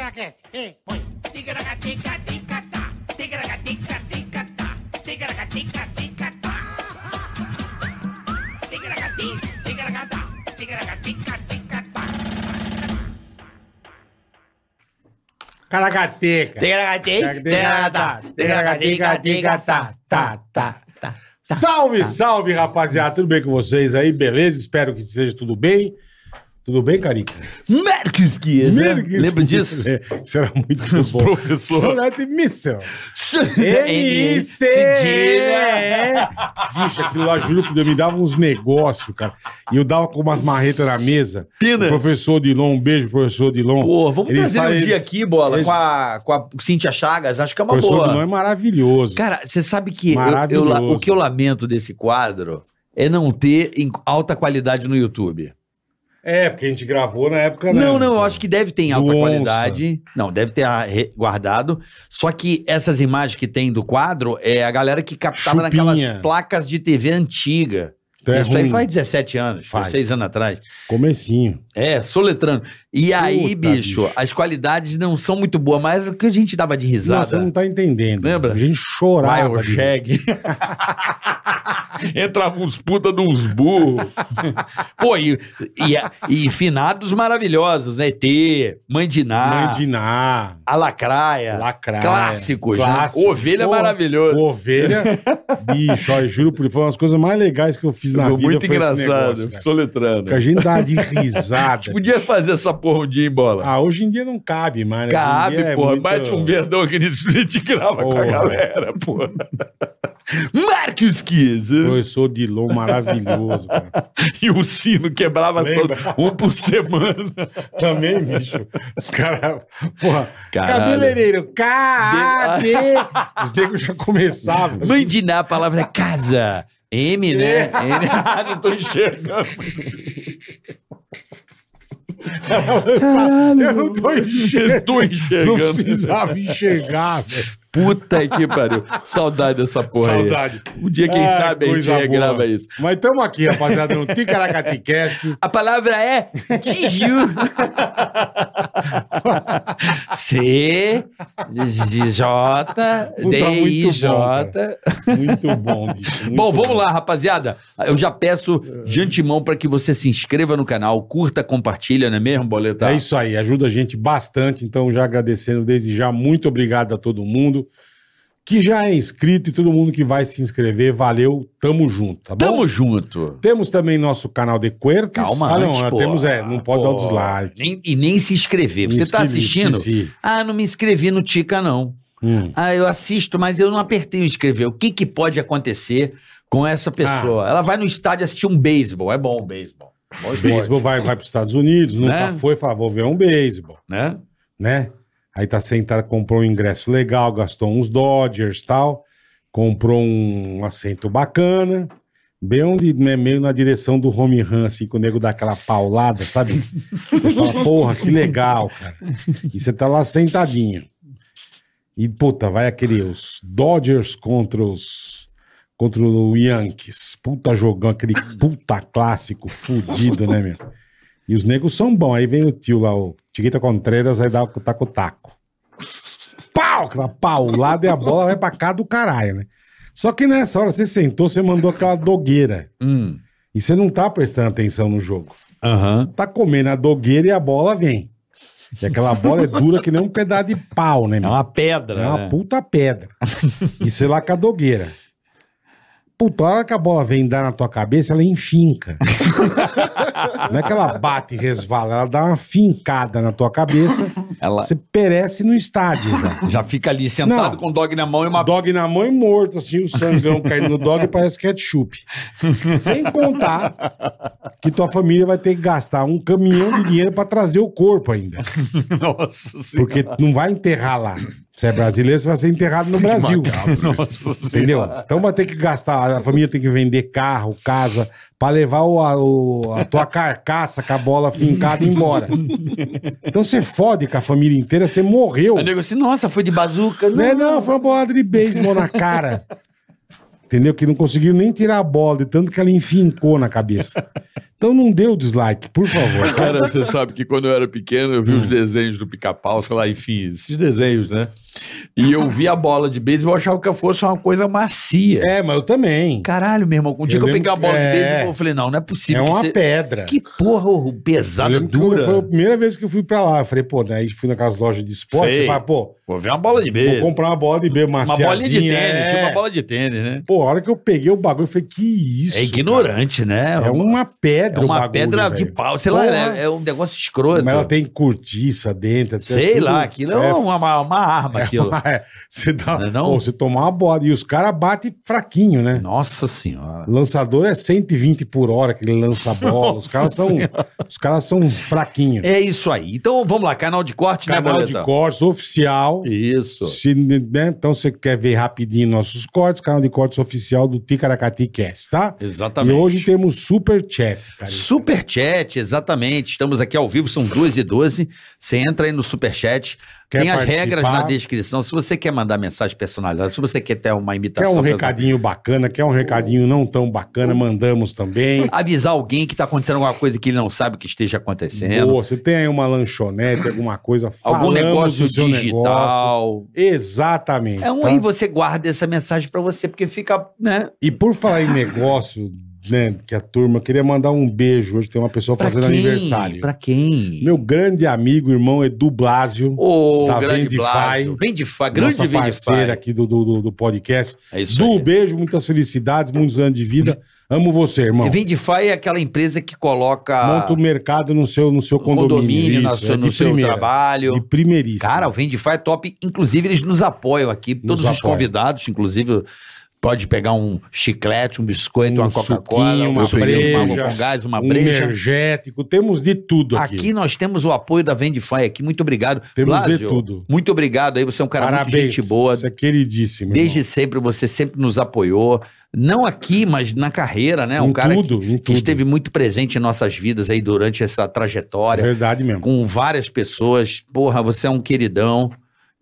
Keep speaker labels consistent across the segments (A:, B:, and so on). A: Ticaracast. E foi.
B: Ticaracatica-ticatá, ticaracatica-ticatá, ticaracatica-ticatá. Ticaracati, ticaracatá, ticaracatica-ticatá.
C: Caracateca. Salve, salve, rapaziada. Tudo bem com vocês aí? Beleza? Espero que seja tudo bem. Tudo bem, Carica?
D: Merkski, é. né? lembra disso?
C: É, Isso era muito bom.
D: Professor.
C: Sonata e missão.
D: N-I-C.
C: N-I-C. Bicho, aquilo lá, juro que Deus, me dava uns negócios, cara. E eu dava com umas marretas na mesa.
D: Pina.
C: O professor Dilon, um beijo, professor Dilon.
D: Pô, vamos
C: Ele
D: trazer
C: sai-
D: um dia aqui, Bola,
C: ele-
D: com, a, com a Cintia Chagas. Acho que
C: O
D: é uma
C: professor
D: boa.
C: Dilon é maravilhoso.
D: Cara, você sabe que eu- eu, la-
C: Maravilhoso.
D: o que eu lamento desse quadro é não ter em alta qualidade no YouTube.
C: É, porque a gente gravou na época, né?
D: Não, não, eu acho que deve ter em alta
C: Do Onça.
D: qualidade. Não, deve ter ah, re- guardado. Só que essas imagens que tem do quadro é a galera que captava
C: Chupinha.
D: naquelas placas de TV antiga.
C: Então é
D: Isso aí
C: ruim.
D: faz 17 anos,
C: Faz.
D: 16 anos atrás.
C: Comecinho.
D: É, soletrando. E
C: Puta,
D: aí, bicho,
C: bicho.
D: as qualidades não são muito boas, mas o que a gente dava de risada?
C: Nossa, você não tá entendendo.
D: Lembra?
C: A gente
D: Vai,
C: chorava.
D: o
C: de-
D: chegue. Entrava uns puta de uns burros. Pô, e, e- e finados maravilhosos, né? ET, Mandiná,
C: Mandiná,
D: Alacraia,
C: Lacraia.
D: clássicos, né?
C: Clássico.
D: É. Ovelha
C: Porra,
D: maravilhosa.
C: Ovelha. Bicho, ó, eu juro por foi uma das coisas mais legais que eu fiz na vida. foi esse
D: Muito engraçado, Tipo
C: negócio, cara.
D: soletrando.
C: Porque a gente dá de
D: A
C: risada.
D: gente podia fazer essa porra um dia em bola.
C: Ah, hoje em dia não cabe mais. né? Hoje em
D: Cabe,
C: dia é
D: porra.
C: muito-
D: Bate um verdão aqui nisso e a gente grava com
C: Porra.
D: a galera, porra. Marcos Kiss.
C: Professor Dilon maravilhoso, cara.
D: E o sino quebrava todo.
C: Lembra?
D: Um por semana.
C: Também, bicho. Os caras. Porra.
D: Caralho.
C: Cabeleireiro. Cadê? Os negros já começavam.
D: Mandiná, a palavra é casa. M, né? N. Ah, não tô enxergando.
C: eu não tô enxergando.
D: Tô
C: Não
D: enxergando.
C: precisava enxergar, velho.
D: Puta que pariu. Saudade dessa porra
C: Saudade.
D: aí. Um dia, quem
C: Ah,
D: sabe, a gente
C: coisa boa.
D: regrava isso.
C: Mas estamos aqui, rapaziada, no Ticaracaticast.
D: A palavra é Tiju. C, J,
C: Puta,
D: D, I,
C: muito bom,
D: J.
C: Muito bom, É. bicho. muito
D: Bom, vamos lá, rapaziada. Eu já peço de antemão para que você se inscreva no canal, curta, compartilha, não é mesmo, Boleta?
C: É isso aí, ajuda a gente bastante. Então, já agradecendo desde já, muito obrigado a todo mundo que já é inscrito e todo mundo que vai se inscrever. Valeu, tamo junto, tá bom?
D: Tamo junto.
C: Temos também nosso canal de Quertes.
D: Calma,
C: ah, não,
D: antes,
C: nós
D: pô.
C: temos, é, não pode dar
D: Pô,
C: o dislike.
D: nem- e nem se inscrever. Você está
C: Esqueci,
D: assistindo?
C: esqueci.
D: Ah, não me inscrevi no Tica, não.
C: Hum.
D: Ah, eu assisto, mas eu não apertei o inscrever. O que, que pode acontecer com
A: Ah.
D: essa pessoa? Ela vai no estádio assistir um beisebol. É bom o beisebol. Bom esporte,
C: Beisebol vai, vai para os Estados Unidos, nunca
D: Né?
C: foi, fala, vou ver um beisebol.
D: né?
C: né? Aí tá sentado, comprou um ingresso legal, gastou uns Dodgers tal, comprou um assento bacana, bem onde, né, meio na direção do home run, assim, que o nego dá aquela paulada, sabe? Você fala, porra, que legal, cara. E você tá lá sentadinho. E, puta, vai aquele, os Dodgers contra os contra o Yankees. Puta jogão, aquele puta clássico fudido, né, meu? E os negros são bons. Aí vem o tio lá, o Tiquita Contreras, aí dá o taco-taco. Pau! Aquela paulada e a bola vai pra cá do caralho, né? Só que nessa hora você sentou, você mandou aquela dogueira.
D: Hum.
C: E você não tá prestando atenção no jogo.
D: Aham.
C: Tá comendo a dogueira e a bola vem. E aquela bola é dura que nem um pedaço de pau, né,
D: É
C: meu?
D: uma pedra.
C: É uma
D: né?
C: puta pedra. e sei lá com a dogueira. Puta, a hora que a bola vem dar na tua cabeça, ela enfinca. Não é que ela bate e resvala, ela dá uma fincada na tua cabeça,
D: Ela
C: você perece no estádio já.
D: já fica ali sentado
C: Não.
D: com o dog na mão e uma.
C: Dog na mão e morto, assim, o sangão caindo no dog parece ketchup. Sem contar que tua família vai ter que gastar um caminhão de dinheiro pra trazer o corpo ainda.
D: Nossa senhora.
C: Porque não vai enterrar lá. Se é brasileiro, você vai ser enterrado no Brasil.
D: Nossa
C: Entendeu?
D: senhora.
C: Então vai ter que gastar, a família tem que vender carro, casa, pra levar o, a, o- a tua carcaça com a bola fincada embora. Então você fode com a família inteira, você morreu.
D: Aí o nego assim, nossa, foi de bazuca. né?
C: Não,
A: Né?
C: é não, foi uma bola de beisebol na cara. Entendeu? Que não conseguiu nem tirar a bola, de tanto que ela enfincou na cabeça. Então não dê o dislike, por favor.
A: Cara, você sabe que quando eu era pequeno, eu vi
D: Hum.
A: os desenhos do pica-pau, sei lá, enfim, esses desenhos, né? E eu vi a bola de beisebol, eu achava que fosse uma coisa macia.
C: É, mas eu também.
D: Caralho, meu irmão, um dia
C: Eu
D: que eu
C: lembro
D: peguei a bola
C: que-
D: de
C: é.
D: beisebol, eu falei, não, não é
C: É
D: possível.
C: uma
D: que, você-
C: pedra.
D: que porra ô,
C: Eu
D: pesada,
C: lembro que
D: dura.
C: Foi a primeira vez que eu fui pra lá. Eu falei, pô, daí fui naquelas lojas de esporte.
A: Sei.
C: Você fala, pô,
A: Vou ver uma bola de
C: vou
A: beisebol.
C: comprar uma bola de B
A: Uma
C: maciadinha.
A: bolinha de tênis,
C: é.
A: tinha uma bola de tênis, né?
C: Pô, a hora que eu peguei o bagulho, eu falei, que isso?
D: é ignorante,
C: cara?
D: né?
C: É uma
D: É
C: pedra o
D: uma
C: bagulho,
D: pedra
C: velho.
D: de pau, sei lá,
C: Porra.
D: é, é um negócio escroto.
C: Mas ela tem cortiça dentro. até
D: Sei
C: tudo-
D: lá, aquilo é,
C: é
D: uma, uma- uma arma, aquilo.
C: É, você dá,
D: Não é não?
C: Pô, você tomar uma bola. E os caras batem fraquinho, né?
D: Nossa senhora.
C: Lançador é 120 por hora que ele lança a bola. os caras são, os caras são fraquinhos.
D: É isso aí. Então vamos lá, canal de corte, né,
C: Canal
D: Boleta?
C: de cortes oficial.
A: Isso.
C: Se, né, então você quer ver rapidinho nossos cortes, canal de cortes oficial do Ticaracati Cast, tá?
A: Exatamente.
C: E hoje temos super chat, cara. é-
D: Superchat, exatamente. Estamos aqui ao vivo, são 2 e 12 Você entra aí no Superchat.
C: Quer
D: tem as
C: participar?
D: regras na descrição. Se você quer mandar mensagem personalizada, se você quer ter uma
C: Quer
D: imitação.
C: um
D: pra-
C: recadinho bacana, quer um recadinho não tão bacana, mandamos também.
D: Avisar alguém que está acontecendo alguma coisa que ele não sabe que esteja acontecendo.
C: Boa, você tem aí uma lanchonete, alguma coisa,
D: algum
C: falamos
D: negócio
C: do seu negócio.
D: digital.
C: Exatamente.
D: É um
C: tá?
D: aí você guarda essa mensagem pra você, porque fica, né?
C: E por falar em negócio, né, que a turma queria mandar um beijo. Hoje tem uma pessoa
D: Pra
C: fazendo
D: quem?
C: aniversário.
D: Pra quem?
C: Meu grande amigo, irmão Edu Blasio.
D: Ô,
C: Da
D: grande
C: Vendify.
D: Blasio. Vendify, grande
C: Nossa parceira
D: Vendify.
C: aqui do, do, do- do podcast.
D: É isso
C: Du,
D: aí.
C: beijo, muitas felicidades, muitos anos de vida. Amo você, irmão.
D: Vendify é aquela empresa que coloca
C: Monta o mercado no seu, no seu
D: o Ah. condomínio,
C: condomínio.
D: na
C: isso,
D: sua-
C: é de
D: no seu
C: primeira,
D: trabalho.
C: De primeiríssimo.
D: Cara, o Vendify é top. Inclusive, eles nos apoiam aqui,
C: Nos
D: todos os
C: apoiam.
D: convidados, inclusive. Pode pegar um chiclete, um biscoito,
C: Um
D: uma Coca-Cola,
C: suquinho, uma
D: suquinho, uma
C: breja,
D: com gás, uma
C: um
D: breja.
C: energético, temos de tudo aqui.
D: Aqui. nós temos o apoio da Vendify aqui. Muito obrigado.
C: Temos de
D: Blasio,
C: tudo.
D: Muito obrigado aí. Você é um cara muito
C: Parabéns.
D: gente boa.
C: Você é queridíssimo.
D: Desde
C: irmão.
D: sempre, você sempre nos apoiou. Não aqui, mas na carreira, né? Um
C: em
D: cara que-
C: tudo, em
D: que,
C: tudo.
D: esteve muito presente em nossas vidas aí durante essa trajetória,
C: É Verdade mesmo.
D: com várias pessoas. Porra, você é um queridão.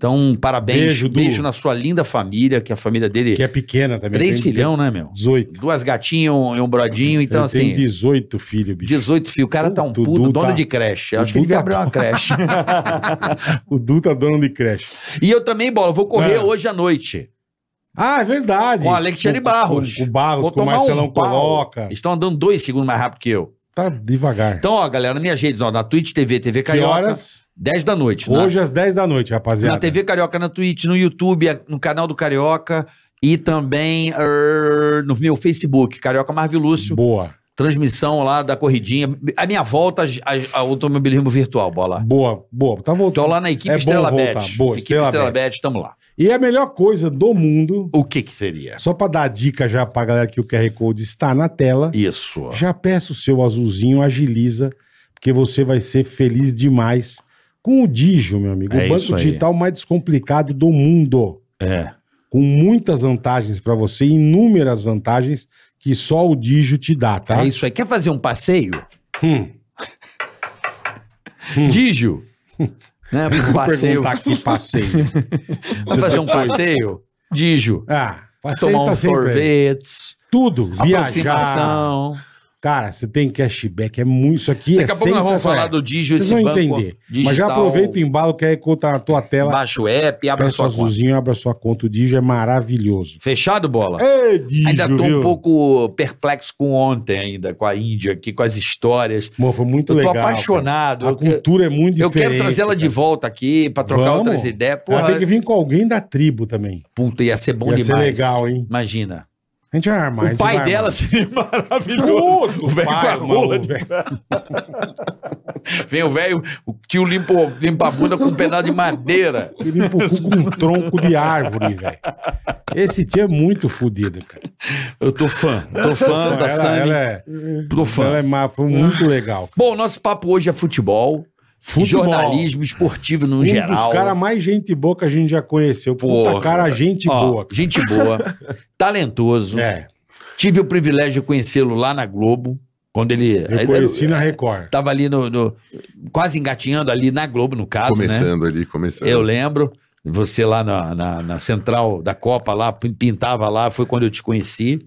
D: Então, parabéns.
C: Beijo, Du.
D: na sua linda família, que a família dele.
C: Que é pequena também.
D: três
C: tem-
D: filhão, né, meu?
C: 18.
D: Duas gatinhas um- e um brodinho. Então,
C: Ele
D: assim.
C: tem 18 filhos, bicho.
D: 18 filhos. O cara tá um
C: Puta, o
D: puto,
C: Du
D: dono
C: tá-
D: de creche. Eu
C: o
D: acho que
C: Du
D: ele devia
C: tá
D: abrir uma creche.
C: O Du tá dono de creche.
D: E eu também, Bola, vou correr
C: Ah.
D: hoje à noite.
C: Ah, é verdade.
D: Com o Alexandre Barros.
C: Com o Barros,
D: Vou
C: que o
D: tomar
C: Marcelão
D: um pau.
C: coloca.
D: Estão andando dois segundos mais rápido que eu.
C: Tá devagar.
D: Então, ó, galera, nas minhas redes, ó, na Twitch TV, TV
C: Que
D: Carioca,
C: horas?
D: 10 da noite.
C: Hoje às 10 da noite,
D: na,
C: rapaziada.
D: na TV Carioca, na Twitch, no YouTube, a- no canal do Carioca e também er, no meu Facebook, Carioca Marvel Lúcio.
C: Boa.
D: Transmissão lá da corridinha. A minha volta às- às- ao automobilismo virtual, Bola.
C: Boa, boa. Tá
D: Tô
C: voltando.
D: lá na equipe
C: É bom
D: Estrela
C: voltar.
D: Bet.
C: Boa,
D: equipe
C: Estrela
D: Estrela, Bet, estamos lá.
C: E é a melhor coisa do mundo,
D: O que que seria?
C: só pra dar dica já pra galera que o QR Code está na tela,
D: Isso.
C: já peça o seu azulzinho, agiliza, porque você vai ser feliz demais com o Digio, meu amigo.
D: É
C: o banco
D: isso aí.
C: digital mais descomplicado do mundo.
D: É.
C: com muitas vantagens pra você, inúmeras vantagens que só o Digio te dá, tá?
D: É isso aí. Quer fazer um passeio?
C: Hum,
D: Digio. Né? Um
C: vou
D: passeio.
C: perguntar aqui passeio.
D: Vai fazer um passeio? Digio.
C: Ah, passeio
D: Tomar
C: tá
D: um
C: sempre aí.
D: sorvete.
C: Tudo, viajar.
D: aproximação.
C: Cara, você tem cashback, é muito isso aqui,
D: Daqui
C: é
D: a pouco nós vamos
C: sensacional.
D: falar do Digio,
C: Vocês
D: esse
C: vão
D: banco
C: entender.
D: digital.
C: Mas já aproveita o embalo que aí conta na tua tela,
D: Baixa o app, abre a
C: peça o
D: sua conta.
C: azulzinho, abra sua conta, o Digio é maravilhoso.
D: Fechado, bola?
C: É, Digio,
D: ainda tô
C: viu?
D: um pouco perplexo com ontem ainda, com a Índia aqui, com as histórias.
C: Mô, foi muito
D: eu tô
C: legal. cara.
D: apaixonado.
C: A
D: eu, que-
C: cultura é muito
D: eu
C: diferente.
D: quero trazer ela de
C: cara.
D: volta aqui pra trocar
C: Vamos.
D: outras ideias.
C: Ela
D: Porra,
C: tem que vir com alguém da tribo também.
D: puta, ia ser bom
C: Ia
D: demais.
C: ser legal, hein?
D: Imagina.
C: A gente vai armar. a
D: o
C: gente
D: pai
C: vai
D: dela
C: armar.
D: seria maravilhoso.
C: Puto,
D: o velho com a
C: pai,
D: rola.
C: mano,
D: de-
C: velho.
D: Vem o velho, o tio limpa, o- limpa a bunda com um pedaço de madeira.
C: Ele limpa o cu com um tronco de árvore, velho. Esse tio é muito fodido, cara.
D: Eu tô fã. Tô fã da
C: ela,
D: Sandy.
C: ela é,
D: Tô fã. Ah.
C: ela é má, foi muito legal. cara.
D: Bom, nosso papo hoje é futebol,
C: Futebol.
D: jornalismo esportivo no
C: Um
D: geral.
C: dos caras mais gente boa que a gente já conheceu. Puta
D: Porra.
C: cara, gente
D: Ó,
C: boa. cara.
D: Gente boa, talentoso.
C: É,
D: Tive o privilégio de conhecê-lo lá na Globo, quando ele
C: eu conheci
D: é,
C: na Record.
D: estava ali no, no- quase engatinhando ali na Globo, no caso, né?
E: começando ali, começando.
D: Eu lembro. Você lá na, na- na central da Copa, lá, pintava lá, foi quando eu te conheci.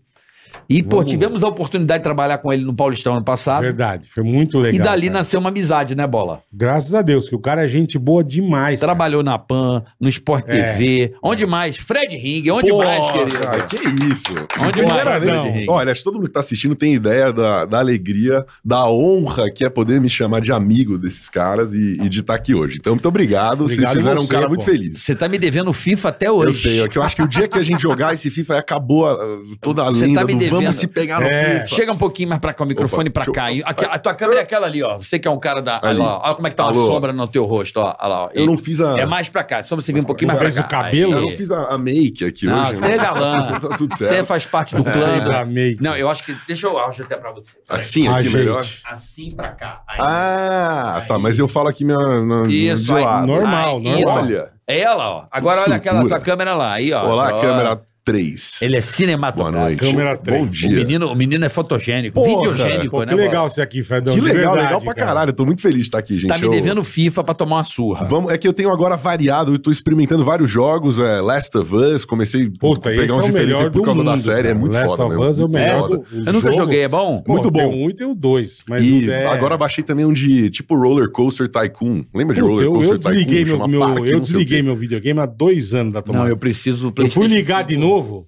D: E, pô,
C: Vamos.
D: tivemos a oportunidade de trabalhar com ele no Paulistão ano passado.
C: Verdade, foi muito legal.
D: Tá. e dali
C: cara.
D: nasceu uma amizade, né, Bola?
C: Graças a Deus, que o cara é gente boa demais. cara.
D: Trabalhou na PAN, no Sport
C: É.
D: TV. Onde mais? Fred Ring, onde
E: Pô,
D: mais, querido?
E: cara, que isso.
D: Onde
E: Que
D: mais,
E: primeira
C: não.
E: vez. Ó, aliás, todo mundo que tá assistindo tem ideia da, da alegria, da honra que é poder me chamar de amigo desses caras e, e de estar aqui hoje. Então, muito obrigado.
C: Obrigado
E: Vocês fizeram
C: você,
E: um cara
C: pô.
E: muito feliz.
D: Você tá me devendo FIFA até hoje.
E: Eu sei, é que eu acho que o dia que a gente jogar esse FIFA aí acabou a- toda a
D: Você
E: lenda
D: tá me
E: do
D: devendo.
E: vamos se pegar no
C: É.
E: FIFA.
D: Chega um pouquinho mais pra cá, o microfone
E: Opa,
D: pra cá.
E: deixa eu-
D: Aqui, a tua câmera é aquela ali, ó. Você que é um cara da. Olha
E: Ali.
D: lá, olha como é que tá uma
E: Alô.
D: sombra no teu rosto, ó. Olha lá, ó.
E: Eu não fiz a.
D: É mais pra cá, só você vir um pouquinho
C: Não
D: mais pra
C: fez
D: cá.
C: o cabelo?
E: Eu
D: Aí.
E: não fiz a, a make aqui
D: Não,
E: hoje.
D: você é galã.
E: tá tudo
D: Você
E: certo.
D: faz parte
E: É.
D: do
C: Fez
D: plano.
C: a make.
D: Não, é eu acho que. Deixa eu ajustar pra você.
E: Assim
C: A
D: Ah,
E: aqui
C: gente.
E: melhor.
D: Assim pra cá. Aí.
E: Ah,
D: Aí.
E: tá. Mas eu falo aqui minha. na-
D: Isso,
E: de
D: aí.
E: lado.
C: Normal,
D: Ai,
C: normal.
D: isso.
E: Olha.
D: É ela, ó. Agora olha aquela
E: Estrutura.
D: tua câmera lá. Aí, ó.
E: Olá,
D: Ó.
E: câmera 3.
D: Ele é
E: Boa
D: cinematográfico.
E: noite.
C: tá Câmera
E: Bom
D: O
E: dia.
D: menino, o menino é fotogênico,
E: Porra,
D: videogênico,
C: Pô,
D: né?
C: que
D: Bola?
C: legal você aqui, Fredão.
E: Que
C: de
E: legal,
C: verdade,
E: legal pra
C: cara.
E: caralho. Eu tô muito feliz de estar aqui, gente.
D: Tá me
E: Eu-
D: devendo FIFA pra tomar uma surra.
E: Vamos, é que eu tenho agora variado, eu tô experimentando vários jogos, é, Last of Us, comecei
C: Puta,
E: a
C: esse é o
E: diferentes
C: melhor
E: um por
C: do
E: causa da
C: mundo,
E: série, é
C: cara.
E: muito
C: Last
E: foda.
C: of
E: meu,
C: Us é o
E: muito
C: melhor.
E: foda.
C: do- o
D: Eu nunca
C: jogo-
D: joguei, é bom?
C: Pô,
E: Muito
C: tem
E: bom.
C: um e tem o dois, mas
E: e
C: o é-
E: agora baixei também um de tipo Roller Coaster Tycoon. Lembra de
C: Puta,
E: Roller
C: eu,
E: Coaster
C: eu desliguei
E: Tycoon?
C: meu,
E: Chama
C: meu-
E: Parque, não sei
C: eu
E: o
C: desliguei
E: quê.
C: meu videogame há dois anos da
D: Não,
C: tomada.
D: eu preciso do
C: eu, fui
D: PlayStation
C: ligar de
D: cinco.
C: novo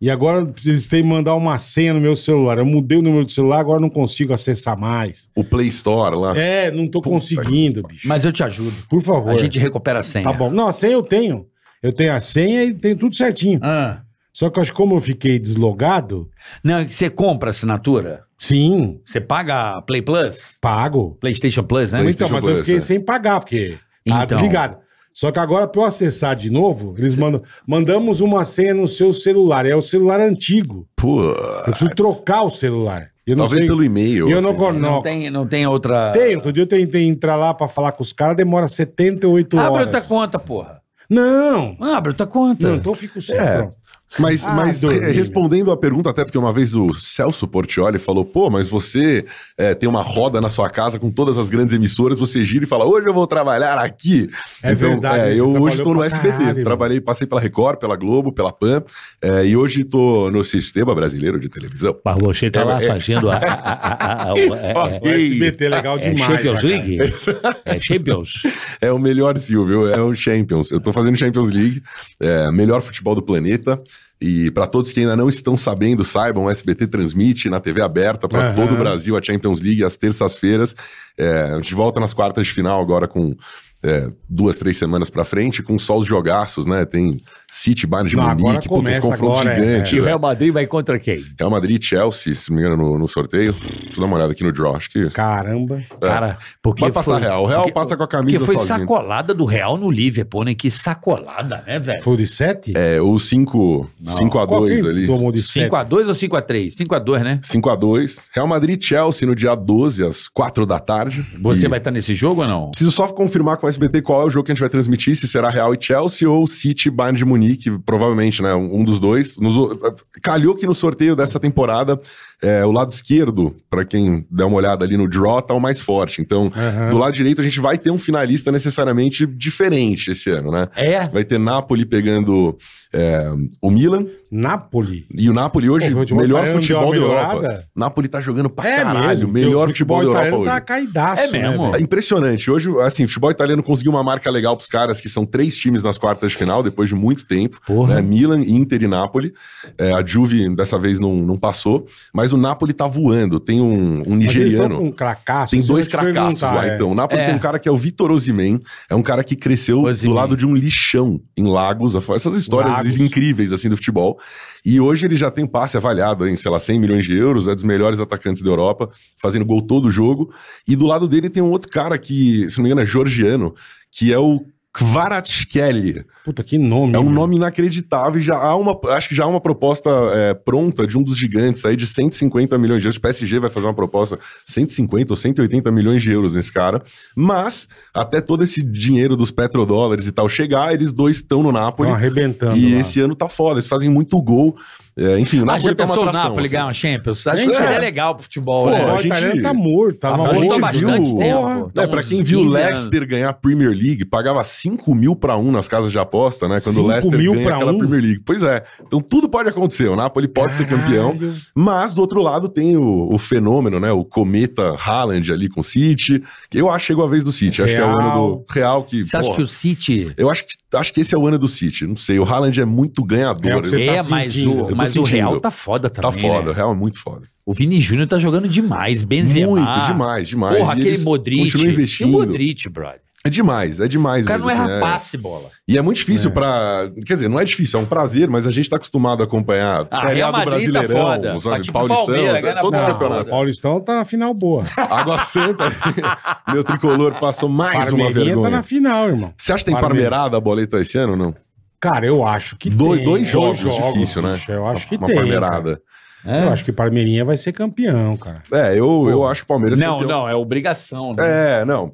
C: e agora eles têm que mandar uma senha no meu celular. Eu mudei o número do celular, agora não consigo acessar mais.
E: O Play Store lá.
C: É, não tô conseguindo, bicho.
D: Mas eu te ajudo.
C: Por favor.
D: A gente recupera a senha.
C: Tá bom. Não, a senha eu tenho. Eu tenho a senha e tenho tudo certinho.
D: Ah.
C: Só que eu acho que como eu fiquei deslogado,
D: Não, você compra assinatura?
C: sim,
D: Você paga Play Plus?
C: pago.
D: PlayStation Plus, né?
E: Play-
C: Então, mas eu
E: Plus,
C: fiquei
E: é.
C: sem pagar, porque tá
D: Então.
C: desligado. Só que agora, pra eu acessar de novo, eles mandam. Mandamos uma senha no seu celular. É o celular antigo.
E: Pô,
C: Eu preciso trocar o celular. Eu não
E: talvez
C: sei.
E: pelo e-mail.
C: eu não
E: assim.
C: gosto.
D: Não, tem, não tem outra.
C: Tem, outro dia eu tentei entrar lá pra falar com os caras, demora 78 horas.
D: Abre outra conta, porra.
C: Não!
D: Abre outra conta.
C: Não, então eu fico sem.
E: É.
C: pronto.
E: Mas,
C: Ah,
E: mas
C: dormi.
E: eh, respondendo a pergunta, até porque uma vez o Celso Portioli falou: pô, mas você eh, tem uma roda na sua casa com todas as grandes emissoras, você gira e fala: hoje eu vou trabalhar aqui.
C: É verdade,
E: eh,
C: você
E: eu
C: trabalhou
E: hoje estou no
C: pra
E: SBT.
C: caralho,
E: Trabalhei, passei pela Record, pela Globo, pela Pan, eh, e hoje estou no Sistema Brasileiro de Televisão.
F: Barlochê tá
E: é-
F: lá fazendo a. a- a- a- o- é- é-
C: O SBT é legal
F: é
C: demais.
F: Champions
C: né, cara?
F: League? É Champions.
E: É o melhor Silvio, é o Champions. Eu tô fazendo Champions League, é, melhor futebol do planeta. E para todos que ainda não estão sabendo, saibam, o SBT transmite na TV aberta para
C: Aham.
E: todo o Brasil a Champions League às terças-feiras. É, a gente volta nas quartas de final agora com é, duas, três semanas para frente, com só os jogaços, né? Tem City, Bayern de
C: Não, agora
E: Munique, puta, uns
C: começa
E: confrontos
C: agora, é,
E: gigantes.
F: E o
E: né?
F: Real Madrid vai contra quem?
E: Real Madrid, Chelsea, se não me engano, no, no sorteio. Deixa eu dar uma olhada aqui no draw, acho que...
C: Caramba.
F: Cara, porque.
E: É. Vai passar
F: foi-
E: Real, o Real
F: porque-
E: passa com a camisa
F: Porque foi
E: sozinho.
F: sacolada do Real no Liverpool, né? Que sacolada, né, velho?
C: Foi o de 7?
E: É, ou 5 a 2 ali.
C: Tomou de 7.
D: 5x2 ou 5x3? 5x2, né?
E: 5x2. Real Madrid e Chelsea no dia 12, às 4 da tarde.
D: Você
E: E
D: vai estar nesse jogo ou não?
E: Preciso só confirmar com o SBT qual é o jogo que a gente vai transmitir, se será Real e Chelsea ou City e Bayern de Munique, provavelmente, né? Um dos dois. Nos o- calhou que no sorteio dessa temporada, é, o lado esquerdo, pra quem der uma olhada ali no draw, tá o mais forte. Então,
C: Aham.
E: do lado direito, a gente vai ter um finalista necessariamente diferente esse ano, né?
D: É.
E: Vai ter Napoli pegando é, o Milan.
C: Napoli.
E: E o Napoli hoje,
C: Pô, o futebol
E: melhor
C: italiano deu
E: futebol tá da
C: uma
E: Europa.
C: melhorada?
E: Napoli tá jogando pra caralho,
C: É mesmo, porque
E: melhor
C: o
E: futebol, da Europa
C: italiano
E: hoje.
C: tá caidaço.
D: É mesmo.
C: velho?
E: É impressionante. Hoje, assim, o futebol italiano conseguiu uma marca legal pros caras, que são três times nas quartas de final, depois de muito tempo.
F: Porra.
E: né? Milan, Inter e Napoli. É, a Juve, dessa vez, não, não passou. Mas o Napoli tá voando. Tem um, um
C: Mas eles tão com
E: nigeriano...
C: um cracaço.
E: Tem
C: isso eu
E: dois
C: ia te
E: cracaços
C: perguntar,
E: lá,
C: é.
E: então. O Napoli
D: É.
E: tem um cara que é o Vitor Osimhen. É um cara que cresceu
D: Osimhen.
E: do lado de um lixão em Lagos. Essas histórias
C: Lagos.
E: incríveis, assim, do futebol. E hoje ele já tem um passe avaliado em, sei lá, 100 milhões de euros. É dos melhores atacantes da Europa, fazendo gol todo jogo. E do lado dele tem um outro cara que, se não me engano, é georgiano, que é o Kvaratskhelia.
C: Puta, que nome.
E: É um
C: meu.
E: nome inacreditável. e Já há uma, acho que já há uma proposta é, pronta de um dos gigantes aí de 150 milhões de euros. O PSG vai fazer uma proposta 150 ou 180 milhões de euros nesse cara. Mas até todo esse dinheiro dos petrodólares e tal chegar, eles dois estão no Napoli.
C: Tão arrebentando.
E: E
C: lá.
E: esse ano tá foda, eles fazem muito gol. É, enfim, o
D: Ah, já
E: Napoli tá uma
D: pensou o
E: atração,
D: Napoli
E: assim.
D: ganhar uma Champions? Acho que
E: Então,
D: seria
E: é.
D: legal pro futebol,
E: Pô,
D: né?
E: a
C: o
E: gente-
C: Itália tá morto, tava
E: a
D: Voltou
E: gente
C: morto.
D: bastante
E: viu-
D: tempo.
E: É, pra quem viu o
D: 15
E: Leicester ganhar a Premier League, pagava 5 mil pra um nas casas de aposta, né? Quando o
C: 5
E: Leicester
C: mil
E: ganha
C: pra
E: aquela
C: um?
E: Premier League. Pois é. Então tudo pode acontecer. O Napoli pode ser campeão.
C: Caralho.
E: Mas, do outro lado, tem o, o fenômeno, né? O cometa Haaland ali com o City. que Eu acho que chegou a vez do City. Acho que é o ano do Real que...
D: Você acha
E: porra,
D: que o City...
E: Eu acho que, acho que esse é o ano do City. Não sei. O Haaland é muito ganhador.
C: É o que você
E: Ele
D: É,
C: tá
D: mas,
C: sentindo, eu
D: o,
E: tô
D: mas o
E: sentindo.
D: Real tá foda
E: tá
D: também,
E: foda.
D: né?
E: O Real é muito foda.
D: O Vini Júnior tá jogando demais, Benzema.
E: Muito, demais, demais.
D: Porra,
E: E
D: aquele
E: eles
D: Modric.
E: continuam investindo.
D: E o Modric, brother.
E: É demais, é demais.
D: O cara não
E: mesmo,
D: erra
E: assim, é-
D: passe, bola.
E: E é muito difícil pra. Quer dizer, não é difícil, é um prazer, mas a gente tá acostumado a acompanhar
D: Ah, Real Madrid tá foda.
E: sabe,
D: Tá tipo
E: Paulistão,
D: Palmeiras, ganha na
E: todos
D: porrada.
E: os
C: Não, o
E: campeonatos.
C: Paulistão tá na final boa.
E: Água Santa, meu tricolor passou mais uma
C: Parmeirinha
E: vergonha.
C: tá na final, irmão.
E: Você acha que tem
C: Parmeira.
E: parmeirada a boleta esse ano ou não?
C: Cara, eu acho que
E: Dois-
C: tem.
E: dois jogos, difícil, né?
C: bicho, Eu acho que
E: uma
C: tem. cara.
E: parmeirada.
C: Eu acho que o Parmeirinha vai ser campeão, cara.
E: É, eu, eu acho que o Palmeiras
D: Não,
E: campeão.
D: não, é obrigação, né?
E: É, não.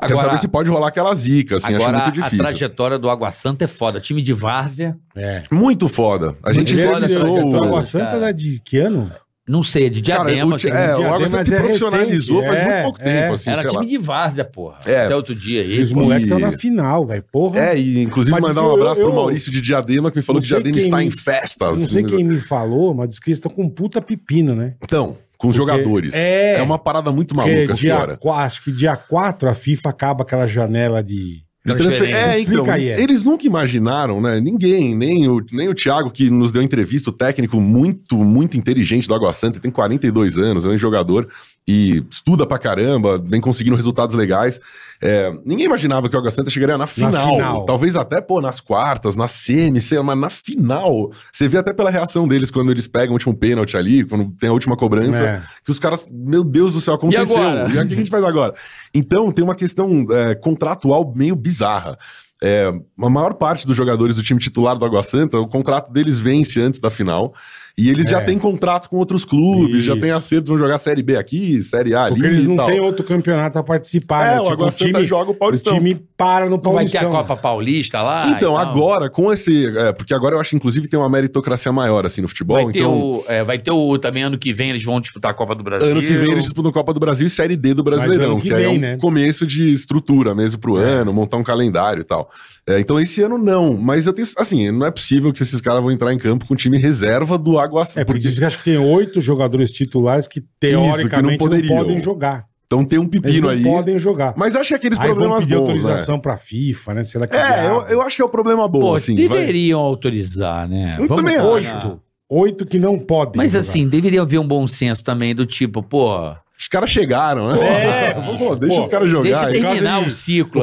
E: Quero
D: agora,
E: saber se pode rolar aquela zica, assim,
D: agora
E: acho muito
D: a
E: difícil.
D: trajetória do Água Santa é foda. Time de Várzea,
C: É.
E: Muito foda. A gente
C: Primeiro
D: foda
C: de-
D: essa
E: entrevistou.
C: de
E: o-
C: Água Santa
D: cara.
C: é de que ano?
D: não sei, é de
E: Cara,
D: diadema.
E: o ti-
D: assim,
E: é,
C: Diadema,
E: o Água Santa
C: mas
E: se
C: é
E: profissionalizou
C: recente,
E: faz muito
C: é,
E: pouco
C: é.
E: tempo, assim,
D: Era
E: sei lá.
D: time de Várzea, porra.
E: É.
D: Até outro dia
C: E
D: aí.
C: os
E: pô,
C: moleques estão
E: e-
C: na final, velho. Porra.
E: É, e inclusive
C: Mas
E: mandar
C: isso
E: um
C: eu-
E: abraço
C: eu-
E: pro Maurício de Diadema, que me falou
C: Não
E: que
C: sei
E: Diadema
C: quem
E: está
C: me-
E: em festa.
C: Não
E: assim.
C: sei quem me falou, mas diz que eles estão com um puta pepino, né?
E: Então, com os
C: Porque-
E: jogadores.
C: É.
E: É uma parada muito
C: Porque
E: maluca a
C: dia,
E: história.
C: qu- acho que dia 4 a FIFA acaba aquela janela de.
E: De transfer- É,
C: Explica
E: então,
C: aí, é.
E: eles nunca imaginaram, né? Ninguém, nem o, nem o Thiago, que nos deu entrevista, o técnico muito, muito inteligente do Água Santa, tem 42 anos, é um jogador e estuda pra caramba, vem conseguindo resultados legais. É, ninguém imaginava que o Água Santa chegaria na final,
C: final.
E: Talvez até, pô, nas quartas, na semi, sei lá, mas na final. Você vê até pela reação deles quando eles pegam o último pênalti ali, quando tem a última cobrança.
C: É.
E: que os caras, meu Deus do céu, aconteceu.
D: E
E: E,
D: agora?
E: aí, o que a gente faz agora? Então, tem uma questão é, contratual meio bizarra. É, a maior parte dos jogadores do time titular do Água Santa, o contrato deles vence antes da final. E eles já
C: É.
E: têm contrato com outros clubes, já
C: Isso.
E: têm acertos, vão jogar Série B aqui, Série A ali
C: Porque eles
E: e
C: não
E: tal.
C: têm outro campeonato a participar,
E: É,
C: né?
E: o Água Santa joga o Paulistão.
C: O time Ah, para no
D: Não vai ter
C: Paulistão.
D: a Copa Paulista lá? e
E: Então,
D: tal?
E: agora, com esse... é, porque agora eu acho, inclusive, tem uma meritocracia maior, assim, no futebol.
F: Vai ter,
E: então,
F: o, é, vai ter o. Também ano que vem eles vão disputar a Copa do Brasil.
E: Ano que vem eles disputam Copa do Brasil e Série D do Brasileirão,
C: ano
E: que,
C: que
E: é
C: vem,
E: um
C: né? É.
E: começo de estrutura mesmo pro ano, montar um calendário e tal. É, então esse ano não, mas eu tenho. Assim, não é possível que esses caras vão entrar em campo com o time reserva do Água Santa.
C: É, porque diz que acho que tem oito jogadores titulares que teoricamente não,
E: poderiam.
C: podem jogar.
E: Então tem um
C: Eles
E: pepino
C: não
E: aí.
C: podem jogar.
E: Mas acho que aqueles
C: Aí vão
E: problemas
C: pedir
E: bons. Né?
C: autorização pra FIFA, né? Será que
E: É, eu,
C: diabo?
E: eu acho que é o problema bom,
D: Pô,
E: assim. vai.
D: deveriam autorizar, né?
E: Eu também
D: parar.
C: Oito. Oito que não podem.
D: Mas
C: jogar.
D: assim, deveria haver um bom senso também do tipo, pô,
E: Os caras chegaram, né?
C: É,
E: Pô, deixa
C: pô,
E: os caras jogar.
D: deixa
E: aí.
D: terminar
C: de-
D: o ciclo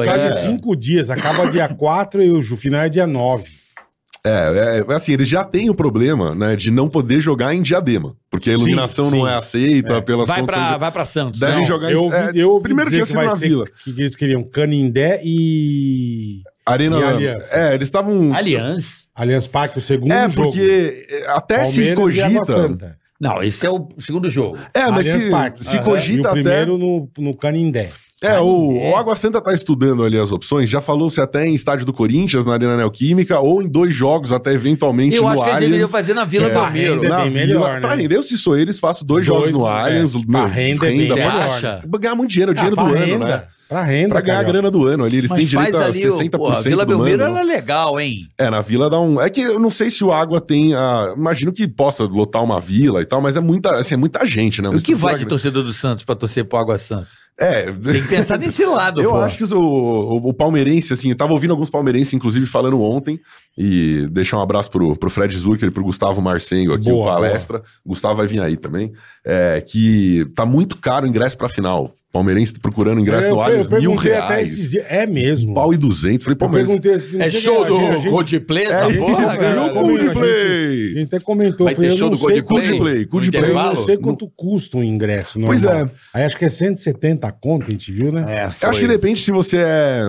C: Por
D: aí.
E: é.
C: causa de cinco dias, acaba dia 4 e o ju- final é dia 9.
E: É, é, assim, eles já têm o problema, né, de não poder jogar em diadema. Porque a iluminação
C: sim.
E: não é aceita pelas
D: Vai
E: condições
D: pra, vai pra Santos.
E: Devem
D: não.
E: jogar em
C: Eu
E: é,
C: ouvi, eu ouvi
E: primeiro
C: dizer
E: dia
C: que
E: ser
C: vai
E: na
C: ser
E: Vila.
C: que eles queriam Canindé e
E: Arena
C: E Aliança.
E: É, eles estavam.
D: Aliança.
C: Allianz Parque, o segundo
E: É,
C: um jogo.
E: porque é, até se
C: Palmeiras e Água
E: cogita.
C: Santa.
D: Não, esse é o segundo jogo.
E: É, mas
C: Allianz
E: se,
C: Parque.
E: se
C: Aham. E
E: cogita
C: o
E: até.
C: primeiro tá no, no Canindé.
E: É, o, o Água Santa tá estudando ali as opções. Já falou-se até em estádio do Corinthians, na Arena Neoquímica, ou em dois jogos, até eventualmente
D: Eu
E: no
D: acho que eles deveriam
E: Allianz.
D: fazer na Vila
E: É,
D: Palmeiro.
C: ainda-
D: Palmeiras.
E: na
C: É bem
E: Vila.
C: melhor, né?
E: Pra render, eu, se sou eles, faço
C: Dois,
E: dois, jogos no
C: é.
E: Allianz. meu,
C: Pra renda é bem
E: renda,
D: Você
C: melhor,
D: acha?
E: pra ganhar muito dinheiro, o dinheiro
C: Ah,
E: do
C: pra
E: ano,
C: renda,
E: né?
C: Pra renda,
E: Pra ganhar a
C: Carioca.
E: grana do ano ali, eles têm direito a 60%
D: pô, a Vila
E: do
D: Belmiro
E: ano.
D: ela é legal, hein?
E: É, na vila dá um. É que eu não sei se o água tem. A... Imagino que possa lotar uma vila e tal, mas é muita, assim, é muita gente, né? Uma
D: O que vai de
E: estrutura
D: torcedor do Santos pra torcer pro Água Santa?
E: grande. É.
D: Tem que pensar nesse lado,
E: Eu
D: pô.
E: acho que os- o, o, o palmeirense, assim, eu tava ouvindo alguns palmeirenses, inclusive, falando ontem, e deixar um abraço pro, pro Fred Zucker e pro Gustavo Marcengo aqui,
C: Boa,
E: o palestra. O Gustavo vai vir aí também. É, que tá muito caro o ingresso pra final. Palmeirense procurando ingresso
C: Eu-
E: no
C: eu
E: Allianz, mil
C: perguntei
E: reais.
C: até esses dias. É mesmo.
E: Pau e duzentos. Falei, pô,
C: Eu
E: mas.
C: perguntei assim,
D: É
C: chega,
D: show
C: a
D: do
C: gente- a gente-
D: Coldplay essa
E: É,
D: porra,
C: isso,
D: cara?
E: ganhou o
C: Também, a gente-
E: Coldplay!
C: A gente até comentou.
D: Vai
C: eu falei,
D: ter
C: eu
D: show
C: não
D: do
C: sei
D: Coldplay?
C: quanto-
E: Coldplay,
C: Eu
E: Coldplay.
C: não
D: intervalo?
C: sei quanto custa um ingresso normal.
E: Pois é.
C: Aí acho que é 170 conto, a gente viu, né?
D: É,
E: Eu acho que depende se você é,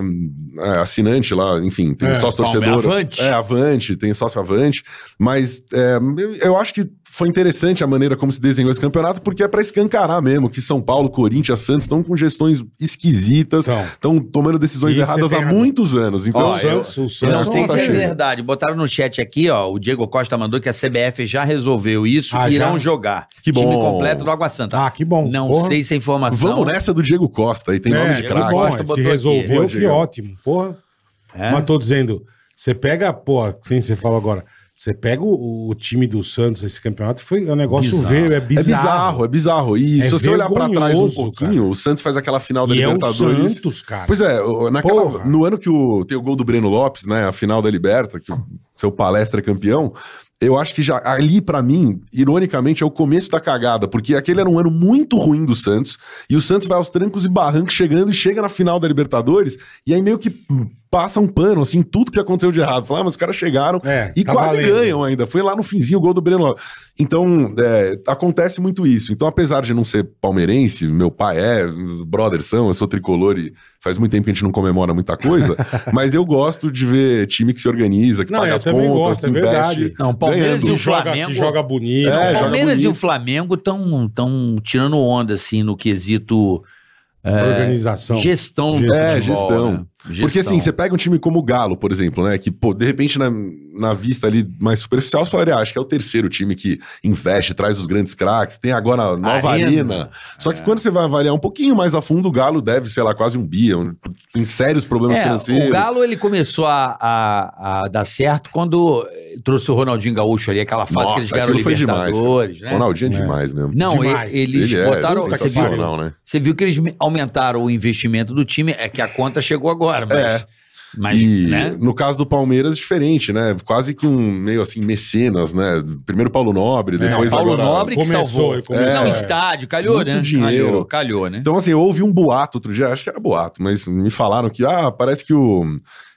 E: é, assinante lá, enfim, tem
C: É,
E: sócio
D: Palme-
E: torcedor.
D: Avante.
E: É, avante, tem sócio avante. Mas é, eu, eu acho que foi interessante a maneira como se desenhou esse campeonato, porque é pra escancarar mesmo que São Paulo, Corinthians, Santos estão com gestões esquisitas,
C: Então,
E: estão tomando decisões
C: Isso, é
E: erradas
C: você
E: há
C: tem razão.
E: muitos anos. Então,
C: o
D: Ó, eu-
C: Santos, o um
D: Eu
C: Santos
D: não sei
E: não
D: se
E: tá
D: é
E: cheio.
D: verdade. Botaram no chat aqui, ó. O Diego Costa mandou que a CBF já resolveu isso
C: Ah,
D: e irão
C: já?
D: jogar.
E: Que
D: Time
E: bom.
D: completo do Água Santa.
C: Ah, que bom.
D: não
C: porra.
D: sei se a informação.
E: vamos né? nessa do Diego Costa, aí tem nome
C: É,
E: de
C: que
E: craque.
C: bom,
D: Costa
C: é,
D: botou
C: se
D: aqui.
C: resolveu,
E: Boa,
C: que
E: Diego.
C: ótimo. Porra.
D: É?
C: Mas tô dizendo, você pega, pô, assim você fala agora, você pega o, o time do Santos esse campeonato, foi um negócio
D: Bizarro.
C: veio, é
E: É
C: bizarro.
E: bizarro, é bizarro. E
C: É
E: se você olhar pra trás um
C: vergonhoso,
E: pouquinho, o Santos faz aquela final da
C: E é o
E: Libertadores.
C: Santos, cara.
E: Pois é, o- naquela-
C: Porra.
E: no ano que o, tem o gol do Breno Lopes, né? A final da Liberta, que o seu palestra é campeão. Eu acho que já ali, pra mim, ironicamente, é o começo da cagada, porque aquele era um ano muito ruim do Santos, e o Santos vai aos trancos e barrancos chegando e chega na final da Libertadores, e aí meio que hum, passa um pano, assim, tudo que aconteceu de errado. Fala, ah, mas os caras chegaram,
C: É,
E: e
C: tá
E: quase
C: valendo.
E: ganham ainda. Foi lá no finzinho o gol do Breno Lopes. Então, é, acontece muito isso. Então, apesar de não ser palmeirense, meu pai é, os brothers são, eu sou tricolor e faz muito tempo que a gente não comemora muita coisa, mas eu gosto de ver time que se organiza, que
C: Não,
E: paga
C: eu
E: as
C: também
E: contas,
C: gosto,
E: que
C: é verdade.
E: investe.
F: Não, Palmeiras
E: Ganhando.
F: e o
C: Que joga,
F: Flamengo.
C: que joga bonito.
E: É,
C: cara.
E: joga
D: o Palmeiras e o
E: bonito.
D: Flamengo estão tão tirando onda, assim, no quesito
C: Organização.
D: gestão do
E: É,
D: futebol,
E: gestão.
D: né?
E: Porque assim, você
D: Gestão.
E: pega um time como o Galo, por exemplo, né? Que, pô, de repente, na, na vista ali mais superficial, você falaria, ah, acho que é o terceiro time que investe, traz os grandes craques, tem agora a nova
D: Arena. É.
E: arena. Só que quando você vai avaliar um pouquinho mais a fundo, o Galo deve, sei lá, quase um bi, um- tem sérios problemas
D: É,
E: financeiros.
D: o Galo ele começou a, a- a dar certo quando eh, trouxe o Ronaldinho Gaúcho ali, aquela fase
E: Nossa,
D: que eles ganharam
E: aquilo foi demais,
D: Libertadores, né?
E: Ronaldinho é,
C: É.
E: demais mesmo.
D: Não,
C: Demais.
D: e- eles
E: Ele é
D: botaram. você, viu,
E: sensacional, né?
D: você viu que eles me- aumentaram o investimento do time, é que a conta chegou agora, mas.
E: É.
D: mas,
E: e
D: né?
E: no caso do Palmeiras, diferente, né? Quase que um meio assim, mecenas, né? Primeiro Paulo
C: É,
E: Nobre, depois
D: Paulo
E: agora...
C: né?
D: Nobre que
C: começou,
D: salvou.
C: ele começou,
D: Não,
C: é.
D: estádio, calhou,
E: Muito
D: né?
E: dinheiro.
D: Calhou, calhou, né?
E: Então, assim, eu ouvi um boato outro dia, acho que era boato, mas me falaram que, ah, parece que o.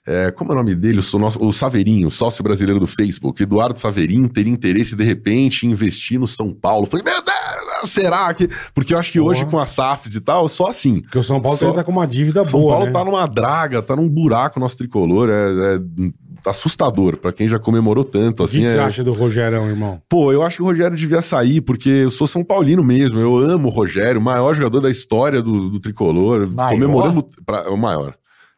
E: é, como é o nome dele? O, so- nosso- o Saverinho, sócio brasileiro do Facebook, Eduardo Saverinho, teria interesse de repente em investir no São Paulo. Falei, meu Deus, será que. Porque eu acho que hoje
C: Porra.
E: com as SAFs e tal, só assim.
C: Porque o São Paulo
E: Só-
C: tá com uma dívida
E: São
C: boa.
E: Paulo
C: né?
E: tá numa draga, tá num buraco nosso tricolor. É, é assustador pra quem já comemorou tanto.
C: O que
E: Assim,
C: que
E: é-
C: você acha do Rogerão, irmão?
E: Pô, eu acho que o Rogério devia sair, porque eu sou São Paulino mesmo. Eu amo o Rogério, o maior jogador da história do, do tricolor.
F: Maior?
E: Comemoramos. pra- o maior.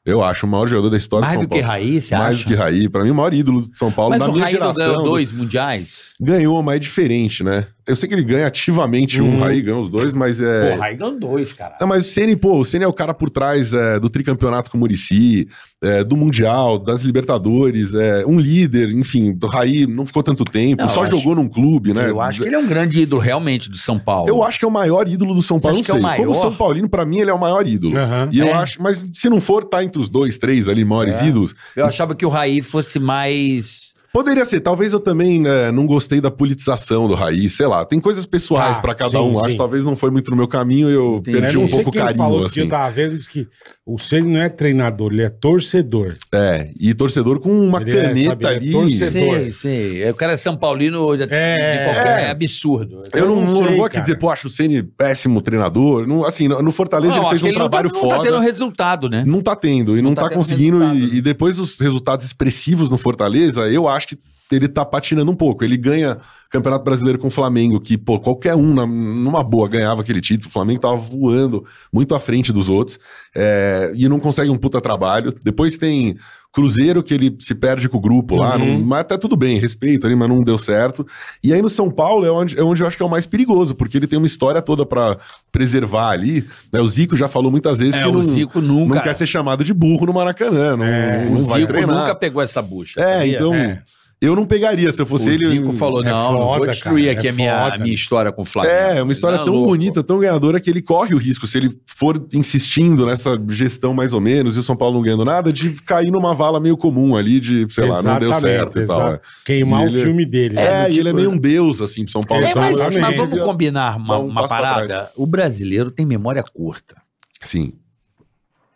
E: Eu acho, o maior jogador da história
D: Mais
E: do
D: do
E: São
D: que
E: Paulo.
D: Raí, você
E: Mais
D: acha?
E: do que Raí. Pra mim, o maior ídolo do São Paulo
D: mas
E: da
D: o
E: minha
D: Raí não
E: geração. né?
D: ganhou dois mundiais?
E: Ganhou, mas é diferente, né? Eu sei que ele ganha ativamente um,
C: Hum.
E: o Raí ganhou os dois, mas
F: Pô,
E: é.
F: Raí ganhou dois, cara.
E: Não, mas o Ceni, pô, o Ceni é o cara por trás é, do tricampeonato com o Murici, é, do Mundial, das Libertadores, é, um líder, enfim, do Raí não ficou tanto tempo,
D: Não,
E: só
D: eu acho-
E: jogou num clube, né?
D: Eu acho que ele é um grande ídolo realmente do São Paulo.
E: Eu acho que é o maior ídolo do São
D: Você
E: Paulo.
D: acha
E: Não
D: que é o
E: sei.
D: maior?
E: Como São Paulino, pra mim, ele é o maior ídolo.
C: Aham.
E: E eu
D: É.
E: acho, mas se não for, tá entre os dois, três ali, maiores ídolos.
D: Eu achava que o Raí fosse mais.
E: Poderia ser, talvez eu também né, não gostei da politização do Raí, sei lá. Tem coisas pessoais
C: Ah,
E: pra cada
C: sim,
E: um.
C: sim.
E: Acho que talvez não foi muito no meu caminho, eu
D: Entendi.
E: perdi
C: Eu
E: um
C: não sei
E: pouco o
C: quem
E: carinho.
C: falou isso que tá- eu
E: assim.
C: tava vendo, disse que o Ceni não é treinador, ele é torcedor.
E: É, e torcedor com uma
C: Ele é, sabe, ele
E: caneta
C: é
E: ali.
C: torcedor.
D: Sei, sei. É, O cara é São Paulino de,
C: É,
D: de qualquer.
E: é.
D: É absurdo.
E: Eu não,
C: Eu não
E: eu não
C: sei,
E: vou aqui
C: cara.
E: dizer, pô, acho o Ceni péssimo treinador. Não, assim, no no Fortaleza
D: Não,
E: ele
D: acho
E: fez
D: que
E: um trabalho
D: não tá,
E: foda.
D: Não tá tendo resultado, né?
E: Não tá tendo e não,
D: tá
E: tá,
D: tendo
E: conseguindo.
D: resultado,
E: E, e depois os resultados expressivos no Fortaleza, eu acho que ele tá patinando um pouco. Ele ganha Campeonato Brasileiro com o Flamengo, que, pô, qualquer um, na- numa boa, ganhava aquele título. O Flamengo tava voando muito à frente dos outros é, e não consegue um puta trabalho. Depois tem. Cruzeiro que ele se perde com o grupo lá,
D: Uhum.
E: não- mas tá tudo bem, respeito ali, mas não deu certo. E aí no São Paulo é onde, é onde eu acho que é o mais perigoso, porque ele tem uma história toda pra preservar ali. né? O Zico já falou muitas vezes
D: É,
E: que
D: o
E: não,
D: Zico
E: não
D: nunca.
E: quer ser chamado de burro no Maracanã. Não,
C: É,
E: não
D: o
E: vai
D: Zico
E: treinar.
D: nunca pegou essa bucha.
E: É,
D: sabia?
E: então.
C: É.
E: Eu não pegaria se eu
D: O
E: fosse ele.
D: Zico falou:
C: É
D: não, não vou
C: foda,
D: destruir
C: cara,
D: aqui
C: é
D: a, minha, a
C: foda.
D: minha história com o Flamengo.
E: É, uma história
D: Não,
E: tão
D: "Tá louco.
E: bonita, tão ganhadora, que ele corre o risco, se ele for insistindo nessa gestão mais ou menos, e o São Paulo não ganhando nada, de cair numa vala meio comum ali, de, sei lá, não deu
C: Exatamente,
E: certo e tal. é.
C: exato. Queimar
E: E ele-
C: o filme dele.
E: É,
C: né?
E: e ele é meio um deus, assim, pro São Paulo.
D: É, mas, mas
C: Exatamente.
D: vamos combinar uma,
E: Dá um
D: uma
E: passo pra
D: parada. O brasileiro tem memória curta.
E: Sim.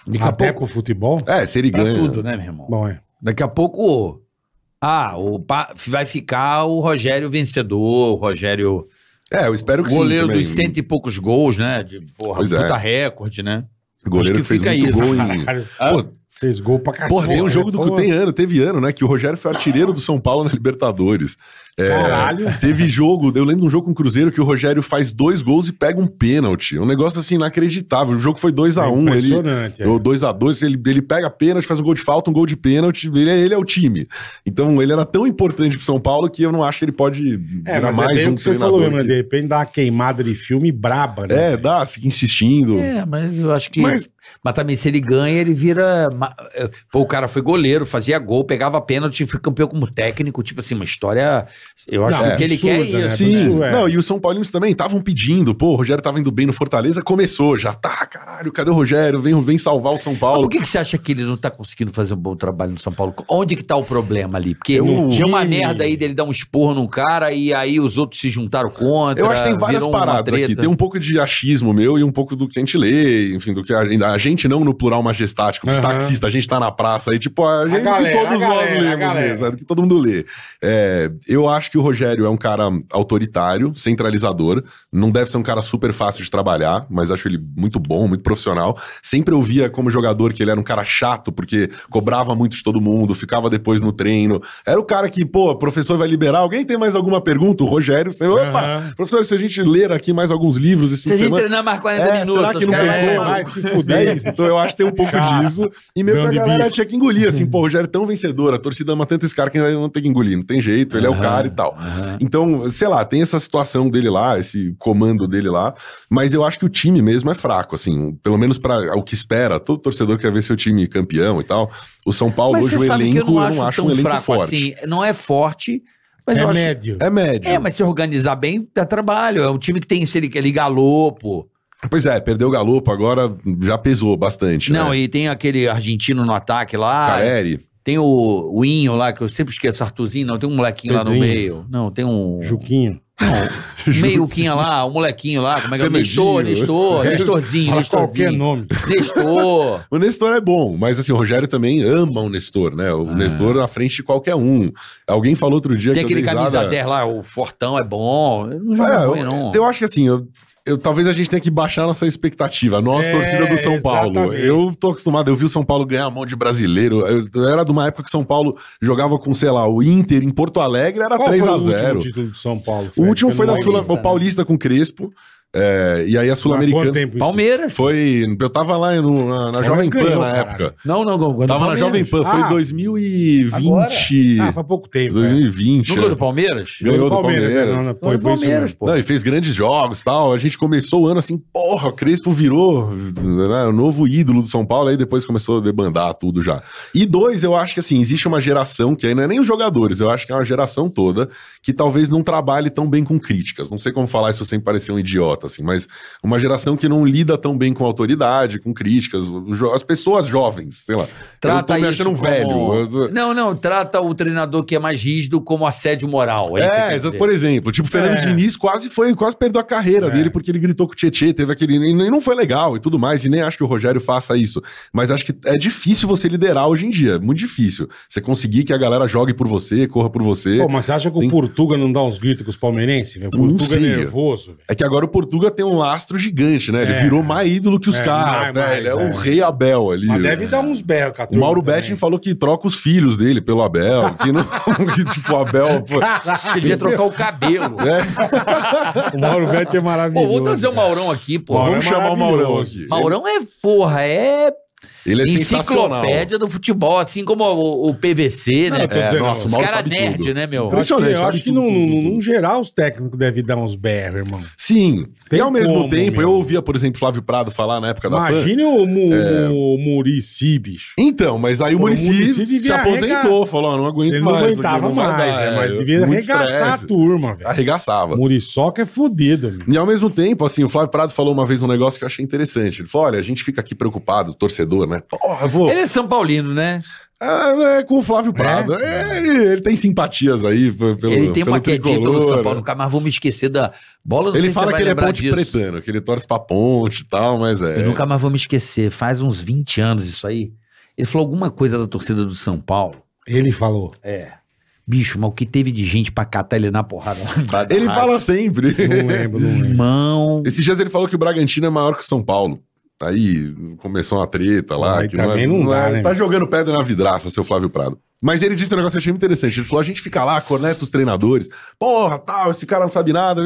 D: Daqui a
C: Até
D: pouco.
C: pro futebol?
E: É, se ele
D: Pra
E: ganha.
D: tudo, né, meu irmão?
C: Bom, é.
D: Daqui a pouco. Ah, o pa- vai ficar o Rogério vencedor, o Rogério.
E: É, eu espero que sim.
D: goleiro
E: também.
D: dos cento e poucos gols, né? De, porra,
E: Pois é.
D: puta recorde, né?
E: Goleiro
D: Acho
E: que,
D: que fica
E: fez muito
D: isso.
E: gol em.
C: Caralho.
E: Pô,
C: Ah, Fez gol pra cacete.
E: Porra, tem um jogo do
C: Pô,
E: tem ano, teve ano, né? Que o Rogério foi artilheiro do São Paulo na Libertadores. É,
C: Caralho.
E: Teve jogo, eu lembro de um jogo com o Cruzeiro que o Rogério faz dois gols e pega um pênalti. Um negócio assim inacreditável. O jogo foi 2 a
C: É
E: 1 um, ele
C: impressionante, é.
E: ou 2 a 2 ele, ele pega pênalti, faz um gol de falta, um gol de pênalti, ele, é- ele é o time. Então ele era tão importante pro São Paulo que eu não acho que ele pode
C: É, mas é
E: mais
C: bem
E: um
C: o que você falou,
E: treinador.
C: mesmo, né?
E: que-
C: De repente dá uma queimada de filme braba, né?
E: É, dá, fica insistindo.
D: É, mas eu acho que.
E: Mas-
D: Mas, também, se ele ganha, ele vira. ma- eh, Pô, o cara foi goleiro, fazia gol, pegava pênalti, foi campeão como técnico. Tipo assim, uma história. Eu acho
C: Não,
D: que o que ele quer é
C: absurda, né?
D: isso.
E: Sim,
C: Isso, é.
E: não, e os São Paulinos também estavam pedindo, pô, o Rogério tava indo bem no Fortaleza, começou já, tá, caralho, cadê o Rogério? Vem, vem salvar o São
D: Mas
E: Paulo.
D: Por que, que você acha que ele não tá conseguindo fazer um bom trabalho no São Paulo? Onde que tá o problema ali? Porque
E: Eu-
D: tinha uma
C: time.
D: merda aí dele dar um esporro num cara e aí os outros se juntaram contra.
E: Eu acho que tem várias
D: virou uma
E: paradas aqui.
D: treta.
E: Tem um pouco de achismo meu e um pouco do que a gente lê, enfim, do que a, a gente não no plural majestático, do
C: Aham.
E: taxista, a gente tá na praça aí, tipo, a gente
C: galera,
E: que todos
C: a
E: nós
C: galera, a
E: lemos
C: galera.
E: mesmo, é, do que todo mundo lê. É, eu acho que o Rogério é um cara autoritário, centralizador, não deve ser um cara super fácil de trabalhar, mas acho ele muito bom, muito profissional. Sempre eu via como jogador que ele era um cara chato, porque cobrava muito de todo mundo, ficava depois no treino. Era o cara que, pô, professor vai liberar, alguém tem mais alguma pergunta? O Rogério, você, opa,
C: Aham.
E: professor, se a gente ler aqui mais alguns livros esse
D: Se
E: fim
D: a
E: de
D: gente
E: semana...
D: treinar mais 40
E: É,
D: minutos,
E: será que
D: os
E: não
D: caras
E: tem
D: vão-
E: como?
C: Vai se
E: É
C: fuder.
E: isso, então eu acho que tem um pouco
C: Chato.
E: disso. E meio que
C: Grão
E: a
C: de
E: galera
C: bico.
E: tinha que engolir, assim, pô, o Rogério é tão vencedor, a torcida ama tanto esse cara que não tem que engolir, não tem jeito, ele é o cara e tal. Então, sei lá, tem essa situação dele lá, esse comando dele lá, mas eu acho que o time mesmo é fraco, assim, pelo menos para o que espera, todo torcedor quer ver seu time campeão e tal. O São Paulo,
D: Mas
E: hoje
D: você
E: o
D: sabe que eu
E: elenco,
D: não acho
E: um
D: tão
E: elenco
D: fraco
E: forte.
D: assim. Não é forte, mas
C: É
D: eu acho que
C: médio.
E: É médio.
D: É, mas se organizar bem, dá trabalho. É um time que tem, se ele quer ligar lopo.
E: Pois é, perdeu o galopo, agora já pesou bastante.
D: Não,
E: né?
D: e tem aquele argentino no ataque lá.
E: Caleri.
D: Tem o, o Inho lá, que eu sempre esqueço, Artuzinho, não. Tem um molequinho lá no
C: Pedrinho.
D: meio. Não, tem um.
C: Juquinho.
D: Então, Meioquinha lá, um molequinho lá. Como é que é?
E: Fernandinho.
D: Nestor, Nestor,
E: É,
D: Nestorzinho,
C: Fala Tá qualquer
D: Nestorzinho.
C: nome.
D: Nestor.
E: O Nestor é bom, mas assim, o Rogério também ama o Nestor, né? O Nestor na frente de qualquer um. Alguém falou outro dia
D: Ah. Tem
E: que eu
D: aquele
E: dei
D: camisa
E: risada-
D: 10 lá, o Fortão é bom. Ele Não joga
E: É,
D: ruim,
E: eu-
D: não.
E: Eu acho que assim, eu, eu- talvez a gente tenha que baixar nossa expectativa. Nós,
C: É,
E: torcida do São Paulo.
C: exatamente.
E: Eu tô acostumado, eu vi o São Paulo ganhar um monte de brasileiro. Eu, eu era de uma época que o São Paulo jogava com, sei lá, o Inter em Porto Alegre, era
C: Qual foi o último
E: 3x0.
C: título de São Paulo?
E: O
C: Fred?
E: último
C: Eu
E: foi
C: não
E: na
C: lembro.
E: Sula,
D: né?
E: o Paulista com Crespo. é, e aí a
C: Há quanto
E: Sul-Americana.
C: tempo isso?
D: Palmeiras.
E: Foi. Eu tava lá no- na, na Jovem Pan
C: ganhou,
E: na
C: caralho.
E: época.
D: Não, não, Gongo.
E: Tava na Jovem Pan, foi
C: Ah,
E: 2020.
C: Ah, foi há pouco tempo. é. né?
E: 2020.
D: Não
E: é.
D: ganhou do Palmeiras?
E: Ganhou do Palmeiras.
C: Não, não, foi,
D: Foi do
C: foi isso
D: Palmeiras,
C: mesmo.
D: pô.
E: Não, e fez grandes jogos e tal. A gente começou o ano assim, porra, o Crespo virou né, o novo ídolo do São Paulo, aí depois começou a debandar tudo já. E dois, eu acho que assim, existe uma geração que aí não é nem os jogadores, eu acho que é uma geração toda que talvez não trabalhe tão bem com críticas. Não sei como falar isso sem parecer um idiota, assim, mas uma geração que não lida tão bem com autoridade, com críticas. Os jo- As pessoas jovens, sei lá.
D: Trata
E: eu tô me
D: isso
E: achando um
D: como-
E: velho. Eu-
D: Não, não, trata o treinador que é mais rígido como assédio moral. isso que eu
E: É,
D: quero
E: exato,
D: dizer.
E: por exemplo, tipo, o Fernando
C: É.
E: Diniz quase foi, quase perdeu a carreira
C: É.
E: dele porque ele gritou com o Tietchan, teve aquele. E não foi legal e tudo mais, e nem acho que o Rogério faça isso. Mas acho que é difícil você liderar hoje em dia, é muito difícil. Você conseguir que a galera jogue por você, corra por você.
C: Pô, mas você acha que
E: Tem-
C: o Portuga não dá uns gritos com os palmeirenses? velho? O
E: Não
C: Portuga é
E: sei.
C: nervoso, velho.
E: É que agora o Portuga tem um astro gigante, né? Ele
C: É.
E: virou mais ídolo que os
C: É,
E: caras,
C: mais,
E: né?
C: mais,
E: Ele é,
C: é.
E: o rei Abel ali. né.
C: Mas deve dar uns berros com a
E: O
C: turma
E: Mauro
C: também.
E: Betting falou que troca os filhos dele pelo Abel, que não. que, tipo, o Abel. pô,
D: Ele devia trocar o cabelo.
E: né?
C: O Mauro Betting é
D: Pô,
C: maravilhoso.
D: vou trazer o Maurão aqui, pô.
C: Maurão.
E: Vamos
C: é
E: chamar o Maurão
C: maravilhoso.
E: aqui.
D: Maurão é, porra, é,
E: Ele é sensacional.
D: enciclopédia do futebol, assim como o, o PVC,
C: Não,
D: né?
C: eu tô dizendo,
E: É, nossa,
C: ó,
D: Os
E: Mauro
D: caras
E: sabe
D: nerd,
E: tudo.
D: né, meu?
C: eu acho que,
E: impressionante,
C: eu
E: sabe
C: acho que
E: tudo,
C: no,
E: tudo,
C: no-
E: tudo.
C: no geral os técnicos devem dar uns berros, irmão.
E: Sim.
C: Tem
E: e ao mesmo
C: como,
E: tempo,
C: meu.
E: eu ouvia, por exemplo, Flávio Prado falar na época da PAN.
C: Imagina o, Mu, o Murici, bicho.
E: Então, mas aí o
C: Pô, o
E: Murici
C: Muricy
E: se
C: devia
E: aposentou,
C: arregar.
E: falou: "Ah, não aguento
C: Ele não
E: mais. isso aqui,
C: aguentava
E: vai
C: mais,
E: dar,
C: é, mas
E: é,
C: devia
E: muito
C: arregaçar
E: estresse."
C: a turma, velho.
E: Arregaçava.
C: Muriçoca é fodido, meu.
E: E ao mesmo tempo, assim, o Flávio Prado falou uma vez um negócio que eu achei interessante. Ele falou: olha, a gente fica aqui preocupado, torcedor, né? Porra, vou.
D: Ele é São Paulino, né?
E: Ah, é com o Flávio Prado. É, ele, ele tem simpatias aí p- pelo.
D: ele tem
E: pelo
D: uma quedinha pelo São
E: tricolor.
D: Paulo, nunca mais vou me esquecer da bola. Não sei
E: Ele
D: se
E: fala
D: você
E: que
D: vai
E: ele é
D: lembrar
E: ponte
D: disso.
E: pretano, que ele torce pra ponte e tal, mas é.
D: Eu nunca mais vou me esquecer, faz uns 20 anos isso aí. Ele falou alguma coisa da torcida do São Paulo.
C: Ele falou.
D: É. Bicho, mas o que teve de gente pra catar ele na porrada? lá embaixo da
E: Ele
D: rádio?
E: fala sempre. Hum.
C: Não lembro, não lembro.
D: Irmão.
E: Esses dias ele falou que o Bragantino é maior que o São Paulo. Aí começou uma treta lá.
C: Aí
E: que não é-
C: também não
E: não
C: dá,
E: é-
C: né,
E: Tá jogando pedra na vidraça, seu Flávio Prado. Mas ele disse um negócio que eu achei muito interessante. Ele falou: a gente fica lá, corneta os treinadores. Porra, tal, esse cara não sabe nada.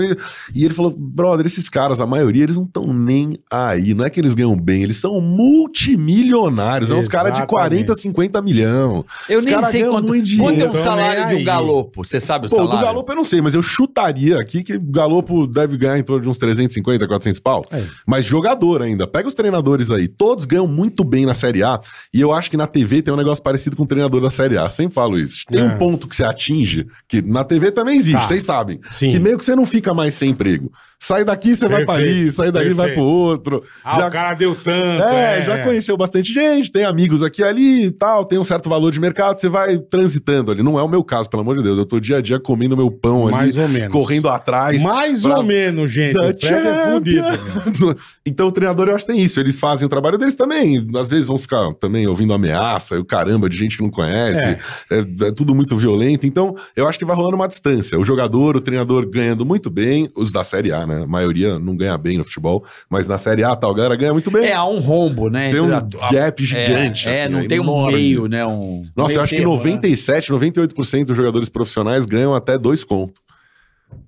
E: E ele falou: brother, esses caras, a maioria, eles não estão nem aí. Não é que eles ganham bem, eles são multimilionários. São uns caras de
C: Exatamente.
E: 40, 50 milhão.
D: Eu
E: Os
D: nem
E: caras
D: sei
E: ganham
D: quanto,
E: muito
D: quanto é
C: dinheiro.
D: um salário
C: Então,
D: de
C: nem
D: um
C: aí.
D: galopo. Você sabe o
E: Pô, do
D: salário?
E: Galopo eu não sei, mas eu chutaria aqui que Galopo deve ganhar em torno de uns 350, 400 pau.
C: É.
E: Mas jogador ainda. Pega os treinadores aí. Todos ganham muito bem na Série A. E eu acho que na TV tem um negócio parecido com o treinador da Série A. Sempre falo isso. Tem
C: É.
E: um ponto que você atinge, que na TV também existe,
C: Tá.
E: vocês sabem.
C: Sim.
E: Que meio que você não fica mais sem emprego. Sai daqui, você vai pra ali.
C: Perfeito,
E: Sai dali, vai
C: perfeito.
E: pro outro.
C: Ah, o cara deu tanto.
E: É, já conheceu bastante gente, tem amigos aqui e ali e tal, tem um certo valor de mercado, você vai transitando ali. Não é o meu caso, pelo amor de Deus. Eu tô dia a dia comendo meu pão
C: Mais
E: ali,
C: ou menos.
E: correndo atrás.
C: Mais
E: pra-
C: ou menos, gente.
E: Da
C: O Fred é fudido. meu.
E: Champions. Então o treinador, eu acho que tem isso. Eles fazem o trabalho deles também. Às vezes vão ficar também ouvindo ameaça, e o caramba, de gente que não conhece.
C: É.
E: É. é tudo muito violento. Então eu acho que vai rolando uma distância. O jogador, o treinador ganhando muito bem. Os da Série A, né? A maioria não ganha bem no futebol, mas na Série A tal, a galera ganha muito bem.
D: É, há um rombo, né?
E: Tem
D: entre
E: um
D: a- a-
E: gap gigante.
D: É,
E: assim,
D: não
E: é
D: tem um
E: enorme.
D: meio, né? Um...
E: Nossa,
F: meio
E: eu acho
F: termo, né?
E: que 97, 98% dos jogadores profissionais ganham até dois conto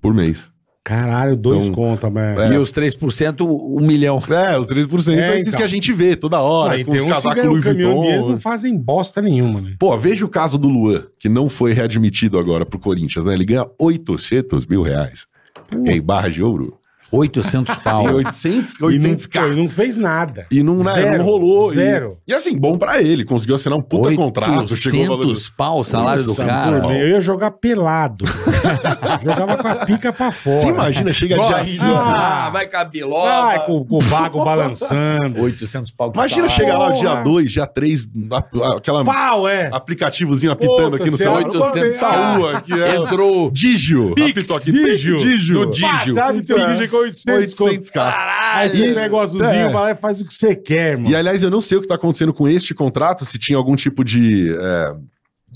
E: por mês.
C: Caralho, dois
E: Então,
C: contas, mano.
D: E os 3%, um milhão.
E: É, os 3%.
C: É,
E: É, isso
C: então.
E: que a gente vê toda hora,
C: Aí
E: com os
C: tem uns que
E: casacos
C: ganham um
E: Louis
C: caminhão de dinheiro
E: Vuitton.
C: não fazem bosta nenhuma, né?
E: Pô, veja o caso do Luan, que não foi readmitido agora pro Corinthians, né? Ele ganha 800 mil reais em barra de ouro.
D: 800 pau.
E: Em 800,
C: E não,
E: 800k.
C: pô, ele não fez nada.
E: E não, né,
C: Zero.
E: não rolou. e-
C: Zero.
E: E, assim, bom pra ele. Conseguiu assinar um puta contrato. Chegou assim, a valor...
D: 800 pau o salário do
E: Nossa,
D: cara.
E: mano.
C: Eu ia jogar pelado. Jogava com a pica pra fora.
E: Você imagina, chega de
C: Nossa.
E: arriba.
C: Ah,
D: vai cabilola.
C: Ai, com, com o vago balançando.
D: 800 pau. tá
E: Imagina chegar lá o dia
C: Tá. Porra.
E: 2, dia 3, aquela
C: Pau, é.
E: aplicativozinho apitando
C: Puta,
E: aqui no
C: você é
E: seu
C: abre o
D: 800
C: bagulho,
E: Saúl aqui, é.
D: Entrou.
E: Digio. Apitou aqui.
C: Digio.
E: Digio.
C: No Digio. Sabe teu Digio com 800 conto.
E: 800, cara.
C: Esse
E: E-
C: negóciozinho,
E: é.
C: vai lá e faz o que você quer, mano.
E: E aliás, eu não sei o que tá acontecendo com este contrato, se tinha algum tipo de. é,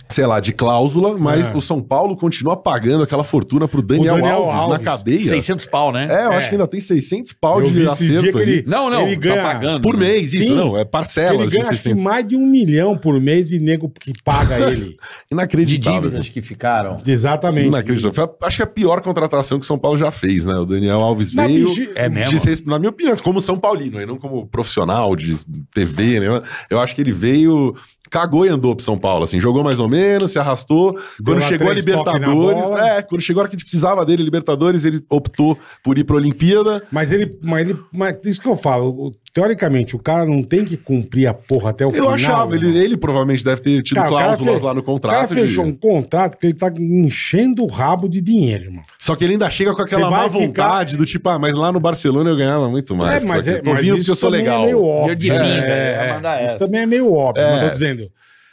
E: sei lá, de cláusula, mas
C: É.
E: o São Paulo continua pagando aquela fortuna pro Daniel,
C: Daniel
E: Alves,
C: Alves.
E: na cadeia.
F: 600 pau, né?
E: É, eu acho
C: É.
E: que ainda tem 600 pau
C: Eu vi
E: de
C: esses dias
E: acerto
C: que
E: ali.
C: ele,
F: Não, não,
C: ele
F: tá
C: ganha,
F: pagando.
E: Por mês, isso
C: Sim.
E: não, é
C: diz que ele
E: parcelas de
C: ganha acho que
E: 600.
C: mais de um milhão por mês de nego que paga ele.
D: De
E: Inacreditável.
D: dívidas que ficaram.
C: Exatamente.
E: Inacreditável. Foi a- acho que a pior contratação que o São Paulo já fez, né? O Daniel Alves
C: Na
E: veio.
C: bixi-
F: É mesmo?
E: disse isso, na minha opinião, como São Paulino, e não como profissional de TV, né? Eu acho que ele veio, cagou e andou pro São Paulo, assim, jogou mais ou menos, se arrastou. Quando
C: lá
E: chegou a
C: três toques na
E: Libertadores,
C: bola.
E: é, quando chegou a hora que a gente precisava dele, Libertadores, ele optou por ir pra Olimpíada.
C: Mas ele, mas ele. Mas isso que eu falo. o- Teoricamente, o cara não tem que cumprir a porra até o
E: Eu
C: final.
E: achava, ele,
C: irmão.
E: ele provavelmente deve ter tido
C: Cara, o cara
E: cláusulas
C: fe-
E: lá no
C: O cara
E: contrato. de-
C: fechou um contrato que ele tá enchendo o rabo de dinheiro, irmão.
E: Só que ele ainda chega com
C: Você
E: aquela
C: vai
E: má
C: ficar-
E: vontade do tipo, ah, mas lá no Barcelona eu ganhava muito mais.
C: é, mas,
E: Só que
C: é,
E: eu tô
C: mas
E: vindo
C: isso
E: porque eu sou
C: também
E: legal.
C: é meio
F: Dinheiro de
C: óbvio.
F: pinga,
C: É,
F: né?
C: é.
F: Vai mandar
C: isso
F: essa.
C: também é meio óbvio,
E: É.
C: mas eu tô dizendo.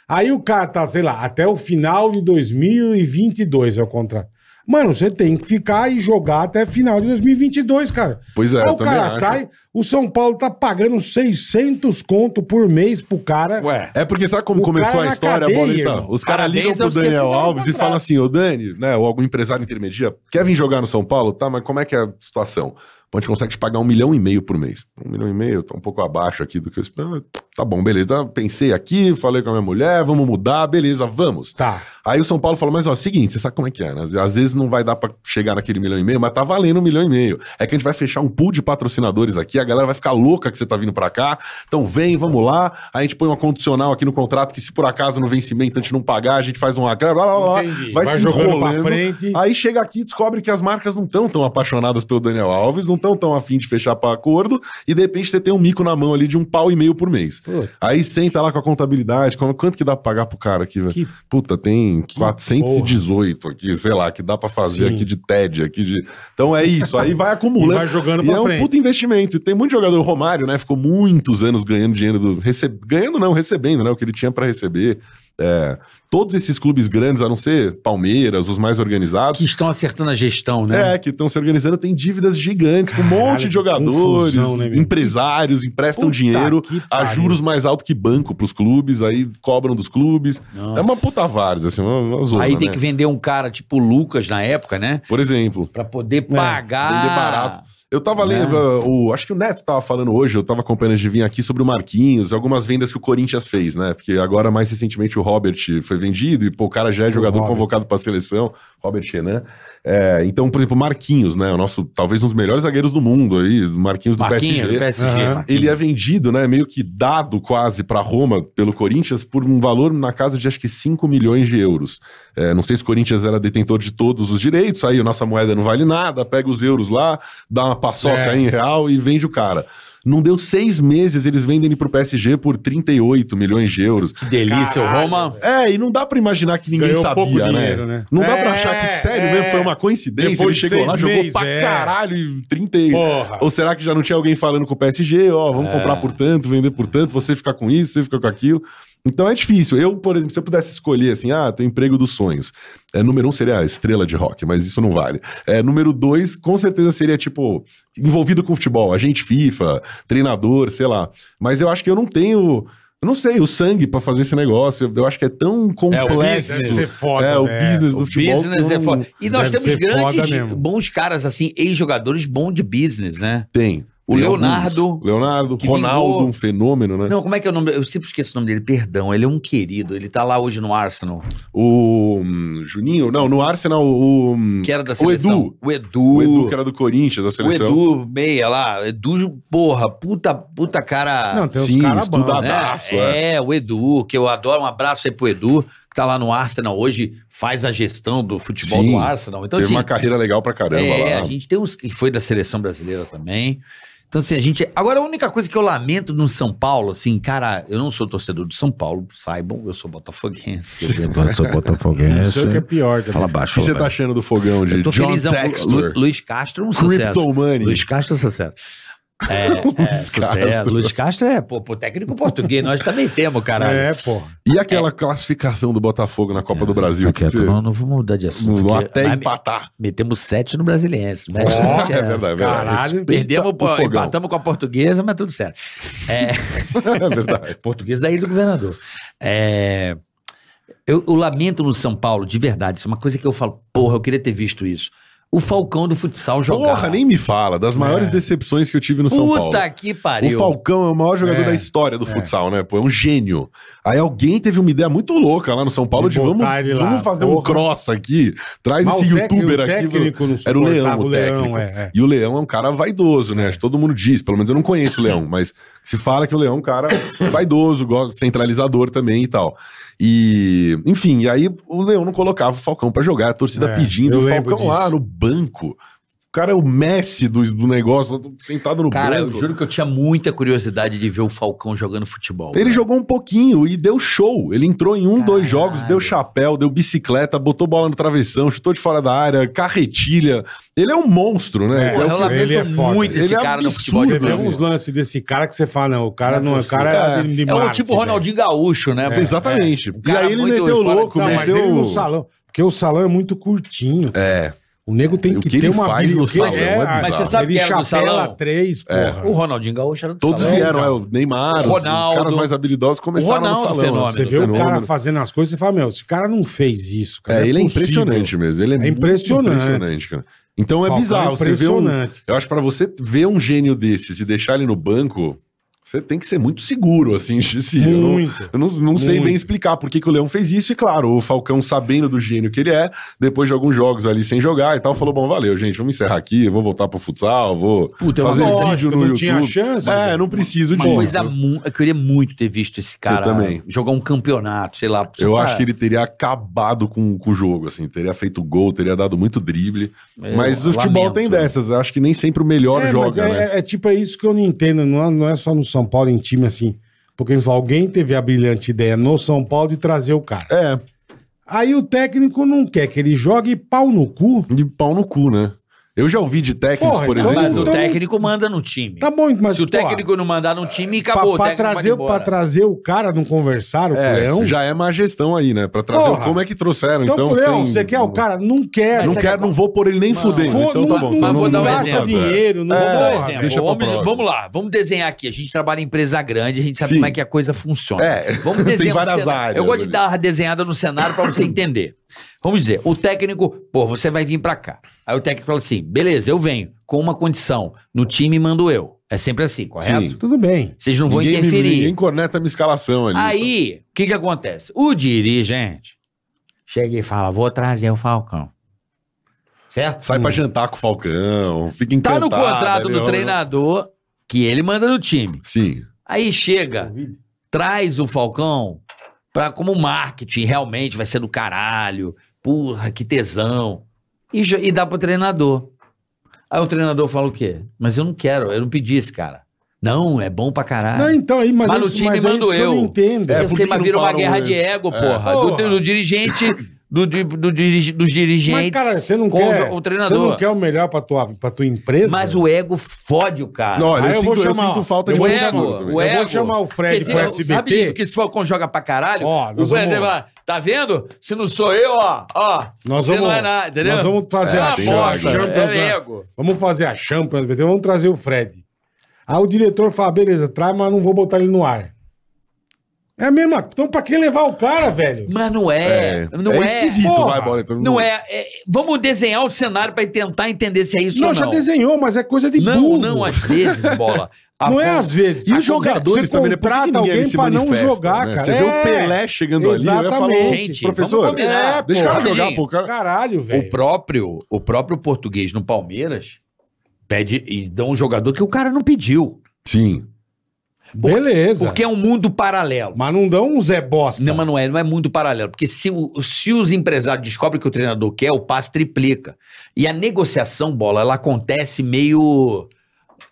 C: Aí o cara tá, sei lá, até o final de 2022 é o contrato. Mano, você tem que ficar e jogar até final de 2022, cara.
E: Pois é,
C: Aí
E: eu
C: o
E: também
C: cara
E: acho.
C: sai, o São Paulo tá pagando 600 conto por mês pro cara.
F: Ué.
E: É porque sabe
C: O
E: como começou
C: cara
E: a
C: na
E: história,
C: cadeia,
E: Bola? Então,
C: irmão.
E: os caras ligam
F: Parabéns
E: pro
F: aos que
E: Daniel
F: assinaram o
E: Alves e
F: contrato.
E: falam assim, ô Dani, né, ou algum empresário intermedia, quer vir jogar no São Paulo? Tá, mas como é que é a situação? A gente consegue te pagar um milhão e meio por mês. Um milhão e meio, tá um pouco abaixo aqui do que eu esperava. Tá bom, beleza. Pensei aqui, falei com a minha mulher, vamos mudar, beleza, vamos.
C: Tá.
E: Aí o São Paulo falou, mas ó, seguinte, você sabe como é que é, né? Às vezes não vai dar pra chegar naquele milhão e meio, mas tá valendo um milhão e meio. É que a gente vai fechar um pool de patrocinadores aqui, a galera vai ficar louca que você tá vindo pra cá. Então vem, vamos lá. Aí a gente põe uma condicional aqui no contrato que se por acaso no vencimento a gente não pagar, a gente faz uma grana, blá, blá, blá, blá.
C: Entendi.
E: Vai,
C: Vai
E: se
C: jogando pra
E: enrolando.
C: frente.
E: Aí chega aqui e descobre que as marcas não estão tão apaixonadas pelo Daniel Alves, não estão tão afim de fechar pra acordo, e de repente você tem um mico na mão ali de um pau e meio por mês. Aí senta lá com a contabilidade, como- quanto que dá pra pagar pro cara aqui, velho?
C: Que-
E: Puta, tem 418 aqui, sei lá, que dá pra fazer
C: Sim.
E: aqui de TED, aqui de... Então é isso, aí vai
C: E
E: acumulando.
C: vai jogando
E: E
C: pra
E: é um
C: frente.
E: puta investimento. E Tem muito jogador o Romário, né? Ficou muitos anos ganhando dinheiro do. rece- Ganhando, não, recebendo, né? O que ele tinha pra receber. É, Todos esses clubes grandes, a não ser Palmeiras, os mais organizados.
D: Que estão acertando a gestão, né?
E: É, que estão se organizando, tem dívidas gigantes com um
C: Caralho,
E: monte de
C: que
E: jogadores,
C: confusão, né, meu?
E: empresários, emprestam
C: Puta
E: dinheiro
C: que
E: a
C: pariu.
E: juros mais alto que banco pros clubes, aí cobram dos clubes. É uma puta várzea, assim, uma, uma zona,
D: Aí tem
E: né?
D: que vender um cara tipo o Lucas na época, né?
E: Por exemplo,
D: Pra poder pagar.
E: É, vender barato. Eu tava lendo, uh, o, acho que o Neto tava falando hoje, eu tava acompanhando de vir aqui sobre o Marquinhos, algumas vendas que o Corinthians fez, né? Porque agora, mais recentemente, o Robert foi vendido e pô, o cara já é jogador
C: Robert.
E: convocado pra seleção, Robert Renan. É, então, por exemplo, o Marquinhos, né? O nosso, talvez um dos melhores zagueiros do mundo aí, o Marquinhos do
D: Marquinhos,
E: PSG.
D: do PSG.
C: Aham.
D: Marquinhos.
E: Ele é vendido, né? Meio que dado quase para Roma pelo Corinthians por um valor na casa de acho que 5 milhões de euros. É, não sei se o Corinthians era detentor de todos os direitos, aí a nossa moeda não vale nada, pega os euros lá, dá uma paçoca
C: É.
E: em real e vende o cara. Não deu seis meses, eles vendem ele pro PSG por 38 milhões de euros.
D: Que delícia, o
C: Caralho,
D: Roma.
E: É, e não dá pra imaginar que ninguém
C: Ganhou
E: sabia,
C: pouco
E: né?
C: dinheiro, né?
E: Não dá
C: É,
E: pra achar que, sério
C: é.
E: mesmo, foi uma coincidência.
C: Depois de
E: ele chegou lá,
C: seis
E: jogou
C: meses,
E: pra
C: é.
E: caralho e 30 e-
C: Porra.
E: Ah. Ou será que já não tinha alguém falando com o PSG, ó, vamos
D: É.
E: comprar por tanto, vender por tanto, você fica com isso, você fica com aquilo. Então é difícil. Eu, por exemplo, se eu pudesse escolher assim, ah, teu emprego dos sonhos. É, número um seria a estrela de rock, mas isso não vale. É, número dois, com certeza seria, tipo, envolvido com futebol, agente FIFA, treinador, sei lá. Mas eu acho que eu não tenho. Eu não sei, o sangue pra fazer esse negócio. Eu, eu acho que é tão complexo.
C: business é foda,
E: o
C: né?
E: business do
D: O
E: futebol. um
D: business
E: que eu
D: é
E: não-
D: foda. E nós
C: Deve
D: temos
C: ser foda
D: grandes,
C: mesmo.
D: bons caras, assim, ex-jogadores bons de business, né?
E: Tem.
D: O
E: Tem
D: Leonardo-
E: alguns. Leonardo,
D: que
E: Ronaldo,
D: vingou.
E: um fenômeno, né?
D: Não, como é que é o nome? Eu sempre esqueço o nome dele, perdão. Ele é um querido, ele tá lá hoje no Arsenal,
E: O hum, Juninho, não, no Arsenal, o. hum,
D: que era da
E: O
D: seleção.
E: Edu.
D: O Edu.
E: O Edu, que era do Corinthians, da
D: O
E: seleção.
D: Edu, meia lá. Edu, porra, puta, puta cara.
C: Não, tem uns
E: Sim,
C: caras bons.
E: estudado.
D: né?
E: Abraço,
D: é. o Edu, que eu adoro. Um abraço aí pro Edu, que tá lá no Arsenal hoje, faz a gestão do futebol
E: Sim.
D: do Arsenal. Então,
E: Teve
D: assim,
E: uma carreira legal pra caramba
D: é,
E: lá.
D: a gente tem uns que foi da seleção brasileira também. Então, assim, a gente. Agora, a única coisa que eu lamento no São Paulo, assim, cara, eu não sou torcedor do São Paulo, saibam, eu sou botafoguense. quer dizer,
F: Eu sou
C: Não sei o que é
F: botafoguense.
C: pior. cara.
F: Fala
E: O
F: baixo.
E: que
F: fala
E: você tá
F: baixo.
E: achando do fogão de
D: Eu tô
E: John
D: felizão. Lu,
E: Textor?
D: Luiz Castro é um sucesso.
E: Crypto Money.
F: Luiz Castro é sucesso.
D: um É, é, sucesso.
E: Castro.
D: Luiz Castro é, pô, pô, técnico português, nós também temos, caralho.
C: É, porra.
E: E aquela classificação do Botafogo na
D: É.
E: Copa do Brasil?
F: Não, quieto,
E: Que você-
F: então não, não vou mudar de assunto.
E: Não,
F: porque
E: até
F: vai me-
E: empatar.
F: Metemos sete no Brasiliense. Mas
E: Ó,
F: é,
E: verdade, é
C: Caralho.
D: Perdemos, pô,
E: o fogão.
D: empatamos com a portuguesa, mas tudo certo.
E: É verdade.
D: Português da Ilha do Governador. É, eu, eu lamento no São Paulo, de verdade. Isso é uma coisa que eu falo, porra, eu queria ter visto isso. O Falcão do futsal jogar. É.
E: Porra, nem me fala. Das maiores decepções que eu tive no São Paulo.
D: Puta que pariu.
E: O Falcão é o maior jogador
C: É,
E: da história do futsal, né? Pô, é um gênio. Aí alguém teve uma ideia muito louca lá no São Paulo
C: De
E: de, vamos,
C: botar ele lá,
E: vamos fazer um
C: porra.
E: cross aqui, traz
C: Mas
E: esse
C: o técnico-
E: youtuber
C: o
E: aqui.
C: técnico não
E: Era o Leão,
C: suportava
E: o
C: o Leão,
E: técnico.
C: é, é.
E: E o Leão é um cara vaidoso, né? Acho que Todo mundo diz, pelo menos eu não conheço o Leão, mas se fala que o Leão é um cara vaidoso, gosta- centralizador também e tal. E, enfim, e aí o Leão não colocava o Falcão pra jogar, a torcida
C: É,
E: pedindo,
C: eu
E: o
C: lembro
E: Falcão lá
C: disso.
E: no banco. O cara é o Messi do, do negócio, sentado no
D: Cara,
E: banco.
D: eu juro que eu tinha muita curiosidade de ver o Falcão jogando futebol.
E: Ele jogou um pouquinho e deu show. Ele entrou em um,
D: Caralho.
E: dois jogos, deu chapéu, deu bicicleta, botou bola no travessão, chutou de fora da área, carretilha. Ele é um monstro, né?
C: É,
D: Porra,
E: É o
D: eu
E: que-
D: lamento
C: ele é foda.
D: muito esse
E: Ele é
D: cara no
E: absurdo,
D: futebol de
C: Você vê
D: Brasil.
E: Brasil.
C: uns lances desse cara que você fala, não, o cara não, o cara
E: possível.
C: era de, né? de
D: É um
C: Marte,
D: tipo
C: velho.
D: Ronaldinho Gaúcho, né?
E: É, Exatamente. e
D: cara
E: aí ele
D: muito
E: meteu
D: fora de
E: louco,
C: Não, mas ele
E: meteu...
C: no salão. Porque o salão é muito curtinho.
E: É.
C: O nego tem
E: O
C: que,
E: que
C: ter
E: ele
C: uma
E: faz
C: bis-
E: no
C: o que-
E: salão é bizarro.
D: Mas você sabe
C: ele
D: quem era do
C: chapela
D: salão?
C: três, porra.
D: É. O Ronaldinho Gaúcho era do
E: Todos
D: salão.
E: vieram, é, o Neymar, os-
D: Ronaldo.
E: os caras mais habilidosos começaram
D: Ronaldo,
E: no salão. assim.
D: fenômeno,
E: Você
C: Você vê o cara fazendo as coisas e fala, meu, esse cara não fez isso, cara.
E: É,
C: não
E: ele é
C: né? possível.
E: impressionante mesmo. Ele é,
C: É impressionante.
E: muito impressionante, cara. Então é
C: Falcão
E: bizarro. Você vê um,
C: impressionante.
E: Eu acho que pra você ver um gênio desses e deixar ele no banco, você tem que ser muito seguro, assim, de si. Eu não-
C: Muito.
E: Eu não, não sei
C: Muito.
E: bem explicar por que, que o Leão fez isso, e claro, o Falcão, sabendo do gênio que ele é, depois de alguns jogos ali sem jogar e tal, falou: bom, valeu, gente, vamos encerrar aqui, eu vou voltar pro futsal, vou
D: Puta, é uma
E: fazer
C: lógica,
E: vídeo no
C: não
E: YouTube.
C: tinha chance,
E: é,
C: velho.
E: não preciso
D: Uma
E: disso.
D: coisa mu- Eu queria muito ter visto esse cara
E: também.
D: jogar um campeonato, sei lá.
E: Eu acho que ele teria acabado com, com o jogo, assim, teria feito gol, teria dado muito drible.
D: É,
E: mas o futebol tem
D: dessa.
E: dessas, eu acho que nem sempre o melhor
C: É, mas
E: joga,
C: é,
E: né?
C: é- é tipo, é isso que eu não entendo. Não é, não é só no São Paulo, em time assim. Porque eles falam, alguém teve a brilhante ideia no São Paulo de trazer o cara.
E: É,
C: Aí o técnico não quer que ele jogue pau no cu.
E: de pau no cu, né? Eu já ouvi de técnicos,
C: Porra,
E: por
C: então-
E: exemplo.
D: Mas o
C: Então-
D: técnico manda no time.
C: Tá bom, mas.
D: Se o
C: pô,
D: técnico não mandar no time,
C: pra-
D: acabou.
C: pra
D: o técnico
C: trazer,
D: manda embora.
C: pra trazer o cara, não conversaram com o
E: É,
C: Leão?
E: já é má gestão aí, né? Pra trazer o-
C: Porra.
E: como é que trouxeram,
C: Então,
E: então.
C: então Leão,
E: sem-
C: você quer o cara? Não quer.
E: Não
D: você
E: quero,
D: quer-
E: não vou por ele nem fudendo.
C: Vou-
E: Então
C: não-
E: tá bom.
C: não-
E: então
D: vou dar um
E: gasta
D: exemplo.
C: dinheiro, não
E: É,
C: vou
D: Por
C: dar
D: exemplo,
E: deixa pra
D: vamos,
E: próxima.
D: vamos lá, vamos desenhar aqui. A gente trabalha em empresa grande, a gente sabe
E: Sim.
D: como é que a coisa funciona.
E: É,
D: Vamos
E: tem
D: desenhar um
E: várias
D: cenário.
E: áreas
D: Eu gosto de
E: ali.
D: dar uma desenhada no cenário pra você entender. Vamos dizer, o técnico, pô, você vai vir pra cá. Aí o técnico fala assim: beleza, eu venho, com uma condição. No time mando eu. É sempre assim, correto?
E: Sim.
C: Tudo bem.
D: Vocês não vão
E: ninguém, me-
D: interferir.
E: Ninguém corneta a minha escalação ali.
D: Aí, o que que acontece? O dirigente chega e fala, vou trazer o Falcão. Certo?
E: Sai pra jantar com o Falcão, fica
D: hum. Tá
E: encantado. é
D: no contrato
E: ali,
D: do
E: ó.
D: treinador que ele manda no time.
E: Sim.
D: Aí
E: É.
D: chega, traz o Falcão pra, como marketing, realmente vai ser do caralho. Porra, que tesão. E, jo- e dá pro treinador. Aí o treinador fala o quê? Mas eu não quero, eu não pedi esse cara. Não, é bom pra caralho.
C: Não, então, aí, mas,
D: Mas
C: isso-
D: no time
C: mas é
D: mando
C: isso que eu.
D: eu.
C: não entendo.
E: É,
D: eu
E: por
D: sei,
E: que
D: mas
E: que
D: vira
E: não
D: uma
E: falam É.
D: guerra
E: antes?
D: de ego, porra. Do,
C: Porra.
D: do dirigente, do, di- do dirigi- dos dirigentes.
C: Mas, cara, você não
D: com
C: quer.
D: o, jo- o
C: Você não
D: treinador.
C: quer o melhor pra tua, pra tua empresa?
D: Mas o ego fode o cara.
E: Não, olha,
C: Aí
E: eu,
C: eu vou
E: sinto, eu
C: chamar,
E: sinto falta
C: eu
E: de
C: vou
E: bom
C: chamar-
E: jogador também.
D: o
C: Eu vou
D: ego.
C: chamar o Fred
D: Porque
C: pro
D: se- Sabe
C: SBT.
D: porque se Falcão joga pra caralho,
C: Ó,
D: o
C: nós
D: Guedes
C: vamos-
D: vai, tá vendo? Se não sou eu, ó, ó,
C: Nós
D: você
C: vamos,
D: não é nada, entendeu?
C: Nós vamos fazer
D: é
C: a,
D: uma
E: tem
C: cha- a
D: bosta,
C: Champions.
D: é
C: né?
D: ego.
C: Vamos fazer a Champions, então vamos trazer o Fred. Aí o diretor fala, beleza, traz, mas não vou botar ele no ar. É a mesma. Então, pra que levar o cara, velho?
D: Mas não é, não é,
E: esquisito,
C: Porra.
E: vai, bola. então,
D: não é, é- Vamos desenhar o cenário pra tentar entender se é isso
C: não,
D: ou
C: já
D: não.
C: desenhou, mas é coisa de
D: Não,
C: burro.
D: não, às vezes, bola. a
C: Não é
D: bola-
C: às vezes.
E: E
C: A-
E: os jogadores
C: você
E: também, né? Por que que
C: contrata
E: ninguém
C: alguém
E: se
C: pra não
E: manifesta,
C: jogar,
E: né?
C: cara.
E: Você vê o
C: É.
E: Pelé chegando ali, eu ia falar,
C: Exatamente.
E: "Ô,
D: Gente,
E: professor,
D: vamos combinar.
E: é, deixa o cara
D: porra.
E: jogar, pô, o cara...
C: Caralho,
D: O
C: velho.
D: próprio, o próprio português no Palmeiras pede e dá um jogador que o cara não pediu.
E: Sim.
C: Beleza.
D: Porque é um mundo paralelo.
C: Mas não dão um Zé Bosta.
D: Não, mas não é, não é mundo paralelo. Porque se, o- se os empresários descobrem que o treinador quer, o passe triplica. E a negociação, bola, ela acontece meio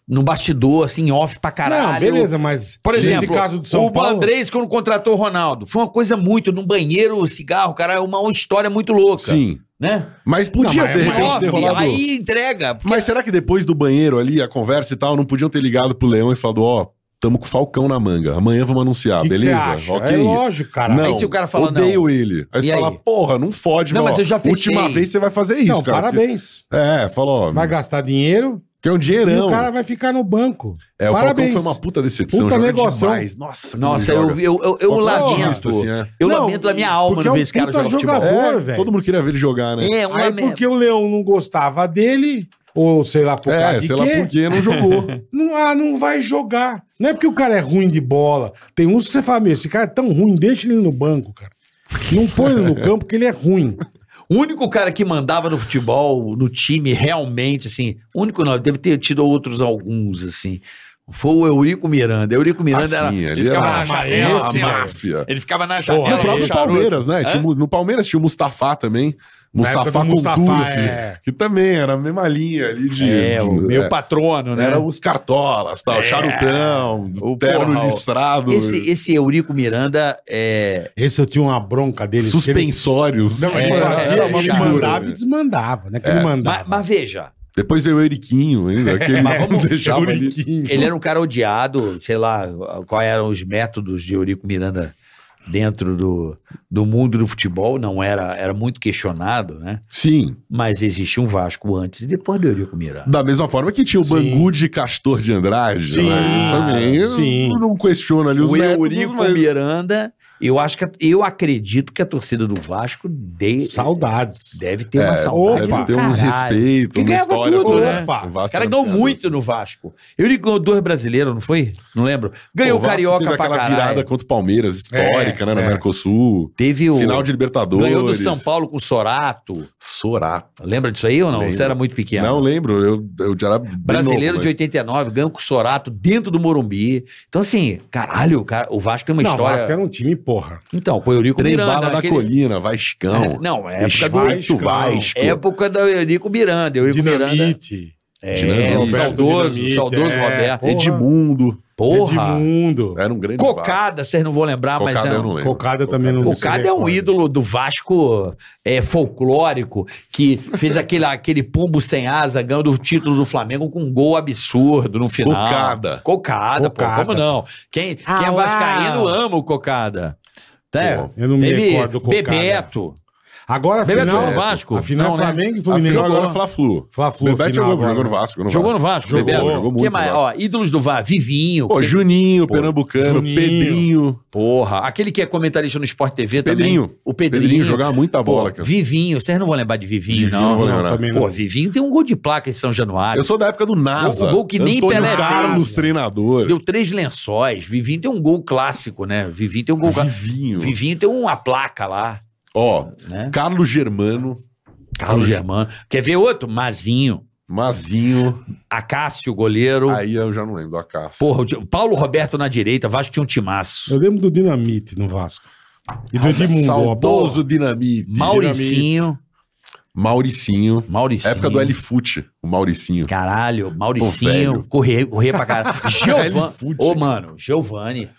D: no bastidor, assim, off pra caralho.
C: Não, beleza, mas
D: Por
C: nesse
D: exemplo,
C: caso do São
D: o
C: Paulo.
D: Andrés, quando contratou o Ronaldo, foi uma coisa muito, num banheiro, cigarro, cara, é uma história muito louca.
E: Sim.
D: Né?
E: Mas podia,
C: Não, mas
E: de
C: é
E: repente,
C: óbvio,
E: ter
D: Off,
E: rolado...
D: aí entrega. porque-
E: Mas será que depois do banheiro ali, a conversa e tal, não podiam ter ligado pro Leão e falado, ó, tamo com o Falcão na manga, amanhã vamos anunciar,
C: que que você
E: Ah, beleza?
C: acha?
E: Ok.
C: É lógico, cara.
E: Não,
D: Aí se o cara fala,
E: odeio
D: não.
E: ele. Aí
D: E
E: você fala,
D: aí?
E: porra, não fode,
D: Não,
E: meu,
D: mas
E: ó,
D: eu já fechei.
E: Última vez você vai fazer isso,
C: não,
E: cara.
C: parabéns.
E: É, falou, ó,
C: Vai gastar dinheiro
E: tem um
C: e
E: dinheirão.
C: o cara vai ficar no banco.
E: É, o
C: parabéns.
E: Falcão foi uma puta decepção.
C: Puta
E: joga
C: negócio.
E: demais. Nossa, como
D: Nossa,
E: ele
D: eu, um
E: joga.
D: eu, eu, eu
E: Uma
D: lamento.
E: conquista, assim, é.
D: Eu
C: Não,
D: lamento da minha alma
C: porque
D: não
C: é
D: ver
C: um
D: esse cara
C: puta
D: jogar futebol.
C: jogador. Amor,
E: É,
C: velho.
E: todo mundo queria ver ele jogar, né?
D: É, um
C: Aí
D: lamento.
C: porque o Leão não gostava dele, ou sei lá por causa
E: É,
C: de
E: sei
C: quê,
E: lá por que não jogou.
C: Não, ah, não vai jogar. Não é porque o cara é ruim de bola. Tem uns que você fala, meu, esse cara é tão ruim, deixa ele no banco, cara. Não põe ele no campo porque ele é ruim.
D: O único cara que mandava no futebol, no time, realmente, assim, único não, deve ter tido outros alguns, assim, foi o Eurico Miranda. Eurico Miranda
E: Assim,
D: Ah, era,
E: ele
D: ele ficava
E: era
D: na
E: uma-
D: janela,
E: esse
D: assim, ó. É.
E: máfia.
D: ele ficava na
E: No
D: janela,
E: próprio
D: ele charuto.
E: Palmeiras, né? Tinha o- no Palmeiras tinha o Mustafa também. Mustafa
C: época do
E: com
C: Mustafa,
E: Turce,
C: é.
E: que também era a mesma linha ali de.
D: É, o
E: de-
D: meu
E: é.
D: patrono, né?
E: Era os cartolas,
C: É.
E: tal, charutão,
D: O
E: terno
D: porra, o-
E: listrado,
D: Esse, esse Eurico Miranda é.
C: Esse eu tinha uma bronca dele. que ele-
E: suspensórios.
C: Não, mas ele
D: É,
C: fazia,
D: era uma
C: ele
E: figura,
C: mandava
E: né?
C: e desmandava, né? Que ele mandava.
D: Mas, mas veja,
E: Depois veio o Euriquinho ainda, que ele vamos deixava ali.
D: ele era um cara odiado, sei lá quais eram os métodos de Eurico Miranda dentro do, do mundo do futebol, não era, era muito questionado, né?
E: Sim,
D: Mas existe um Vasco antes e depois do Eurico Miranda.
E: da mesma forma que tinha o
C: Sim.
E: Bangu de Castor de Andrade.
C: Sim,
E: né? Também. Eu
C: sim.
E: não questiono ali os
D: O
E: métodos,
D: Eurico
E: mas- é,
D: Miranda, eu acho que a- eu acredito que a torcida do Vasco de-
C: Saudades.
D: deve ter uma
E: É,
D: saudade.
E: Deve
C: Opa.
D: Deve
E: ter um respeito,
D: Que
E: uma
D: ganhava
E: história.
D: tudo,
E: toda.
D: né?
E: O Vasco
D: Os caras
E: era
D: ganham
E: viciado.
D: muito né? no Vasco. Eurico ganhou dois brasileiros, não foi? Não lembro. Ganhou o
E: Vasco
D: Carioca
E: teve
D: pra
E: aquela
D: caralho.
E: virada contra o Palmeiras, histórica,
C: É,
E: né? No
C: é.
E: Mercosul.
D: Teve o...
E: Final de Libertadores.
D: Ganhou do São Paulo com o Sorato.
E: Sorato.
D: Lembra disso aí ou não?
E: Lembro.
D: Você era muito pequeno.
E: Não lembro, eu, eu já era bem
D: é. Brasileiro
E: novo, né?
D: de 89, ganhou com o Sorato dentro do Morumbi. Então, assim, caralho, o cara- o Vasco tem é uma
C: Não, o
E: é
D: história.
C: Vasco era um time, porra.
D: Então, com o Eurico
E: mas... Trem
D: Miranda.
E: bala da
D: aquele-
E: colina, Vascão.
D: É, não, é época
E: Respeito,
D: do
C: Vasco.
E: Vasco.
D: Época do Eurico Miranda. Eurico Miranda.
C: Dinamite.
D: É,
E: Dinamite.
D: o saudoso,
C: Dinamite,
D: saudoso
C: é,
D: Roberto.
C: porra.
E: Edmundo.
D: Porra.
C: Edmundo.
E: Era um grande Vasco.
D: Cocada, vocês não vão lembrar, mas
E: Cocada
D: é.
E: eu não
D: um-
E: lembro.
C: Cocada também não se
D: Cocada é um
C: recorda.
D: ídolo do Vasco é, folclórico que fez aquele, aquele pombo sem asa ganhando o título do Flamengo com um gol absurdo no final.
E: Cocada.
D: Cocada, pô,
C: Cocada.
D: como não? Quem, quem é
C: Ah,
D: vascaíno
C: lá.
D: ama o Cocada. Tá?
C: Eu não me
D: Teve
C: recordo do Cocada.
D: Bebeto.
C: Agora a
D: Bebeto
C: final.
D: jogou no Vasco?
C: A final
D: Não, né?
C: Flamengo e
E: A
C: Fluminense.
E: final agora é Fla-Flu.
C: Fla-Flu,
E: Bebete
C: final
E: jogou,
C: agora.
E: né? jogou no Vasco.
D: Jogou no Vasco,
C: Jogou,
D: Bebeto?
E: jogou
D: Que
E: muito
D: mais?
E: no Vasco.
D: Ó, ídolos do VAR, Vivinho.
E: Pô,
D: que-
E: Juninho, Pernambucano,
C: Juninho.
E: Pedrinho.
D: Porra, aquele que é comentarista no Sport TV também.
E: Pedrinho.
D: O
E: Pedrinho,
D: Pedrinho.
E: jogava muita bola, cara.
D: Vivinho, vocês não vão lembrar de Vivinho,
E: Vivinho,
D: não.
E: não vou
C: Não,
E: lembrar.
C: também não.
D: Pô, Vivinho tem um gol de placa em São Januário.
E: Eu sou da época do NASA.
D: O gol que nem
E: Antônio
D: Pelé
E: Carlos,
D: fez.
E: treinador.
D: Deu três lençóis. Vivinho tem um gol clássico, né? Vivinho tem um gol clássico.
E: Vivinho.
D: Vivinho tem uma placa lá,
E: Ó,
D: né?
E: Carlos Germano,
D: Carlos Germano. Quer ver outro? Mazinho.
E: Mazinho.
D: Acácio, goleiro.
E: Aí eu já não lembro do Acácio.
D: Porra, o Di- Paulo Roberto na direita. Vasco tinha um timaço.
C: Eu lembro do Dinamite no Vasco. E do Edmundo. ó,
E: Ah, é Saudoso Dinamite.
D: Mauricinho.
E: Mauricinho.
D: Mauricinho.
E: Época do L-Foot, o Mauricinho.
D: Caralho,
E: velho.
D: Mauricinho, correr, correr pra caralho. Giovani. Ô, mano, Giovani.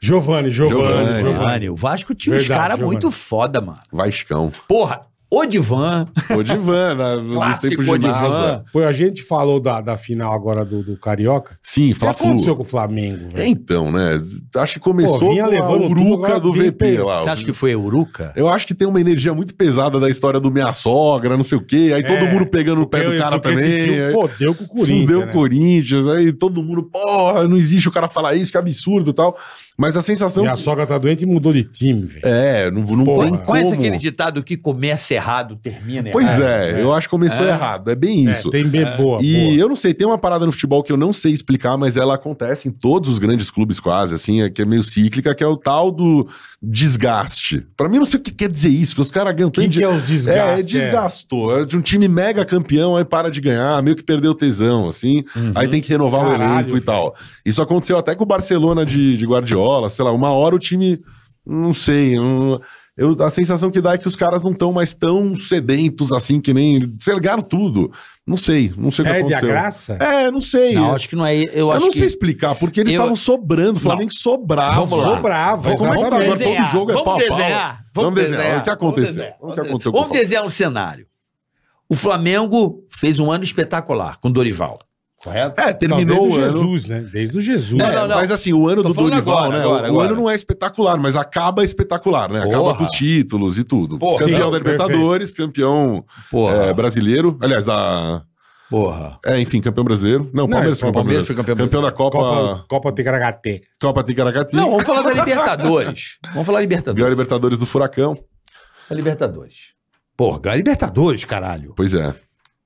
C: Giovanni, Giovanni,
E: Giovani.
C: Giovanni.
D: Giovani. O Vasco tinha uns
C: Verdade,
D: caras
C: Giovani.
D: muito foda, mano.
E: Vascão.
D: Porra, Odivan.
E: Odivan, né? Nos
D: Clássico
E: tempos de NASA.
D: Odivan.
C: Pô, a gente falou da, da final agora do, do Carioca.
E: Sim,
C: O que aconteceu
E: Fla-Flu.
C: com o Flamengo,
E: É,
C: velho?
E: Então, né? Acho que começou
C: Pô, vinha
E: com
C: levando tudo,
E: a
C: agora
E: uruca do
C: vem
E: VP
C: perdendo.
E: lá.
D: Você acha que foi Euruca?
E: Eu acho que tem uma energia muito pesada da história do Minha Sogra, não sei o quê. Aí todo
C: É,
E: mundo pegando o pé
C: Porque-
E: do cara
C: porque esse
E: também.
C: tio
E: aí
C: Fodeu com o Corinthians.
E: Fudeu o
C: né?
E: Corinthians, aí todo mundo, porra, não existe o cara falar isso, que absurdo e tal. Mas a sensação.
C: Minha sogra tá doente e mudou de time, velho.
E: É, não, não
C: Porra.
E: tem
D: Qual é
E: como.
D: aquele ditado que começa errado, termina errado?
E: Pois é, eu acho que começou errado. É bem isso.
C: É, tem bem boa,
E: E
C: boa.
E: eu não sei, tem uma parada no futebol que eu não sei explicar, mas ela acontece em todos os grandes clubes quase, assim, é, que é meio cíclica, que é o tal do desgaste. Pra mim, eu não sei o que quer dizer isso, que os caras ganham
C: O que,
E: tanto
C: que é os
E: É,
C: desgastes?
E: desgastou. É de um time mega campeão, aí para de ganhar, meio que perdeu o tesão, assim. Aí tem que renovar o
C: Uhum. Caralho,
E: elenco e tal. Isso aconteceu até com o Barcelona de, de Guardiola, sei lá, uma hora o time. Não sei. um- eu, a sensação que dá é que os caras não estão mais tão sedentos assim, que nem. Cergaram tudo. Não sei, não sei o que
C: Perde a
E: aconteceu.
C: graça?
E: É, não sei.
D: Não, acho que não é. Eu,
E: eu
D: acho
E: não
D: que...
E: sei explicar, porque eles
D: Eu-
E: estavam sobrando, o Flamengo sobrava.
D: Vamos lá.
C: Sobrava,
E: Mas como é que tá
C: exatamente.
E: agora? Todo jogo é pau a pau.
D: desenhar, Vamos,
E: Vamos desenhar.
D: desenhar.
E: O que aconteceu?
D: Vamos desenhar.
E: O que aconteceu com
D: Vamos
E: o Flamengo?
D: desenhar um cenário. O Flamengo fez um ano espetacular com Dorival. Correto?
E: É,
C: Não,
E: terminou o
C: desde
E: ano.
C: o Jesus, né? Desde o Jesus.
D: Não,
E: É,
D: não, não.
E: Mas assim, o ano
D: Tô
E: do
D: falando
E: Dorival,
D: agora,
E: né?
D: agora,
E: o
D: agora.
E: ano não é espetacular, mas acaba espetacular, né? Acaba
D: Porra.
E: com os títulos e tudo.
D: Porra.
E: campeão
C: Sim,
E: da Libertadores, campeão é, brasileiro. Aliás, da.
D: Porra.
E: É, enfim, campeão brasileiro. Não,
C: Não,
E: Palmeiras,
C: é,
E: foi
C: o
D: Palmeiras
E: Palmeiras.
D: foi campeão
E: Campeão da
C: Copa,
E: Copa.
C: Copa Ticaragate.
E: Copa Ticaracati.
D: Não, vamos falar da Libertadores. Vamos falar da Libertadores.
E: Ganhou a Libertadores do Furacão.
D: Da Libertadores. Porra, ganha Libertadores, caralho.
E: Pois é.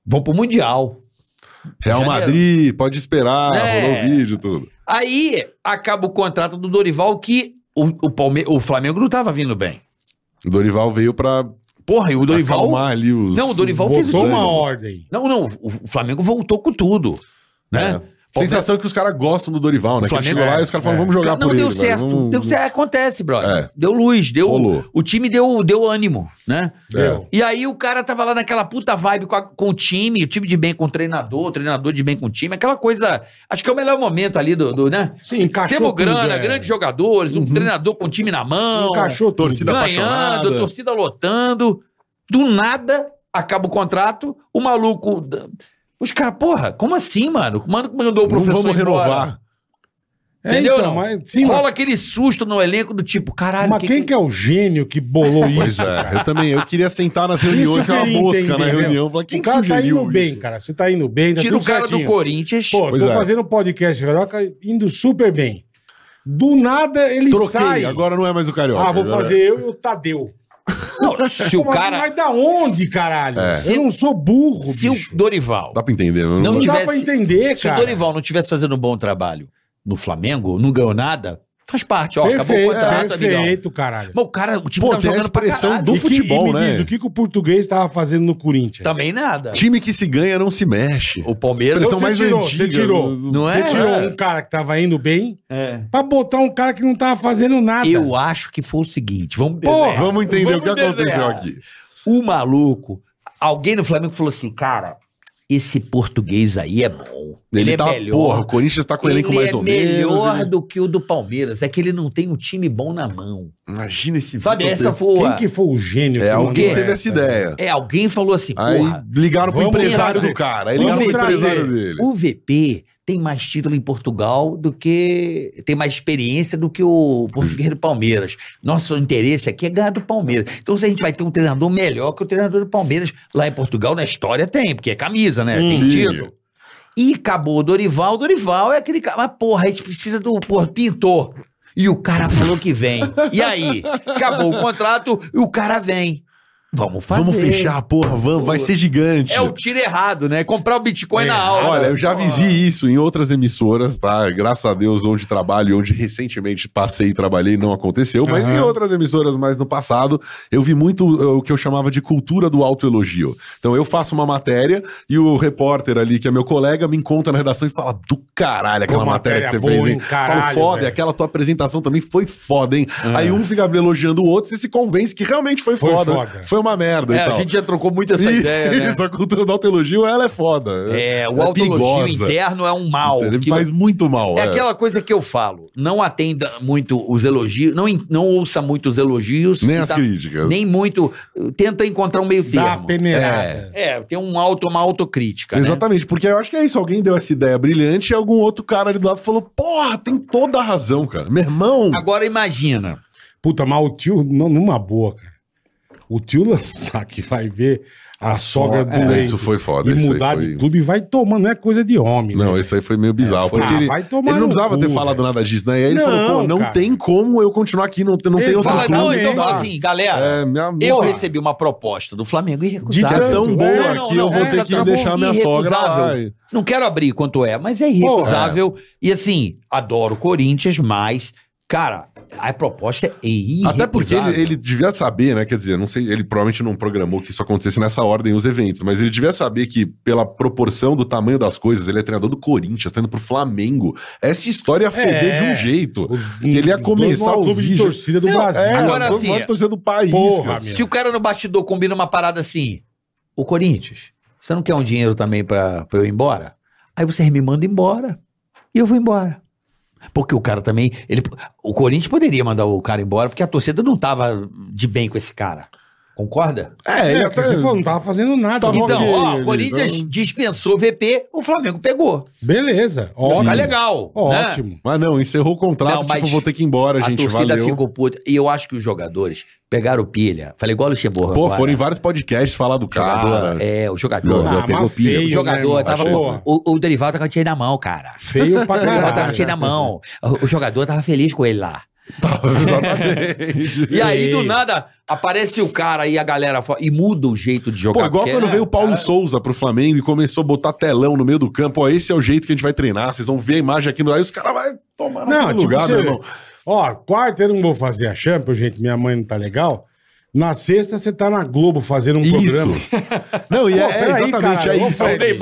D: Vão pro Mundial.
E: Real
D: Janeiro.
E: Madrid, pode esperar,
D: É.
E: rolou o vídeo, tudo.
D: Aí acaba o contrato do Dorival que o, o, Palme... o Flamengo não tava vindo bem.
E: O Dorival veio pra
D: Porra,
E: Tá
D: e o Dorival.
E: acalmar ali os. né?
D: Não, o Dorival fez
C: Botou
D: isso.
C: uma ordem.
D: Não, não. O Flamengo voltou com tudo. Né?
E: É. Sensação que os caras gostam do Dorival, né? Que ele
D: Flamengo-
E: chegou lá e os caras falam,
C: é.
E: vamos jogar
D: não
E: por
D: deu
E: ele. velho,
D: certo.
E: vamos-
D: Deu certo. Acontece, brother.
E: É.
D: Deu luz, deu.
E: Rolou.
D: O time deu, deu ânimo, né?
C: Deu.
D: E aí o cara tava lá naquela puta vibe com, a- com o time, o time de bem com o treinador, o treinador de bem com o time, aquela coisa. Acho que é o melhor momento ali do, do né?
C: Sim, encaixou
D: Temos
C: tudo, é.
D: grana,
C: Uhum. Um
D: grandes jogadores, um treinador com o time na mão,
C: Encaixou tudo.
E: torcida
D: ganhando,
E: apaixonada.
D: torcida lotando. Do nada, acaba o contrato, o maluco. Os caras, porra, como assim, mano? O mano que mandou o
E: Não
D: professor.
E: vamos
D: embora.
E: renovar.
C: É,
D: Entendeu?
C: então,
D: não?
C: mas, sim,
D: Rola
C: mas,
D: aquele susto no elenco do tipo, caralho.
C: mas quem que é o gênio que bolou
E: Pois
C: isso?
E: é, eu também. Eu queria sentar nas
C: Isso
E: reuniões, ser uma
C: eu queria
E: mosca
C: entender,
E: na
C: meu.
E: reunião. Falar, quem
C: o cara tá
E: sugeriu
C: indo bem,
E: isso?
C: cara. Você tá indo bem, tá
D: Tira
C: tudo
D: o cara
C: certinho.
D: do Corinthians.
C: Pô,
E: Pois
C: tô
E: é.
C: fazendo um podcast Carioca indo super bem. Do nada ele
E: Troquei,
C: sai.
E: agora não é mais o Carioca.
C: ah, vou
E: agora é-
C: fazer eu e o Tadeu. é
D: Não, se o
C: Mas-
D: cara.
C: Mas da onde, caralho?
D: Se-
C: Eu não sou burro,
D: Se
C: bicho.
D: o Dorival.
E: Dá pra entender, né? não?
D: Não
E: não
C: Não dá
D: tivesse-
C: pra entender,
D: Se o
C: cara.
D: Dorival não tivesse fazendo um bom trabalho no Flamengo, não ganhou nada, faz parte, ó. acabou o
C: perfeito,
D: contrato, amigão.
C: perfeito, caralho.
D: Mas o cara, o time
E: Pô,
D: tá
E: tem a
D: jogando pra
E: expressão
D: caralho.
E: do
C: E que- e
E: futebol,
C: me
E: né?
C: diz, o que, que o português tava fazendo no Corinthians?
D: Também nada.
E: Time que se ganha não se mexe.
D: É. Tipo, O Palmeiras.
E: Expressão
C: Então você tirou, você tirou.
E: do- do-
D: Não
C: Você
D: é?
C: tirou
E: É.
C: um cara que tava indo bem pra botar um cara que não tava fazendo nada.
D: Eu acho que foi o seguinte, vamos
E: Porra,
D: desenhar.
E: vamos entender o que
D: Vamos
E: aconteceu
D: desenhar.
E: aqui.
D: O maluco, alguém no Flamengo falou assim, cara, esse português aí é bom. Ele, é
E: tá,
D: melhor.
E: porra, o Corinthians tá com o
D: ele
E: elenco mais
D: é
E: ou
D: melhor
E: menos. ele-
D: do que o do Palmeiras. É que ele não tem um time bom na mão.
E: Imagina esse
D: Sabe,
E: Vitor
D: essa
E: Pereira.
D: foi
C: Quem
D: a-
C: que foi o gênio?
E: É, alguém
C: mandou
E: teve essa ideia.
D: É, alguém falou assim,
E: Aí
D: porra,
E: ligaram pro
C: Vamos
E: empresário
C: trazer.
E: do cara. Aí ligaram
D: Vamos
E: pro
D: trazer.
E: empresário dele.
D: o VP tem mais título em Portugal do que. tem mais experiência do que o português do Palmeiras. Nosso interesse aqui é ganhar do Palmeiras. Então, se a gente vai ter um treinador melhor que o treinador do Palmeiras, lá em Portugal, na história tem, porque é camisa, né? Tem
E: Sim.
D: título. E acabou o Dorival, Dorival é aquele cara. Mas, porra, a gente precisa do porra, pintor. E o cara falou que vem. E aí? Acabou o contrato e o cara vem. Vamos fazer.
E: Vamos fechar, porra, vamos, vai ser gigante.
D: É o tiro errado, né? Comprar o
E: É
D: Bitcoin na aula.
E: Olha, eu já vivi isso em outras emissoras, tá? Graças a Deus, onde trabalho, e onde recentemente passei e trabalhei, não aconteceu, mas
C: Aham.
E: em outras emissoras mais no passado, eu vi muito uh, o que eu chamava de cultura do autoelogio. Então eu faço uma matéria e o repórter ali, que é meu colega, me encontra na redação e fala: do caralho, aquela
C: Pô,
E: matéria, que você
C: matéria boa,
E: fez, hein?
C: hein? Caralho,
E: Falo, foda,
C: velho." Ah.
E: aquela tua apresentação também foi foda, hein? Aí um fica elogiando o outro, você se convence que realmente foi,
C: Foi
E: foda.
C: foda.
E: Foi uma merda. e
D: É, a
E: tal.
D: gente já trocou muito essa
E: E-
D: ideia, né?
E: Isso, a cultura do autoelogio, ela é foda.
D: É, o autologio
E: perigosa.
D: interno é um mal.
E: Ele
D: que-
E: faz muito mal.
D: É aquela coisa que eu falo. Não atenda muito os elogios, não, en- não ouça muito os elogios.
E: Nem
D: e
E: as
D: tá-
E: críticas.
D: nem muito. Tenta encontrar um meio
C: Dá
D: termo.
C: uma peneirada.
D: É, tem um auto, uma autocrítica, né?
E: Exatamente, porque eu acho que é isso. Alguém deu essa ideia brilhante e algum outro cara ali do lado falou: Porra, tem toda a razão, cara. Meu irmão.
D: Agora imagina.
C: Puta, mas o tio, não- numa boa, cara. O tio lançar que vai ver a, sogra do
E: É,
D: né?
C: leite
E: isso foi foda.
C: e
E: Isso aí
C: mudar
E: foi...
C: de clube vai tomar, não é coisa de homem.
E: Não,
C: né?
E: isso aí foi meio bizarro.
C: É, foi-
E: porque
C: Ah,
E: ele,
C: vai tomar
E: ele não
C: no
E: precisava
C: cu,
E: ter falado
C: velho.
E: nada disso, né? E aí ele
C: Não,
E: falou: Pô, não
C: cara.
E: tem como eu continuar aqui, não, tem- não tem
C: Exato.
E: outra
D: Fala,
E: clube.
D: não,
C: hein?
D: então fala
C: Dá.
D: assim, galera.
E: tá. É, minha-
D: Eu
E: Porra.
D: recebi uma proposta do Flamengo
E: Que
D: irrecusável.
E: é tão boa
C: É,
D: não,
E: que
D: não,
E: eu vou
D: é,
E: ter
D: tá
E: que
D: bom.
E: deixar minha sogra lá.
D: Irrecusável. Não quero abrir quanto é, mas é irrecusável. E assim, adoro o Corinthians, mas, cara, a proposta é irrecusável.
E: Até porque ele, ele devia saber, né? Quer dizer, não sei, ele provavelmente não programou que isso acontecesse nessa ordem os eventos, mas ele devia saber que, pela proporção do tamanho das coisas, ele é treinador do Corinthians, tá indo pro Flamengo. Essa história ia foder
C: É.
E: de um jeito.
C: Os-
E: que ele ia
C: os dois
E: começar
C: maior
E: o
C: clube de
E: vídeo.
C: torcida do
D: Não,
C: Brasil.
E: É,
D: Agora,
E: agora
D: assim,
E: sim. torcida do país.
C: Porra,
E: cara.
C: meu.
D: Se o cara no bastidor combina uma parada assim, o Corinthians, você não quer um dinheiro também pra, pra eu ir embora? Aí vocês me mandam embora. E eu vou embora. Porque o cara também. Ele, o Corinthians poderia mandar o cara embora, porque a torcida não tava de bem com esse cara. Concorda?
E: É,
C: É,
E: ele
C: que
E: até.
C: você falou, não tava fazendo nada.
E: Tava
C: Então,
D: Então,
E: ok.
D: ó,
E: ele-
D: o Corinthians dispensou o VP, o Flamengo pegou.
C: Beleza.
D: Tá
C: Ótimo.
D: legal. né?
C: Ótimo.
E: Mas não, encerrou o contrato,
D: Não, mas
E: tipo, vou ter que ir embora,
D: A
E: gente.
D: torcida
E: Valeu.
D: ficou puta. E eu acho que os jogadores pegaram pilha. Falei igual o Luxemburgo.
E: Pô,
D: agora.
E: foram em vários podcasts falar do
D: jogador.
E: cara.
D: É, o jogador.
E: Jogador,
C: Ah,
E: pegou
C: mas
E: pilha.
C: feio,
D: O jogador
C: né,
D: tava.
C: irmão? Porra,
D: O, o Dorival tava com o dinheiro na mão, cara.
C: Feio pra
D: O Dorival tava com o
C: caralho.
D: dinheiro
E: né,
D: na mão. O, o jogador tava feliz com ele lá.
E: Exatamente.
D: E aí, do
C: Feio.
D: nada, aparece o cara e a galera fala- e muda o jeito de jogar.
E: Pô, igual
D: porque- é,
E: quando veio o Paulo Souza pro Flamengo e começou a botar telão no meio do campo. Ó, esse é o jeito que a gente vai treinar. Vocês vão ver a imagem aqui. no- Aí os caras vão tomar
C: Não,
E: naquele
C: tipo,
E: lugar,
C: você-
E: meu irmão.
C: Ó, quarta eu não vou fazer a Champions, gente. Minha mãe não tá legal. Na sexta você tá na Globo fazendo um
E: Isso.
C: programa.
E: Não, e é,
C: Pô,
E: é
C: peraí,
E: exatamente,
C: cara,
E: é
C: ô,
E: isso.
C: Fred.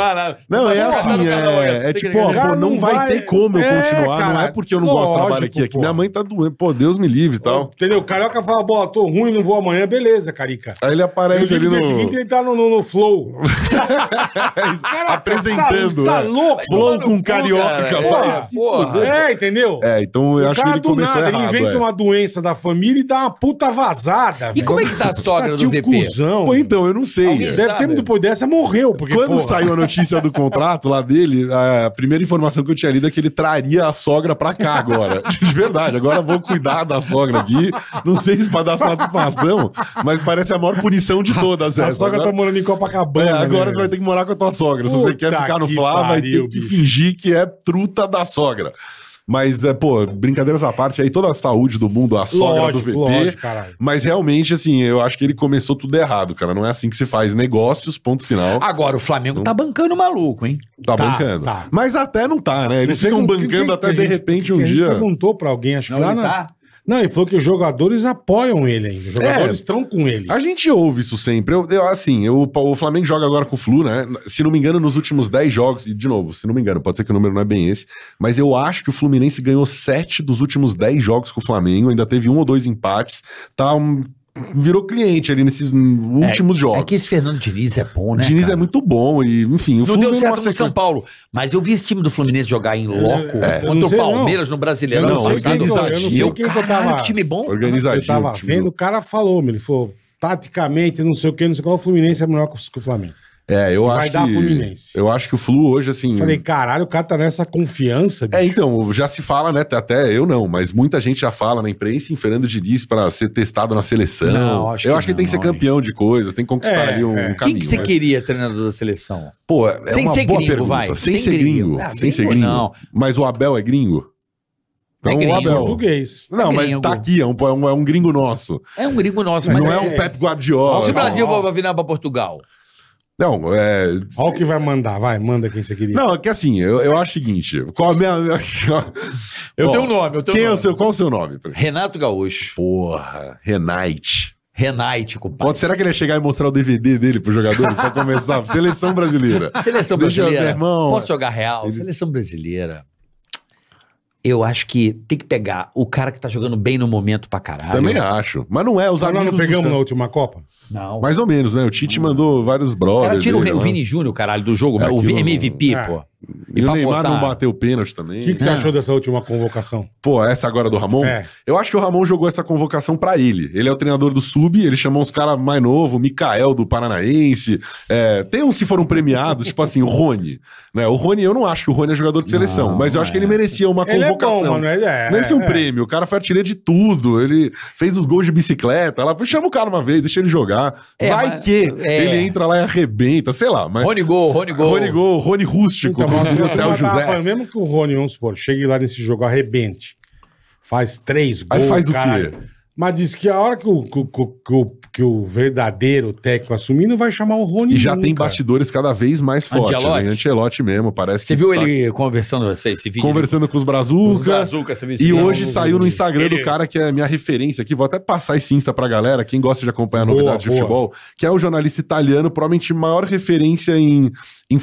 E: Não, é
C: Porra,
E: assim, é, é tipo, ó,
C: cara
E: pô, não
C: não
E: vai
C: vai-
E: ter como eu
C: É,
E: continuar. não
C: cara,
E: é porque eu não gosto de
C: lógico,
E: trabalho aqui. aqui.
C: pô.
E: Minha mãe tá doendo. Pô, Deus me livre e tal.
C: Entendeu? O Carioca fala, bom, tô ruim, não vou amanhã. Beleza, Carica.
E: Aí ele
C: No
E: aparece
C: dia
E: ali no...
C: seguinte ele tá no, no, no flow. Cara,
E: apresentando.
C: Tá, tá
E: é.
C: louco.
E: Flow com
C: cara.
E: carioca. vai se
D: Porra.
E: fuder.
C: É, entendeu?
E: É, então eu
C: o
E: acho que
C: cara
E: ele
C: do
E: começou
C: nada, ele
E: errado.
C: inventa
E: é.
C: uma doença da família e dá uma puta vazada.
D: E como é que tá a sogra do VP?
C: cuzão.
E: Pô, então, eu não sei.
D: Alguém
E: é.
C: Deve ter
D: sabe?
C: depois dessa morreu. Porque,
E: Quando
C: porra,
E: saiu a notícia do contrato lá dele, a primeira informação que eu tinha lido é que ele traria a sogra pra cá agora. De verdade, agora vou cuidar da sogra aqui. Não sei se vai dar satisfação, mas parece a maior punição de todas
C: A
E: essas.
C: sogra
E: agora,
C: tá morando em Copacabana.
E: É, agora
C: né,
E: você vai ter que morar com a tua sogra. Se você
C: Puta
E: quer ficar no
C: que
E: Flá, vai ter
C: pariu,
E: que
C: bicho.
E: fingir que é truta da sogra. Mas, é, pô, brincadeiras à parte, aí toda a saúde do mundo, a sogra
C: Lógico,
E: do VP,
C: lógico, caralho.
E: mas realmente, assim, eu acho que ele começou tudo errado, cara. Não é assim que se faz negócios, ponto final.
D: Agora, o Flamengo tá bancando o maluco, hein?
E: Tá,
C: Tá,
E: bancando.
C: tá.
E: Mas até não tá, né?
C: Não
E: Eles
C: sei
E: ficam
C: com-
E: bancando
C: que- que-
E: até
C: que
E: de
C: a gente-
E: repente
C: que
E: um
C: a gente tá
E: dia.
C: perguntou pra alguém, acho que lá
D: ele
C: na-
D: tá?
C: Não, ele falou que os jogadores apoiam ele ainda.
E: É.
C: Os jogadores estão com ele.
E: A gente ouve isso sempre. Eu, eu, assim, eu, o Flamengo joga agora com o Flu, né? Se não me engano, nos últimos 10 jogos, e de novo, se não me engano, pode ser que o número não é bem esse, mas eu acho que o Fluminense ganhou 7 dos últimos 10 jogos com o Flamengo, ainda teve um ou dois empates, tá um- virou cliente ali nesses hum, últimos jogos.
D: É que esse Fernando Diniz é bom,
E: O
D: né?
E: Diniz
D: cara?
E: é muito bom e, enfim, o
D: Não
E: Flu
D: deu
E: vem numa
D: certo no São
E: sequência-
D: Paulo. Mas eu vi esse time do Fluminense jogar em loco
C: É, eu
D: contra
C: não
D: o
C: sei, não.
D: Palmeiras no Brasileirão.
E: Eu não sei
D: passado.
E: quem- eu não sei
D: E eu,
C: quem que eu
D: caralho,
C: tava-
D: que time bom.
E: Organizadinho.
C: Eu tava
E: o time do-
C: vendo, o cara falou, meu, ele falou, taticamente, não sei o que, não sei qual, o Fluminense é melhor que o Flamengo.
E: É, eu
C: vai
E: acho
C: dar
E: que...
C: Fluminense.
E: Eu acho que o Flu hoje, assim...
C: Falei, caralho, o cara tá nessa confiança, bicho.
E: É, então, já se fala, né? Até eu não, mas muita gente já fala na imprensa em Fernando Diniz pra ser testado na seleção.
D: Não, acho
E: eu
D: que
E: acho que ele tem que ser
D: não, hein?
E: campeão de coisas, tem que conquistar
C: É,
E: ali um,
C: é. Quem
E: caminho.
D: Quem que você
E: né?
D: queria treinador da seleção?
E: Pô, é
D: Sem
E: uma
D: ser
E: boa
D: gringo,
E: pergunta.
D: vai.
E: Sem,
D: Sem
E: ser
D: gringo.
E: gringo.
D: Ah,
E: sem ser
D: gringo
E: gringo.
D: não.
E: Mas o Abel é gringo?
D: É
E: Então
D: gringo.
E: o Abel.
C: português.
E: Não, mas
D: gringo.
E: tá aqui, é um, é um, é um gringo nosso.
D: É um gringo nosso,
C: Mas
D: mas.
E: não
C: é-
E: é, um Pep Guardiola.
C: Nossa,
D: Se o
E: assim.
D: Brasil vai virar pra Portugal.
E: Não, é.
C: Olha o que vai mandar, vai, manda quem você queria.
E: Não, é que assim, eu, eu acho o seguinte. Qual a minha.
A: Eu
E: Ó,
A: tenho um nome, eu tenho
E: Quem
A: um
E: é o
A: nome.
E: seu, qual é o seu nome?
D: Renato Gaúcho.
E: Porra, Renate.
D: Renate, compadre.
E: Pode, será que ele ia chegar e mostrar o DVD dele pros jogadores pra começar? Seleção brasileira.
D: Seleção
E: Deixa eu ver,
D: brasileira.
E: irmão.
D: Posso jogar real? Seleção brasileira. Eu acho que tem que pegar o cara que tá jogando bem no momento pra caralho.
E: Também acho. Mas não é os
C: Nós
E: amigos
C: não
E: dos
C: pegamos
E: caras.
C: na última Copa?
D: Não.
E: Mais ou menos, né? O Tite mandou vários
D: O cara
E: brothers.
D: tira o,
E: dele,
D: o
E: né?
D: Vini Júnior, caralho, do jogo,
E: É,
D: o
E: aquilo não-
D: MVP,
C: É.
D: pô.
E: E o Neymar
D: pacotaram.
E: não bateu pênalti também.
C: O que, que você
D: Não.
C: achou dessa última convocação?
E: Pô, essa agora do Ramon?
C: É.
E: Eu acho que o Ramon jogou essa convocação pra ele. Ele é o treinador do sub, ele chamou uns caras mais novos, o Mikael do Paranaense. É, tem uns que foram premiados, tipo assim, o Rony. Né? O Rony, eu não acho que o Rony é jogador de seleção, mas eu acho que ele merecia uma
C: Ele é
E: convocação.
C: bom, mano. Ele é.
E: Não merecia um
C: é.
E: prêmio, o cara foi artilheiro de tudo, ele fez os gols de bicicleta, lá, chama o cara uma vez, deixa ele jogar.
D: É,
E: Vai
D: mas-
E: que
D: é.
E: ele entra lá e arrebenta, sei lá, mas
D: Rony Gol, Rony Gol.
E: Rony Gol, Rony Rústico,
C: Então,
E: como
C: mas
E: diria
C: eu
E: o Theo
C: tava
E: José.
C: falando, mesmo que o Rony, vamos supor, chegue lá nesse jogo, arrebente. Faz três
E: Aí
C: gols.
E: faz o
C: caralho.
E: quê?
C: Mas diz que a hora que o, que, o- que o- que o- que o verdadeiro técnico assumir, não vai chamar o Rony.
E: E já
C: nunca.
E: tem bastidores cada vez mais fortes.
D: Ancelotti?
E: Antelote, Ancelotti mesmo, parece
D: Você
E: que
D: viu
E: tá
D: ele conversando com você, esse vídeo?
E: conversando com os
D: com
E: Brazuca.
D: Brazuca, você viu esse
E: E
D: vídeo?
E: hoje saiu no Instagram do cara que é minha referência aqui, vou até passar esse Insta pra galera, quem gosta de acompanhar
C: Boa,
E: novidades de
C: boa.
E: futebol, que é um jornalista italiano, provavelmente maior referência em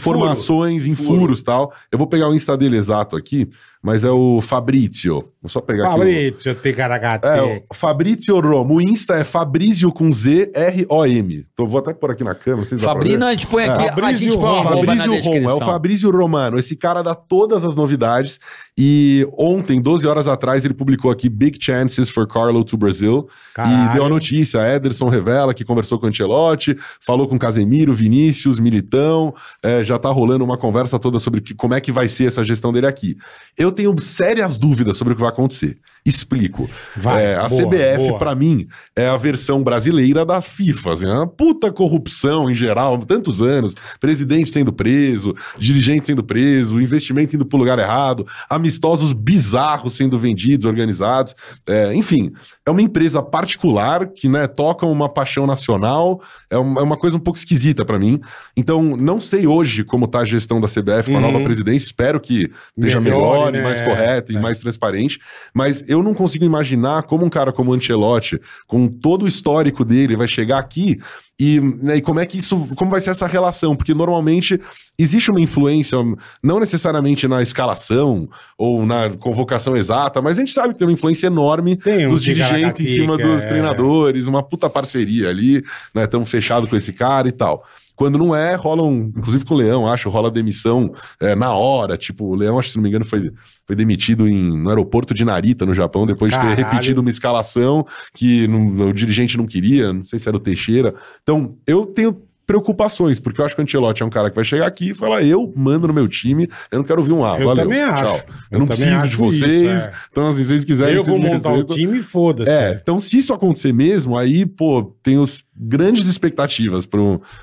E: informações, em furos e tal. Eu vou pegar o Insta dele exato aqui, mas é o Fabrizio. Vou só pegar aqui.
C: Fabrício, tem
E: o- É, o Fabrizio Romo. O Insta é Fabrizio com Z R O M. Então vou até pôr aqui na câmera, vocês dá pra
D: Fabri,
E: ver.
D: não, a gente põe aqui. a
C: Fabrício
D: gente põe
C: Ron,
D: uma arroba na
E: Fabrício Rom, é
D: descrição.
E: o Fabrício Romano. Esse cara dá todas as novidades. E ontem, 12 horas atrás, ele publicou aqui Big Chances for Carlo to Brazil. E deu a notícia. Ederson revela que conversou com o Ancelotti, falou com Casemiro, Vinícius, Militão. É, já tá rolando uma conversa toda sobre que- como é que vai ser essa gestão dele aqui. Eu tenho sérias dúvidas sobre o que vai acontecer. Explico.
C: Vai,
E: É, a
C: boa,
E: CBF,
C: boa.
E: pra mim, é a versão brasileira da FIFA. Assim, é uma puta corrupção em geral, tantos anos. Presidente sendo preso, dirigente sendo preso, investimento indo pro lugar errado, amistosos bizarros sendo vendidos, organizados. É, enfim, é uma empresa particular que né, toca uma paixão nacional. É um- é uma, coisa um pouco esquisita pra mim. Então, não sei hoje como tá a gestão da CBF com a
C: Uhum.
E: nova presidência. Espero que esteja
C: Melhore,
E: melhor,
C: né?
E: mais correta e mais transparente. Mas eu não consigo imaginar como um cara como o Ancelotti, com todo o histórico dele, vai chegar aqui e, né, e como é que isso. Como vai ser essa relação? Porque normalmente existe uma influência, não necessariamente na escalação ou na convocação exata, mas a gente sabe que tem uma influência enorme
C: Tem um
E: dos
C: ticaracati
E: dirigentes em cima
C: que
E: dos
C: é-
E: treinadores, uma puta parceria ali, né? Estamos fechado com esse cara e tal. Quando não é, rola um. Inclusive com o Leão, acho, rola demissão é, na hora. Tipo, o Leão, acho que se não me engano, foi, foi demitido em, no aeroporto de Narita, no Japão, depois de ter
C: Caralho.
E: repetido uma escalação que não- o dirigente não queria, não sei se era o Teixeira. Então, eu tenho preocupações, porque eu acho que o Ancelotti é um cara que vai chegar aqui e falar, eu mando no meu time, eu não quero ouvir um A,
C: Eu
E: valeu,
C: também acho.
E: tchau. Eu,
C: Eu
E: não
C: também
E: preciso
C: acho
E: de vocês,
C: isso, é.
E: então assim, se vocês quiserem...
C: Eu
E: vocês
C: vou
E: me
C: montar o
E: respeitam.
C: time assim. e foda-se.
E: É, então se isso acontecer mesmo, aí, pô, tenho s- grandes expectativas para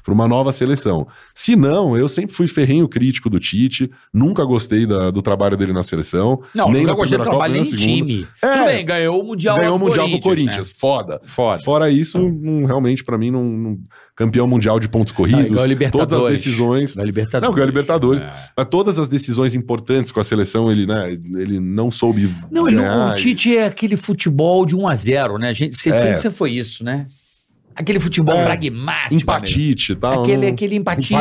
E: uma nova seleção. Se não, eu sempre fui ferrenho crítico do Tite, nunca gostei da- do trabalho dele na seleção.
D: Não, é
E: nem
D: nunca
E: na
D: gostei do
E: primeira Copa,
D: trabalho
E: nem
D: nem
E: na segunda.
D: time.
E: É.
D: Tudo bem, ganhou o Mundial
E: Ganhou o
D: lá
E: Mundial com o Corinthians, foda.
D: né? Foda.
E: Fora isso, não- realmente, pra mim, não, não- campeão mundial de pontos corridos,
D: ganhou a Libertadores.
E: todas as decisões.
D: Ganhou a Libertadores. É.
E: Não, ganhou a Libertadores. Mas todas as decisões importantes com a seleção, ele, né, ele não soube.
D: Não, ele não,
E: ganhar
D: o
E: e-
D: Tite é aquele futebol de 1 a 0 né? A gente, você,
E: É.
D: você foi isso, né? Aquele futebol
E: É.
D: pragmático. amigo.
E: Empatite e tal.
D: né, Aquele,
E: não-
D: aquele empatite.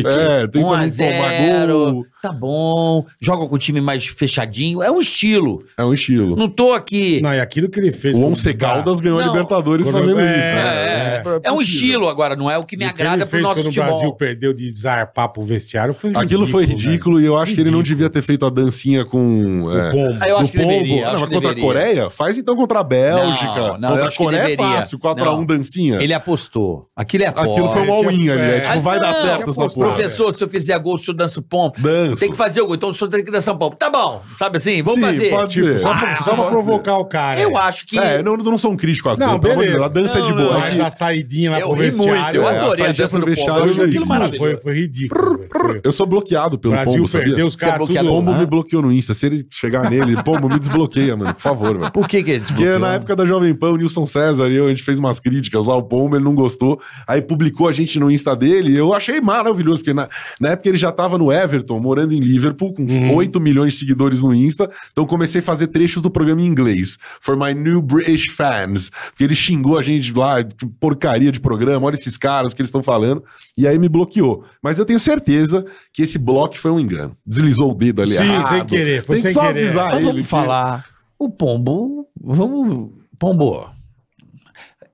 C: Empatite.
E: É, tenta
D: 1 a
E: não tomar
D: 0,
E: gol.
D: Tá bom. Joga com o time mais fechadinho. É um estilo.
E: É um estilo.
D: Não tô aqui.
C: Não, e aquilo que ele fez.
E: O
C: com-
E: Once Caldas ganhou a
D: Não.
E: Libertadores
C: Quando-
E: fazendo
C: é,
E: isso.
D: É,
E: né?
D: é, um estilo agora, não é o que
C: o
D: me
C: ele
D: agrada pro
C: fez
D: nosso
C: quando
D: futebol.
C: o Brasil perdeu de zarpar pro vestiário foi
E: Aquilo foi ridículo e eu acho que ele não devia ter feito a dancinha com.
C: velho.
E: é,
C: O pombo.
D: Aí eu
E: do
D: acho que deveria.
E: Ah,
D: acho
E: mas
D: que
E: contra a
D: deveria.
E: Coreia? Faz então contra a Bélgica.
D: Não, não, eu
E: contra a
D: acho que
E: Coreia é
D: deveria.
E: fácil, 4x1
D: Não.
E: dancinha. né?
D: Ele apostou. Aquilo é aposta.
E: Aquilo foi um all-in ali, é, tipo,
D: Ah,
E: vai dar
D: não,
E: certo essa porra.
D: Professor, se eu fizer gol, se eu danço pompa.
E: Danço.
D: Tem que fazer o gol. Então o senhor tem que dançar pompa. Tá bom, sabe assim? Vamos
E: Sim,
D: fazer. um
E: pode ser.
C: Só pra, só pra provocar o cara.
D: Eu acho que.
E: É, eu não, eu não sou um crítico às
C: Não,
E: danças, pelo amor de Deus,
C: beleza.
E: a dança é de
D: Não,
E: boa.
C: Mas
E: Aqui-
C: a saídinha lá
D: Eu
C: pro
D: ri muito,
C: vestiário.
D: eu
E: é,
D: adorei a dança
E: essa dança
D: do
E: do
D: pombo.
E: vestiário,
D: Eu
E: eu
D: achei aquilo
E: ri.
D: maravilhoso.
C: Foi, foi ridículo. velho. Foi-
E: Eu sou bloqueado
C: O
E: pelo
C: Brasil
E: pombo, sabia?
C: perdeu os
D: Você é
C: caras
D: bloqueado.
E: O
C: tudo.
E: pombo me bloqueou no Insta. Se ele chegar nele, pombo, me desbloqueia, mano. Por favor, velho.
D: Por que que ele
E: Porque
D: desbloqueou?
E: na época da Jovem Pan, o Nilson César e eu, a gente fez umas críticas lá, o Pombo, ele não gostou. Aí publicou a gente no Insta dele, e eu achei maravilhoso, porque na, na época ele já tava no Everton, morando em Liverpool, com
C: Uhum.
E: 8 milhões de seguidores no Insta. Então comecei a fazer trechos do programa em inglês. For my new British fans. Porque ele xingou a gente lá, que porcaria de programa, olha esses caras que eles estão falando. E aí me bloqueou. Mas eu tenho certeza que esse bloco foi um engano. Deslizou o dedo ali.
C: Sim,
E: errado.
C: sem querer, foi
E: Tem que
C: sem
E: só
C: querer.
E: avisar
D: Mas
E: Ah, ele.
D: vamos
E: que-
D: falar. O Pombo. Vamos. Pombo.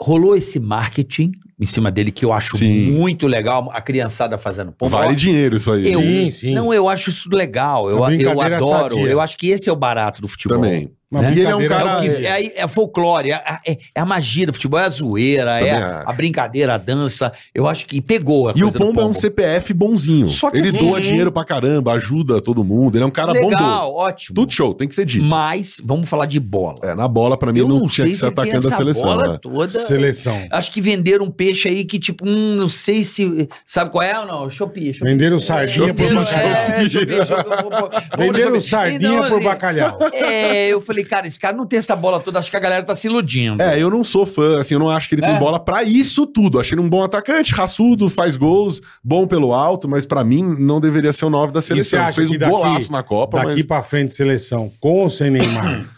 D: Rolou esse marketing em cima dele que eu acho
E: Sim.
D: muito legal. A criançada fazendo pombo.
E: Vale dinheiro isso aí.
D: Eu,
C: Sim, sim.
D: Não, eu acho isso legal. Eu,
C: Uma
D: eu
C: brincadeira
D: adoro.
C: sadia.
D: Eu acho que esse é o barato do futebol.
E: É Também.
C: Uma
E: E ele é um
C: brincadeira
D: É,
E: cara
D: o que-
C: sadia.
D: é, a- é a folclore, é, a- é- é a magia do futebol, é a zoeira,
E: Também
D: é a,
E: acho.
D: a brincadeira, a dança. Eu acho que pegou a
E: E o
D: coisa do
E: Pombo, é um CPF bonzinho.
D: Só que
E: ele
D: assim,
E: doa dinheiro pra caramba, ajuda todo mundo. Ele é um cara bondoso.
D: Legal, ótimo.
E: Tudo show, tem que ser dito.
D: Mas vamos falar de bola.
E: É, na bola, pra mim,
D: eu
E: não,
D: não
E: tinha
D: sei
E: que
D: se
E: ser
D: tem
E: atacando
D: essa
E: a seleção.
D: bola
E: né?
D: toda.
C: Seleção.
D: Acho que venderam um peixe aí que, tipo, hum, não sei se. Sabe qual é ou não? Chopi. chopi.
C: Venderam sardinha por
D: Venderam,
C: bacalhau.
D: é, chopi, chopi, vou- vou- vou-
C: Venderam
D: chopi.
C: sardinha
D: Então,
C: por
D: assim,
C: bacalhau.
D: É, eu falei, cara, esse cara não tem essa bola toda, acho que a galera tá se iludindo.
E: É, eu não sou fã, assim, eu não acho que ele
D: É.
E: tem bola pra isso tudo. Achei ele um bom atacante, raçudo, faz gols, bom pelo alto, mas pra mim não deveria ser o nove da
C: E você
E: seleção.
C: acha
E: Fez um
C: que daqui-
E: golaço na Copa,
C: Daqui
E: mas...
C: pra frente, seleção. Com ou sem Neymar?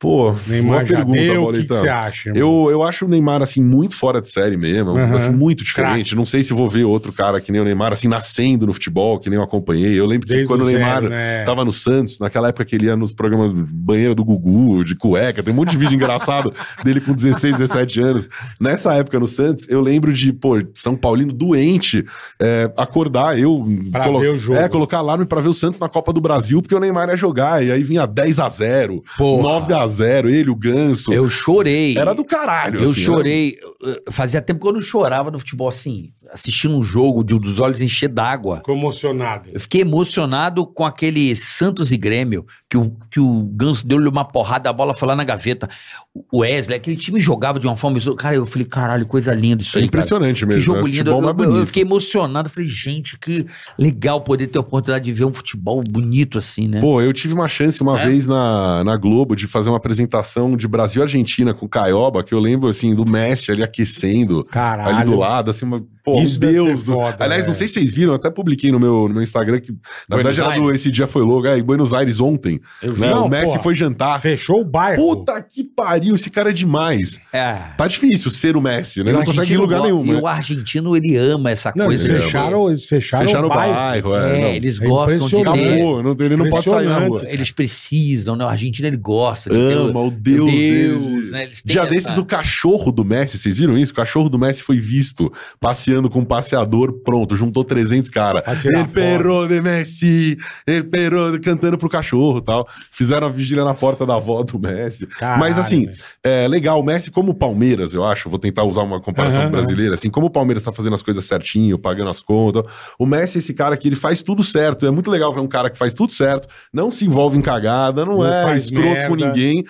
E: Pô,
C: Neymar
E: boa
C: já deu. O que que
E: Boletar.
C: você acha? irmão?
E: Eu, eu acho o Neymar, assim, muito fora de série mesmo. é um
C: Aham.
E: lance muito diferente. Não sei se vou ver outro cara que nem o Neymar, assim, nascendo no futebol, que nem eu acompanhei. Eu lembro
C: Desde
E: que tipo, quando
C: o
E: o
C: zero,
E: Neymar
C: né?
E: tava no Santos, naquela época que ele ia nos programas do Banheira do Gugu, de cueca, tem um monte de vídeo engraçado dele com 16, 17 anos. Nessa época no Santos, eu lembro de, pô, São Paulino doente, é, acordar, eu...
C: Pra
E: colo-
C: ver o jogo.
E: É, colocar alarme pra ver o Santos na Copa do Brasil, porque o Neymar ia jogar. E aí vinha 10x0,
D: Porra.
E: 9x0, ele, o Ganso.
D: Eu chorei.
E: Era do caralho.
D: Eu
E: assim, era-
D: chorei. eh, Fazia tempo que eu não chorava no futebol assim, assistindo um jogo de um dos olhos encher d'água.
C: Ficou emocionado.
D: Eu fiquei emocionado com aquele Santos e Grêmio, que o, que o Ganso deu-lhe uma porrada, a bola foi lá na gaveta. O Wesley, aquele time jogava de uma forma. iso- Cara, eu falei, caralho, coisa linda isso
E: É
D: aí. cara.
E: impressionante
D: Que
E: mesmo.
D: jogo
E: é
D: lindo.
E: futebol
D: Eu,
E: mais
D: eu- eu
E: bonito.
D: fiquei emocionado. Falei, gente, que legal poder ter a oportunidade de ver um futebol bonito assim, né?
E: Pô, eu tive uma chance
D: É?
E: uma vez na, na Globo de fazer uma apresentação de Brasil e Argentina com o Caioba, que eu lembro assim do Messi ali aquecendo.
C: Caralho.
E: Ali do lado, assim, uma, pô, um
C: Isso deve
E: Deus.
C: ser
E: do-
C: foda,
E: Aliás,
C: é.
E: não sei se vocês viram, eu até publiquei no meu, no meu Instagram que, na
D: né? Buenos
E: verdade, era do
D: Aires.
E: Esse Dia Foi Louco, é, em Buenos Aires ontem.
C: Eu vi.
E: né,
C: Não,
E: o Messi
C: porra.
E: foi jantar.
C: Fechou o bairro.
E: Puta que pariu, esse cara é demais.
D: É.
E: Tá difícil ser o Messi, né? Ele
D: E o
E: não consegue ir em
D: argentino
E: lugar
D: go-
E: nenhum.
D: E
E: né?
D: o argentino, ele ama essa
C: Não, eles
D: coisa. né?
E: Pois é,
C: fecharam, eles fecharam,
E: Fecharam
C: o bairro.
E: é,
D: É,
E: não.
D: eles
C: é
D: gostam de
C: impressionante.
D: ter.
E: Acabou, não, ele não pode sair na rua.
C: Impressionante.
D: Eles precisam, né? O argentino ele gosta de ter.
E: Ama o Deus, dele.
D: né? Eles têm
E: Dia
D: essa-
E: desses, o cachorro do Messi, vocês viram isso? O cachorro do Messi foi visto passeando com um passeador, pronto, juntou 300 caras.
C: Pra tirar
E: El
C: foto.
E: perro de Messi, el perro de- cantando pro cachorro e tal. Fizeram a vigília na porta da avó do Messi.
C: Caralho,
E: Mas assim,
C: velho.
E: é legal, o Messi, como o Palmeiras, eu acho, vou tentar usar uma comparação
C: Aham,
E: brasileira, assim, como o Palmeiras tá fazendo as coisas certinho, pagando as contas. O Messi, é esse cara que ele faz tudo certo. É muito legal ver um cara que faz tudo certo, não se envolve em cagada, não,
C: Não
E: é
C: faz
E: escroto com
C: merda.
E: ninguém,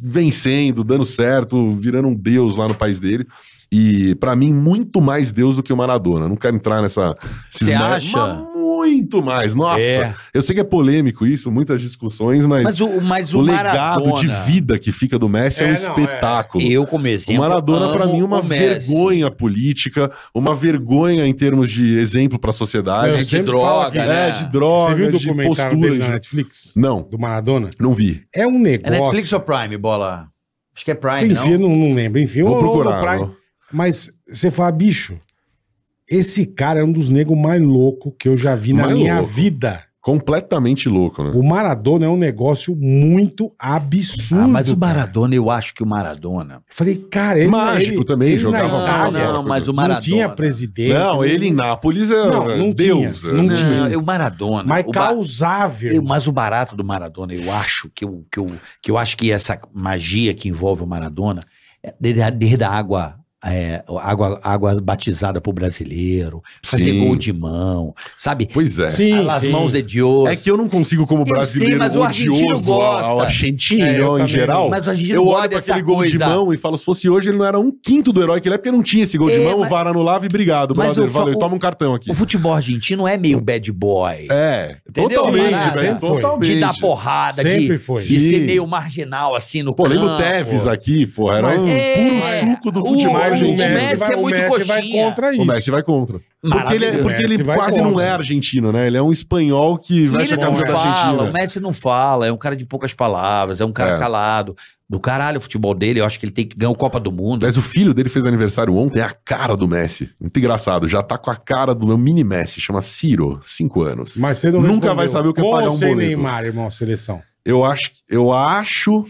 E: vencendo, dando certo, virando um deus lá no país dele. E pra mim, muito mais deus do que o Maradona. Não quero entrar nessa.
D: Você
E: cisma-
D: acha?
E: Mas muito mais. Nossa,
D: É.
E: eu sei que é polêmico isso, muitas discussões, mas.
D: Mas o, mas
E: o
D: o
E: legado
D: Maradona,
E: de vida que fica do Messi é, um
C: É, não, é.
E: espetáculo.
D: Eu comecei.
E: O Maradona, pra mim, é uma vergonha política, uma vergonha em termos de exemplo pra
C: Eu
E: sociedade.
D: de
C: sempre falo
D: droga,
C: aqui,
D: né?
E: É, de droga,
C: Você viu o
E: de
C: documentário
E: postura. né?
C: dele na
E: De...
C: Netflix?
E: Não,
C: Do Maradona?
E: não vi.
C: É um negócio.
D: É Netflix ou Prime, bola? Acho que é Prime,
C: Enfim, eu
D: não?
C: não, não lembro. Enfim,
E: Vou
C: ou- ou no
E: procurar,
C: Prime.
E: vou.
C: Mas você fala, bicho, esse cara é um dos negros mais loucos que eu já vi na
E: Mais
C: minha
E: louco.
C: vida.
E: Completamente louco, né?
C: O Maradona é um negócio muito absurdo.
D: Ah, mas o
C: cara.
D: Maradona, eu acho que o Maradona.
C: Falei, cara, ele. é
E: Mágico
C: ele-
E: também,
C: ele
E: jogava
C: na
E: bola.
D: Não,
C: Itália,
D: Ah, não, mas o Maradona.
C: Não tinha presidente. né?
E: Não,
D: né?
E: ele em Nápoles é
C: Não, não
E: Deus.
C: tinha, não
E: é.
C: tinha.
D: Não, o Maradona.
C: Mas
D: o ba-
C: causável.
D: Eu- mas o barato do Maradona, eu acho que eu, que eu, que eu acho que essa magia que envolve o Maradona é de- de- desde a água é, água, água batizada pro brasileiro, fazer
E: Sim.
D: gol de mão, sabe?
E: Pois é.
C: Sim,
D: As
C: sim.
D: mãos hediondas.
E: É que eu não consigo, como
D: sei,
E: brasileiro,
D: mas o argentino
E: odioso ao- ao
D: gosta.
E: argentino
C: É, eu
E: em
C: também
E: geral.
C: não.
D: Mas a gente
E: Eu
D: não
E: olho
D: gosta
E: pra
D: dessa
E: aquele gol de
D: coisa.
E: mão e falo, se fosse hoje, ele não era um quinto do herói que ele é, porque não tinha esse gol de
D: É,
E: mão, o
D: mas-
E: VAR anulava e obrigado,
D: Mas
E: brother.
D: o fa-
E: valeu,
D: o-
E: toma um cartão aqui.
D: O futebol argentino é meio bad boy.
E: É,
D: Entendeu,
E: totalmente,
D: camarada?
E: velho.
C: Sempre foi.
E: Totalmente.
D: De dar porrada,
C: Sempre
D: de,
C: foi.
D: de
E: Sim.
D: ser meio marginal, assim, no
E: Pô, lembra o
D: campo.
E: Tevez aqui, pô, era
C: Mas-
E: um
D: É,
E: puro suco do
D: o-
E: futebol.
C: Mas
D: o
C: o
E: argentino.
C: Messi,
D: Messi
C: vai,
D: é muito
C: o Messi vai
D: coxinha.
C: contra isso.
E: O Messi vai contra. Porque ele, é-
D: Maravilhoso.
E: porque ele
C: Messi vai
E: quase
C: contra.
E: não é argentino, né? Ele é um espanhol que
D: E
E: veste
D: ele
E: a
D: não
E: camisa da
D: fala, o
E: Argentina.
D: Messi não fala, é um cara de poucas palavras, é um cara
E: É.
D: calado. Do caralho, o futebol dele, eu acho que ele tem que ganhar o Copa do Mundo.
E: Mas o filho dele fez aniversário ontem, é a cara do Messi. Muito engraçado, já tá com a cara do meu mini Messi, chama Ciro, 5 anos.
C: Mas você não
E: Nunca
C: respondeu.
E: vai saber o que é
C: Com
E: pagar um
C: ou sem
E: boleto.
C: Neymar, irmão, a seleção.
E: Eu acho, eu acho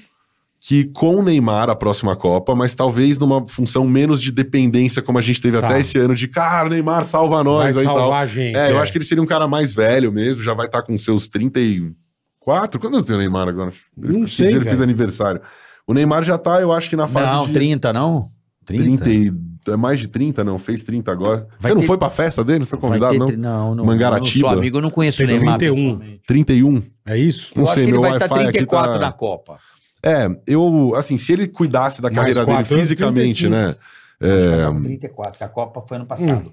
E: que com o Neymar a próxima Copa, mas talvez numa função menos de dependência como a gente teve
C: Tá.
E: até esse ano de, cara, Neymar salva
C: Vai
E: nós aí e
C: salvar
E: tal.
C: a gente.
E: É, eu acho que ele seria um cara mais velho mesmo, já vai estar com seus 34. Quantos anos tem o Neymar agora?
C: Não
E: Que
C: sei,
E: dia ele
C: velho.
E: fez aniversário. O Neymar já tá, eu acho que na fase
D: Não,
E: de
D: 30, não? 30.
E: 30. e- É mais de 30, não. Fez 30 agora.
D: Vai
E: Você não
D: ter-
E: foi pra festa dele? Não foi
D: Vai
E: convidado,
D: ter
E: não?
D: tri- não, não.
E: Mangaratiba.
D: Não sou amigo, eu não conheço o
C: Tem
D: é Neymar.
C: 31.
D: pessoalmente.
E: 31?
C: É isso?
D: Eu
E: Não
D: acho
E: sei,
D: que ele
E: meu
D: vai estar
E: Wi-Fi aqui
D: 34
E: tá-
D: na Copa.
E: É, eu, assim, se ele cuidasse da
C: Mais
E: carreira dele
C: quatro anos,
E: fisicamente,
C: 35.
E: né?
D: É... 34, que a Copa foi
E: Hum,
D: ano passado.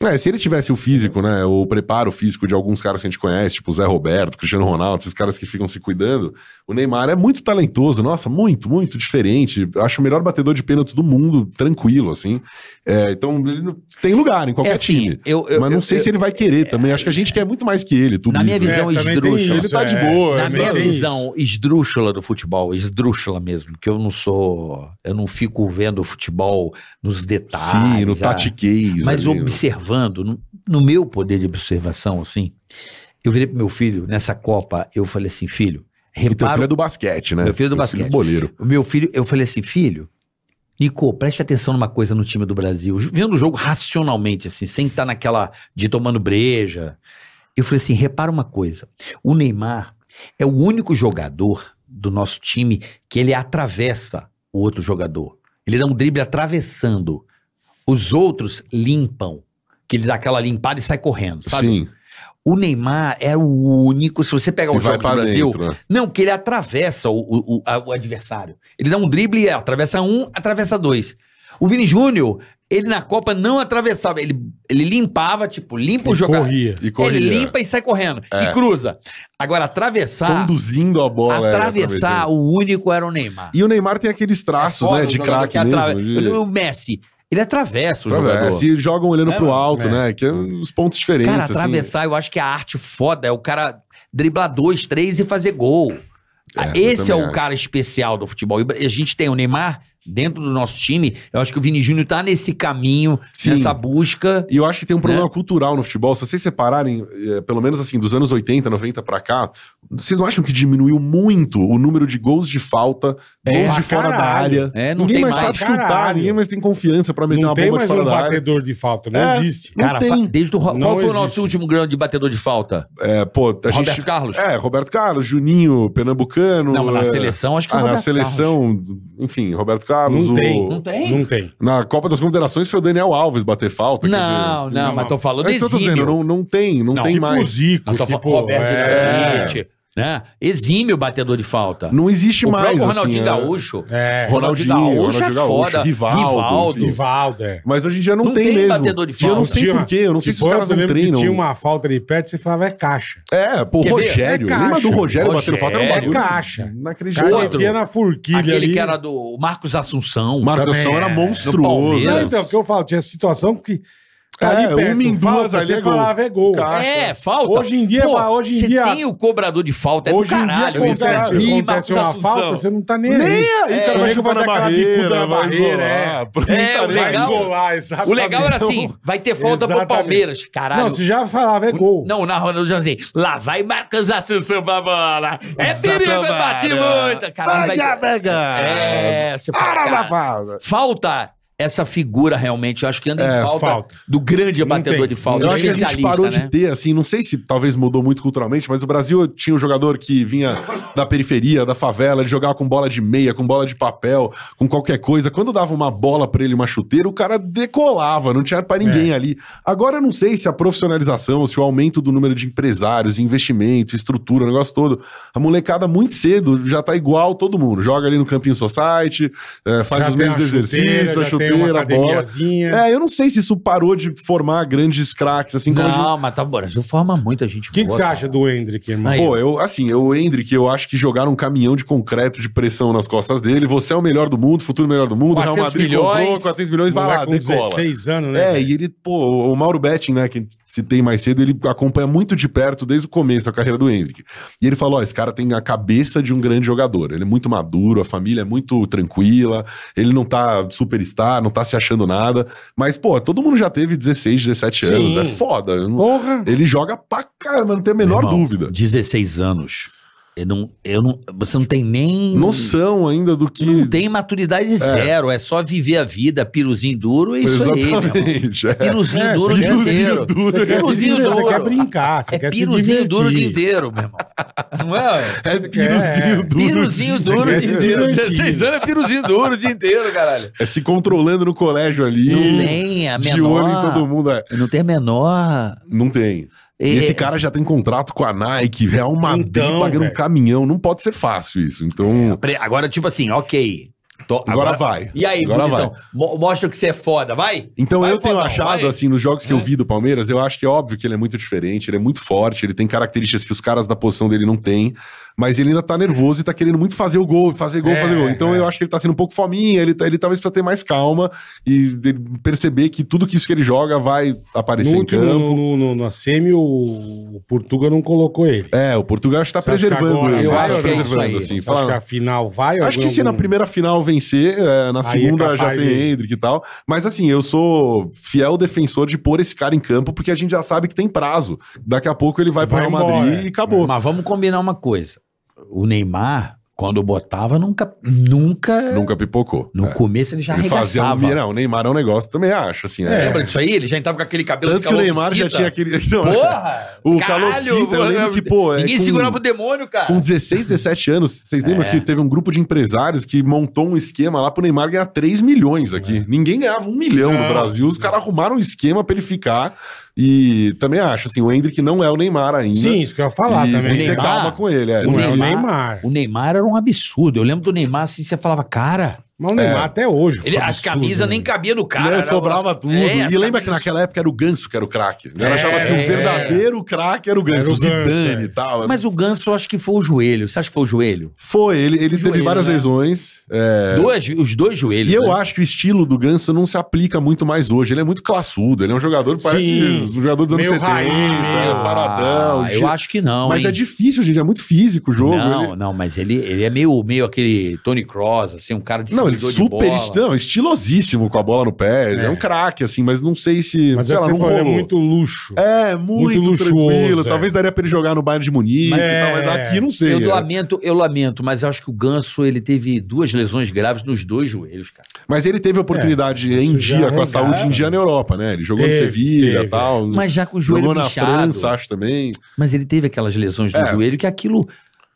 E: É, se ele tivesse o físico, né? O preparo físico de alguns caras que a gente conhece, tipo Zé Roberto, Cristiano Ronaldo, esses caras que ficam se cuidando. O Neymar é muito talentoso, nossa, muito, muito diferente. Acho o melhor batedor de pênaltis do mundo, tranquilo, assim. É, então, ele não- tem lugar em qualquer
D: é assim,
E: time.
D: Eu, eu,
E: Mas não
D: eu-
E: sei se ele vai querer também. Acho que a gente quer muito mais que ele, tudo
D: Na minha
E: isso, né?
D: visão
C: É, também tem
D: esdrúxula.
C: isso,
E: Ele tá de
C: é.
E: boa,
D: Na
E: né?
D: minha
E: Tem
D: visão esdrúxula do futebol, esdrúxula mesmo, que eu não sou, eu não fico vendo o futebol nos detalhes.
E: Sim, no
D: ah,
E: tatiquez.
D: Mas
E: ali, né?
D: observando, no, no meu poder de observação, assim, eu virei pro meu filho, nessa Copa, eu falei assim, filho,
E: E teu
D: repara
E: filho é do basquete, né?
D: Meu filho é do
E: Teu
D: basquete.
E: boleiro.
D: o meu filho, eu falei assim, filho, Nico, preste atenção numa coisa no time do Brasil. Ju- Vendo o jogo racionalmente, assim, sem estar naquela de tomando breja. Eu falei assim: repara uma coisa. O Neymar é o único jogador do nosso time que ele atravessa o outro jogador. Ele dá um drible atravessando. Os outros limpam. Que ele dá aquela limpada e sai correndo, sabe?
E: Sim.
D: O Neymar é o único. Se você pegar o
E: E vai
D: jogo do
E: pra
D: Brasil,
E: dentro, né?
D: não, que ele atravessa o, o- o- a- o adversário. Ele dá um drible e atravessa um, atravessa dois. O Vini Júnior, ele na Copa não atravessava. Ele, ele limpava, tipo, limpa o jogador. É,
C: Corria.
E: E
D: Ele
E: corria.
D: limpa e sai correndo.
E: É.
D: E cruza. Agora, atravessar.
E: Conduzindo a bola. era,
D: atravessar, o único era o Neymar. É
E: E o Neymar tem aqueles traços,
D: Foda,
E: né?
D: o
E: De
D: jogador
E: craque
D: que
E: mesmo.
D: atrave-
E: de-
D: O Messi, ele atravessa o um jogador.
E: Atravessa e jogam olhando
D: É,
E: pro alto,
C: é.
E: né? Que é uns pontos diferentes.
D: Cara,
E: assim.
D: atravessar, eu acho que a arte foda é o cara driblar dois, três e fazer gol. Ah,
E: eu
D: Esse é
E: também
D: o
E: acho.
D: cara especial do futebol. E a gente tem o Neymar dentro do nosso time. Eu acho que o Vini Júnior tá nesse caminho,
E: Sim.
D: nessa busca.
E: E eu acho que tem um problema cultural no futebol. Se vocês separarem, eh, pelo menos assim, dos anos 80, 90 pra cá, vocês não acham que diminuiu muito o número de gols de falta, gols
C: pra
E: de fora da
C: caralho.
E: área?
D: É, não tem
E: ninguém mais,
D: mais.
E: sabe chutar,
C: Caralho.
E: ninguém mais tem confiança pra meter
C: Não
E: uma
C: tem
E: bomba
C: mais
E: de fora
C: um
E: da área.
C: batedor de falta, não
E: É.
C: existe.
E: Não
D: Cara,
E: tem.
D: fa- desde o Ro-
C: Não
D: qual foi o
C: existe.
D: nosso último grande batedor de falta?
E: É, pô, a
D: Roberto
E: gente.
D: Carlos?
E: É, Roberto Carlos, Juninho, Pernambucano.
D: não, mas na
E: eh,
D: seleção acho que é
E: Ah, na
D: Roberto Carlos.
E: seleção, enfim, Roberto Carlos.
C: Não
E: o-
C: tem.
D: Não tem?
C: Não tem.
E: Na Copa das Confederações foi o Daniel Alves bater falta. quer
D: Não,
E: dizer,
D: não,
C: não,
D: mas tô falando
E: É isso que eu tô dizendo,
D: exímio.
E: não, não tem, não,
D: Não,
E: tem
C: tipo o
E: mais.
C: Zico,
D: Não tô falando
C: tipo,
D: Roberto de
C: é,
D: Clemente, né? Exímio batedor de falta.
E: Não existe
D: o
E: mais.
D: próprio
E: assim,
D: Ronaldinho
E: é.
D: Gaúcho.
C: é,
E: Ronaldinho,
D: Gaúcho é
E: Ronaldinho Gaúcho,
D: foda.
E: Rivaldo,
D: Rivaldo.
E: enfim.
C: Rivaldo, é.
E: Mas hoje em dia não,
D: Não
E: tem,
D: tem
E: mesmo.
D: batedor de
E: E eu não
D: falta.
E: sei
C: Ah, Tinha-
E: porquê, eu não sei se os
C: Tipo,
E: caras
C: eu
E: não
C: lembro que
E: treinam.
C: Tinha uma falta ali perto, você falava, é caixa.
E: É, pô,
D: Quer ver?
E: Rogério.
C: É caixa.
E: Lembra do Rogério batendo
D: Rogério.
E: falta? Era um bagulho.
C: É Caixa.
E: Inacreditável.
C: Cara,
D: Outro.
C: metia na forquilha
D: Aquele
C: ali.
D: que era do Marcos Assunção.
E: O Marcos
C: Também
E: Assunção era
C: é.
D: No
E: monstruoso. né?
D: Palmeiras.
C: Não, então, o que eu falo, tinha situação que tá
E: É,
C: ali perto,
E: uma em
C: falta,
E: duas ali
C: você
E: é gol.
C: falava, é gol.
E: Cara,
D: É, falta.
C: Hoje em dia, mas hoje em
D: você
C: dia-
D: tem o cobrador de falta, é
C: Hoje
D: do
C: em dia
D: caralho. isso, é
C: acontece,
D: assim. Ih,
C: acontece
D: Marcos
C: uma
D: Assunção.
C: falta, você não tá nem,
E: Nem
C: aí.
E: aí, o cara
C: o
E: vai
C: nego vai
E: chupar na
C: dar aquela bicuda
E: barreira,
C: na
E: vai
C: barreira,
E: isolar.
D: É, o
E: Vai
D: legal-
C: Isolar, exatamente.
D: O legal era assim, vai ter falta pro
C: Exatamente.
D: Palmeiras, caralho.
C: Não, você já falava, é gol.
D: Não, na Ronaldo já assim, lá vai Marcos Assunção pra bola. É perigo, é bate muito. Caralho, vai... É, você fala, cara,
E: fala.
D: falta essa figura realmente. Eu acho que anda em
C: É,
D: falta,
C: falta.
D: do grande
C: Não
D: batedor
C: tem.
D: de falta.
E: Eu acho que a gente
D: especialista,
E: parou
D: né?
E: de ter, assim, não sei se talvez mudou muito culturalmente, mas o Brasil tinha um jogador que vinha da periferia, da favela, ele jogava com bola de meia, com bola de papel, com qualquer coisa. Quando dava uma bola pra ele, uma chuteira, o cara decolava, não tinha pra ninguém
C: É.
E: ali. Agora eu não sei se a profissionalização, se o aumento do número de empresários, investimento, estrutura, o negócio todo, a molecada muito cedo já tá igual todo mundo. Joga ali no Campinho Society, eh, faz
C: Já
E: os
C: tem a
E: mesmos exercícios, a
C: já tem uma
E: chuteira, a bola.
C: academiazinha.
E: É, eu não sei se isso parou de formar grandes craques, assim como a gente...
D: Não, mas tá bom. Brasil forma muita gente.
C: O que que
D: boa,
C: você
D: cara.
C: acha do Hendrick, irmão?
D: Aí,
E: Pô, eu, assim, eu, Hendrick, eu acho que jogaram um caminhão de concreto de pressão nas costas dele. Você é o melhor do mundo, futuro melhor do mundo, Real
D: 400
E: Madrid
D: milhões, é
E: comprou, 400 milhões, vai
C: Moleque
E: lá,
C: com
E: decola.
C: 16 anos, né?
E: É, e ele, pô, o Mauro Betting, né, que se tem mais cedo, ele acompanha muito de perto desde o começo a carreira do Hendrick. E ele falou: ó, esse cara tem a cabeça de um grande jogador. Ele é muito maduro, a família é muito tranquila, ele não tá superstar, não tá se achando nada. Mas, pô, todo mundo já teve 16, 17
C: Sim.
E: anos, é foda. Eu não-
C: Porra!
E: Ele joga pra caramba, não tem a menor
D: Irmão,
E: dúvida.
D: 16 anos. Eu não, eu não, você não tem nem.
E: Noção ainda do que.
D: Não tem maturidade zero. É só viver a vida, piruzinho duro, é isso aí, meu irmão.
E: Exatamente. é.
D: Piruzinho
C: É,
D: duro o
C: você
D: dia
C: quer- Você
D: inteiro.
C: quer, se
D: Piruzinho
C: divertir, você
D: duro.
C: quer brincar, você
D: É
C: quer se
D: piruzinho
C: divertir.
D: duro o dia inteiro, meu irmão. Não é? ué?
E: É
C: quer-
E: piruzinho
C: é.
E: duro.
D: Piruzinho
E: disso,
D: duro
E: né?
D: o
C: quer
D: dia
C: se
D: inteiro.
C: divertir.
D: 16 anos é piruzinho duro o dia inteiro, caralho.
E: É se controlando no colégio ali.
D: Não tem a
E: De olho em todo
D: menor.
E: mundo. é.
D: Não tem a menor.
E: Não tem. E
D: É-
E: esse cara já tem contrato com a Nike, Real Madrid,
C: Então,
E: pagando um
C: velho.
E: caminhão. Não pode ser fácil isso. Então,
D: Pre- Agora, tipo assim, ok. Tô-
E: agora, vai.
D: E aí,
E: agora
D: bonitão? Mo- Mostra que você é foda, vai?
E: Então
D: Vai,
E: eu tenho
D: Fodão,
E: achado,
D: vai.
E: assim, nos jogos que eu vi do Palmeiras, eu acho que é óbvio que ele é muito diferente, ele é muito forte, ele tem características que os caras da posição dele não têm, mas ele ainda tá nervoso e tá querendo muito fazer o gol, fazer gol,
C: É,
E: fazer gol. Então
C: é.
E: eu acho que ele tá sendo um pouco fominha, ele, tá- ele talvez precisa ter mais calma e de- perceber que tudo que isso que ele joga vai aparecer
C: No
E: em
C: último,
E: campo.
C: no, no, no, na semi, o, o Portuga não colocou ele.
E: É, o Portugal acho que tá
C: Você acha que
E: preservando
C: agora
E: ele.
D: vai
E: tá
D: ou não?
E: preservando,
D: é Isso aí.
E: assim.
C: Você acha
E: fala-
C: que a final vai?
E: Acho que
C: algum-
E: se na primeira final vencer, é, na
C: Aí é
E: segunda já
C: capaz
E: tem
C: de-
E: Hendrick e tal. Mas assim, eu sou fiel defensor de pôr esse cara em campo, porque a gente já sabe que tem prazo. Daqui a pouco ele vai,
C: Vai
E: para o Real Madrid
C: embora.
E: e acabou.
D: Mas vamos combinar uma coisa. O Neymar, quando botava, nunca. Nunca.
E: Nunca pipocou.
D: No
E: É.
D: começo ele já
E: Ele fazia um...
D: arregaçava.
E: Não, o Neymar é um negócio, também acho, assim. é.
D: Lembra disso aí? Ele já entrava com aquele cabelo
E: Tanto
D: de
E: que o Neymar
D: calopsita.
E: já tinha aquele... Então,
D: Porra!
E: O
D: caralho,
E: calopsita, eu lembro que, pô... é
D: Ninguém
E: com-
D: segurava o demônio, cara.
E: Com 16, 17 anos, vocês
C: É.
E: lembram que teve um grupo de empresários que montou um esquema lá pro Neymar ganhar 3 milhões aqui.
C: É.
E: Ninguém ganhava um milhão
C: Não.
E: no Brasil. Os caras arrumaram um esquema pra ele ficar. E também acho, assim, o Hendrick não é o Neymar ainda.
C: Sim, isso que eu ia falar
E: e
C: também.
E: Tem que ter
D: Neymar-
E: calma com ele. É.
C: Não é o
D: Neymar-
C: Neymar.
D: O Neymar era um absurdo. Eu lembro do Neymar assim, você falava, cara.
C: Mas o
E: É.
C: Neymar até hoje.
D: Ele, as
C: absurdo,
D: camisas
C: né?
D: nem cabiam no cara.
E: Né,
D: era-
E: sobrava tudo.
D: É, as
E: e lembra que
D: camisas-
E: naquela época era o Ganso que era o craque. Ela
C: É,
E: achava que
C: é.
E: o verdadeiro craque era o Ganso,
C: Era o
E: o Zidane
C: Ganso, é.
E: e tal.
D: Mas o Ganso, eu acho que foi o joelho. Você acha que foi o joelho?
E: Foi, ele, ele teve
D: Joelho,
E: várias
D: né?
E: lesões. É,
D: Dois, os dois joelhos.
E: E eu
D: né?
E: acho que o estilo do Ganso não se aplica muito mais hoje. Ele é muito classudo. Ele é um jogador, que parece
C: Sim.
E: um jogador dos anos
C: Meio
E: 70.
C: raiz,
E: né?
C: meio
E: paradão.
D: Ah,
E: chi-
D: eu acho que não.
E: mas
D: hein?
E: é difícil, gente. É muito físico o jogo.
D: Não,
E: ele...
D: não, mas ele, ele é meio, meio aquele Tony Cross, assim, um cara de
E: Não, ele é
D: seguidor de
E: super
D: bola.
E: est- não, estilosíssimo com a bola no pé. Ele é,
C: É.
E: um craque, assim, mas não sei se.
C: Mas
E: sei
C: é, o
E: lá,
C: que você
E: não
C: falou, é
E: rolou.
C: muito luxo.
E: É, muito,
C: Muito luxuoso,
E: tranquilo.
C: é.
E: Talvez daria pra ele jogar no Bayern de Munique
C: Mas-
E: e tal, mas aqui não sei.
D: Eu
E: é.
D: lamento, eu lamento, mas eu acho que o Ganso ele teve duas lesões graves nos dois joelhos, cara.
E: Mas ele teve oportunidade
C: É,
E: em
C: isso já
E: dia com a
C: arrancaram.
E: saúde em dia na Europa, né? Ele jogou
C: Teve,
E: no Sevilha
C: teve.
E: e tal.
D: Mas já com o joelho
E: jogou na
D: bichado.
E: França, acho também.
D: Mas ele teve aquelas lesões do
E: É.
D: joelho que aquilo,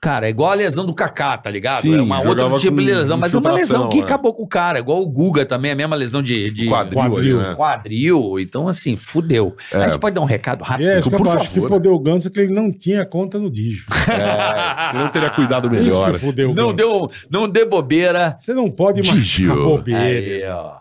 D: cara, é igual a lesão do Kaká, tá ligado?
E: Sim,
D: é uma outra
E: jogava
D: tipo de
E: com
D: lesão, mas é uma
E: infiltração,
D: lesão que
E: é.
D: acabou com o cara, igual o Guga também, a mesma lesão de, de
E: Quadril,
C: Quadril.
E: ali, né? É.
D: quadril. Então, assim, fudeu. A gente pode dar um recado
C: E
D: rápido?
C: é, isso que eu
E: por
C: falo, acho que
E: favor.
C: fodeu o Ganso é que ele não tinha conta no Digio.
E: É, você não teria cuidado
C: Isso que
E: melhor.
C: fudeu o
D: Não
C: Ganso.
D: deu, não dê bobeira.
C: Você não pode
E: Digio.
C: machucar bobeira.
D: Aí, ó.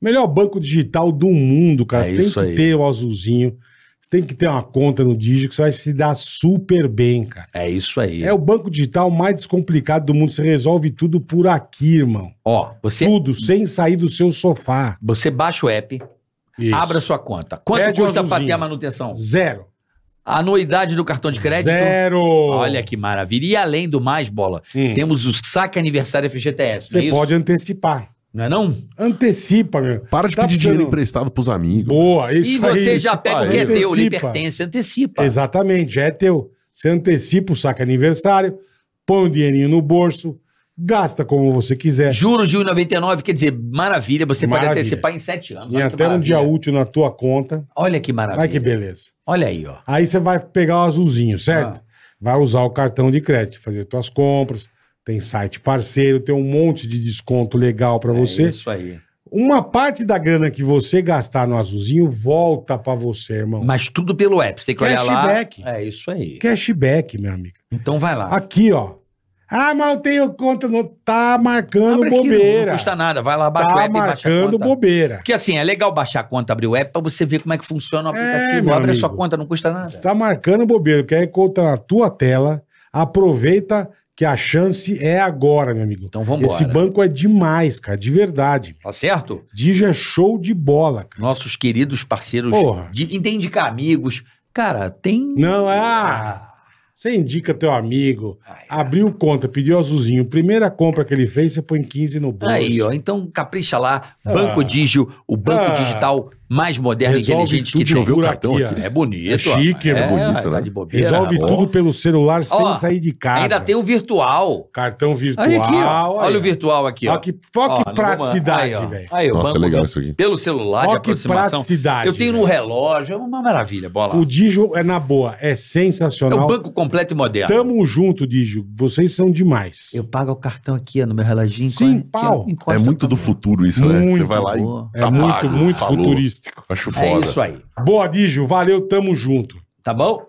C: Melhor banco digital do mundo, cara.
D: É
C: você tem
D: isso
C: que
D: aí.
C: ter o azulzinho. Você tem que ter uma conta no Digio que você vai se dar super bem, cara.
D: É isso aí.
C: É o banco digital mais descomplicado do mundo. Você resolve tudo por aqui, irmão.
D: Ó, você,
C: Tudo, sem sair do seu sofá.
D: você baixa o app,
C: Isso.
D: abra sua conta. Quanto
C: Pede o
D: custa para
C: azulzinho.
D: ter a manutenção?
C: Zero.
D: Anuidade do cartão de crédito?
C: Zero.
D: Olha que maravilha. E além do mais, bola,
C: Hum.
D: temos o saque aniversário FGTS. não é
C: Você
D: isso?
C: pode antecipar.
D: Não é não?
C: Antecipa, meu.
E: Para de
C: Tá
E: pedir dinheiro
C: precisando.
E: emprestado pros amigos.
C: Boa, isso
D: E você
C: aí,
D: já
C: isso
D: pega o
C: aí.
D: que é teu, lhe
C: Antecipa.
D: pertence, antecipa.
C: Exatamente, já é teu. Você antecipa o saque aniversário, põe o dinheirinho no bolso, Gasta como você quiser.
D: Juros de 1,99, quer dizer, maravilha, você
C: Maravilha.
D: pode antecipar em 7 anos.
C: E
D: olha que
C: até um
D: maravilha.
C: dia útil na tua conta.
D: Olha que maravilha.
C: Ai, que beleza.
D: Olha aí, ó.
C: Aí você vai pegar o azulzinho,
D: Ah.
C: certo? Vai usar o cartão de crédito, fazer tuas compras. Tem site parceiro, tem um monte de desconto legal pra você.
D: É isso aí.
C: Uma parte da grana que você gastar no azulzinho volta pra você, irmão.
D: Mas tudo pelo app, você tem que olhar
C: Cashback.
D: lá. É isso aí.
C: Cashback, meu amigo.
D: Então vai lá.
C: Aqui, ó. Ah, mas eu tenho conta. Não... Tá marcando
D: Abre aqui,
C: bobeira.
D: Não custa nada, vai lá, baixa o
C: tá
D: app e baixa a
C: marcando
D: conta.
C: bobeira.
D: Porque assim, é legal baixar a conta, abrir o app pra você ver como é que funciona o
C: É,
D: aplicativo.
C: meu
D: Abre a sua
C: amigo.
D: conta, não custa nada.
C: Você tá marcando bobeira. Quer conta tá na tua tela. Aproveita que a chance é agora, meu amigo.
D: Então vamos
C: Esse
D: embora.
C: banco é demais, cara. De verdade.
D: Tá certo?
C: Digi é show de bola, cara.
D: Nossos queridos parceiros
C: Porra.
D: de Indica Amigos. Cara, tem. Ah,
C: Não, é. Você indica teu amigo.
D: Ai,
C: Abriu conta, pediu azulzinho. Primeira compra que ele fez, você põe 15 no bolso.
D: Aí, ó. Então capricha lá.
C: Ah.
D: Banco Digio, o banco
C: Ah.
D: digital mais moderno e
C: Resolve
D: inteligente
C: tudo
D: que
C: de
D: tem.
C: ver o cartão aqui,
D: É bonito.
C: É chique,
D: ó.
C: é
E: bonito,
D: tá
E: né?
D: de bobeira,
C: Resolve
D: rapaz.
C: tudo pelo celular
D: Ó,
C: sem sair de casa.
D: Ainda tem o virtual.
C: Cartão virtual.
D: Aí aqui, ó.
C: aí,
D: Olha o virtual aqui, ó.
C: Olha que, olha que
D: Ó, não vou mandar. Aí, ó.
C: praticidade, velho.
D: Aí, o
E: Nossa,
D: banco
E: é legal isso aqui.
D: Pelo celular, de
C: Olha que
D: aproximação.
C: praticidade.
D: Eu tenho no
C: velho.
D: relógio, é uma maravilha, bola.
C: O Digio é na boa, é
D: É
C: sensacional.
D: o banco completo e moderno.
C: Tamo junto, Digio. Vocês são demais.
D: Eu pago o cartão aqui ó, no meu reloginho.
C: Sim,
D: encosta-
C: pau.
D: aqui, ó,
E: É
D: encosta
E: muito do futuro isso, né? Você
C: Muito
E: vai lá e.
D: boa.
C: É
E: tá
C: muito,
E: pago,
C: muito
E: falou.
C: futurístico.
E: Acho foda.
D: É isso aí.
C: Boa, Digio. Valeu, tamo junto.
D: Tá bom?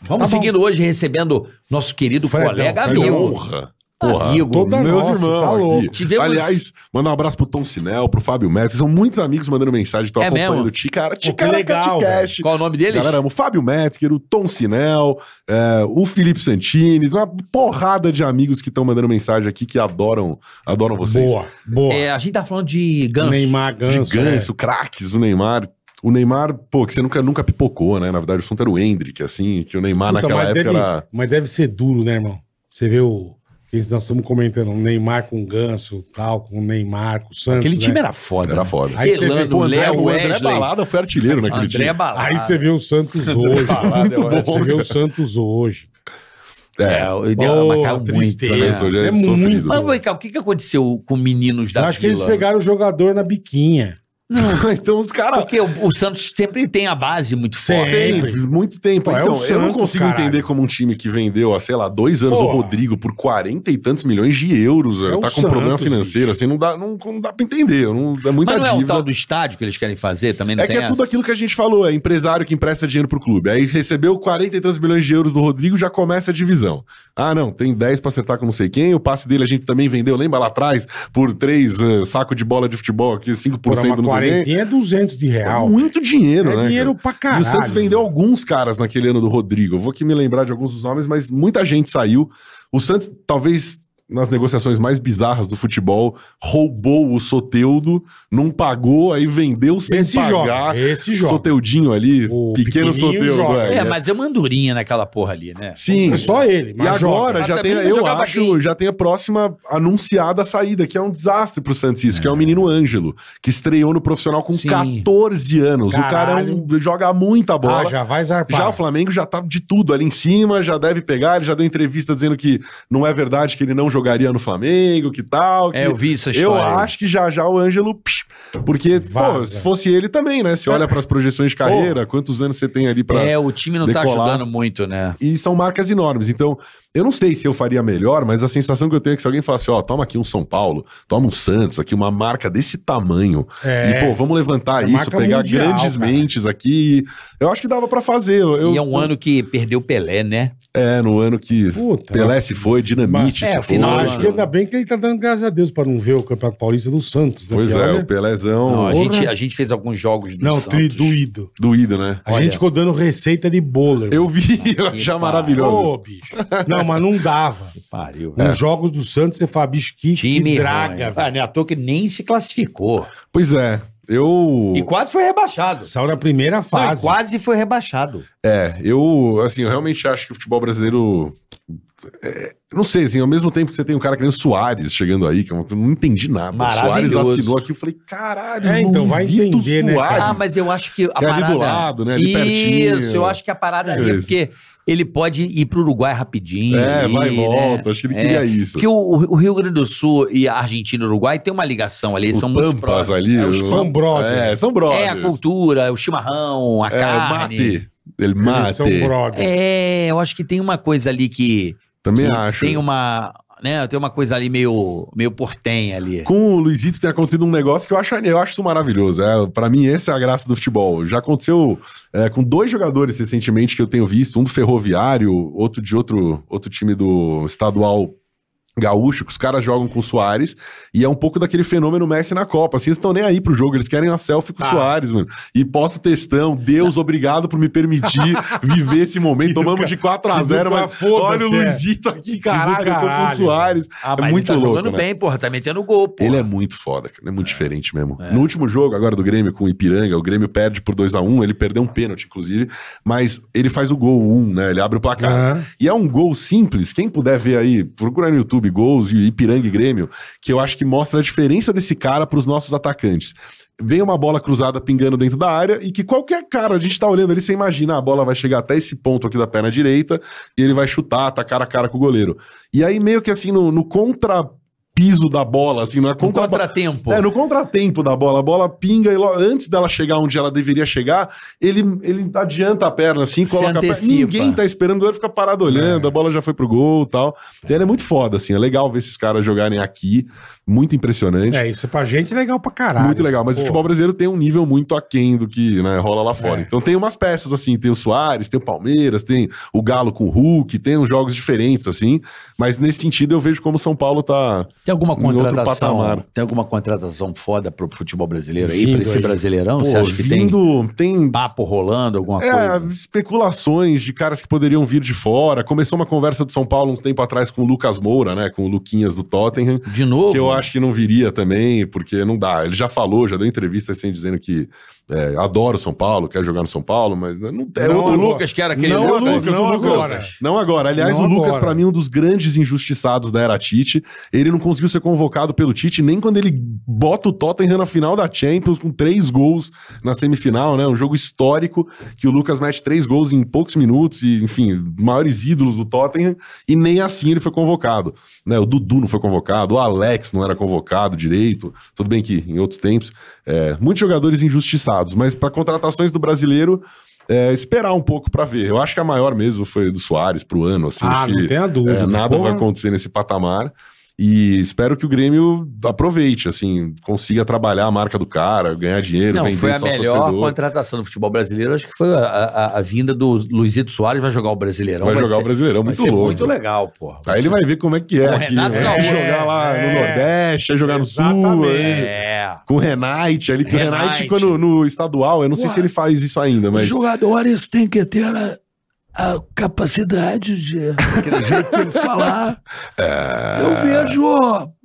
D: Vamos
C: Tá bom.
D: seguindo hoje recebendo nosso querido
C: Fredão,
D: colega
C: Fredão.
D: amigo.
E: Porra. É Porra.
D: Amigo.
C: Toda
E: Meus
C: nossa,
E: irmãos
C: tá
E: aqui.
C: louco.
D: Tivemos-
E: Aliás, manda um abraço pro Tom Sinel, pro Fábio Mestre. São muitos amigos mandando mensagem, estão
D: É
E: acompanhando
D: mesmo?
E: o Ticara.
C: que
E: Ticara
C: legal,
E: Podcast.
D: Qual o nome deles?
E: Galera, o Fábio Metzger, o Tom Sinel, é, o Felipe Santini, uma porrada de amigos que estão mandando mensagem aqui que adoram, adoram vocês.
C: Boa, boa.
D: É, a gente tá falando de ganso.
C: Neymar Ganso. é.
E: de ganso, craques, o Neymar. O Neymar, pô, que você nunca, nunca pipocou, né? Na verdade, o assunto era o Hendrick, assim, que o
C: é.
E: Neymar
C: Puta,
E: naquela
C: mas,
E: época
C: deve,
E: era.
C: mas deve ser duro, né, irmão? Você vê o. que Nós estamos comentando o Neymar com o Ganso, tal, com o Neymar, com o Santos.
D: Aquele
C: né?
D: time era foda.
E: Era
D: né?
E: foda.
C: Aí você
D: Elano,
C: vê,
E: Pô, o André,
D: Léo,
E: o André
D: Wesley.
E: Balada foi artilheiro naquele time.
D: André Balada.
C: né, Aí você vê o Santos hoje.
D: é
E: Muito bom,
C: Você vê o Santos holes.
E: É,
D: É, o ideal
C: Oh,
D: mas caiu
C: tristeza.
D: muito, né?
E: Santos hoje é,
C: É muito-
E: sofrido.
D: Mas, vem cá, o que, que aconteceu com meninos
C: Eu
D: da
C: acho que eles
D: Vila? né?
C: pegaram o jogador na biquinha.
E: então os caras.
D: Porque o, o Santos sempre tem a base muito forte. né?
C: Sempre.
E: Tem, muito tempo.
C: Pô, é
E: então,
C: o
E: eu não
C: Santos,
E: consigo
C: caralho.
E: entender como um time que vendeu, há, sei lá, dois anos
C: Porra.
E: o Rodrigo por 40 e tantos milhões de euros,
C: É
E: tá
C: o
E: com
C: Santos,
E: problema financeiro,
C: bicho.
E: assim, não dá, não, não dá pra entender. Não, é muita
D: Mas não é o
E: dívida.
D: tal do estádio que eles querem fazer? Também não
E: É que
D: tem
E: é tudo
D: essa?
E: aquilo que a gente falou, é empresário que empresta dinheiro pro clube. Aí recebeu 40 e tantos milhões de euros do Rodrigo, já começa a divisão. Ah, não, tem 10 pra acertar com não sei quem. O passe dele a gente também vendeu, lembra lá atrás, por 3 sacos de bola de futebol aqui, 5%
C: Por uma
E: não sei quem.
C: quarentinha é 200 de real.
E: Muito dinheiro, né?
C: é
E: cara?
C: dinheiro pra caralho.
E: E o Santos vendeu alguns caras naquele ano do Rodrigo. Eu vou aqui me lembrar de alguns dos nomes, mas muita gente saiu. O Santos, talvez nas negociações mais bizarras do futebol, roubou o Soteudo, não pagou, aí vendeu sem
C: Esse
E: pagar.
C: joga. Esse joga.
E: Soteudinho ali,
C: O pequenininho
E: pequeno Soteudo.
C: joga.
E: É,
D: É, mas é uma andorinha naquela porra ali, né?
E: Sim.
C: É só ele.
E: E
C: mas joga.
E: agora
D: Mas
E: já tem,
D: também não
E: eu
D: jogava
E: acho, já tem a próxima anunciada saída, que é um desastre pro Santos isso, que é o menino Ângelo, que estreou no profissional com
D: Sim.
E: 14 anos. O
C: Caralho.
E: cara é um- joga muita bola.
C: Ah, já vai zarpar.
E: Já o Flamengo já tá de tudo ali em cima, já deve pegar, ele já deu entrevista dizendo que não é verdade que ele não jogaria no Flamengo, que tal. que-
D: É, eu vi essa
E: Eu
D: história.
E: acho que já já o Ângelo. psh, Porque, pô,
C: Vaza.
E: se fosse ele também, né? Você olha pras projeções de carreira, quantos anos você tem ali pra.
D: É, o time não tá
E: decolar.
D: ajudando muito, né?
E: E são marcas enormes. Então, eu não sei se eu faria melhor, mas a sensação que eu tenho é que se alguém falasse, ó, toma aqui um São Paulo, toma um Santos, aqui uma marca desse tamanho,
C: É.
E: e, pô, vamos levantar
C: É
E: isso,
C: marca
E: pegar
C: mundial,
E: grandes
C: cara.
E: mentes aqui. Eu acho que dava pra fazer. Eu,
D: e é um ano que perdeu o Pelé, né?
E: É, no ano que
C: Puta.
E: Pelé se foi, Dinamite
D: Mas-
E: se
D: é, o
E: foi.
D: final-
C: Acho que ainda bem que ele tá dando graças a Deus pra não ver o Campeonato Paulista do Santos. né?
E: Pois
C: Porque,
E: é,
C: olha,
E: o Pelézão
D: Não, a,
E: porra,
D: gente, a gente fez alguns jogos do
C: Não,
D: Santos.
C: tri doído.
E: doído, né?
D: tá.
C: A gente ficou dando receita de bolo. irmão.
E: Eu vi, eu achei
D: pariu.
E: maravilhoso.
C: Ô, bicho. Não, mas não dava.
D: Pariu.
E: É.
C: Nos jogos do Santos, você fala, bicho, que, que
D: Time
C: draga,
D: draga,
C: velho.
D: ah, né? À toa que nem se classificou.
E: Pois é, eu...
D: E quase foi rebaixado.
C: Saiu na primeira
D: Não, e
C: fase.
D: quase foi rebaixado.
E: É, eu, assim, eu realmente acho que o futebol brasileiro. é, não sei, assim, ao mesmo tempo que você tem um cara que nem o Soares chegando aí, que eu não entendi nada. O Soares
D: Maravilhoso.
E: assinou aqui, eu falei, caralho,
C: É, então, vai
E: Luizito
C: entender, né, cara?
D: Ah, mas eu acho que a
E: Que é ali
D: parada...
E: do lado, né? Ali
D: Isso,
E: pertinho.
D: eu acho que a parada
E: É
D: ali é
E: isso.
D: porque ele pode ir pro Uruguai rapidinho.
E: É, vai e
D: ir,
E: volta. Acho que ele
D: É,
E: queria isso.
D: Porque o, o Rio Grande do Sul e a Argentina e o Uruguai tem uma ligação ali, eles
E: Os
D: são muito
E: Pampas
D: próximos.
E: ali.
D: É,
E: o-
D: os
C: São brothers.
E: É, são
D: É a
E: brothers.
D: cultura, é o chimarrão, a
E: É, o
D: carne.
E: mate. Ele
C: Eles
E: mate.
C: São brother.
D: É, eu acho que tem uma coisa ali que,
E: Também
D: que
E: acho.
D: tem uma, né, tem uma coisa ali meio meio portenha ali.
E: Com o Luizito tem acontecido um negócio que eu acho, eu acho isso maravilhoso. É, para mim, essa é a graça do futebol. Já aconteceu é, com dois jogadores recentemente que eu tenho visto, um do Ferroviário, outro de outro, outro time do estadual gaúcho, que os caras jogam com o Soares, e é um pouco daquele fenômeno Messi na Copa. Assim, eles estão nem aí pro jogo, eles querem uma selfie
C: Ah.
E: com o Soares, mano. E posta o textão, Deus, obrigado por me permitir viver esse momento.
C: Que do
E: Tomamos
C: ca-
E: de 4 a
C: que do
E: 0
C: ca-
E: mas
C: foda-se,
E: olha o
C: é.
E: Luizito aqui, caralho, eu tô com o
C: caralho,
E: Soares.
D: Ah,
E: é
D: mas
E: muito
D: ele tá
E: louco,
D: jogando
E: né?
D: bem, porra, tá metendo gol, porra.
E: Ele é muito foda, cara. Ele é muito diferente mesmo. No último jogo, agora do Grêmio com o Ipiranga, o Grêmio perde por 2 a 1 ele perdeu um pênalti, inclusive, mas ele faz o gol 1, né? Ele abre o placar.
C: Aham.
E: E é um gol simples. Quem puder ver aí, procura no YouTube gols de Ipiranga e Grêmio, que eu acho que mostra a diferença desse cara pros nossos atacantes. Vem uma bola cruzada pingando dentro da área e que qualquer cara, a gente tá olhando ali, você imagina, a bola vai chegar até esse ponto aqui da perna direita e ele vai chutar, tá cara a cara com o goleiro. E aí, meio que assim, no, no contrapiso da bola, assim, na
D: Com
E: contra...
D: contratempo.
E: É, no contratempo da bola, a bola pinga e lo- antes dela chegar onde ela deveria chegar, ele, ele adianta a perna assim,
D: Se
E: coloca a perna.
D: antecipa. É.
E: Ninguém tá esperando, ele fica parado olhando, a bola já foi pro gol e tal. Então ele é muito foda, assim, é legal ver esses caras jogarem aqui, muito impressionante.
C: É, isso pra gente é legal pra caralho.
E: Muito legal, mas
C: Pô,
E: o futebol brasileiro tem um nível muito aquém do que né, rola lá fora.
C: É.
E: Então tem umas peças assim, tem o Soares, tem o Palmeiras, tem o Galo com o Hulk, tem uns jogos diferentes assim, mas nesse sentido eu vejo como o São Paulo tá
D: Tem alguma
E: Em outro
D: contratação?
E: patamar.
D: Tem alguma contratação foda pro futebol brasileiro aí,
C: Vindo
D: pra esse
C: aí.
D: brasileirão? Você
E: pô,
D: acha que tem
E: vindo, tem
D: papo rolando, alguma
E: É,
D: coisa?
E: especulações de caras que poderiam vir de fora. Começou uma conversa do São Paulo um tempo atrás com o Lucas Moura, né? Com o Luquinhas do Tottenham.
D: De novo?
E: Que eu acho que não viria também, porque não dá. Ele já falou, já deu entrevista assim, dizendo que é, adora o São Paulo, quer jogar no São Paulo, mas não tem.
C: Não,
D: O
E: é outro
C: agora.
E: Lucas.
D: Lucas, que era aquele...
C: Não,
E: Não,
C: agora,
E: Lucas,
C: não
E: o Lucas.
C: agora.
E: Não agora. Aliás,
C: Não
E: o Lucas,
C: agora.
E: pra mim, é um dos grandes injustiçados da era Tite. Ele não conseguiu ser convocado pelo Tite nem quando ele bota o Tottenham na final da Champions com três gols na semifinal, né? Um jogo histórico que o Lucas mete três gols em poucos minutos e, enfim, maiores ídolos do Tottenham e nem assim ele foi convocado, né? O Dudu não foi convocado, o Alex não era convocado direito. Tudo bem que em outros tempos, é, muitos jogadores injustiçados, mas para contratações do brasileiro é, esperar um pouco pra ver. Eu acho que a maior mesmo foi do Soares pro ano, assim.
C: Ah,
E: acho
C: não
E: que,
C: tenha dúvida.
E: é, nada
C: Porra.
E: vai acontecer nesse patamar. E espero que o Grêmio aproveite, assim, consiga trabalhar a marca do cara, ganhar dinheiro,
D: Não,
E: vender
D: foi a
E: só
D: melhor
E: torcedor.
D: contratação do futebol brasileiro. Acho que foi a, a- a vinda do Luizito Soares, vai jogar o Brasileirão.
E: Vai, jogar
D: ser,
E: o Brasileirão, muito
D: vai ser
E: louco.
D: muito legal, porra.
E: Aí ele vai ver como é que é
D: Com o
E: aqui.
D: Renato
E: né?
D: Gaúcho.
E: jogar lá
C: É,
E: no Nordeste, aí jogar no Sul.
C: exatamente.
E: aí-
D: É.
E: Com o Renate ali, que o Renate,
D: Renate.
E: quando no estadual, eu não sei se ele faz isso ainda, mas.
F: jogadores têm que ter a, a capacidade de, de falar. Eu vejo.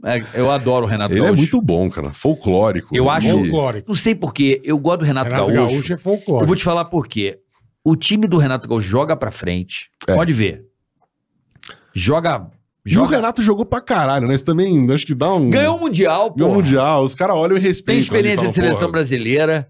D: É, Eu adoro o Renato
E: É. Ele é
D: Gaúcho.
E: muito bom, cara. Folclórico.
D: Eu
E: Ele- é
D: acho-
C: é Folclórico.
D: Não sei porquê, eu gosto do Renato,
C: Renato
D: Gaúcho.
C: Gaúcho, é
D: Eu vou
C: folclórico.
D: te falar por quê. O time do Renato Gaúcho joga pra frente.
E: É.
D: Pode ver. Joga.
E: E o
D: joga.
E: Renato jogou pra caralho, né? Isso também acho que dá um.
D: Ganhou o Mundial,
E: Ganhou
D: pô.
E: o Mundial. Os caras olham e respeitam.
D: Tem experiência
E: ali,
D: de
E: falam,
D: seleção
E: "Porra,
D: brasileira.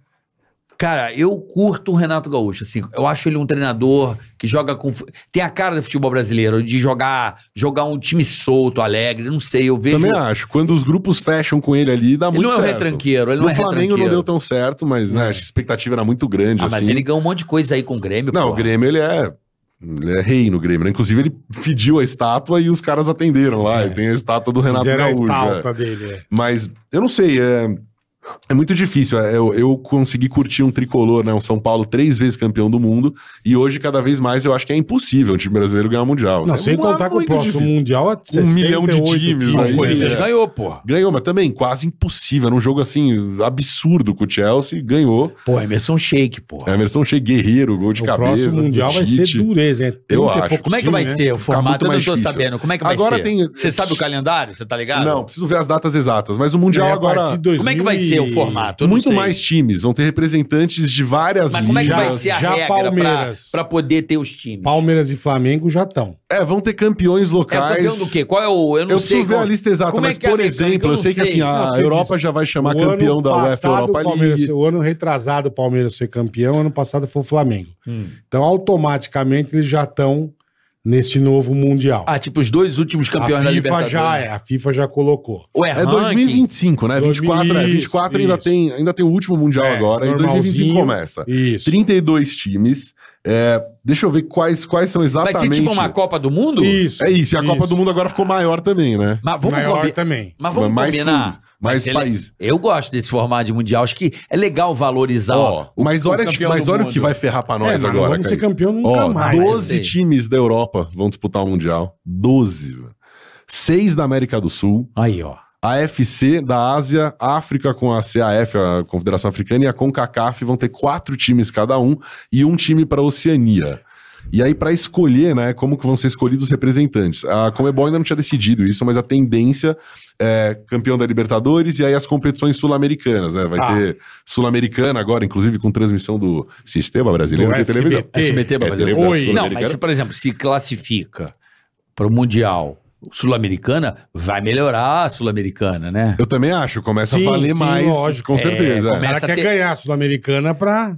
D: Cara, eu curto o Renato Gaúcho, assim. Eu acho ele um treinador que joga com. fu- Tem a cara do futebol brasileiro, de jogar jogar um time solto, alegre, não sei. Eu vejo.
E: Também acho. Quando os grupos fecham com ele ali, dá
D: ele
E: muito
D: não é um
E: certo.
D: retranqueiro, ele
E: no
D: não é
E: Flamengo
D: retranqueiro. É.
E: não deu tão certo, mas né, acho que a expectativa era muito grande.
D: ah,
E: assim.
D: mas ele ganhou um monte de coisa aí com o Grêmio.
E: Não,
D: pô.
E: o Grêmio, ele é. Ele é rei no Grêmio, né? Inclusive, ele pediu a estátua e os caras atenderam lá.
D: É.
E: E tem a estátua do Renato
C: Fizeram a
E: Gaúcho. é.
C: estalta dele. é.
E: Mas eu não sei, é, é muito difícil. É, eu, eu consegui curtir um tricolor, né? Um São Paulo três vezes campeão do mundo. E hoje, cada vez mais, eu acho que é impossível o time brasileiro ganhar o Mundial.
C: Não,
E: Isso é
C: sem
E: mu-
C: contar que o
E: muito
C: próximo
E: difícil.
C: Mundial é
E: Um milhão de
C: 68
E: times,
D: O Corinthians
E: É.
D: ganhou, pô.
E: Ganhou, mas também quase impossível. Era um jogo assim, absurdo com o Chelsea, ganhou.
D: Pô, Emerson Shake, pô.
E: A Emerson cheio guerreiro, gol de
C: O
E: cabeça.
C: próximo Mundial vai ser
E: Tite.
C: dureza, hein? Trinta e
E: acho.
C: poucos
D: Como é que
C: times,
D: vai
C: né?
D: ser o
E: Tá muito
D: formato? Eu não
E: mais
D: tô
E: difícil.
D: sabendo. Como é que vai
E: Agora
D: ser?
E: tem-
D: Você sabe o calendário? Você tá ligado?
E: Não, preciso ver as datas exatas. Mas o Mundial
C: É, a
E: agora.
C: partir de
D: Como é que vai ser ser o formato. eu não
E: Muito
D: sei.
E: mais times, vão ter representantes de várias
D: Mas como é que
E: ligas.
D: vai ser a
C: já
D: regra pra,
C: Palmeiras.
D: pra poder ter os times?
C: Palmeiras e Flamengo já estão.
E: É, vão ter campeões
D: É
E: locais.
D: campeão do quê? Qual é o. Eu não
E: Eu
D: sei.
E: preciso ver
D: qual-
E: a lista exata,
D: como é
E: mas,
D: que é a
E: por
D: mecânica?
E: exemplo,
D: Eu
E: eu,
D: não
E: sei que
D: sei.
E: assim, a
C: Não, que
E: Europa
C: existe.
E: já vai chamar
C: O
E: campeão
C: ano
E: da UEFA
C: passado, o
E: Europa
C: Palmeiras-
E: League.
C: O ano retrasado o Palmeiras foi campeão, ano passado foi o Flamengo.
D: Hum.
C: Então, automaticamente, eles já estão neste novo Mundial.
D: Ah, tipo, os dois últimos campeões
C: a
D: da
C: FIFA
D: Libertadores.
C: já é, a FIFA já colocou.
D: Ou é,
E: É
D: ranking?
E: 2025, né? 24, é,
C: 2000,
E: 24 ainda
C: isso.
E: tem, ainda tem o último mundial
C: É,
E: Então agora, e
C: normalzinho.
E: 2025 começa.
C: Isso.
E: 32 times. é, deixa eu ver quais, quais são
D: Vai
E: exatamente.
D: ser tipo uma Copa do Mundo?
C: Isso. É,
E: É isso, e a Copa do Mundo agora ficou maior também, né?
D: Mas vamos,
C: Maior
D: combi-
C: também.
D: Mas vamos
E: mais
D: combinar.
E: clubes, mais
D: ser le-
E: países.
D: Eu gosto desse formato de mundial. Acho que é legal valorizar.
E: Ó,
D: o-
E: mas
D: o
E: olha,
D: campeão
E: mas
D: do
E: olha o
D: mundo. É,
E: que vai ferrar pra nós
C: mas não
E: agora,
C: vamos ser
E: cara.
C: campeão nunca
E: Ó,
C: mais.
E: 12
D: Sei.
E: times da Europa vão disputar o Mundial. 12. velho. Seis da América do Sul,
D: Aí, ó.
E: a AFC da Ásia, a África com a CAF, a Confederação Africana, e a CONCACAF vão ter quatro times cada um e um time para Oceania. E aí, para escolher, né, como que vão ser escolhidos os representantes. A Comebol ainda não tinha decidido isso, mas a tendência é campeão da Libertadores e aí as competições sul-americanas, né? Vai
C: Tá.
E: ter sul-americana agora, inclusive com transmissão do Sistema Brasileiro
C: Do
E: de Televisão.
C: SBT.
D: SBT pra
E: É,
D: fazer
E: teve
D: isso.
E: a
C: Oi.
D: Não, mas
E: Sul-Americana.
D: se, por exemplo, se classifica para o Mundial Sul-Americana, vai melhorar a Sul-Americana, né?
E: Eu também acho, começa
C: Sim,
E: a valer
C: sim,
E: mais,
C: lógico.
E: com certeza.
D: É,
C: O cara
D: Começa a
C: quer
D: ter-
C: ganhar a Sul-Americana pra.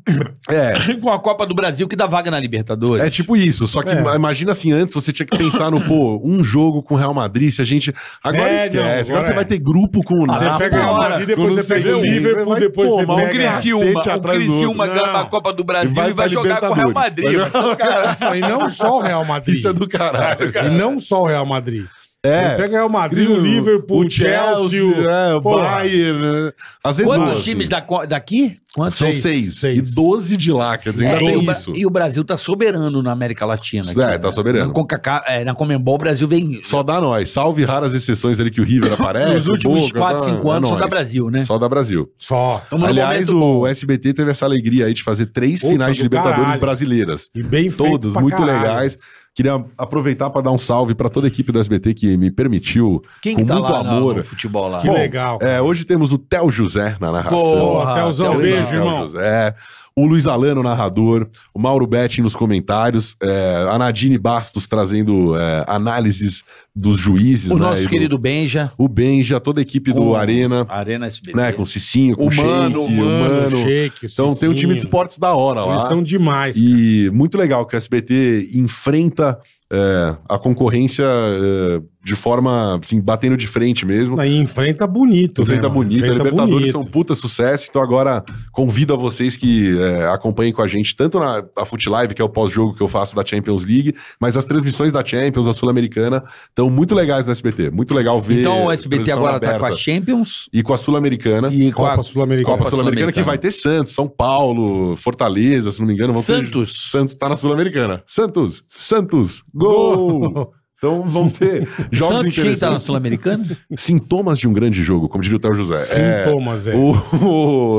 E: É,
D: Com a Copa do Brasil que dá vaga na Libertadores.
E: É tipo isso, só que
C: É.
E: ma- imagina assim, antes você tinha que pensar no, pô, um jogo com o Real Madrid, se a gente... Agora
C: É, não,
E: esquece, agora,
C: agora
E: você
C: é.
E: vai ter grupo com o
C: Você
E: Napoli,
C: pega o Real Madrid, depois
E: com
C: você
E: não
C: pega o
E: sei quem,
C: Liverpool,
E: vai
C: depois você
E: tomar
C: pega-
E: um Criciúma,
D: Cacete,
E: um
D: o Criciúma
C: do outro.
D: ganha
C: Não.
D: a Copa do
E: E
D: Brasil
E: vai
D: e vai
E: pra
D: jogar com o Real
E: Libertadores.
D: Madrid.
E: Vai jogar-
C: e não só o Real Madrid.
E: Isso é do caralho.
C: E não só o Real Madrid. Ele
E: É.
C: pega o Real Madrid, o Liverpool, o Chelsea. o-
E: é, o
C: Porra.
E: Bayern. né? Às vezes
D: Quantos
E: doze.
D: times da, co- daqui? Quantos?
E: São
C: Seis,
E: seis,
C: seis.
E: E 12 de lá, quer dizer, ainda
D: É, e, o
E: tem
D: Bra-
E: isso.
D: e o Brasil tá soberano na América Latina.
E: É, tá soberano.
D: Na, Concacá- é, na Comembol, o Brasil vem.
E: Só dá nós, salve raras exceções ali que o River aparece.
D: nos últimos
E: Boca,
D: 4, 5
E: tá, é
D: anos, só dá
E: nóis.
D: Brasil, né?
E: Só dá Brasil.
C: Só.
D: Então, no
E: Aliás,
D: momento-
E: o SBT teve essa alegria aí de fazer três
C: um Puta
E: finais de
C: do
E: Libertadores
C: caralho.
E: brasileiras.
C: E bem feito
E: Todos
C: pra
E: muito
C: caralho.
E: legais. Queria aproveitar para dar um salve para toda a equipe do SBT que me permitiu.
D: quem
E: com
D: que tá
E: muito
D: lá no-
E: amor.
D: no futebol lá?
C: Que legal.
E: É, hoje temos o Theo José na narração.
D: Pô,
C: Porra, Telzão,
D: Telzão.
C: beijo,
E: Theo
C: irmão.
E: José, o Luiz Alano, narrador, o Mauro Betting nos comentários, é, a Nadine Bastos trazendo é, análises dos juízes.
D: o
E: né, e
D: nosso
E: do-
D: querido Benja.
E: O Benja, toda a equipe do
D: com-
E: Arena,
D: Arena SBT.
E: né, com o Cicinho, com
C: Humano,
E: o Sheik,
C: humano, shake. o
E: Então tem um
C: Cicinho.
E: time de esportes da hora lá.
C: Eles são demais.
E: E muito legal que o SBT enfrenta é, a concorrência é, de forma, assim, batendo de frente mesmo. Então,
C: Cara. E enfrenta bonito. né,
E: Enfrenta
C: mano?
E: bonita,
C: Enfrenta
E: Libertadores
C: bonito.
E: são um puta sucesso. Então agora convido a vocês que é, acompanhem com a gente, tanto na a Foot Live, que é o pós-jogo que eu faço da Champions League, mas as transmissões da Champions, da Sul-Americana, estão muito legais no SBT. Muito legal ver.
D: Então o SBT
E: transmissão
D: agora tá com a
E: aberta.
D: Champions
E: E com a Sul-Americana.
D: e com
C: Copa
D: a
C: Sul-Americana.
E: Copa Sul-Americana que vai ter Santos, São Paulo, Fortaleza, se não me engano. vão ter-
D: Santos.
E: Santos tá na Sul-Americana. Santos, Santos, gol! Então vão ter jogos
D: Santos, quem tá na
E: interessantes.
D: Sul-Americana?
E: Sintomas de um grande jogo, como diria o Theo José. É,
C: Sintomas, é.
E: o,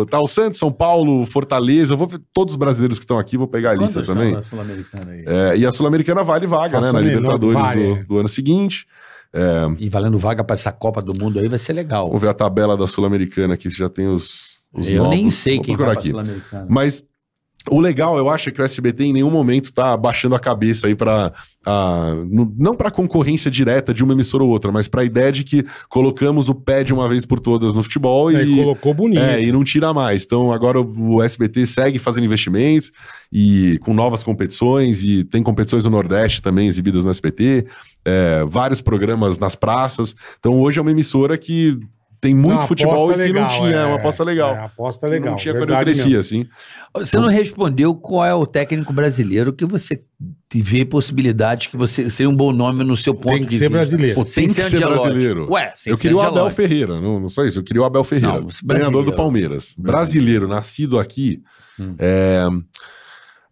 E: o, tá o Santos, São Paulo, Fortaleza. Eu vou ver todos os brasileiros que estão aqui, vou pegar a lista
D: Quantos tá
E: também.
D: na Sul-Americana aí?
E: É, e a Sul-Americana vale vaga,
C: Faço
E: né? Na
C: a menor-
E: Libertadores
C: vale,
E: do,
C: é.
E: do ano seguinte.
D: E valendo vaga pra essa Copa do Mundo aí vai ser legal.
E: Vamos ver a tabela da Sul-Americana aqui, se já tem os, os
D: Eu nem
E: novos.
D: sei
E: Vou
D: quem
E: procurar
D: vai pra Sul-Americana.
E: Mas o legal, eu acho, é que o SBT em nenhum momento tá baixando a cabeça aí para não para concorrência direta de uma emissora ou outra, mas para a ideia de que colocamos o pé de uma vez por todas no futebol
C: É,
E: e
C: colocou bonito.
E: é, e não tira mais. Então agora o o SBT segue fazendo investimentos e com novas competições e tem competições do Nordeste também exibidas no SBT, é, vários programas nas praças. Então hoje é uma emissora que tem
C: É uma
E: muito
C: aposta
E: futebol e que não
C: legal,
E: tinha, é uma aposta legal.
C: É, uma aposta
E: Que
C: legal.
E: Não tinha quando eu
C: verdade
E: crescia,
C: mesmo.
E: assim.
D: Você não respondeu qual é o técnico brasileiro que você vê possibilidades que você seria um bom nome no seu ponto
C: Tem que
D: de
C: ser
D: vista.
C: brasileiro.
D: Pô, sem
E: Tem que ser
D: Ancelotti.
E: brasileiro.
D: Ué, sem
E: eu
D: ser
E: queria o Abel
D: Ancelotti.
E: Ferreira, não, não só isso. Eu queria o Abel Ferreira,
D: Não, você-
E: treinador do
D: brasileiro.
E: Palmeiras. Brasileiro, nascido aqui.
D: Hum.
E: É,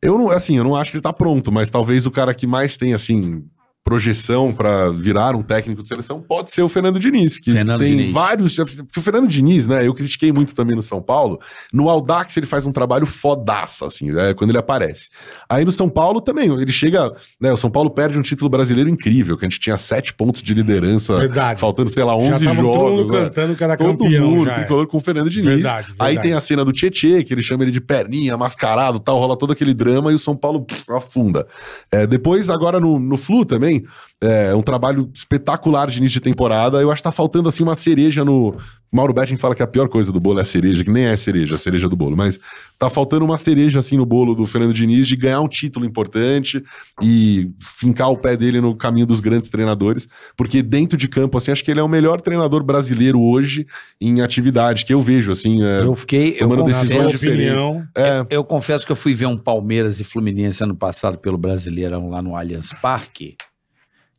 E: eu não, assim, eu não acho que ele tá pronto, mas talvez o cara que mais tem, assim, projeção para virar um técnico de seleção pode ser o Fernando Diniz, que
D: Fernando
E: tem
D: Diniz.
E: vários. Porque o Fernando Diniz, né? Eu critiquei muito também no São Paulo. No Aldax ele faz um trabalho fodaça, assim, é, quando ele aparece. Aí no São Paulo também, ele chega. Né, o São Paulo perde um título brasileiro incrível, que a gente tinha sete pontos de liderança,
C: Verdade.
E: faltando, sei lá,
C: Já
E: 11
C: tava todo
E: jogos.
C: mundo
E: né?
C: cantando que era
E: Todo
C: campeão
E: mundo,
C: já, é.
E: tricolor com o Fernando Diniz.
C: Verdade,
E: Aí
C: verdade.
E: tem a cena do Tietê, que ele chama ele de perninha, mascarado tal, rola todo aquele drama e o São Paulo pff, afunda. É, depois, agora no, no Flu também, é um trabalho espetacular de início de temporada. Eu acho que tá faltando assim uma cereja no. Mauro Betting fala que a pior coisa do bolo é a cereja, que nem é a cereja, a cereja do bolo, mas tá faltando uma cereja assim no bolo do Fernando Diniz de ganhar um título importante e fincar o pé dele no caminho dos grandes treinadores, porque dentro de campo assim, acho que ele é o melhor treinador brasileiro hoje em atividade que eu vejo assim, é,
D: Eu fiquei. Eu,
E: Tomando
D: confesso-
E: decisões diferentes. é,
D: eu confesso que eu fui ver um Palmeiras e Fluminense ano passado pelo Brasileirão lá no Allianz Parque.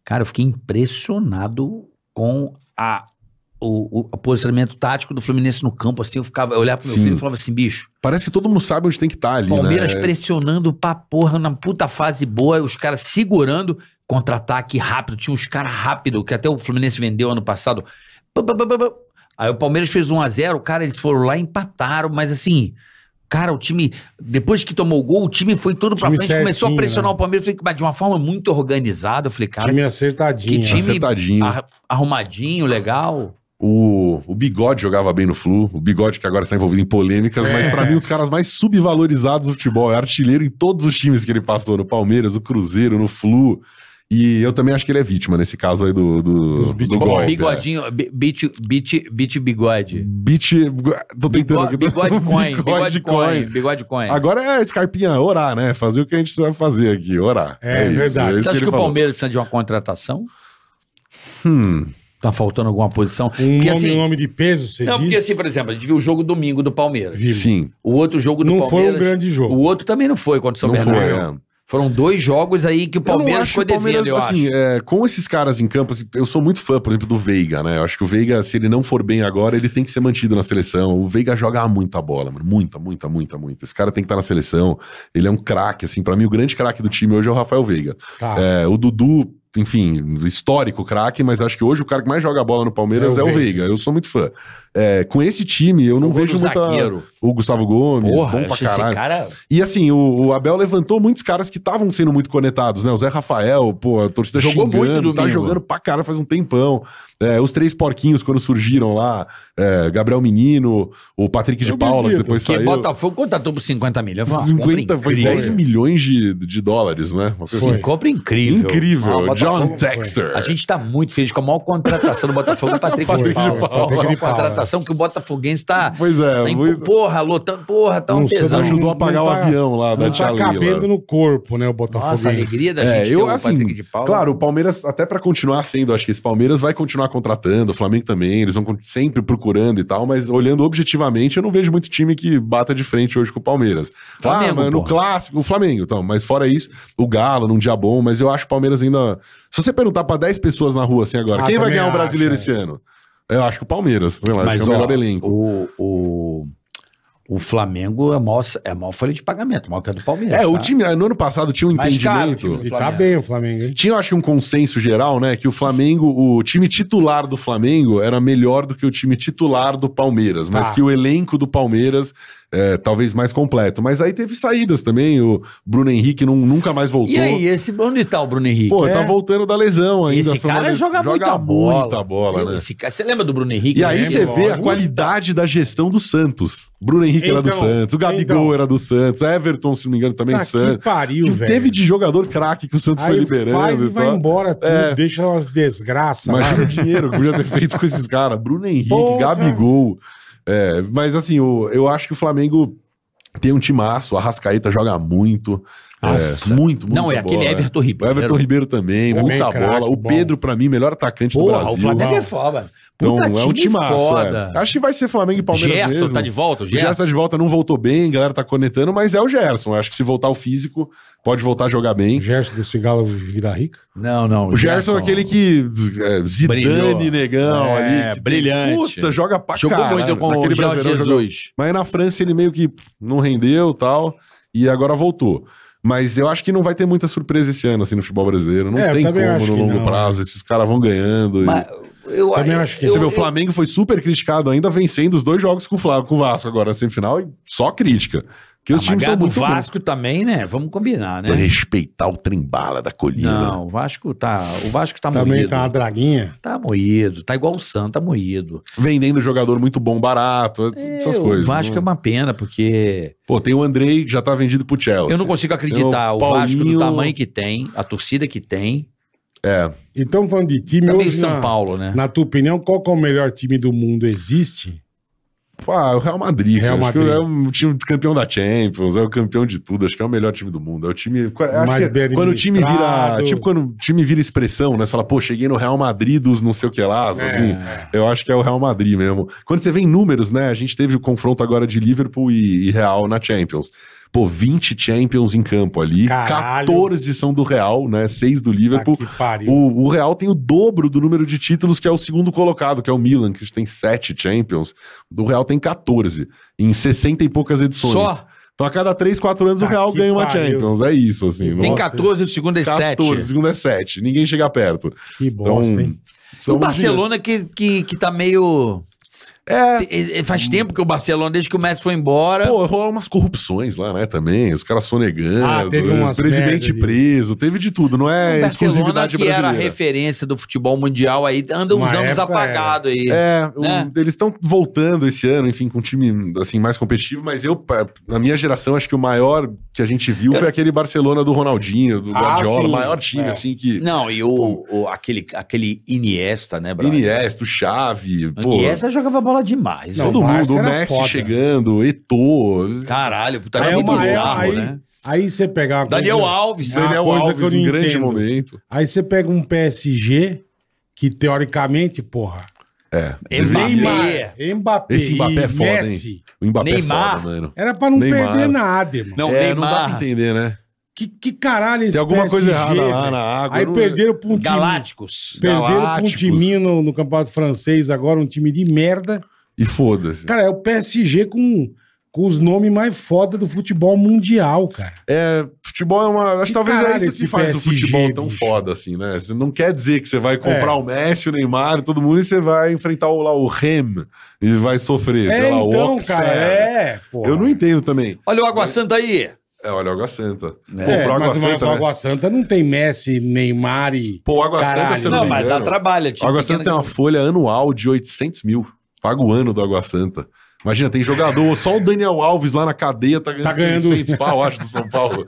D: Cara, eu fiquei impressionado com a, o, o- o posicionamento tático do Fluminense no campo. Assim, eu ficava, eu olhava pro meu
E: Sim.
D: filho e falava assim, bicho.
E: parece que todo mundo sabe onde tem que estar ali,
D: Palmeiras
C: é.
E: né?
D: pressionando pra porra na puta fase boa, os caras segurando contra-ataque rápido. Tinha uns caras rápido que até o Fluminense vendeu ano passado. Pá, pá, pá, pá, pá. Aí o Palmeiras fez 1 a 0 cara, eles foram lá e empataram, mas assim, cara, o time, depois que tomou o gol, o time foi todo pra
C: Time
D: frente, começou a
C: certinho,
D: pressionar
C: né?
D: o Palmeiras, eu falei, mas de uma forma muito organizada. Eu falei, cara,
C: Time acertadinho.
D: que time-
E: Acertadinho.
D: ar- arrumadinho, legal.
E: O, o Bigode jogava bem no Flu, o Bigode que agora está envolvido em polêmicas, mas
D: É.
E: pra mim um dos caras mais subvalorizados do futebol, é artilheiro em todos os times que ele passou, no Palmeiras, no Cruzeiro, no Flu, e eu também acho que ele é vítima nesse caso aí do, do,
C: Dos
E: do
C: beat
E: golpe.
C: boys.
E: Bigode.
D: Bigodinho, bi- beat, beat, beat bigode.
E: Beat, tô tentando
D: Bigode,
E: aqui.
D: bigode coin, bigode coin, bigode coin.
E: Agora é, Scarpinha, orar, né? Fazer o que a gente sabe fazer aqui, orar.
C: É verdade.
E: isso
D: Você acha que,
E: ele
D: o
E: falou.
D: Palmeiras precisa de uma contratação?
E: Hum.
D: Tá faltando alguma posição?
C: Um
D: Porque,
C: nome,
D: assim-
C: um nome de peso, você
D: Não,
C: diz?
D: porque assim, por exemplo, a gente viu o jogo domingo do Palmeiras.
C: Vivo.
E: Sim,
D: O outro jogo do
C: Não
D: Palmeiras.
C: foi um grande jogo.
D: O outro também não foi contra o São
E: não foi.
D: Bernardo.
E: é.
D: Foram dois jogos aí que o
E: Eu não
D: Palmeiras
E: acho
D: foi
E: que o
D: devendo, eu acho.
E: assim, é, com esses caras em campo, assim, eu sou muito fã, por exemplo, do Veiga, né? Eu acho que o Veiga, se ele não for bem agora, ele tem que ser mantido na seleção. O Veiga joga muita bola, mano. Muita, muita, muita, muita. Esse cara tem que estar na seleção. Ele é um craque, assim. Pra mim, o grande craque do time hoje é o Rafael Veiga.
C: Tá.
E: É, o Dudu, enfim, histórico craque, mas acho que hoje o cara que mais joga bola no Palmeiras é o, Veiga. Eu sou muito fã. É, com esse time, eu não
D: O gol
E: vejo
D: do
E: muita...
D: zagueiro.
E: O Gustavo
C: é
E: Gomes,
D: Porra,
E: bom pra
D: acho esse
E: caralho.
D: cara.
E: E assim, o, o Abel levantou muitos caras que estavam sendo muito conectados, né? O Zé Rafael, pô, a torcida
D: Jogou
E: xingando,
D: muito
E: tá
D: domingo.
E: jogando pra cara faz um tempão. É, os três porquinhos quando surgiram lá, é, Gabriel Menino, o Patrick de
C: Eu
E: Paula, que
C: acredito.
E: depois
D: Que
E: saiu.
D: Botafogo contratou por 50 milhões. Eu falei, ah, compra
E: 50, foi
D: incrível.
E: 10 milhões de, de dólares, né? Uma coisa
C: Foi.
E: assim.
D: Sim, compra incrível. Ah, o
E: Incrível.
D: Botafogo
E: John
D: foi.
E: Texter.
D: A gente tá muito feliz com a maior contratação do Botafogo, o Patrick,
E: Patrick
D: de
E: de
D: Paula. Foi
E: Paula.
C: Patrick
D: Uma
C: de Paula.
D: contratação que o Botafoguense tá,
E: Pois é,
D: tá em-
E: muito-
D: porra, lotando, porra, tá um
C: Não sei,
D: tesão.
C: não-
E: ajudou a pagar
C: não
E: o
C: tá-
E: avião lá da
C: Não tá
E: Tia Leila.
C: cabendo no corpo, né, o Botafogo.
D: Nossa, a alegria da
E: É,
D: gente
E: eu
D: ter
E: assim,
D: o Patrick de Paula.
E: claro, o Palmeiras até pra continuar sendo, acho que esse Palmeiras vai continuar contratando, o Flamengo também, eles vão con- sempre procurando e tal, mas olhando objetivamente, eu não vejo muito time que bata de frente hoje com o Palmeiras.
D: Flamengo,
E: ah, mas no
D: porra.
E: clássico, o Flamengo, então, mas fora isso, o Galo num dia bom, mas eu acho o Palmeiras ainda, se você perguntar pra 10 pessoas na rua assim agora,
C: Ah,
E: quem vai
C: também
E: ganhar o
C: acho,
E: brasileiro
C: é.
E: esse ano? Eu acho que o Palmeiras, sei lá, acho
D: Mas,
E: que é o
D: ó,
E: melhor elenco.
D: O, o, o Flamengo é a maior, é a maior folha de pagamento, maior que a do Palmeiras.
E: É, o
D: tá?
E: time, no ano passado tinha um
D: Mais caro o
E: entendimento.
D: time
C: E tá bem o Flamengo, hein?
E: Tinha, eu acho, que um consenso geral, né? Que o Flamengo, o time titular do Flamengo era melhor do que o time titular do Palmeiras, mas
C: Tá.
E: que o elenco do Palmeiras é talvez mais completo. Mas aí teve saídas também, o Bruno Henrique nun- nunca mais voltou.
D: E aí, esse, onde tá o Bruno Henrique?
E: Pô,
C: é?
E: tá voltando da lesão ainda.
D: esse
E: foi uma
D: cara
E: les-
D: joga, muita bola.
E: muita bola, né?
D: Esse cara- você lembra do Bruno Henrique?
E: E aí
D: Lembro.
E: você vê a
C: é lógico.
E: qualidade da gestão do Santos. Bruno Henrique era do
C: Então,
E: Santos, o Gabigol
C: então.
E: era do Santos, Everton, se não me engano, também
C: Tá
E: do Santos.
C: que pariu,
E: Que
C: velho.
E: teve de jogador craque que o Santos foi
C: Aí
E: liberando.
C: faz e
E: e
C: vai
E: tal.
C: embora tudo,
E: É.
C: deixa umas desgraças lá.
E: Imagina o dinheiro que podia ter feito com esses caras. Bruno Henrique,
C: Porra.
E: Gabigol. É, mas assim, o- eu acho que o Flamengo tem um timaço. A Rascaeta joga muito. É,
D: Nossa.
E: muito, muito.
D: Não, é aquele Everton
E: O
D: Ribeiro.
E: Everton Ribeiro também,
C: Também
E: muita
C: craque,
E: bola. O
C: bom.
E: Pedro, pra mim, melhor atacante do
D: Porra,
E: Brasil.
D: o Flamengo é
C: Não.
D: foda.
E: então,
D: Puta
E: é um
D: time
E: timaço.
D: foda.
E: é. Acho que vai ser Flamengo e Palmeiras
D: Gerson
E: mesmo.
D: tá de volta? O
E: O Gerson tá de volta, não voltou bem, a galera tá conectando, mas é o Gerson. Eu Acho que se voltar o físico, pode voltar a jogar bem.
C: O Gerson do Cigala vira rica.
D: Não, não.
E: O Gerson é aquele que é, Zidane,
D: Brilhou.
E: negão
D: É,
E: ali. que
D: brilhante.
E: Puta, joga pra
D: jogou
E: caralho.
D: muito com
E: Aquele
D: o Jorge
E: brasileiro
D: Jesus.
E: Mas aí na França ele meio que não rendeu e tal, e agora voltou. Mas eu acho que não vai ter muita surpresa esse ano, assim, no futebol brasileiro. Não
C: É, eu
E: tem
C: também
E: como
C: acho
E: no
C: que
E: longo
C: não.
E: prazo. Esses caras vão ganhando. e-
D: Mas eu
C: Também
D: eu-
C: acho que-
D: eu-
E: Você vê, o
D: eu-
E: Flamengo foi super criticado ainda, vencendo os dois jogos com o, Flamengo, com o Vasco agora, semifinal, e só crítica. Porque os
D: Ah,
E: times
D: mas
E: são
D: do
E: muito bons.
D: Vasco também, né? Vamos combinar, né?
E: Respeitar o trembala da colina.
D: Não, o Vasco tá, o Vasco tá
C: Também
D: moído.
C: tá uma draguinha.
D: Tá moído, tá igual o Santos, tá moído.
E: Vendendo jogador muito bom, barato, essas
D: É,
E: coisas. né?
D: O Vasco é
E: Não-
D: uma pena, porque
E: Pô, tem o Andrei que já tá vendido pro Chelsea.
D: eu não consigo acreditar.
E: Eu,
D: o Vasco
E: Paulinho-
D: do tamanho que tem, a torcida que tem.
E: É.
C: E estamos Então, falando de time
D: Também
C: hoje.
D: Tá São
C: na,
D: Paulo, né?
C: na tua opinião, qual que é o melhor time do mundo? Existe? Tá,
E: Pô, ah, o Real Madrid.
C: Real
E: cara. Acho que
C: Madrid.
E: é um time campeão da Champions, é o campeão de tudo. Acho que é o melhor time do mundo. É o time. acho
C: Mais
E: que
C: bem
E: quando o time vira.
C: administrado.
E: Tipo, quando o time vira expressão, né? Você fala, pô, cheguei no Real Madrid dos não sei o que lá,
C: É.
E: assim. Eu acho que é o Real Madrid mesmo. Quando você vê em números, né? A gente teve o confronto agora de Liverpool e, e Real na Champions. Pô, 20 Champions em campo ali.
C: Caralho.
E: 14 são do Real, né? 6 do Liverpool.
C: Tá que pariu.
E: O, o Real tem o dobro do número de títulos que é o segundo colocado, que é o Milan, que tem 7 Champions. O Real tem 14, em 60 e poucas edições.
D: Só?
E: Então a cada 3, 4 anos
C: Tá
E: o Real
C: que
E: ganha uma
C: pariu.
E: Champions. É isso, assim.
D: Tem
E: Não-
D: 14 do segundo e
E: 14,
D: 7.
E: segundo é 7. Ninguém chega perto.
C: Que bosta,
E: então,
C: hein?
E: são
D: O
E: os
D: Barcelona que, que, que tá meio. É. Faz tempo que o Barcelona, desde que o Messi foi embora.
E: Pô, rolaram umas corrupções lá, né, também. Os caras sonegando,
C: Ah, teve umas merda
E: presidente
C: ali.
E: preso, teve de tudo. Não é
D: o Barcelona,
E: exclusividade
D: que era a
E: brasileira.
D: referência do futebol mundial, aí anda uns
C: Uma
D: anos
C: época
D: apagado aí.
E: É, o-
D: né?
E: eles estão voltando esse ano, enfim, com um time assim mais competitivo, mas eu, pa- na minha geração, acho que o maior que a gente viu foi aquele Barcelona do Ronaldinho, do
C: Ah,
E: Guardiola,
C: sim.
E: o maior time,
C: É.
E: assim, que
D: Não, e o, o- aquele, aquele Iniesta, né, Brasil?
E: Iniesta, o Xavi, pô,
D: Iniesta jogava bola demais.
C: Não,
D: né?
E: todo
C: o Barça
E: mundo, o
C: era
E: Messi
C: foda.
E: chegando, Eto'o,
D: Caralho, puta
E: tá
C: Aí
D: que
C: é uma-
D: bizarro,
C: aí-
D: né?
C: Aí você pega uma
D: Daniel
C: coisa-
D: Alves.
C: Ah,
E: Daniel
C: coisa que eu
E: Alves
C: não
E: em grande
C: entendo.
E: momento.
C: Aí você pega um PSG que teoricamente, porra,
E: É,
D: Mbappé.
E: deveria-
C: Mbappé
E: Esse Mbappé é
C: e
E: foda, hein?
C: Messi,
E: o Mbappé
D: Neymar.
E: é foda, mano.
C: era pra não
E: Neymar.
C: perder nada, irmão.
D: Não,
E: é, não dá pra
D: Neymar,
E: entender, né?
C: Que, que caralho esse
E: Tem alguma coisa
C: PSG,
E: errada lá
C: velho?
E: na água.
C: né? Aí
E: não-
C: perderam pra um time,
D: Galácticos.
C: perderam pra um
E: Galácticos.
C: timinho no, no campeonato francês agora, um time de merda.
E: E foda-se.
C: Cara, é o PSG com, com os nomes mais foda do futebol mundial, cara.
E: É, futebol é uma. Acho que
C: Que
E: talvez é
C: caralho
E: isso que
C: esse
E: faz o
C: PSG,
E: futebol tão
C: bicho.
E: foda, assim, né? Você não quer dizer que você vai comprar
C: É.
E: o Messi, o Neymar, todo mundo, e você vai enfrentar o, lá o Rem e vai sofrer, sei lá, o Oxer.
C: então, é, pô.
E: Eu não entendo também.
D: Olha o Água Santa aí.
E: É, olha, o Água Santa.
D: É,
E: Pô,
C: É,
E: pro Água
C: mas
E: Santa.
C: o
E: né?
C: Água Santa não tem Messi, Neymar e...
E: Pô, o Água
C: Caralho,
E: Santa, se eu não,
D: Não,
E: me
D: mas dá
E: engano,
D: trabalho. é
E: O
D: time
E: Água Santa tem
D: pequeno
E: uma folha anual de 800 mil. Paga o ano do Água Santa. Imagina, tem jogador, só o Daniel Alves lá na cadeia tá ganhando,
C: Tá ganhando.
E: 600 pau, acho, do São Paulo.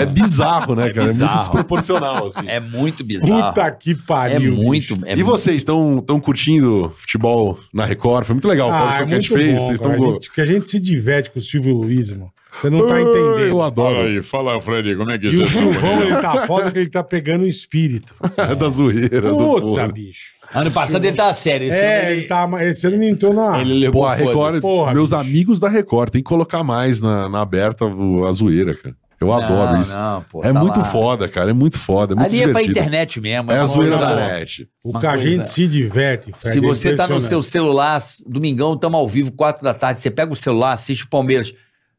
E: É bizarro, né, cara? É
D: bizarro.
E: muito desproporcional, assim.
D: que- É muito bizarro.
C: Puta que pariu.
D: é
C: bicho.
D: muito. é
E: e
D: muito-
E: vocês estão tão curtindo futebol na Record? Foi muito legal a
C: Ah, é
E: produção que a gente
C: muito
E: fez.
C: bom,
E: vocês
C: cara.
E: estão
C: A gente- que a gente se diverte com o Silvio Luiz, mano. Você não tá
E: Eu
C: entendendo.
A: Fala
E: adoro.
A: aí, fala, Freddy, como é que
C: E o
A: você
C: Silvão, ele tá foda que ele tá pegando o espírito.
E: da zoeira, do
C: Puta,
E: fogo.
C: bicho.
D: Ano passado ele tá sério. Esse ano
C: É,
D: ele-
C: ele tá... Esse ano ele entrou na...
D: Ele levou
E: Pô, a Record,
D: foda-se.
C: Porra,
E: meus
C: bicho.
E: amigos da Record, tem que colocar mais na, na aberta o- a zoeira, cara. Eu adoro
D: Não,
E: isso.
D: não, pô,
E: é
D: tá
E: muito
D: lá.
E: foda, cara. É muito foda. É muito
D: Ali é pra
E: divertido.
D: internet mesmo.
E: É a
D: uma
E: zoeira
D: coisa-
E: da internet.
C: O
D: Uma
C: que a
D: coisa-
C: gente se diverte, Fred.
D: Se
C: é
D: você tá no
C: impressionante.
D: seu celular, domingão, tamo ao vivo, quatro da tarde, você pega o celular, assiste o Palmeiras.
C: Dia 3.
D: assiste com a gente né? já.
E: dando risada. já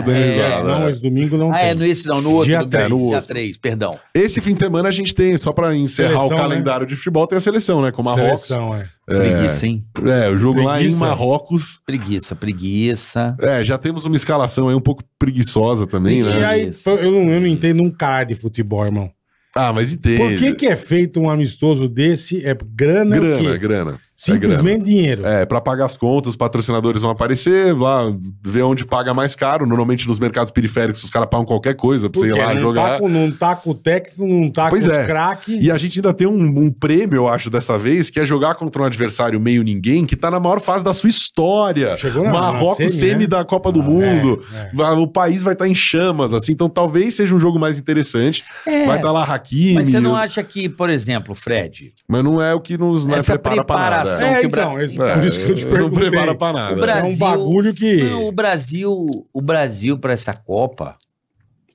E: dou risada,
C: é né? não,
E: é.
C: esse domingo não
D: Ah,
C: tem.
D: é, no esse não, no outro.
C: Dia
D: domingo,
C: três.
D: Dia 3, perdão.
E: Esse fim de semana a gente tem, só pra encerrar
C: Seleção, né?
E: o calendário de futebol, tem a seleção, né? Com o Marrocos.
C: Seleção, é.
D: Preguiça, hein?
E: É, o jogo lá em
C: Preguiça.
E: Marrocos.
D: Preguiça, preguiça.
E: É, já temos uma escalação aí um pouco preguiçosa também,
C: E
E: né?
C: aí,
D: Isso.
C: eu não, eu não entendo um cara de futebol, irmão.
E: Ah, mas entende.
C: Por que, que é feito um amistoso desse? É grana, é o
E: Grana,
C: quê?
E: grana.
C: Simplesmente dinheiro.
E: É, pra pagar as contas, os patrocinadores vão aparecer, lá ver onde paga mais caro. Normalmente nos mercados periféricos os caras pagam qualquer coisa pra você ir
C: Porque
E: lá
C: não,
E: jogar.
C: Tá com, não tá com o técnico, não tá
E: Pois
C: com
E: é.
C: os craques.
E: E a gente ainda tem um, um prêmio, eu acho, dessa vez, que é jogar contra um adversário meio ninguém, que tá na maior fase da sua história.
C: Chegou na- na
E: Marrocos
C: semi,
E: semi
C: né?
E: da Copa do
C: Ah,
E: Mundo.
C: é,
E: Vai- O país vai estar em chamas, assim, então talvez seja um jogo mais interessante.
D: É,
E: vai estar lá Hakimi,
D: mas você não acha que, por exemplo, Fred,
E: mas não é o que nos não é
D: Essa
E: pra nada.
D: preparação-
C: É,
D: que o Bra-
C: então, esse-
E: É,
C: por isso que eu te
E: não
C: perguntei.
E: prepara pra nada.
D: o Brasil...
C: É um bagulho que...
D: Não, ah, o Brasil, o Brasil para essa Copa,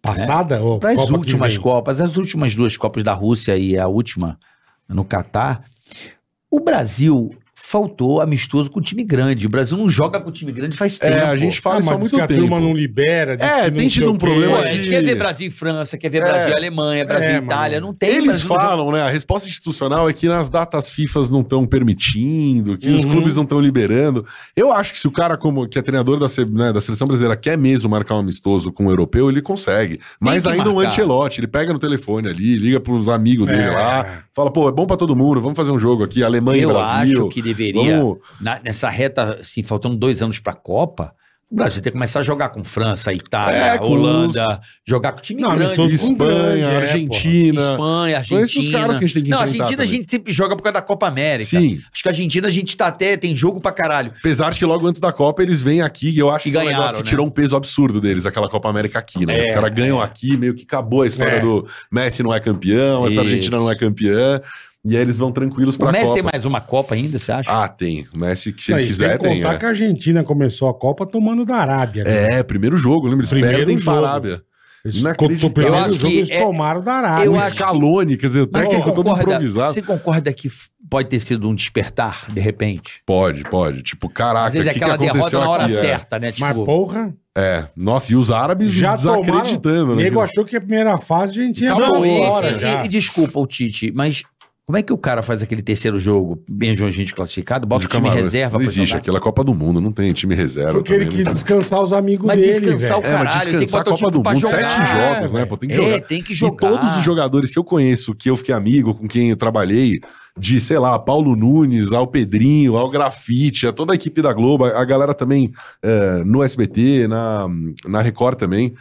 C: Passada? Ou
D: para as
C: Copa que
D: últimas
C: vem?
D: Copas, as últimas duas Copas da Rússia e a última no Catar, o Brasil faltou amistoso com time grande. O Brasil não joga com time grande faz tempo.
E: É, a gente fala
C: Ah,
E: isso há
C: mas diz que
E: muito
C: a turma não
E: tempo.
C: libera. diz
E: É,
C: que
E: tem
C: não sei
E: tido
C: o
E: um
C: quê.
E: problema
D: Pô,
E: de-
D: a gente quer ver Brasil e França, quer ver Brasil e Alemanha, Brasil e
C: É,
D: Itália.
C: mano.
D: Não tem
E: Eles
D: Brasil não joga-
E: falam, né? A resposta institucional é que nas datas FIFAs não estão permitindo, que os
C: Uhum.
E: clubes não estão liberando. Eu acho que se o cara, como que é treinador da, se- né, da seleção brasileira, quer mesmo marcar um amistoso com o europeu, ele consegue. Mas
D: que
E: ainda um
D: marcar.
E: antelote, ele pega no telefone ali, liga pros amigos dele
C: É.
E: lá, fala, pô, é bom pra todo mundo, vamos fazer um jogo aqui, Alemanha e
D: Eu
E: Brasil.
D: acho que deveria,
E: Vamos...
D: na- nessa reta, assim, faltando dois anos pra Copa, o Brasil tem que começar a jogar com França, Itália,
E: É, com
D: Holanda, jogar com time
C: Não,
D: um grande,
C: amistoso com grande,
E: Espanha,
C: é,
E: Argentina.
D: Espanha,
E: São esses os
D: Argentina.
E: caras que a gente tem que
D: Não, a
E: enfrentar
D: Argentina a
E: também.
D: gente sempre joga por causa da Copa América.
E: Sim,
D: Acho que a Argentina a gente tá até, tem jogo pra caralho.
E: apesar de que logo antes da Copa eles vêm aqui e eu acho
D: E
E: que é um
D: ganharam,
E: negócio que
D: né? É,
E: tirou um peso absurdo deles, aquela Copa América aqui, né? Os caras ganham aqui, meio que acabou a história
C: É.
E: do Messi não é campeão, essa
D: Isso.
E: Argentina não é campeã, e aí eles vão tranquilos
D: O
E: pra
D: Messi
E: Copa.
D: tem mais uma Copa ainda, você acha?
E: Ah, tem. O Messi, que se
C: Não,
E: ele
C: e
E: quiser,
C: sem
E: tem.
C: contar
E: É.
C: que a Argentina começou a Copa tomando da Arábia. né?
E: É, primeiro jogo, lembra? Eles
C: Primeiro
E: perdem
C: jogo.
E: pra Arábia.
C: Eles
E: não
C: co-
E: acredito.
C: o primeiro
D: Eu acho
C: jogo
D: que
C: eles
D: é-
C: tomaram da Arábia.
D: eu
E: o
D: acho que-
E: Scaloni, quer dizer, o
D: Mas você
E: técnico todo
D: concorda,
E: improvisado.
D: você concorda que f- pode ter sido um despertar, de repente?
E: Pode, pode. Tipo,
D: Às
E: caraca, o
D: vezes é
E: que, que
D: aquela derrota
E: aconteceu
D: na hora
E: aqui? É.
D: certa, né?
C: Mas
D: Tipo,
C: porra,
E: É. Nossa, e os árabes
C: já
E: desacreditando,
C: tomaram. O
E: né?
C: nego achou que a primeira fase a gente ia
E: Acabou, né? é
C: dar
D: e-
C: fora
D: e,
C: já.
D: e desculpa o Tite, mas como é que o cara faz aquele terceiro jogo, mesmo a gente classificado, bota o
E: De
D: time
E: Camarões.
D: reserva
E: Não
D: pra
E: existe,
D: jogar?
E: aquela é Copa do Mundo, não tem time reserva.
C: Porque ele
E: também,
C: quis
E: não tem.
C: descansar os amigos
D: Mas
C: dele,
D: descansar
C: velho.
D: o
E: É, mas
D: caralho, tem que
E: descansar a
D: botar o
E: Copa
D: time
E: do
D: pra
E: Mundo,
D: jogar.
E: sete jogos, né? Pô, tem que
D: É,
E: jogar.
D: tem que
E: E
D: jogar.
E: todos os jogadores que eu conheço, que eu fiquei amigo, com quem eu trabalhei, de, sei lá, Paulo Nunes, ao Pedrinho, ao Grafite, a toda a equipe da Globo, a a galera também eh, no SBT, na, na Record também,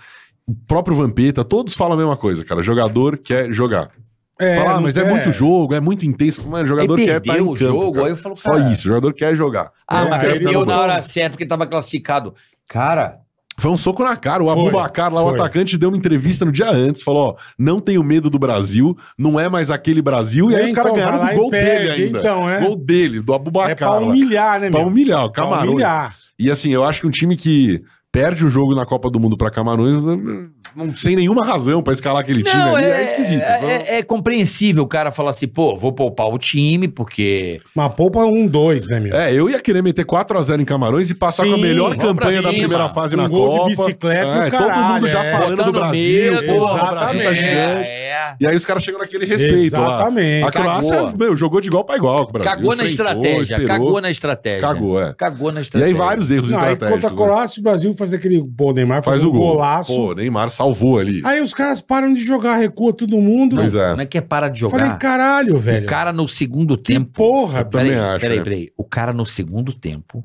E: o próprio Vampeta, todos falam a mesma coisa, cara. Jogador quer jogar.
C: É,
E: Fala, ah,
C: não
E: mas é
C: quer.
E: muito jogo, é muito intenso. Mas o
D: Aí
E: jogador
D: perdeu
E: quer estar em
D: o
E: campo.
D: jogo,
E: cara.
D: aí eu falo,
E: Só
D: cara,
E: isso, o jogador quer jogar.
D: Ah,
C: É,
D: mas
C: aí
D: perdeu
C: perdeu.
D: na hora certa porque tava classificado. Cara,
E: Foi um soco na cara. O
C: Foi,
E: Abubacar, lá, o
C: foi.
E: atacante, deu uma entrevista no dia antes. Falou: Ó, não tenho medo do Brasil, não é mais aquele Brasil. E aí
C: É,
E: os caras
C: então,
E: ganharam
C: vai lá
E: do
C: e
E: gol
C: perde,
E: dele ainda.
C: então, é.
E: Gol dele, do Abubacar.
C: É pra humilhar, né,
E: lá. Pra
C: meu?
E: humilhar, o
C: Pra
E: Camarões.
C: humilhar.
E: E assim, eu acho que um time que perde o jogo na Copa do Mundo pra Camarões, não- não- sem nenhuma razão pra escalar aquele time
D: não,
E: ali,
D: é,
E: é, esquisito.
D: É, é- é compreensível o cara falar assim, pô, vou poupar o time porque...
C: Mas poupa um, dois, né, meu?
E: É, eu ia querer meter 4x0 em Camarões e passar
C: Sim,
E: com a melhor
D: vamos pra
E: campanha da
D: cima.
E: primeira fase
C: Um
E: na
C: gol de
E: Copa.
C: bicicleta e o
E: é, todo
C: caralho,
E: mundo já
C: é.
E: falando do
D: Botando
E: Brasil,
D: medo,
E: porra, o Brasil tá
C: exatamente.
E: gigante.
D: É,
E: E aí os caras chegam naquele respeito lá.
C: Exatamente.
E: A Croácia,
D: Cagou.
E: meu, jogou de igual pra igual. com o Brasil,
D: Cagou na
E: enfrentou,
D: estratégia,
E: esperou.
D: cagou na estratégia.
E: Cagou, é.
D: Cagou na
E: E
D: estratégia.
E: aí vários erros
C: Não, aí contra
E: estratégicos.
C: a
E: né?
C: Croácia, o Brasil faz aquele. Pô, o Neymar faz,
E: Faz
C: um
E: o gol.
C: golaço.
E: Pô, Neymar salvou ali.
C: Aí os caras param de jogar, recua todo mundo.
E: Pois é.
D: Não é que é para de jogar.
C: Falei, caralho, velho.
D: O cara no segundo
C: que
D: tempo.
C: porra,
E: também
D: Peraí,
E: acho,
D: peraí,
E: né?
D: peraí. O cara no segundo tempo,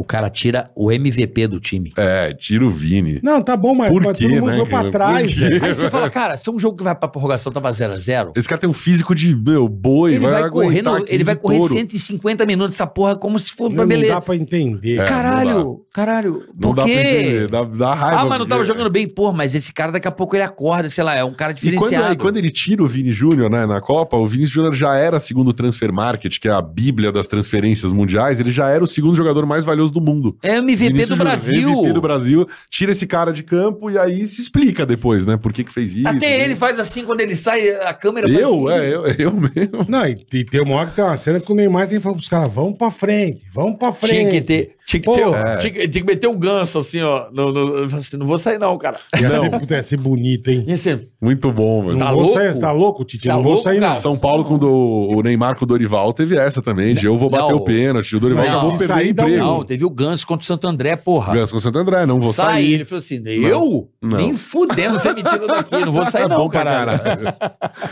D: o cara tira o MVP do time.
E: É, tira o Vini.
C: Não, tá bom, mas,
E: Por
C: mas
E: quê,
C: todo mundo
E: né,
C: usou
E: cara?
C: pra
E: Por
C: trás,
E: quê?
C: velho.
D: Aí você fala, cara, se é um jogo que vai pra prorrogação, tava 0x0.
E: Esse cara tem um físico de, meu, boi.
D: Ele vai,
E: aguentar
D: correndo,
E: aqui
D: ele vai
E: de
D: correr
E: touro.
D: 150 minutos essa porra como se fosse pra
C: Não dá
D: beleza.
C: pra entender.
E: É. não
D: Caralho, caralho.
E: Não
D: Por
E: dá pra entender,
D: quê?
E: dá, dá raiva.
D: Ah, mas não tava
E: porque-
D: jogando bem, pô, mas esse cara daqui a pouco ele acorda, sei lá, é um cara
E: E quando,
D: diferenciado.
E: e quando ele tira o Vini Júnior né, na Copa, o Vini Júnior já era, segundo o Transfer Market, que é a bíblia das transferências mundiais, ele já era o segundo jogador mais valioso do mundo.
D: É MVP do
E: Vinícius Júnior,
D: Brasil.
E: MVP do Brasil, tira esse cara de campo e aí se explica depois, né? Por que, que fez isso. né?
D: Até ele faz assim, quando ele sai, a câmera faz assim.
E: Eu? É, eu, eu mesmo.
C: Não, e, e tem uma hora que tem uma cena que o Neymar tem que falar pros caras, vamos pra frente, vamos pra frente.
D: Tinha que ter. Tinha que,
C: Pô,
D: ter, o-
E: é.
D: tinha, que- tinha que meter um ganso assim, ó. No, no, eu falei assim, não vou sair, não, cara.
C: Ia ser, puta, ia ser bonito, hein?
D: E assim,
E: Muito bom, mano.
C: Não
D: Tá
C: vou
D: louco?
C: sair, você tá louco, Titi?
D: Tá
C: não vou
D: louco,
C: sair, não.
D: cara?
E: São Paulo com o do- o Neymar com o Dorival teve essa também, de eu vou bater
D: Não.
E: o pênalti, o Dorival
D: Não.
E: acabou
C: Se
E: perdendo
C: sair, dá um
E: emprego.
D: não, teve o ganso contra o Santo André, porra.
E: Ganso com o Santo André, não vou
D: Sai.
E: sair.
D: Ele falou assim, eu?
E: Não.
D: Nem fudendo, você me tira daqui, não vou sair,
E: Tá
D: não,
E: bom pra
D: cara.
E: caralho.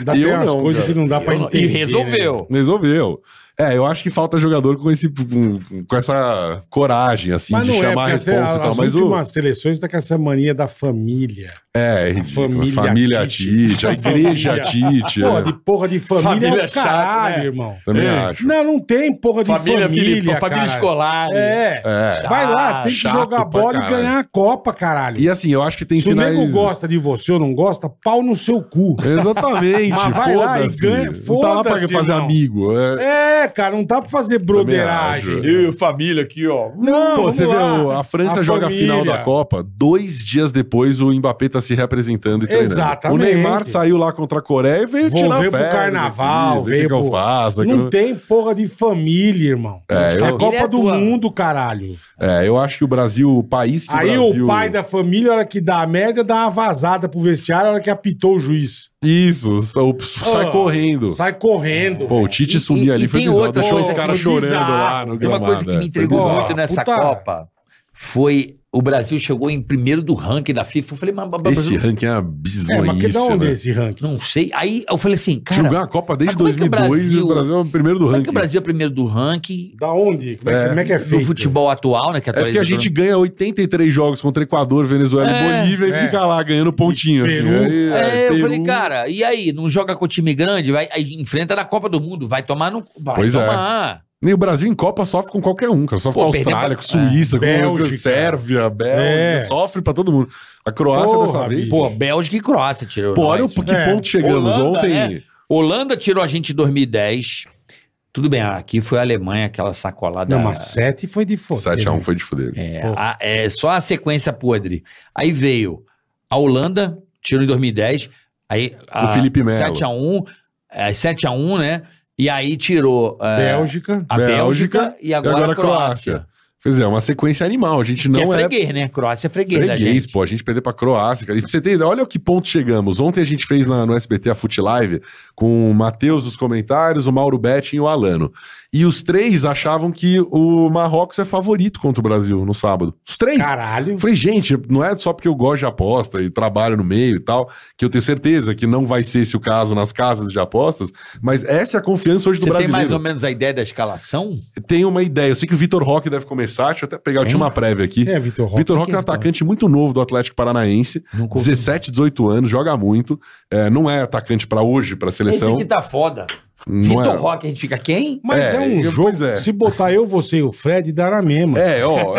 C: Dá
E: Eu
C: tem umas
E: não,
C: coisas
E: cara.
C: que não dá pra
D: Eu não-
E: né?
C: entender. né?
D: e resolveu.
E: Resolveu. É, eu acho que falta jogador com, esse, com, com essa coragem, assim,
C: Mas
E: de
C: não é,
E: chamar a
C: porque as,
E: responsa e tal.
C: as
E: Mas o.
C: últimas seleções tá com essa mania da família.
E: É, é ridículo.
C: família
E: família
C: Tite.
E: Tite, a igreja Tite.
C: Porra,
E: é.
C: de porra de família, é
D: Família
C: o
D: chata,
C: caralho,
D: né?
C: irmão.
E: Também
C: É.
E: acho.
C: Não, não tem porra de família,
D: Família, Filipe,
C: cara.
D: família escolar. Ah,
C: É.
E: É.
C: Vai lá, você tem que
E: Chato
C: jogar
E: pra
C: bola e
E: caralho.
C: ganhar a Copa, caralho.
E: E assim, eu acho que tem
C: Se o
E: sinais...
C: nego gosta de você ou não gosta, pau no seu cu.
E: Exatamente,
C: Mas vai lá e
E: foda-se.
C: ganha,
E: Não tá lá pra
C: foda-se,
E: fazer
C: irmão.
E: amigo. É,
C: É, É, cara, não tá pra fazer broderagem.
E: acho. Eu
A: e família aqui, ó.
C: Não,
E: Pô,
C: vamos
E: você vê,
C: lá.
E: o- a França joga a final
C: família.
E: da Copa, dois dias depois o Mbappé tá se representando e treinando.
C: Exatamente.
E: O Neymar saiu lá contra a Coreia e veio tirar
C: Veio pro
E: férias,
C: carnaval,
E: filho, vê
C: veio
E: O que, que
C: pro-
E: eu faço? aquilo-
C: Não tem porra de família, irmão.
E: É,
C: a
E: eu-
C: Copa
D: Ele é
C: do
D: tua.
C: Mundo, caralho.
E: É, eu acho que o Brasil, o país que
C: Aí
E: Brasil...
C: o pai da família, a hora que dá a merda, dá uma vazada pro vestiário, a hora que apitou o juiz.
E: Isso, só- sai
C: Ah,
E: correndo.
C: Sai correndo.
E: Pô, o Tite
D: E- e-
E: sumia ali,
D: e
E: foi
D: tem
E: bizarro.
D: outra
E: Deixou
D: coisa
E: os caras
C: que foi
E: chorando lá
C: bizarro.
E: no
D: Uma
E: gramado.
D: coisa que
E: é,
D: me
E: foi
D: intrigou
E: bizarro.
D: muito nessa
C: Puta.
D: Copa foi o Brasil chegou em primeiro do ranking da FIFA. Eu falei, mas, mas- mas-
E: Esse ranking é uma
C: é, mas que da
E: bizonhice,
C: onde é
E: né?
C: esse ranking?
D: não sei. Aí eu falei assim,
E: Cara,
D: cara,
E: Jogou a Copa desde
D: mas como é que o
E: 2002 e o
D: Brasil-
E: Brasil é o primeiro do
D: como é que
E: ranking.
D: o Brasil é primeiro do ranking
C: Da onde? Como é, que, como é que é
D: do
C: feito?
D: futebol atual, né? Que
E: É porque
D: atualiza
E: a gente ganha 83 jogos contra Equador, Venezuela
D: É,
E: e Bolívia
C: é.
E: e fica lá ganhando pontinho.
C: E
E: assim,
C: Peru.
E: aí,
D: É, eu
E: Peru.
D: falei, cara, e aí? Não joga com o time grande? Vai, aí enfrenta na Copa do Mundo. Vai tomar no. Vai
E: Pois é.
D: tomar.
E: E o Brasil em Copa sofre com qualquer um, cara. Sofre
D: Pô,
E: com a Austrália, com
D: perdeu- é,
E: a Suíça, com
C: Bélgica.
E: a Sérvia, Bélgica.
C: É.
E: Sofre pra todo mundo. A Croácia
C: Porra,
E: dessa vez.
C: bicho.
E: Pô,
D: Pô, Bélgica e Croácia tirou.
E: pô,
D: nós.
E: olha o que
C: É.
E: ponto chegamos
D: Holanda,
E: ontem.
D: é. Holanda tirou a gente em 2010. Tudo bem, aqui foi a Alemanha, aquela
E: é.
D: sacolada.
C: Não, mas 7 foi de foda.
E: 7x1 foi de fuder.
D: É,
C: Pô.
D: a- é só a sequência podre. Aí veio a Holanda, tirou em 2010. Aí, a,
E: O Felipe Melo.
D: 7x1, é, 7x1, né? E aí tirou é,
C: Bélgica.
D: a Bélgica, e agora,
E: agora
D: a Croácia.
E: Croácia. Quer dizer, é uma sequência animal. A gente
D: Que
E: não
D: é
E: é
D: freguês, né? Croácia é freguês, da
E: freguês,
D: gente.
E: pô. A gente perdeu pra Croácia. Cara. E pra você ter ideia, olha que ponto chegamos. Ontem a gente fez na- no SBT a Fute Live com o Matheus nos comentários, o Mauro Betting e o Alano. E os três achavam que o Marrocos é favorito contra o Brasil no sábado. Os três.
C: Caralho.
E: Eu falei, gente, não é só porque eu gosto de aposta e trabalho no meio e tal, que eu tenho certeza que não vai ser esse o caso nas casas de apostas, mas essa é a confiança hoje do
D: Você tem
E: brasileiro.
D: mais ou menos a ideia da escalação?
E: Tem uma ideia. Eu sei que o Vitor Roque deve começar. Deixa eu até pegar, eu tinha uma prévia aqui.
C: Quem é Vitor Roque?
E: Vitor Roque é um atacante muito novo do Atlético Paranaense,
D: Não
E: 17, 18 anos, joga muito. É, não é atacante pra hoje, pra
D: Esse
E: seleção.
D: aqui tá foda.
E: Não
D: Vitor
E: é.
D: Roque, a gente fica quem?
C: Mas é,
E: É,
C: um
E: eu-
C: jogo.
E: pois é.
C: Se botar eu, você e o Fred, dá na mesma.
E: É, ó.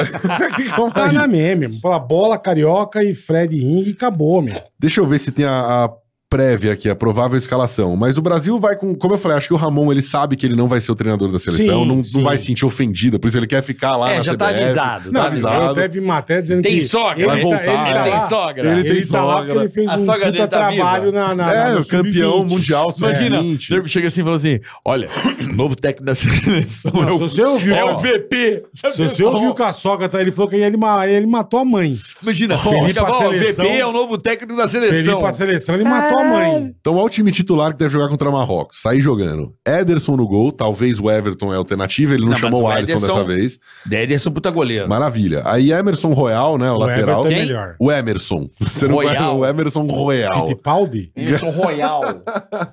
C: Dá na mesma, irmão. Fala bola, carioca e Fred Ring e acabou, meu.
E: Deixa eu ver se tem a, a prévia aqui, a provável escalação. Mas o Brasil vai com. Como eu falei, acho que o Ramon ele sabe que ele não vai ser o treinador da seleção,
C: Sim,
E: não, não
C: sim.
E: vai se sentir ofendido, por isso ele quer ficar lá.
D: É,
E: na
D: já tá
E: CBF.
D: avisado, tá
E: Não,
C: Eu
E: avisado.
C: até vi matéria dizendo
D: Tem
C: que.
D: sogra, né?
C: ele
E: vai
C: tá-
E: voltar,
C: ele tá
E: ele
C: lá-
E: tem
D: sogra.
E: Ele
C: Ele,
E: tem
C: tá lá porque
E: sogra.
C: ele fez
D: A
C: um
D: sogra
C: puta
D: dele tá
C: trabalho
D: viva.
C: na, na, É.
E: É,
C: no
E: o campeão
C: sub-20.
E: mundial.
A: Imagina,
E: sub-vinte.
A: o nego chega assim e fala assim: olha, novo técnico da seleção é
C: Não,
A: o,
C: se você ouviu,
A: é o
C: ó,
A: VP.
C: se você ouviu que a sogra tá, ele falou que ele, ma- ele matou a mãe.
A: Imagina,
C: Felipe
A: fica,
C: pra
A: ó, o
C: seleção.
A: VP é o novo técnico da
C: Ele
A: seleção.
C: ir pra seleção, ele matou a mãe.
E: Então, olha o time titular que deve jogar contra Marrocos. Sair jogando. Ederson no gol, talvez o Everton é alternativa, ele não,
D: Não,
E: chamou o
D: mas o
E: Alisson
D: Ederson-
E: dessa vez.
D: Ederson, puta goleiro.
E: Maravilha. Aí Emerson Royal, né? O, lateral.
C: Everton é
D: Quem?
C: melhor. tipo,
E: O Emerson. Você não
D: Royal.
E: vai- O Emerson Royal.
C: Fittipaldi?
D: Emerson Royal.
A: É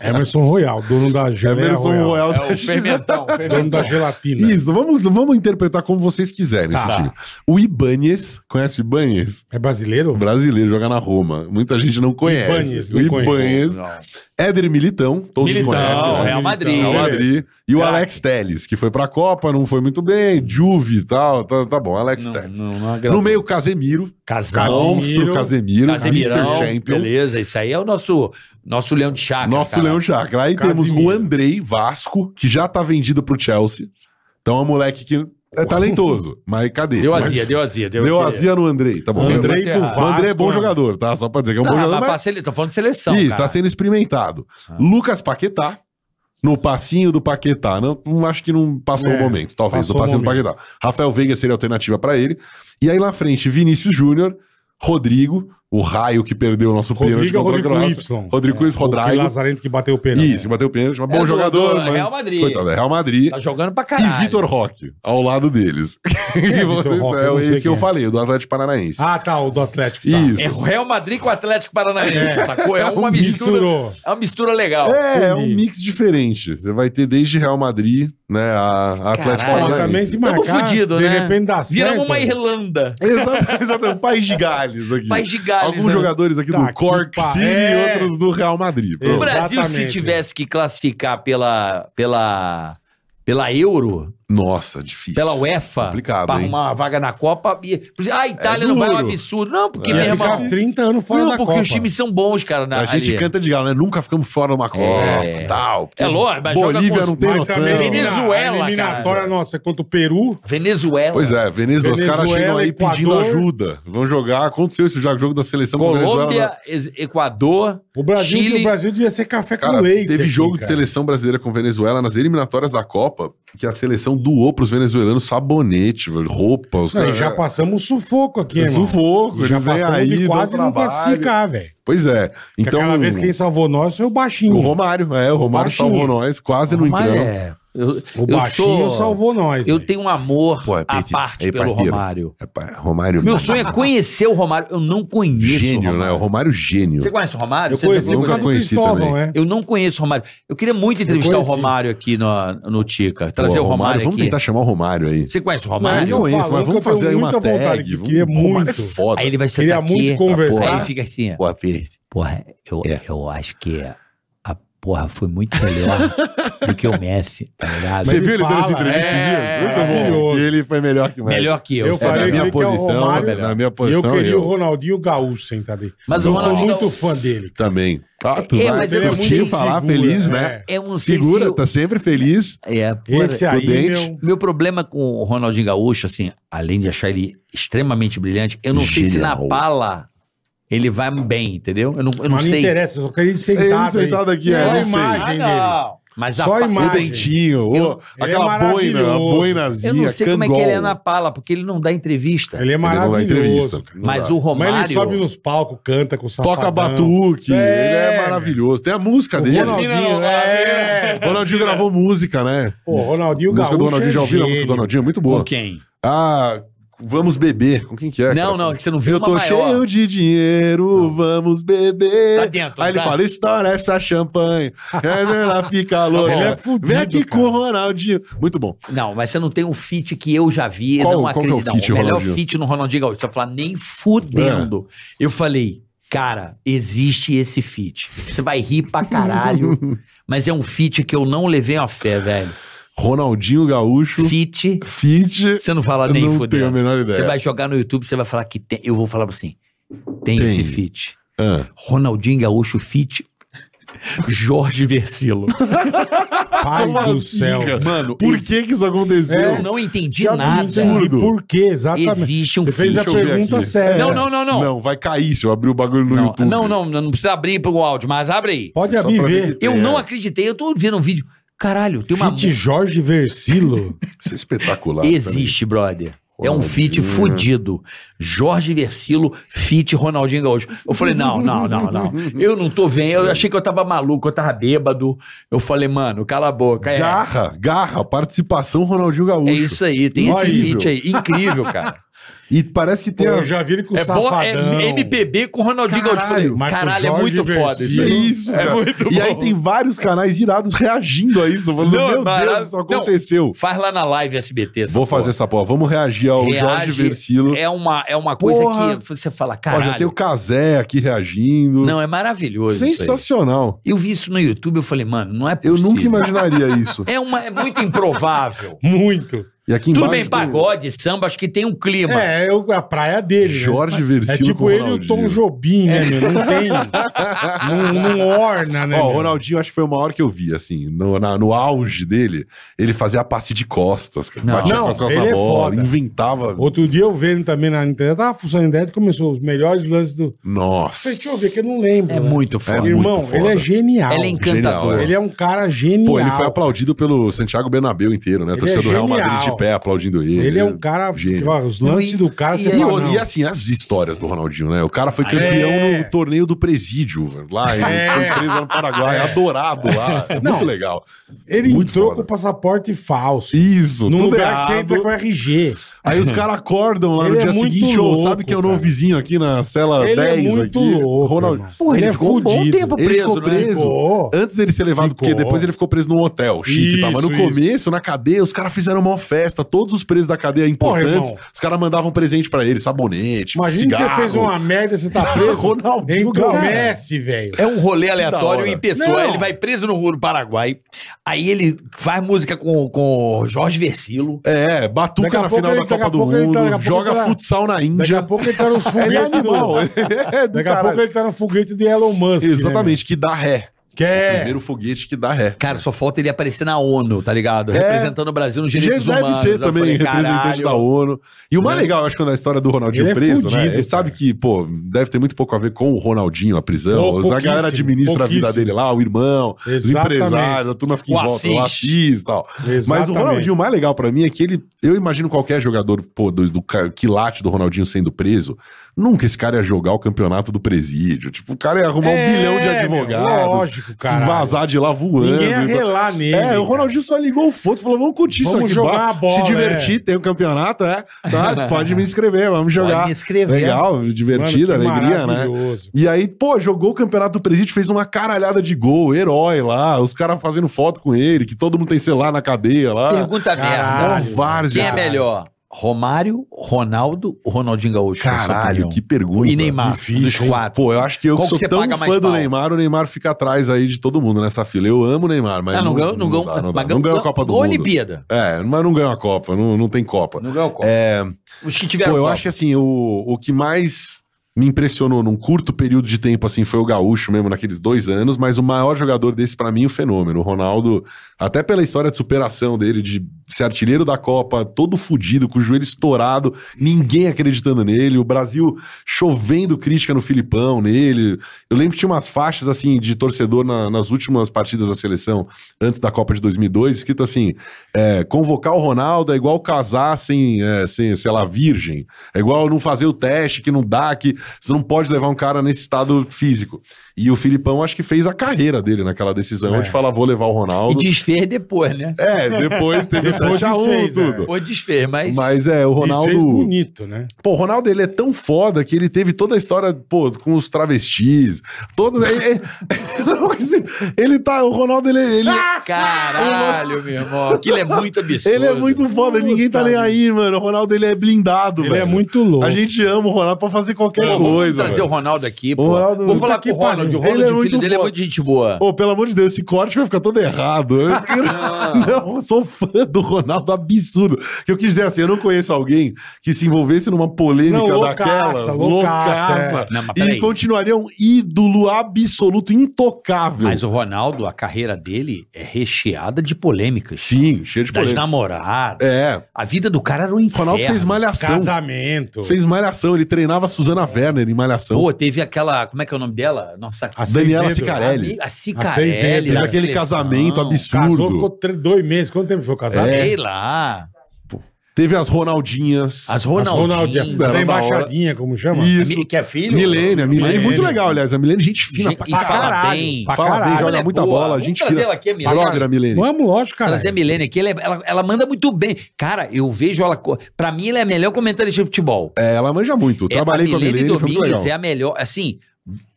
C: Emerson Royal, dono da geleia
E: Emerson
C: Royal.
E: Royal. tá
D: É o fermentão.
C: Dono da
D: fermentão.
C: gelatina.
E: Isso, vamos, vamos interpretar como vocês quiserem
C: Tá.
E: esse time. O Ibanez, conhece o Ibanez?
C: É brasileiro?
E: Brasileiro, joga na Roma. Muita gente não
C: Ibanez,
E: conhece.
C: não
E: o
C: conheço.
E: Ibanez, Éder Militão, todos
A: Militão,
E: conhecem. né?
D: Real Madrid.
E: Real Madrid. E o
A: Craque.
E: Alex Telles, que foi pra Copa, não foi muito bem. Juve e tal. Tá, tá bom, Alex
D: Não,
E: Telles.
D: não, não agrada.
E: No meio, Casemiro.
C: Casimiro.
E: Monstro Casemiro.
D: Casemirão,
E: Mr. Champions.
D: beleza, isso aí é o nosso, nosso leão de chácara.
E: Nosso
D: cara.
E: Leão Chakra. Aí temos
C: Casimiro.
E: o Andrei Vasco, que já tá vendido pro Chelsea. Então é um moleque que é talentoso. Mas cadê?
A: Deu
E: Mas-
A: azia, deu azia. Deu,
E: Deu azia no Andrei, tá bom.
C: Andrei
D: Deu
C: do
D: até
C: Vasco.
E: O Andrei é bom jogador, tá? Só pra dizer que é um
D: Tá,
E: bom jogador.
D: mas pra
E: Mas...
D: sele- tô falando de seleção,
E: Isso,
D: cara. Ah.
E: tá sendo experimentado. Lucas Paquetá, no passinho do Paquetá. Não, não acho que não passou
C: É,
E: o momento, talvez, do
C: passou o
E: passinho do
C: momento.
E: Paquetá. Rafael Veiga seria alternativa pra ele. E aí lá frente, Vinícius Júnior, Rodrigo, o raio que perdeu o nosso pênalti
C: Rodrigo é
E: contra
C: Rodrigo
E: a Croácia.
C: Y.
E: Rodrigo
C: é,
E: Cruz, Rodrigo.
C: O Lazarento que bateu o pênalti.
E: Isso, que bateu o pênalti, mas
D: É
E: bom
D: do-
E: jogador.
D: do
E: mas-
D: Real Madrid.
E: Coitado, é Real Madrid.
D: Tá jogando pra
E: E
D: caralho.
E: Vitor Roque, ao lado deles.
C: é
E: E
C: Vitor
E: vocês-
C: Roque?
E: é
C: Eu não sei
E: esse que eu
C: quem é.
E: falei, do Atlético Paranaense.
C: Ah, tá, o do Atlético. Tá.
E: Isso.
D: É o Real Madrid com o Atlético Paranaense, sacou? É uma
C: um
D: mistura,
C: Misturou.
D: é uma mistura legal.
E: É, é um
C: Entendi.
E: mix diferente. Você vai ter desde Real Madrid, né, a a Atlético
D: Caralho.
C: Pô, também se
E: Paranaense.
D: Tamo
C: marcar,
D: fudido,
C: de
D: né?
C: repente dá certo.
D: Viramos uma Irlanda.
E: Exato, exato, é um país de Gales aqui.
D: País de Gales,
E: Alguns
D: né?
E: jogadores aqui
C: Tá, que
E: do Cork
C: pa-
E: City
C: é.
E: e outros do Real Madrid.
D: O
E: Pronto.
D: Brasil, se
C: Exatamente.
D: tivesse que classificar pela, pela, pela Euro,
E: Nossa, difícil.
D: Pela UEFA,
E: Complicado,
D: pra
E: hein?
D: arrumar uma vaga na Copa. E... Ah, a Itália não vai é um
E: duro.
D: absurdo. Não, porque,
E: É.
D: meu
C: Ia
D: irmão.
C: ficar 30 anos fora
D: não,
C: da
D: porque
C: Copa.
D: os times são bons, cara. Na,
E: A gente
D: ali.
E: canta de galo, né? Nunca ficamos fora de uma Copa,
D: É.
E: tal.
D: É lógico, mas joga
E: Bolívia
D: com os-
E: não tem
C: Mas
E: noção.
C: também a elimina-
D: Venezuela,
C: a eliminatória
D: cara.
C: nossa é contra o Peru.
D: Venezuela.
E: Pois é, Venezuela, os caras
C: Venezuela,
E: chegam aí pedindo
C: Equador.
E: ajuda. Vão jogar, aconteceu isso já, o jogo da seleção com a Venezuela. né?
D: Colômbia, Ex- Equador.
C: O Brasil,
D: Chile.
C: o Brasil devia ser café
E: Cara,
C: com leite.
E: teve
C: aqui,
E: jogo de
C: cara.
E: seleção brasileira com Venezuela nas eliminatórias da Copa, que a seleção doou pros venezuelanos sabonete, velho, roupa, os
C: Não, e
E: caras. é
C: já passamos sufoco aqui, irmão.
E: Sufoco,
C: E já
E: eles vêm
C: passamos
E: aí,
C: de
E: dão
C: quase não
E: trabalho.
C: classificar, velho.
E: Pois é.
C: Então,
E: Então,
C: aquela vez quem salvou nós foi o Baixinho.
E: o Romário, é, o Romário
C: Baixinho.
E: salvou nós, quase não
D: Romário
E: entramos.
D: é. Eu,
C: O
D: eu
C: Baixinho
D: sou-
C: salvou nós.
D: Eu
C: velho.
D: tenho um amor
E: Pô, é
D: à
E: perdido.
D: parte
E: É
D: pelo
E: partido.
D: Romário.
E: É, pá, Romário.
D: Meu sonho é conhecer o Romário. Eu não conheço o
E: Gênio,
D: Romário.
E: né? O Romário gênio.
D: Você conhece o Romário?
C: Eu
D: Você
C: conheci
D: já viu?
E: nunca
C: por causa do
E: conheci
C: Cristóvão,
E: também.
C: é.
D: Eu não conheço o Romário. Eu queria muito entrevistar o
C: conheci.
D: Romário aqui no, no Tica.
E: Pô,
D: Trazer o Romário,
E: Vamos
D: aqui.
E: tentar chamar o Romário aí.
D: Você conhece o
E: Ah,
D: Romário?
C: eu
E: não é isso,
C: falo,
E: mas
C: nunca
E: vamos fazer aí
C: tenho
E: uma
C: muita vontade,
E: tag.
C: que
E: vamos-
C: queria
E: o Romário é
C: muito.
E: foda.
D: Aí ele vai
C: Queria
D: sentar aqui.
C: muito conversar.
D: Aí
E: porra.
D: ele fica assim, ó.
E: Pô, Pires,
D: Porra, eu,
E: É.
D: eu acho que a porra foi muito melhor do que o Messi, tá ligado?
E: Você
C: ele
E: viu ele dando essa
C: fala,
E: entrevista esses dias?
D: é,
E: Muito bom.
C: maravilhoso.
E: E ele foi melhor que o Messi.
D: Melhor que eu.
C: Eu
D: É,
E: na
C: falei
E: minha
C: que ele é o
E: posição,
C: Romário.
E: na
C: E
E: minha
C: eu
E: posição,
C: queria
E: eu.
C: o Ronaldinho Gaúcho sentado aí.
D: Mas o
C: eu sou
D: Ronaldinho
C: muito
D: Gaúcho-
C: fã dele.
E: Também. Ah, tu
D: É,
E: vai
D: mas eu não
E: curtir,
D: sei
E: falar
C: figura,
E: feliz,
C: é.
E: né?
D: eu não sei
E: Figura,
D: se eu-
E: tá sempre feliz.
D: um É, porra,
C: Esse
E: O
C: aí,
E: dente.
C: meu...
D: Meu problema com o Ronaldinho Gaúcho, assim, além de achar ele extremamente brilhante, eu não sei se na
E: Genial.
D: pala ele vai bem, entendeu? Eu não, eu não
C: Mas não
D: sei.
C: interessa, eu só queria ele
E: Ele
C: sentado. aí.
E: sentado aqui, é,
C: Só a
E: não sei.
C: imagem dele.
D: Mas a
C: Só
D: pa-
E: O
C: imagem.
E: dentinho, o-
D: Eu-
C: ele é
E: aquela boina, a
C: maravilhoso.
E: boinazinha,
D: Eu não sei como é que
E: cangol.
D: ele é na pala, porque ele não dá entrevista.
C: Ele é
E: Ele não dá
C: maravilhoso.
E: entrevista. Não
D: Mas
E: dá.
D: o
C: Mas
D: Romário.
C: ele sobe nos palcos, canta com o safadão.
E: Toca batuque,
C: É,
E: ele é
C: meu.
E: maravilhoso. Tem a música
C: O
E: dele.
C: Ronaldinho, é.
E: O Ronaldinho gravou música, né?
C: Pô, Ronaldinho
E: a música
C: Gaúcho
E: do Ronaldinho,
C: é
E: já ouviram a música do
C: gênio.
E: Ronaldinho? Muito boa.
D: Com quem?
E: Ah, vamos beber. Com quem que é?
D: Não,
E: cara?
D: não, é que você não viu
E: Eu
D: uma
E: tô
D: maior.
E: cheio de dinheiro, vamos beber.
D: Tá dentro,
E: Aí ele
D: tá?
E: fala, estoura essa champanhe. É, ela fica louca.
C: Ele é fudido,
E: Vem aqui
C: cara.
E: com o Ronaldinho. Muito bom.
D: Não, mas você não tem um feat que eu já vi,
E: Qual-
D: não
E: qual que é o
D: acredito. não,
E: feat,
D: o melhor
E: Ronaldinho? É.
D: feat no Ronaldinho Gaúcho. Você vai falar, nem fudendo. Eu falei, cara, existe esse feat. Você vai rir pra caralho, mas é um feat que eu não levei a fé, velho.
E: Ronaldinho Gaúcho,
D: Feat,
E: fit.
D: você não fala
E: Eu
D: nem
E: não tenho a
D: fudendo.
E: menor ideia.
D: Você vai jogar no YouTube, você vai falar que tem. Eu vou falar assim, tem,
E: Tem.
D: esse feat.
E: Ah.
D: Ronaldinho Gaúcho feat. Jorge Versilo.
C: Pai do céu.
E: Zica.
D: Mano,
E: Por que que isso aconteceu?
D: eu não entendi
C: Eu
D: nada.
C: é não entendi por quê, exatamente.
D: Existe um
C: Você fez a
E: Deixa eu ver
C: pergunta
E: aqui.
C: séria.
D: Não, não, não, não.
E: Não, vai cair se eu abrir o bagulho no
D: não,
E: YouTube.
D: Não, não, não, não precisa abrir pro áudio, mas abre aí.
C: Pode
E: Só
C: abrir e
E: pra
C: ver.
E: ver
D: Eu
E: É.
D: não acreditei, eu tô vendo um vídeo. Caralho, tem uma.
C: Fit
D: música.
C: Jorge Versilo.
E: Isso é espetacular.
D: Existe, brother. É um
E: Ronaldinho.
D: feat fudido. Jorge Versilo, feat Ronaldinho Gaúcho. Eu falei, não, não, não, não. Eu não tô vendo. Eu achei que eu tava maluco, eu tava bêbado. Eu falei, mano, cala a boca.
E: também.
D: É,
E: Garra, garra, participação Ronaldinho Gaúcho.
D: é isso aí, tem esse
E: Incrível.
D: feat aí. Incrível, cara.
E: E parece que
C: Pô,
E: tem a
C: eu já vi ele com o
D: É, bo- é
C: safadão.
D: MPB com Ronaldinho Gaúcho. Eu
C: Caralho,
D: Falei,
C: Marco
D: caralho, é
C: Jorge
D: muito foda
E: Que
D: isso aí.
C: Versilo.
E: isso, cara.
D: É muito
E: e
D: bom.
E: aí tem vários canais irados reagindo a isso. Falando,
D: Não, é
E: meu
D: maravilhoso.
E: Deus, isso
D: Não.
E: aconteceu.
D: Faz lá na live SBT. essa
E: Vou fazer
D: porra.
E: essa porra. Vamos reagir ao
D: Reage,
E: Jorge Versilo.
D: É uma, é uma coisa
E: Porra.
D: que você fala,
E: Olha, já tem
D: caralho.
E: o Kazé aqui reagindo.
D: Não, é maravilhoso. Sensacional.
E: Sensacional.
D: Eu vi isso no YouTube, eu falei, mano, não é
E: Eu
D: possível.
E: nunca imaginaria isso.
D: É, uma, é muito improvável.
C: Muito.
E: E aqui
D: Tudo
E: embaixo.
D: bem,
E: tem-
D: pagode, samba, acho que tem um clima.
C: É, eu, a praia dele. né?
E: Jorge
C: É
E: Versilo. com
C: tipo ele e o
E: Ronaldinho. É.
C: Tom Jobim, né, meu? Não tem. não, não orna, né?
E: Ó, o
C: meu?
E: Ronaldinho acho que foi uma hora que eu vi, assim, no, na- no auge dele, ele fazia passe de costas, cara.
D: Não.
E: batia
C: Não,
E: com as costas
C: ele
E: na
C: é
E: bola,
C: foda.
E: inventava.
C: Outro dia eu vendo também na internet, tava fuçando internet, começou os melhores lances do.
E: Nossa.
C: Falei, deixa eu ver, que eu não lembro.
D: É,
C: né?
D: muito foda.
E: muito
C: Irmão,
E: foda.
C: ele é genial.
D: Ela é encantadora.
E: Genial,
C: Ele é um cara genial.
E: Pô, ele foi aplaudido pelo Santiago Bernabéu inteiro, né?
C: Ele
E: Torcida
C: é
E: do Real Madrid
C: genial.
E: de pé aplaudindo ele.
C: Ele é um cara.
E: Gênio.
C: que, ó, os lances do cara,
D: E-
C: você
D: e-
E: E,
C: fala,
E: o-
C: não.
E: e assim, as histórias do Ronaldinho, né? O cara foi campeão
C: É.
E: no torneio do presídio, velho, lá ele
C: É.
E: foi preso lá no Paraguai, adorado lá. É
C: Não.
E: muito legal.
C: Ele
E: Muito
C: entrou
E: foda.
C: com o passaporte falso.
E: Isso,
C: Num
E: tudo
C: lugar que você
E: errado.
C: entra com RG.
E: Aí os caras acordam lá no
C: Ele é
E: dia
C: muito
E: seguinte, ô,
C: louco,
E: sabe que é o novo
C: cara.
E: vizinho aqui na cela
C: Ele
E: 10
C: é muito
E: aqui?
C: louco.
E: Ronaldinho.
C: irmão. é
D: Porra, ele ficou um bom
C: fudido.
D: tempo
E: Ele
D: preso,
E: ficou
D: né?
E: preso.
C: Ficou.
E: Antes dele ser levado,
C: Ficou.
E: porque depois ele ficou preso num hotel chique e tal. Mas
C: Isso,
E: no
C: isso.
E: começo, na cadeia, os caras fizeram uma festa, todos os presos da cadeia
C: Porra,
E: importantes,
C: irmão.
E: os caras mandavam um presente pra ele, sabonete,
C: Imagina que
E: cigarro.
C: você fez uma merda, você tá preso.
E: Ronaldinho,
C: Entra o
E: cara.
C: Messi, velho.
D: É um rolê
E: da
D: aleatório
E: hora.
D: em pessoa.
C: Não.
D: Ele vai preso no Rio do Paraguai. Aí ele faz música com, com o Jorge Versilo.
E: É,
C: Daqui
E: batuca
C: a
E: na
C: pouco
E: final
C: ele-
E: da
C: daqui a
E: Copa do
C: pouco ele tá-
E: Mundo,
C: daqui a pouco
E: joga
C: ele tá-
E: futsal na
C: Daqui
E: Índia.
C: a pouco ele tá no
E: um Ele é
C: foguete do...
E: animal. É do
C: Daqui a
E: caralho.
C: pouco ele tá no foguete do Elon Musk. né,
E: Exatamente, que dá ré.
C: meu? que
E: O
C: é.
E: Primeiro foguete que dá ré.
D: Cara, só falta ele aparecer na ONU, tá ligado? Representando o Brasil nos direitos
E: É. Jesus deve
D: humanos.
E: ser
D: Eu
E: também
D: falei,
E: representante
D: "Caralho".
E: da ONU. E o mais legal, eu acho, quando a história do Ronaldinho
C: Né? Ele é
E: preso, né?
C: fudido,
E: Ele sabe que, pô, deve ter muito pouco a ver com o Ronaldinho, a prisão.
C: Pô,
E: a galera
C: pouquíssimo,
E: administra a vida
C: pouquíssimo.
E: dele lá, o irmão,
C: Exatamente.
E: os empresários, a turma fica em
D: O
E: volta, o
D: Assis.
E: Assis e tal. Mas o
C: Exatamente.
E: Ronaldinho, o mais legal pra mim é que ele. Eu imagino qualquer jogador, pô, do, do ca- quilate do Ronaldinho sendo preso. Nunca esse cara ia jogar o campeonato do presídio. Tipo, o cara ia arrumar
C: É,
E: um bilhão de
C: meu,
E: advogados.
C: lógico,
E: Se
C: caralho.
E: vazar de lá voando.
C: Ninguém ia
E: e tal.
C: relar nele.
E: É,
C: cara.
E: o Ronaldinho só ligou o foda e falou: vamos curtir isso
C: Vamos
E: aqui,
C: jogar
E: ba-
C: a bola,
D: né?"
E: Se divertir, tem um campeonato, é. Tá, pode me inscrever, vamos jogar.
D: Pode me inscrever.
E: Legal,
C: Mano,
E: divertido,
C: que
E: alegria, né?
C: maravilhoso.
E: E aí, pô, jogou o campeonato do presídio, fez uma caralhada de gol, herói lá, os caras fazendo foto com ele, que todo mundo tem celular na cadeia lá.
D: Pergunta
C: Caralho.
D: merda. né?
E: Mó várzea.
D: Quem é melhor? Romário, Ronaldo ou Ronaldinho Gaúcho? na sua
E: Caralho,
D: opinião?
E: que pergunta.
D: E Neymar, dos
E: hein?
D: quatro.
E: Pô, eu acho que eu que
D: Qual que
E: sou
D: você
E: tão
D: paga mais
E: fã do
D: pau?
E: Neymar, o Neymar fica atrás aí de todo mundo nessa fila. Eu amo o Neymar, mas
D: Ah, não ganhou, não ganhou,
E: dá, não, dá.
D: mas
E: Não ganhou a Copa do
D: ganhou
E: Mundo.
D: Olimpíada.
E: É, mas não ganhou a Copa, não, não tem Copa.
D: Não ganhou a Copa.
E: É,
D: Os que
E: pô,
D: tiveram
E: eu
D: Copa.
E: acho que assim, o, o que mais me impressionou num curto período de tempo assim foi o Gaúcho mesmo naqueles dois anos, mas o maior jogador desse pra mim o fenômeno, o Ronaldo, até pela história de superação dele de ser artilheiro da Copa, todo fudido, com o joelho estourado, ninguém acreditando nele, o Brasil chovendo crítica no Filipão nele. Eu lembro que tinha umas faixas assim de torcedor na- nas últimas partidas da seleção antes da Copa de 2002, escrito assim: é, convocar o Ronaldo é igual casar sem, é, sem, sei lá, virgem. É igual não fazer o teste que não dá, que você não pode levar um cara nesse estado físico. E o Filipão acho que fez a carreira dele naquela decisão
C: É.
E: de falar: vou levar o
D: E
E: Ronaldo.
D: desfez depois, né?
E: É, depois teve o
C: Depois é.
E: 7x1
C: desfez,
E: tudo.
D: Depois desfez, mas...
E: Mas é, o
C: Ronaldo... Isso é
E: Ronaldo.
C: bonito, né?
E: Pô, o Ronaldo ele é tão foda que ele teve toda a história, pô, com os travestis. Todas. é- é- Não, mas ele, tá. O Ronaldo, ele. ele...
D: Ah, Caralho, meu irmão. Aquilo é muito absurdo.
E: Ele é muito foda, ninguém tá nem aí, mano. O Ronaldo ele é blindado,
C: Ele
E: velho.
C: é muito louco.
E: A gente ama o Ronaldo pra fazer qualquer
D: Pô, vamos
E: coisa.
D: trazer
E: velho.
D: o Ronaldo aqui, pô.
E: Ronaldo-
D: Vou
E: Puta
D: falar
E: que
D: com o Ronald.
E: pariu.
D: O Ronald,
E: Ele é
D: o filho
E: muito
D: dele, é
E: foda.
D: muito gente boa.
E: Ô, pelo amor de Deus, esse corte vai ficar todo errado. Eu, eu não sou fã do Ronaldo, absurdo. Eu quis dizer assim, eu não conheço alguém que se envolvesse numa polêmica
C: Não, loucaça, loucaça,
E: daquelas, loucaça,
D: é. Não, mas
E: e
D: peraí.
E: continuaria um ídolo absoluto, intocável.
D: Mas o Ronaldo, a carreira dele é recheada de polêmicas.
E: Sim, cheio de
D: das
E: polêmica.
D: namoradas.
E: É,
D: A vida do cara era um
E: o
D: inferno.
E: Ronaldo fez malhação.
C: Casamento.
E: Fez malhação, ele treinava a Suzana Werner em malhação.
D: Pô, teve aquela... Como é que é o nome dela? Nossa...
C: A seis
E: Daniela
C: dedos.
E: Cicarelli.
D: A
C: A seis
D: Cicarelli.
C: dedos.
E: Teve
D: da
E: aquele
D: seleção.
E: casamento absurdo. É.
C: Casou, ficou tre- dois meses. Quanto tempo foi casado?
D: Sei lá.
E: Teve as Ronaldinhas.
D: As
C: As
D: Ronaldinhas.
C: Ronaldinho.
E: Era
C: Da
E: da
C: embaixadinha, como chama?
E: Isso.
D: Mi- Que é filho?
E: Milênia, Milênia,
C: Milênia.
E: muito legal, aliás. A Milênia, gente fina
D: Gente,
E: pra
D: e fala
C: caralho,
D: bem.
C: pra
E: Fala bem,
C: caralho.
E: joga
D: Ela é
E: muita
D: boa.
E: bola,
D: Vamos
E: gente
D: trazer
E: fina.
D: ela aqui, a Milene.
E: Blogger, a Milene.
C: Vamos, lógico, cara.
D: Trazer a Milene aqui, ela, é- ela, ela manda muito bem. Cara, eu vejo ela. co- Pra mim, ela é a melhor comentarista de futebol.
E: É, ela manja muito. Eu
D: É,
E: Trabalhei com a Milene, foi muito legal.
D: é a melhor. Assim,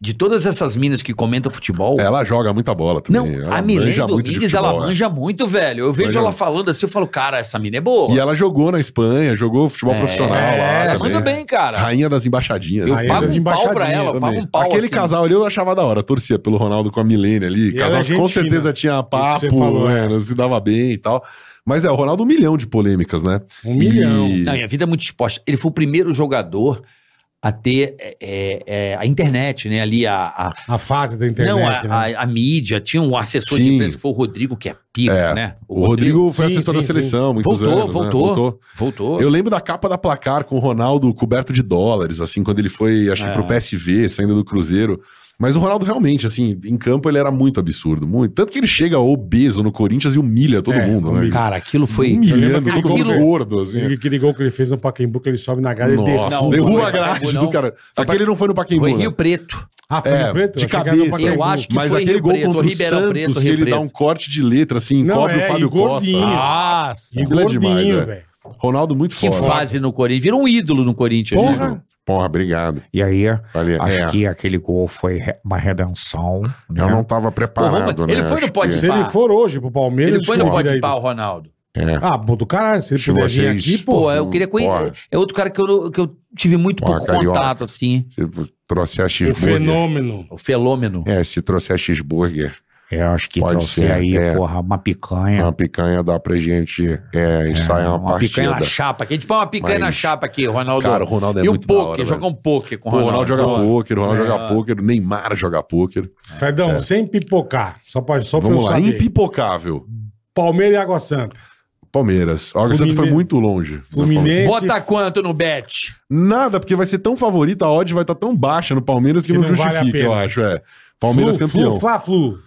D: de todas essas minas que comentam futebol.
E: Ela joga muita bola também.
D: é não,
E: ela
D: a Milene
E: manja muito de
D: Domingues,
E: futebol,
D: ela
E: né?
D: manja muito, velho. Eu vejo
E: Manja
D: ela
E: muito.
D: falando assim, eu falo, cara, essa mina é boa.
E: E ela jogou na Espanha, jogou futebol profissional
C: é,
E: lá.
D: ela
E: também. né?
D: manda bem, cara.
E: Rainha das embaixadinhas.
D: Eu
C: Rainha
D: pago
C: das
D: um pau pra
C: embaixadinhas
D: ela,
E: Também.
D: pago um pau.
E: Aquele
D: assim.
E: casal ali eu achava da hora, torcia pelo Ronaldo com a Milene ali.
C: E ela
E: casal
C: é
E: que com
C: gente
E: certeza
C: fina.
E: tinha
C: você
E: papo,
C: falou, é.
E: né, não se dava bem e tal. Mas é, o Ronaldo um milhão de polêmicas, né?
C: Um milhão.
E: E-
D: Não, e a vida é muito exposta. Ele foi o primeiro jogador a ter é, é, é, a internet, né? Ali, a- a,
C: A fase da internet,
D: não, é, a,
C: né?
D: a- a mídia, tinha um assessor
E: Sim.
D: de imprensa que foi o Rodrigo, que é pica,
E: É,
D: né?
E: O Rodrigo foi
C: Sim,
E: assessor
C: sim,
E: da
C: sim.
E: seleção, há muitos
D: Voltou,
E: anos, né?
D: voltou. voltou.
E: Eu lembro da capa da placar com o Ronaldo coberto de dólares, assim, quando ele foi, acho
D: É.
E: que pro PSV, saindo do Cruzeiro. Mas o Ronaldo realmente, assim, em campo ele era muito absurdo, muito. Tanto que ele chega obeso no Corinthians e humilha todo
C: É,
E: mundo, né?
C: humilha.
D: Cara, aquilo foi.
C: Eu
E: Humilhando,
C: lembro
E: todo
C: aquele
E: mundo
C: gol-
E: gordo, assim.
C: Ele que ligou que ele fez no Pacaembu, que ele sobe na grade e
E: Nossa,
C: derruba.
E: derruba
D: não,
E: a grade
D: não.
E: do cara. Aquele não foi no Paquimbu,
D: Foi
E: né?
D: Rio Preto.
C: Ah, foi
E: É,
C: no preto?
E: de
C: Achei que era no
E: cabeça.
C: Pacaembu.
D: Eu acho que
E: Mas
D: foi
E: aquele
D: Rio
E: gol
D: Preto,
E: contra o
D: Ribeirão
E: Santos,
D: Preto,
E: que
D: Rio
E: ele dá
D: Preto.
E: um corte de letra, assim,
C: Não,
E: encobre
C: é,
E: o
C: e
E: Fábio Costa.
C: gordinho.
E: Ah,
D: Nossa!
C: E
E: Aquilo é demais,
C: gordinho,
E: é.
C: velho.
E: Ronaldo muito
D: Que
E: foda.
D: fase no Corinthians. Virou um ídolo no Corinthians. né?
C: Porra.
E: Porra, obrigado.
G: E aí,
E: Valeu.
G: acho
E: É,
G: que aquele gol foi re- uma redenção. né?
E: Eu não tava
D: é. Pô, vamos-
E: preparado, né?
D: ele foi no
E: Acho que-
D: pode-
C: Se ele for hoje pro Palmeiras...
D: Ele foi
C: acho
D: no
C: que vira
D: pode
C: aí.
D: pau, Ronaldo.
E: É.
C: Ah, bom do caralho, se ele
E: Se
C: puder vir
E: vocês-
C: aqui, pô.
D: Pô, eu queria
E: porra.
D: conhecer. É outro cara que eu, que eu tive muito
E: Pô,
D: pouco
E: carioca.
D: contato, assim.
E: Se trouxer
C: O
E: cheeseburger.
C: fenômeno.
D: O fenômeno.
E: É, se trouxer cheeseburger,
D: É,
G: Eu acho que
E: Pode
G: trouxe
E: ser,
G: aí,
E: é.
G: porra, uma picanha.
E: uma picanha dá pra gente é, ensaiar uma,
G: uma picanha
E: partida.
D: Na chapa aqui. A gente põe uma picanha
E: Mas-
D: na chapa aqui, Ronaldo.
E: Cara, o Ronaldo é
D: e o
E: muito da hora,
D: poker,
E: velho.
D: joga um poker com o
E: Pô, o
D: Ronaldo. um
E: Ronaldo joga
D: Pô,
E: pôquer, o Ronaldo joga pôquer, o Neymar joga pôquer.
C: Fredão, sem pipocar. Só pra, só pra eu
E: Vamos lá,
C: saber.
E: impipocável.
C: Palmeiras e Água Santa.
E: Palmeiras. A Santa foi
C: Fluminense.
E: muito longe. da
C: Fluminense.
D: Bota quanto no bet?
E: Nada, porque vai ser tão favorita, a odd vai estar tão baixa no Palmeiras que,
C: Que
E: não,
C: não vale
E: justifica,
C: a pena.
E: eu acho. É. Palmeiras
C: Flu,
E: campeão.
C: Flu, Fla, Flu.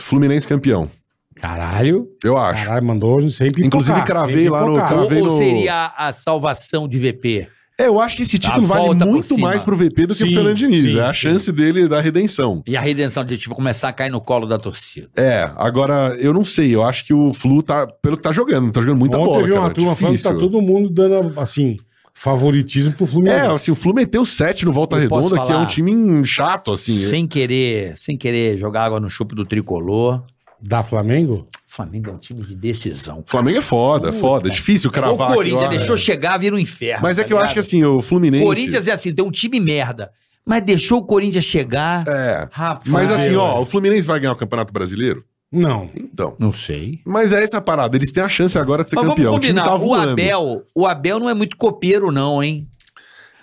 E: Fluminense campeão,
G: Caralho.
E: eu acho.
C: Caralho, mandou hoje sem pipocar.
E: Inclusive, cravei
C: sem
E: lá no
C: pipocar.
E: cara
D: Ou,
E: vem
D: ou
E: no-
D: seria a salvação de VP?
E: É, eu acho que esse título
D: A
E: vale
D: volta por
E: muito
D: cima.
E: mais pro VP do que
C: Sim,
E: pro Fernando Diniz.
C: sim,
E: é a
C: sim.
E: chance dele da redenção.
D: E a redenção de, tipo, começar a cair no colo da torcida.
E: É, agora, eu não sei, eu acho que o Flu tá, pelo que tá jogando, tá jogando muita
C: Ontem
E: bola,
C: eu vi uma
E: cara,
C: turma falando que
E: difícil.
C: tá todo mundo dando, assim, favoritismo pro
E: É,
C: Fluminense.
E: assim, o Flu meteu 7 no Volta
D: Eu posso
E: Redonda, que é um
D: falar?
E: time chato, assim.
D: Sem querer, sem querer jogar água no chupo do tricolor.
C: Da Flamengo?
D: Flamengo é um time de decisão.
E: O Flamengo é foda, é foda, é difícil
D: O
E: cravar. aqui,
D: Corinthians
E: ó. é.
D: deixou chegar, vira um inferno.
E: Mas é
D: tá
E: que eu
D: ligado?
E: acho que assim, o
D: O
E: Fluminense...
D: Corinthians é assim, tem um time merda. Mas deixou o Corinthians chegar.
E: É,
D: Rapaz.
E: mas assim, ó, o Fluminense vai ganhar o Campeonato Brasileiro?
C: Não.
E: Então.
D: Não sei.
E: Mas é essa a parada, eles têm a chance agora de ser
D: Mas vamos
E: campeão. O time
D: combinar,
E: tá
D: o,
E: voando.
D: Abel, o Abel não é muito copeiro, não, hein?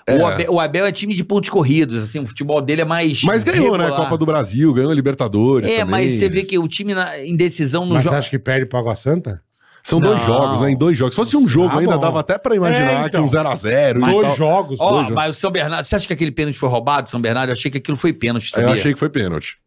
E: É.
D: O, Abel, o Abel é time de pontos corridos, assim, o futebol dele é mais.
E: Mas ganhou, né?
D: regular.
E: Copa do Brasil, ganhou a Libertadores
D: É,
E: também. né?
D: mas você vê que o time na, em decisão não
C: Mas você
D: joga.
C: acha que perde pro Água Santa?
E: São dois
D: Não.
E: jogos, né? Em dois jogos. Se fosse um jogo
C: Ah,
E: ainda,
C: bom.
E: dava até pra imaginar
C: É, então.
E: que um 0x0 e
C: dois
E: tal.
C: jogos,
D: Ó,
C: dois jogos.
D: mas o São Bernardo, você acha que aquele pênalti foi roubado, São Bernardo? Eu achei que aquilo foi pênalti,
E: Eu
D: sabia?
E: achei que foi pênalti.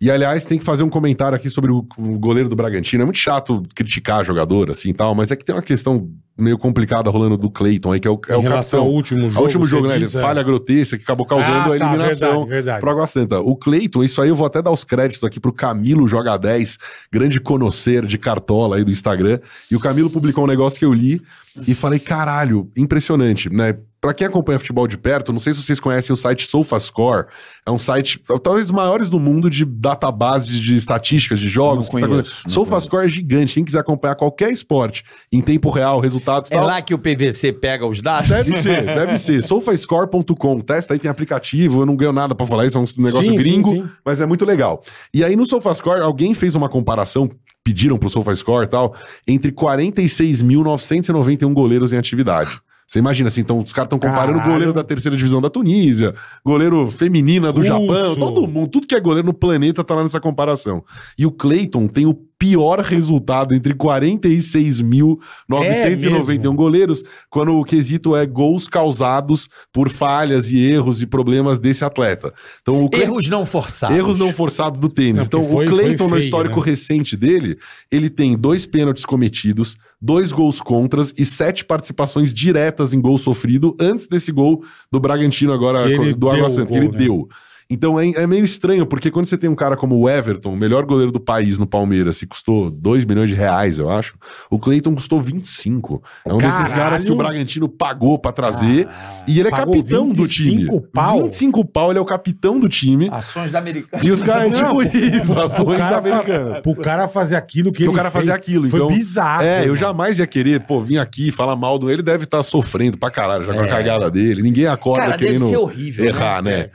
E: E, aliás, tem que fazer um comentário aqui sobre o o goleiro do Bragantino. É muito chato criticar jogador, assim, e tal, mas é que tem uma questão meio complicada rolando do Cleiton aí, que é o, é
C: em
E: o
C: relação ao
E: capitão.
C: último jogo.
E: Ao último
C: você
E: jogo, né? Ele
C: diz, é.
E: falha grotesca, que acabou causando
C: Ah,
E: a
C: tá,
E: eliminação
C: verdade, verdade.
E: pro Água Santa. O Cleiton, isso aí eu vou até dar os créditos aqui pro Camilo Joga 10, grande conocer de cartola aí do Instagram. E o Camilo publicou um negócio que eu li e falei, caralho, impressionante, né? Pra quem acompanha futebol de perto, não sei se vocês conhecem o site SofaScore. É um site, talvez dos maiores do mundo de database de estatísticas de jogos.
D: Não
E: que tá
D: conheço,
E: acontecendo.
D: não
E: SofaScore é gigante. Quem quiser acompanhar qualquer esporte em tempo real, resultados tá e
D: É
E: tal,
D: lá que o PVC pega os dados?
E: Deve ser,
C: é.
E: deve ser. Sofascore.com. Testa aí, tem aplicativo. Eu não ganho nada pra falar isso, é um negócio
C: Sim, sim,
E: gringo,
C: sim.
E: mas é muito legal. E aí no Sofascore, alguém fez uma comparação, pediram pro Sofascore e tal, entre 46.991 goleiros em atividade. Você imagina assim, então os caras estão comparando o
C: Caralho.
E: goleiro da terceira divisão da Tunísia, goleiro feminina do
C: Russo.
E: Japão, todo mundo, tudo que é goleiro no planeta tá lá nessa comparação. E o Clayton tem o pior resultado entre 46.991
C: É mesmo.
E: goleiros, quando o quesito é gols causados por falhas e erros e problemas desse atleta. Então, o Clay-
D: Erros não forçados.
E: Erros não forçados do tênis.
C: Não,
E: então,
C: porque foi-
E: o
C: foi
E: Cleiton, no
C: feio,
E: histórico
C: né?
E: recente dele, ele tem dois pênaltis cometidos, dois gols contras e sete participações diretas em gol sofrido antes desse gol do Bragantino agora,
C: Que ele
E: do Água
C: deu o
E: Santa, que
C: gol,
E: ele
C: né?
E: deu. Então é, é meio estranho, porque quando você tem um cara como o Everton, o melhor goleiro do país no Palmeiras, que custou 2 milhões de reais, eu acho, o Cleiton custou 25. É um desses
C: Caralho! Ah,
E: caras que o Bragantino pagou pra trazer. e ele é
C: Pagou
E: capitão do time.
C: 25 pau?
E: 25 pau, ele é o capitão do time.
D: Ações da americana.
E: E os caras é tipo
C: Não,
E: isso,
C: Pro
E: ações
C: cara,
E: americanas.
C: fa- pro cara fazer aquilo que
E: Pro
C: ele
E: cara
C: fez,
E: fazer aquilo,
C: Foi
E: então-
C: bizarro.
E: É, eu
C: irmão.
E: jamais ia querer, pô, vir aqui falar mal do ele, deve estar sofrendo pra caralho, já com
C: É.
E: a cagada dele. Ninguém acorda
D: Cara, deve
E: querendo
D: ser horrível.
E: errar, né?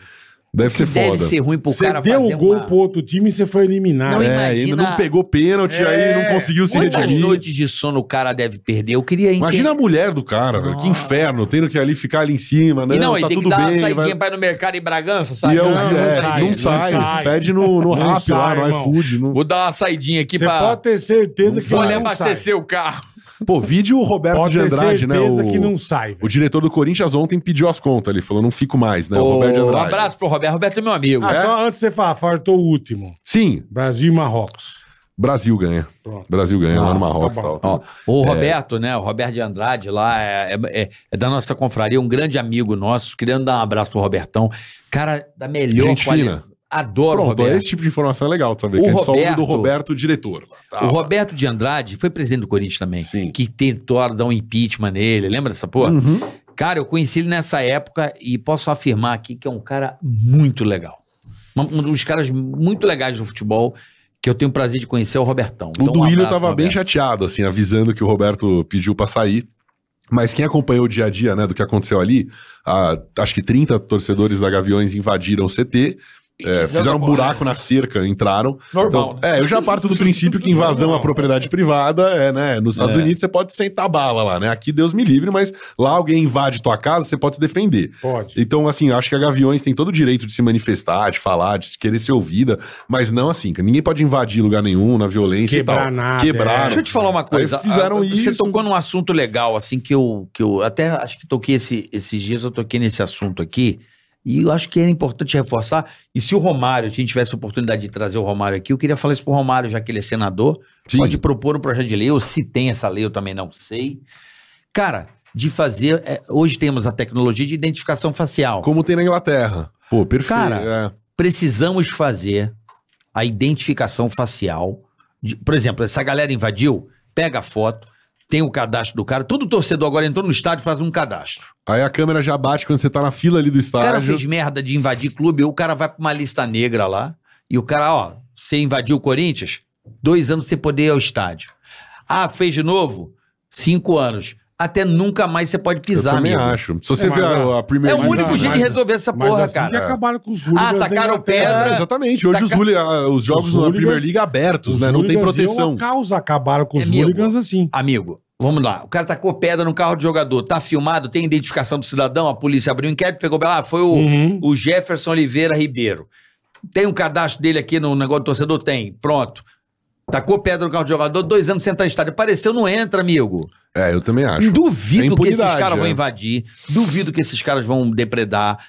E: Deve ser
D: Deve
E: é foda.
D: ser ruim pro
C: Você
D: cara
C: deu
D: fazer
C: o gol
D: uma-
C: pro outro time e você foi eliminado.
D: Não,
E: É,
C: É.
D: Imagina-
E: ainda não pegou pênalti, aí não conseguiu se
D: Quantas
E: redimir.
D: noites de sono o cara deve perder? Eu queria entender.
E: Imagina a mulher do cara, velho, que inferno, tendo que ali ficar ali em cima, né?
D: Ah. e não, e
E: tá
D: tem
E: tudo
D: que dar
E: bem.
D: uma saidinha
E: vai-
D: pra ir no mercado em Bragança,
E: E
D: sabe?
E: eu,
C: Não,
E: não,
C: não
E: é,
C: sai,
E: não
C: não
E: sai,
C: sai.
E: Pede no, no
C: Não
E: rap lá,
C: sai,
E: no
C: irmão.
E: iFood. No...
D: Vou dar uma saidinha aqui
C: Você
D: pra
C: pode ter certeza que
E: Vou
D: olhar
E: olhar
C: não sai.
D: abastecer o carro.
E: Pô, vídeo o Roberto
C: Pode
E: de
C: ter
E: Andrade, né?
C: certeza
E: o-
C: que não sai.
E: O
C: velho.
E: diretor do Corinthians ontem pediu as contas ali, falou: não fico mais, né? O
D: Ô,
E: Roberto de
D: um
E: Andrade.
D: abraço pro Roberto. Roberto é meu amigo.
C: Ah, só antes de você falar, fartou o último.
E: Sim,
C: Brasil e Marrocos.
E: Brasil ganha.
C: Pronto.
E: Brasil ganha
D: Ah,
E: lá no Marrocos.
C: tá bom.
E: tal.
D: Ó, o
E: É.
D: Roberto, né? O Roberto de Andrade lá é, é- é- é da nossa confraria, um grande amigo nosso. Querendo dar um abraço pro Robertão. Cara da melhor
E: Gente fina.
D: Adoro o
E: Pronto,
D: Roberto.
E: esse tipo de informação é legal de saber.
D: O
E: que a gente só ouve do
D: Roberto-
E: Roberto, diretor. lá, tá?
D: O Roberto de Andrade foi presidente do Corinthians também.
E: Sim.
D: Que tentou dar um impeachment nele. Lembra dessa porra?
E: Uhum.
D: Cara, eu conheci ele nessa época e posso afirmar aqui que é um cara muito legal. Um um dos caras muito legais do futebol que eu tenho o prazer de conhecer, é o Robertão.
E: O
D: Então, um
E: Duílio
D: abraço,
E: tava bem
D: Roberto.
E: chateado, assim, avisando que o Roberto pediu pra sair. Mas quem acompanhou o dia a dia, né, do que aconteceu ali, ah, acho que 30 torcedores da Gaviões invadiram o CT, eh, fizeram um buraco na cerca, entraram.
A: Normal,
D: né?
E: Então, É, eu já parto do princípio que invasão à propriedade privada é, né, nos Estados
D: É.
E: Unidos você pode sentar bala lá, né? Aqui Deus me livre, mas lá alguém invade tua casa, você pode se defender.
C: Pode.
E: Então, assim, eu acho que a Gaviões tem todo o direito de se manifestar, de falar, de querer ser ouvida, mas não assim, cara. ninguém pode invadir lugar nenhum na violência e
C: Quebrar
E: tal.
C: nada,
E: Quebrar.
C: é.
D: Deixa eu te falar uma coisa.
E: Aí fizeram
D: Ah, Você
E: isso.
D: tocou num assunto legal, assim, que eu, que eu até acho que toquei esse- esses dias, eu toquei nesse assunto aqui. E eu acho que era importante reforçar. E se o Romário, se a gente tivesse a oportunidade de trazer o Romário aqui, eu queria falar isso pro Romário, já que ele é senador.
E: Sim.
D: Pode propor um projeto de lei, ou se tem essa lei, eu também não sei. Cara, de fazer. é, hoje temos a tecnologia de identificação facial.
E: Como tem na Inglaterra. Pô, perfeito.
D: Cara,
E: é.
D: precisamos fazer a identificação facial. de- por exemplo, essa galera invadiu, pega a foto, tem o cadastro do cara. Todo torcedor agora entrou no estádio e faz um cadastro.
E: É. Aí a câmera já bate quando você tá na fila ali do
D: O cara
E: estádio.
D: fez merda de invadir clube, o cara vai pra uma lista negra lá. E o cara, ó, você invadiu o Corinthians, dois anos sem poder ir ao estádio. Ah, fez de novo? Cinco anos. Até nunca mais você pode
E: Eu
D: pisar,
E: também
D: amigo.
E: acho. Se você
C: É,
E: ver
C: mas
E: a, né? a
D: É
E: primeira.
D: o
C: Mas,
D: único
C: ah,
D: jeito de
C: mas-
D: resolver essa
C: Mas
D: porra,
C: assim que
D: cara.
C: acabaram com os hooligans. da
D: tacaram
E: É,
C: Inglaterra.
D: pedra.
E: exatamente. Hoje
D: Taca-
E: os, hooli- ah, os jogos
C: Os
E: na
C: hooligans-
E: Premier League abertos,
C: Os
E: né? Não tem
C: hooligans iam
E: proteção.
C: à causa, acabaram com os
D: É, amigo.
C: hooligans assim.
D: Amigo, vamos lá. O cara tacou pedra no carro do jogador. Tá filmado, tem identificação do cidadão, a polícia abriu um inquérito, pegou. Ah, foi o,
C: Uhum.
D: o Jefferson Oliveira Ribeiro. Tem o cadastro dele aqui no negócio do torcedor? Tem. Pronto. Tacou pedra no carro do jogador, dois anos sentado em estádio. Apareceu, não entra, amigo.
E: É, eu também acho. É
D: Duvido que esses
E: impunidade,
D: caras
E: é.
D: vão invadir. Duvido que esses caras vão depredar.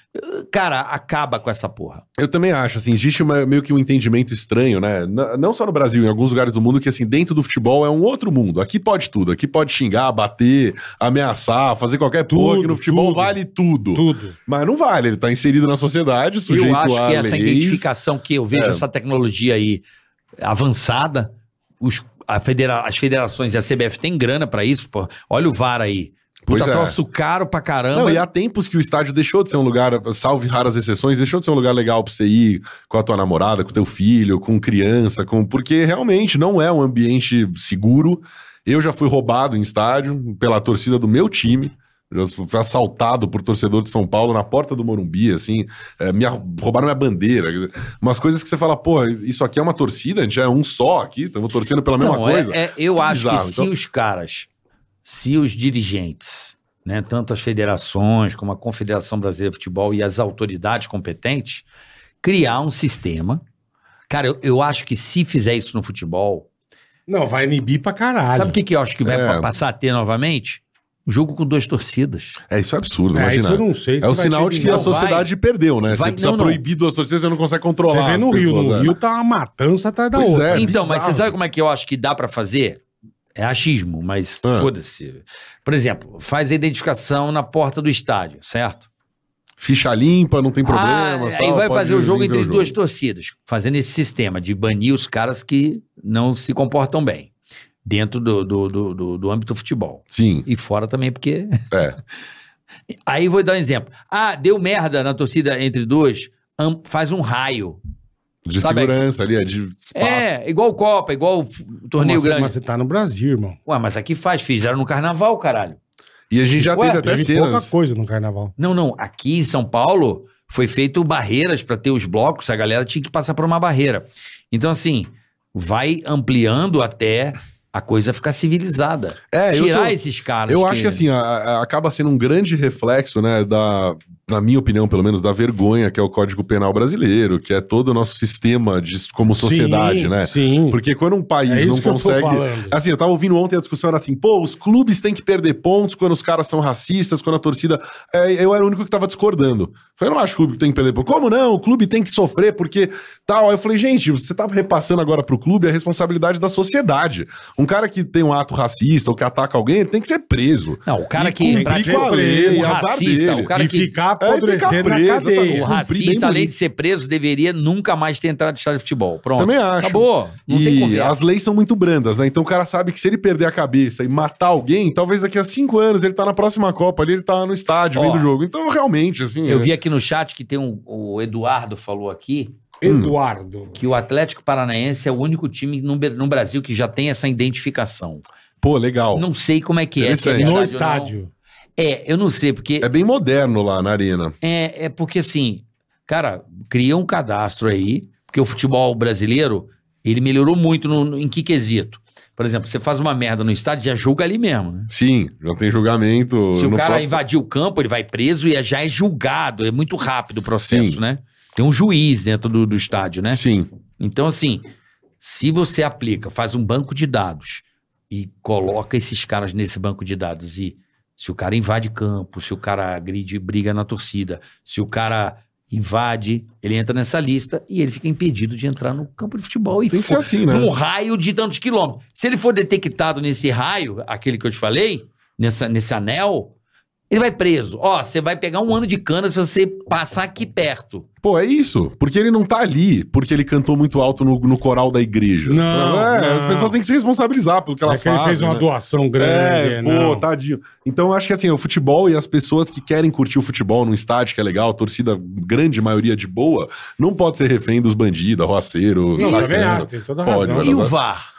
D: Cara, acaba com essa porra.
E: Eu também acho, assim, existe uma- meio que um entendimento estranho, né? N- não só no Brasil, em alguns lugares do mundo, que assim, dentro do futebol é um outro mundo. Aqui pode tudo, aqui pode xingar, bater, ameaçar, fazer qualquer
C: Tudo,
E: porra, que no futebol
C: tudo.
E: vale tudo.
C: Tudo.
E: Mas não vale, ele tá inserido na sociedade, sujeito
D: eu acho
E: a
D: que essa
E: leis.
D: identificação que eu vejo,
E: É.
D: essa tecnologia aí avançada, os- a federa- as federações e a CBF tem grana pra isso, pô. Olha o VAR aí.
E: Pois
D: Puta
E: é.
D: troço caro pra caramba.
E: Não, e há tempos que o estádio deixou de ser um lugar, salve raras exceções, deixou de ser um lugar legal pra você ir com a tua namorada, com teu filho, com criança, com porque realmente não é um ambiente seguro. Eu já fui roubado em estádio pela torcida do meu time. Já fui assaltado por torcedor de São Paulo na porta do Morumbi, assim. é, me arro- roubaram minha bandeira. quer dizer, Umas coisas que você fala, pô, isso aqui é uma torcida? A gente é um só aqui? Estamos torcendo pela mesma
D: Não, é-
E: coisa?
D: é- eu
E: Que
D: acho
E: bizarro,
D: que se
E: então.
D: os caras, se os dirigentes, né, tanto as federações como a Confederação Brasileira de Futebol e as autoridades competentes, criar um sistema. Cara, eu, eu acho que se fizer isso no futebol,
C: Não, vai inibir pra caralho.
D: sabe o que, que eu acho que vai
E: É.
D: pa- passar a ter novamente? Jogo com duas torcidas.
E: É, isso é absurdo,
C: É,
E: imagina.
C: isso eu não sei. se
E: É o
C: vai
E: sinal
C: ter
E: de que
C: ninguém.
E: a
D: Não, vai.
E: sociedade perdeu, né?
D: Vai-
E: você precisa
D: não, não.
E: proibir duas torcidas, você não consegue controlar.
C: Você vê
E: as
C: no Rio.
E: pessoas,
C: No
E: né?
C: Rio tá uma matança atrás da
E: Pois
C: outra.
E: é,
D: então, mas você
C: bizarro.
D: sabe como é que eu acho que dá pra fazer? É achismo, mas
E: Ah.
D: foda-se. Por exemplo, faz a identificação na porta do estádio, certo?
E: Ficha limpa, não tem problema.
D: Ah, aí
E: tal,
D: vai
E: pode
D: fazer o jogo
E: vir ver
D: entre
E: o
D: duas torcidas, fazendo esse sistema de banir os caras que não se comportam bem dentro do, do, do, do, do âmbito do futebol.
E: Sim,
D: E fora também, porque.
E: é.
D: Aí vou dar um exemplo. Ah, deu merda na torcida entre dois, am- faz um raio.
E: De
D: Sabe-
E: segurança ali, é de espaço.
D: É, igual Copa, igual f- torneio
C: Mas você-
D: grande.
C: Mas você tá no Brasil, irmão.
D: Ué, mas aqui faz, fizeram no carnaval, caralho.
E: E a gente já
D: Ué,
E: teve até
C: Teve
E: cenas.
C: pouca coisa no carnaval.
D: Não, não. Aqui em São Paulo foi feito barreiras para ter os blocos, a galera tinha que passar por uma barreira. Então, assim, vai ampliando até a coisa ficar civilizada.
E: É, eu
D: Tirar
E: sou-
D: esses caras.
E: Eu acho que assim, a- a- acaba sendo um grande reflexo, né, da, na minha opinião, pelo menos, da vergonha que é o Código Penal brasileiro, que é todo o nosso sistema de, como sociedade,
C: Sim,
E: né?
C: Sim.
E: Porque quando um país
C: É
E: não
C: isso que eu tô
E: consegue
C: falando.
E: Assim, eu tava ouvindo ontem a discussão era assim, pô, os clubes têm que perder pontos quando os caras são racistas, quando a torcida. É, eu era o único que tava discordando. Falei, eu não acho que o clube que tem que perder pontos. Como não? O clube tem que sofrer porque tal. Aí eu falei, gente, você tá repassando agora pro clube a responsabilidade da sociedade. Um cara que tem um ato racista ou que ataca alguém, ele tem que ser preso.
D: Não, o cara
E: E
D: que.
E: cumprir
D: pra
C: ser
D: ser
E: com a
C: preso,
E: lei,
D: o
E: azar
D: racista,
E: dele.
D: o cara
C: e
D: que.
C: ficar
E: É, e ficar
C: apodrecendo
E: preso, tá
C: na
E: exatamente.
D: O
C: cadeia.
E: cumprir bem
D: racista, além
E: bonito.
D: de ser preso, deveria nunca mais ter entrado no estádio de futebol. Pronto.
E: Também acho.
D: Acabou. Não tem
E: e
D: conversa.
E: as leis são muito brandas, né? Então o cara sabe que se ele perder a cabeça e matar alguém, talvez daqui a cinco anos ele tá na próxima Copa ali, ele tá no estádio
D: Ó,
E: vendo o jogo. Então, realmente, assim.
D: Eu
E: é-
D: vi aqui no chat que tem um. O Eduardo falou aqui
C: Eduardo.
D: que o Atlético Paranaense é o único time no, Be- no Brasil que já tem essa identificação.
E: é, Pô, legal.
D: Não sei como é que é. se é
E: Interessante.
D: verdade
C: No
D: ou
C: estádio.
D: não. É, eu não sei, porque
E: É bem moderno lá na arena.
D: É, é porque assim, cara, cria um cadastro aí, porque o futebol brasileiro, ele melhorou muito no, no- em que quesito? Por exemplo, você faz uma merda no estádio, já julga ali mesmo, né?
E: Sim, já tem julgamento.
D: Se o
E: no
D: cara
E: próprio-
D: invadir o campo, ele vai preso e é- já é julgado, é muito rápido o processo,
E: Sim.
D: né? Tem um juiz dentro do, do estádio, né?
E: Sim.
D: Então, assim, se você aplica, faz um banco de dados e coloca esses caras nesse banco de dados e se o cara invade campo, se o cara agride, briga na torcida, se o cara invade, ele entra nessa lista e ele fica impedido de entrar no campo de futebol e
E: Tem que ser
D: fo-
E: assim, né?
D: num raio de tantos quilômetros. Se ele for detectado nesse raio, aquele que eu te falei, nessa, nesse anel, ele vai preso. Ó, você vai pegar um ano de cana se você passar aqui perto.
E: Pô, é isso. Porque ele não tá ali porque ele cantou muito alto no, no coral da igreja.
C: Não,
E: É,
C: não.
E: as pessoas têm que se responsabilizar pelo que
C: É
E: elas
C: que ele
E: fazem.
C: fez uma
E: né?
C: doação grande.
E: É, pô,
C: não.
E: tadinho. Então, eu acho que assim, o futebol e as pessoas que querem curtir o futebol num estádio que é legal, torcida grande maioria de boa, não pode ser refém dos bandidos, arroaceiro,
C: Não, é também
E: sacana.
C: acho, tem toda a
E: Pode,
C: razão.
E: mas
D: E
E: eu-
D: o VAR?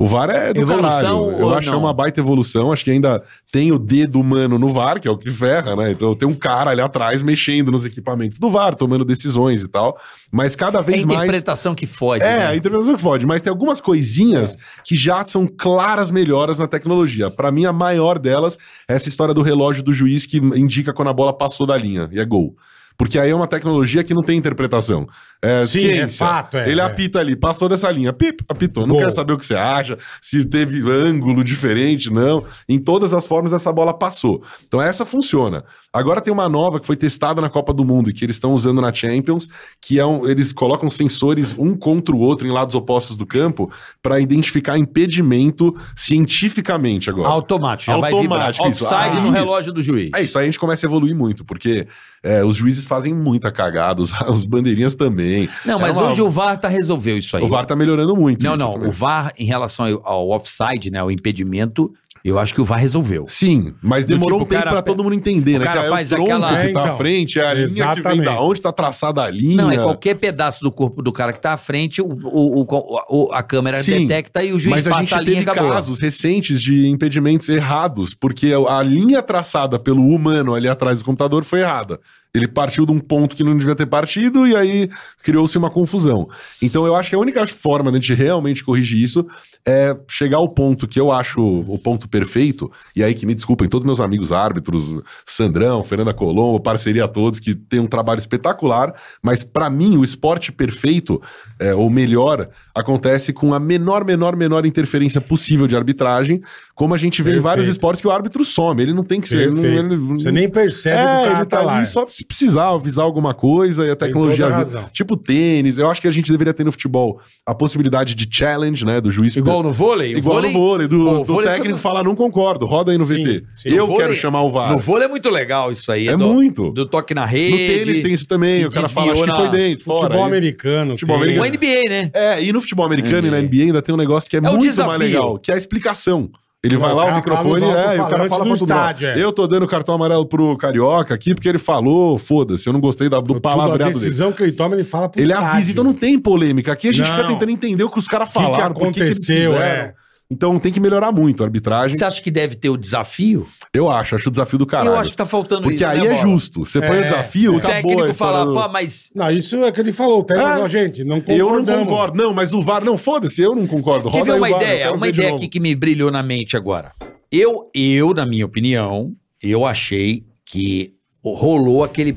E: O VAR é do
D: Evolução
E: caralho. Eu
D: ou
E: acho que é
D: não?
E: uma baita evolução. Acho que ainda tem o dedo humano no VAR, que é o que ferra, né? Então tem um cara ali atrás mexendo nos equipamentos do VAR, tomando decisões e tal. Mas cada
D: É a
E: vez mais.
D: interpretação que fode.
E: É,
D: né?
E: a interpretação que fode, mas tem algumas
D: É.
E: coisinhas que já são claras melhoras na tecnologia. Pra mim, a maior delas é essa história do relógio do juiz que indica quando a bola passou da linha e é gol. Porque aí é uma tecnologia que não tem interpretação. É
C: Sim,
E: ciência.
C: é fato, é,
E: Ele
C: é.
E: apita ali, passou dessa linha, pip, apitou. Não
C: Gol.
E: quero saber o que você acha, se teve ângulo diferente, não. Em todas as formas, essa bola passou. Então, essa funciona. Agora tem uma nova que foi testada na Copa do Mundo e que eles estão usando na Champions, que é um, eles colocam sensores um contra o outro em lados opostos do campo para identificar impedimento cientificamente agora.
D: Automático, já
E: Automático,
D: vai
E: isso.
D: vibrar. Offside
E: Aí-
D: no relógio do juiz.
E: É isso, aí a gente começa a evoluir muito, porque é, os juízes fazem muita cagada, os, os bandeirinhas também.
D: Não, mas
E: É uma-
D: hoje o VAR tá resolveu isso aí.
E: O VAR tá melhorando muito.
D: não,
E: isso
D: não,
E: também.
D: o VAR em relação ao- ao offside, né, o impedimento, eu acho que o VAR resolveu.
E: Sim, mas
D: Do
E: demorou
D: tipo,
E: um tempo
D: o cara
E: pra
D: pe-
E: todo mundo entender,
D: o
E: né?
D: cara
E: que
D: faz
E: é o tronco
D: aquela-
E: que
C: É,
E: tá à
C: então.
E: frente, é a linha que vem
C: Exatamente.
E: da onde tá traçada a linha.
D: Não, é qualquer pedaço do corpo do cara que tá à frente, o, o- o- o- a câmera
E: Sim,
D: detecta e o juiz
E: Mas a
D: passa a,
E: gente
D: linha e
E: teve
D: acabou.
E: casos recentes de impedimentos errados, porque a linha traçada pelo humano ali atrás do computador foi errada. Ele partiu de um ponto que não devia ter partido e aí criou-se uma confusão. Então eu acho que a única forma de realmente corrigir isso é chegar ao ponto que eu acho o ponto perfeito, e aí que me desculpem todos meus amigos árbitros, Sandrão, Fernanda Colombo, parceria a todos, que tem um trabalho espetacular, mas pra mim o esporte perfeito, é, ou melhor, acontece com a menor, menor, menor interferência possível de arbitragem, como a gente vê em
C: Perfeito.
E: vários esportes que o árbitro some, ele não tem que ser...
C: Perfeito.
E: ele-
C: Você nem percebe que o
E: é,
C: cara
E: ele tá,
C: tá lá.
E: ali só se precisar avisar alguma coisa e a tecnologia
C: toda a
E: ajuda.
C: razão.
E: Tipo tênis, eu acho que a gente deveria ter no futebol a possibilidade de challenge, né, do juiz
D: Igual no vôlei? o
E: Igual
D: vôlei,
E: no vôlei, do,
D: Pô,
E: do
D: vôlei
E: técnico
D: foi-
E: falar, não concordo, roda aí no
C: Sim,
E: VP.
C: sim.
E: eu
D: No vôlei-
E: quero chamar o VAR.
D: No vôlei é muito legal isso aí.
E: é
D: do,
E: muito.
D: Do toque na
E: no
D: rede.
E: tênis tem isso também,
D: se
E: o cara fala, acho
D: desviou
E: que foi
D: na-
E: dentro, fora.
C: Futebol
E: aí-
C: americano.
E: Futebol
C: tem-
E: americano.
D: O NBA, né?
E: É, e no futebol americano e na NBA ainda tem um negócio que é,
D: o
E: muito mais
D: desafio.
E: legal, que é a explicação. Ele
C: É,
E: vai
C: o
E: lá, o
C: cara
E: microfone,
C: fala os
E: é, e o cara
C: alto-falantes do
E: fala pra todo mundo, ó,
C: estádio, é.
E: Eu tô dando cartão amarelo pro Carioca aqui porque ele falou, foda-se, eu não gostei da- do
C: Tudo, A
E: palavreado dele.
C: decisão que ele toma, ele fala pro
E: Ele
C: estádio.
E: avisa, então não tem polêmica. Aqui a gente
C: Não.
E: fica tentando entender o que os caras
C: que
E: falaram, por que que eles
C: aconteceu,
E: fizeram.
C: é.
E: Então tem que melhorar muito a arbitragem.
D: Você acha que deve ter o desafio?
E: Eu acho, acho o desafio do caralho.
D: Eu acho que tá faltando
E: Porque
D: isso,
E: aí
D: né,
E: é
D: Bola?
E: justo. Você põe
C: É.
E: o desafio,
D: O
E: acabou a
D: técnico
E: história
D: falar,
E: do-
D: pô, mas
C: Não, isso é que ele falou. O técnico
E: É.
C: falou, gente, não
E: Eu não
C: concordamos.
E: concordo. Não, mas o VAR, não, foda-se, eu não concordo.
D: Tive
E: Roda aí
D: uma
E: o VAR, eu
D: ideia,
E: quero
D: uma
E: ver de
D: ideia
E: novo.
D: aqui que me brilhou na mente agora. Eu, eu, na minha opinião, eu achei que rolou aquele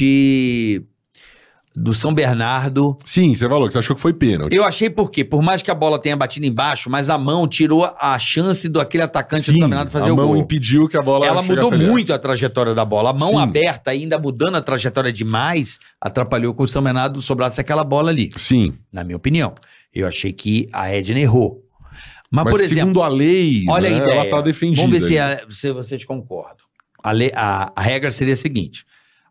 D: pênalti do São Bernardo.
E: Sim, você falou que você achou que foi pênalti.
D: Eu achei por quê? Por mais que a bola tenha batido embaixo, mas a mão tirou a chance do aquele atacante do
E: Sim,
D: São Bernardo tá fazer
E: a
D: o
E: mão
D: gol.
E: impediu que a bola
D: Ela
E: chegasse
D: mudou
E: ali.
D: muito a trajetória da bola. A mão
E: Sim.
D: aberta, ainda mudando a trajetória demais, atrapalhou com o São Bernardo sobrasse aquela bola ali,
E: Sim,
D: na minha opinião. Eu achei que a Edna errou. Mas,
E: mas,
D: por exemplo,
E: segundo a lei,
D: Olha
E: né,
D: a ideia.
E: ela tá defendida.
D: Vamos ver se,
E: ali.
D: a- se vocês concordam. A, le- a- a regra seria a seguinte.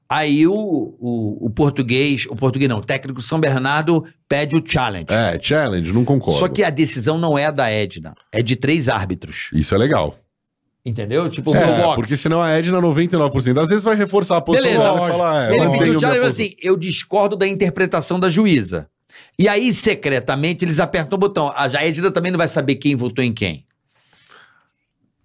D: Aí o, o- o português, o português não, o técnico São Bernardo pede o challenge.
E: É, challenge, não concordo.
D: Só que a decisão não é a da Edna, é de três árbitros.
E: Isso é legal.
D: Entendeu? Tipo,
E: É,
D: o box.
E: porque senão a Edna 99% das vezes vai reforçar a posição
D: Beleza.
E: dela e falar, é, eu
D: Ele
E: mantenho
D: pediu o
E: minha
D: diário e falou
E: posição.
D: assim: eu discordo da interpretação da juíza. E aí, secretamente, eles apertam o botão. A Edna também não vai saber quem votou em quem.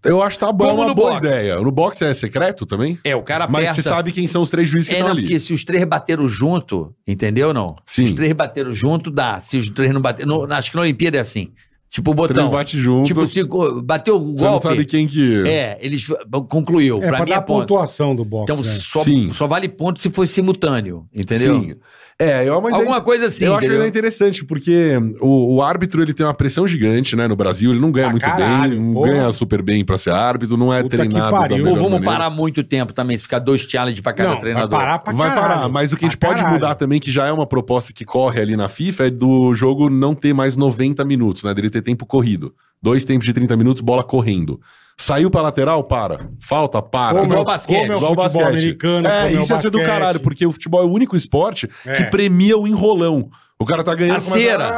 E: Eu acho que tá bom,
D: Como
E: é uma
D: no
E: boa
D: box.
E: ideia. No box é secreto também?
D: É, o cara aperta.
E: Mas você sabe quem são os três juízes que
D: É,
E: estão
D: não,
E: ali.
D: porque se os três bateram junto, entendeu ou não?
E: Sim.
D: Se os três bateram junto, dá. Se os três não bateram. no- acho que na Olimpíada é assim. Tipo, o
E: Três
D: botão.
E: bate junto.
D: Tipo, se go- bateu o golpe.
E: você não sabe quem que...
D: É, eles f- concluiu.
C: É,
D: pra
C: pra
D: mim é
C: dar a
D: ponto.
C: pontuação do boxe.
D: Então
E: um
C: né?
D: só,
E: é. Sim.
D: só vale ponto se for simultâneo, entendeu?
E: Sim. É, é uma ideia
D: Alguma coisa assim,
E: eu acho que
D: entendeu?
E: ele é interessante, porque o, o árbitro ele tem uma pressão gigante, né? No Brasil, ele não ganha
C: Ah,
E: muito
C: caralho,
E: bem, não
C: porra.
E: ganha super bem pra ser árbitro, não é
C: Puta que
E: treinado. da
C: pariu.
E: melhor
D: Ou vamos
E: maneira.
D: parar muito tempo também, se ficar dois challenge pra cada
C: Não, vai
D: treinador.
C: parar pra
E: Vai
C: caralho.
E: parar, mas o que a gente
C: Pra
E: pode
C: caralho.
E: mudar também, que já é uma proposta que corre ali na FIFA, é do jogo não ter mais 90 minutos, né? Dele ter tempo corrido. Dois tempos de 30 minutos, bola correndo. Saiu pra lateral? Para. Falta? Para.
C: Como
D: Igual
C: é o-
D: basquete,
C: como é o
E: Igual
C: futebol
E: basquete.
C: americano,
E: É,
C: como é o
E: isso ia ser do
C: basquete.
E: caralho, porque o futebol é o único esporte que
C: É.
E: premia o enrolão. O cara tá ganhando,
D: A
E: começa a-
D: cera.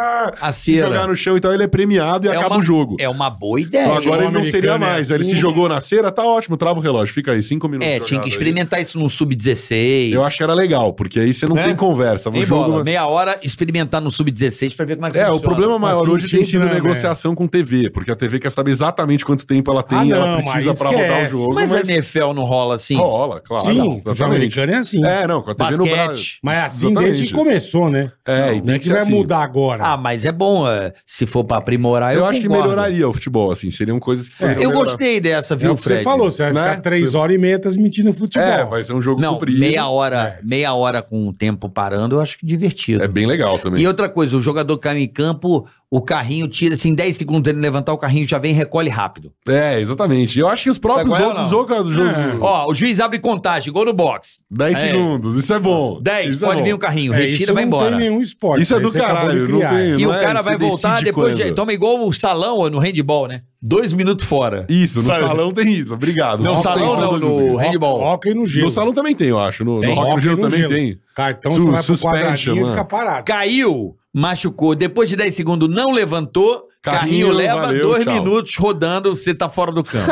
E: Ah,
D: A
E: se jogar
D: cera
E: no chão, então ele é premiado e
D: É
E: acaba
D: uma-
E: o jogo.
D: é uma boa ideia.
E: Então agora ele não
C: americano
E: seria
C: é
E: mais. Ele
C: assim.
E: se jogou na cera, tá ótimo, trava o relógio, fica aí, cinco minutos.
D: é, tinha
E: jogado
D: que
E: aí.
D: experimentar isso no sub-16.
E: Eu acho que era legal, porque aí você não
D: Né?
E: tem conversa. O
D: Em
E: jogo
D: bola, meia hora experimentar no sub-16 pra ver como é que
E: né? É, o
D: funciona.
E: problema maior
C: Faz
E: hoje tem
C: sentido,
E: sido
C: né,
E: negociação com TV, porque a TV quer saber exatamente quanto tempo ela tem,
C: Ah,
E: ela
C: não,
E: precisa
C: mas
E: pra rodar o
C: esquece.
E: jogo,
D: Mas, é
E: mas,
D: a NFL não rola assim.
E: rola, claro.
C: Sim, o futebol
E: exatamente.
C: americano é assim.
E: É, não, com a TV no Brasil.
D: Basquete.
C: Mas é assim
E: Exatamente.
C: desde que começou, né?
E: É, e
C: Não
E: tem
C: é
E: que
C: que
E: ser
C: vai
E: assim.
C: mudar agora.
D: Ah, mas é bom. é, Se for pra aprimorar, eu
E: Eu, acho que
D: concordo. É,
E: melhoraria o futebol, assim, seriam coisas que poderiam
D: Eu
E: melhorar.
D: gostei dessa,
C: é
D: viu,
C: o que
D: Fred?
C: você falou, você vai
E: né?
C: ficar três horas e meia transmitindo futebol.
E: É, vai ser um jogo
D: Não,
E: comprido.
D: meia hora, meia hora com o tempo parando, eu acho que divertido.
E: É bem legal também.
D: E outra coisa, o jogador caiu em campo, o carrinho tira, assim, 10 segundos ele levantar, o carrinho já vem e recolhe rápido.
E: É, exatamente. Eu acho que os próprios
D: Sabe qual é,
E: outros
D: não?
E: jogos... jogos
D: Ó, o juiz abre contagem, gol no box.
E: 10
D: É.
E: segundos, isso é bom.
D: 10,
E: isso é
D: pode
E: bom.
D: vir um o carrinho,
C: É,
D: retira
C: isso
D: e vai embora.
C: Não tem nenhum esporte.
E: Isso é
C: aí
E: do
C: você acabou
E: caralho,
C: de
E: não
C: criar.
E: tem-
D: E
E: não
D: o
E: é?
D: cara vai
E: Você
D: voltar
E: decide
D: depois de.
E: quando.
D: Toma igual o salão ó, no handball, né? Dois minutos fora.
E: Isso, no
D: Sabe?
E: salão tem isso, obrigado.
D: Não,
E: Só
D: salão
E: tem
D: não,
E: isso,
D: no
E: inclusive.
D: handball.
C: Hockey no gelo.
E: No salão também tem, eu acho. No, no
D: Tem.
E: Rock in
C: Hockey
E: Rio
C: no
E: também
C: gelo.
E: tem.
C: Cartão,
E: Su-
C: você vai pro
E: suspension,
C: quadradinho e
E: mano.
C: fica parado.
D: Caiu, machucou. Depois de 10 segundos não levantou, carrinho,
E: Carrinho,
D: leva
E: valeu,
D: dois
E: tchau.
D: minutos rodando, você tá fora do campo.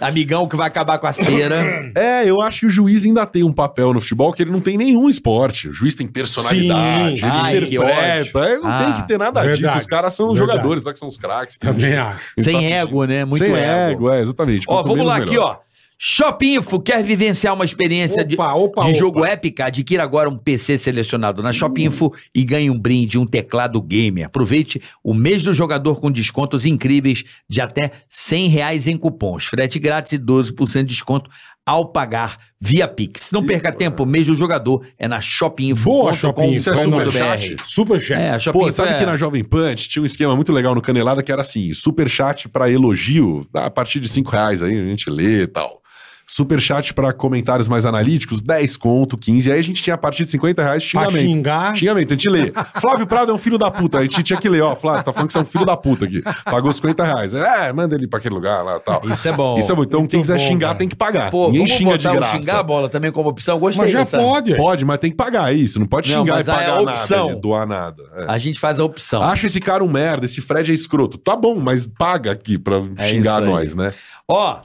D: Amigão que vai acabar com a cera.
E: É, eu acho que o juiz ainda tem um papel no futebol que ele não tem nenhum esporte. O juiz tem personalidade,
C: Sim.
E: ele
D: Ai, que
E: interpreta. é, não
D: Ah, Tá
E: tem que ter nada disso.
C: verdade,
E: Os caras são os
C: verdade.
E: jogadores, só que são os craques.
C: Também acho.
E: Então,
D: Sem
E: assim,
D: ego, né? Muito
E: Sem
D: ego.
E: ego, é, exatamente.
D: Ó,
E: Quanto
D: vamos lá
E: menos,
D: aqui,
E: melhor.
D: ó. Shopinfo quer vivenciar uma experiência de,
C: Opa, opa,
D: de
C: opa.
D: jogo épica? Adquira agora um PC selecionado na Shopinfo e ganhe um brinde, um teclado gamer. Aproveite o mês do jogador com descontos incríveis de até 100 reais em cupons. Frete grátis e 12% de desconto ao pagar via Pix. Não perca tempo, mês do jogador é na Shopinfo.
C: Boa, Shopping.
E: isso é superchat?
C: Super
D: É, a
C: chat.
D: Shopinfo
E: Pô, sabe
D: é-
E: que na Jovem Pan tinha um esquema muito legal no Canelada que era assim, superchat pra elogio, a partir de 5 reais aí a gente lê e tal. Superchat pra comentários mais analíticos, 10 conto, 15. Aí a gente tinha a partir de 50 reais
C: Pra
E: xingamento.
C: xingar.
E: Xingamento, a gente lê. Flávio Prado é um filho da puta. A gente tinha que ler, ó. Flávio, tá falando que você é um filho da puta aqui. Pagou 50 reais. É, manda ele pra aquele lugar lá tal.
D: Isso é bom.
E: Isso é bom. Então, quem
C: Muito
E: quiser
C: bom,
E: xingar
C: cara.
E: tem que pagar.
D: Pô,
E: Ninguém
D: vamos
E: xinga de
D: botar o
E: graça.
D: xingar a bola também como opção. Gostei
C: Mas já
D: dessa.
C: pode.
E: Pode, mas tem que pagar é isso. Não pode
D: É. Não,
E: xingar
D: mas
E: e
D: a
E: pagar
D: opção-
E: nada, né, doar nada. É.
D: A gente faz a opção.
E: Acho esse cara um merda, esse Fred é escroto. Tá bom, mas paga aqui pra
D: É
E: xingar
D: isso aí.
E: nós, né?
D: Ó,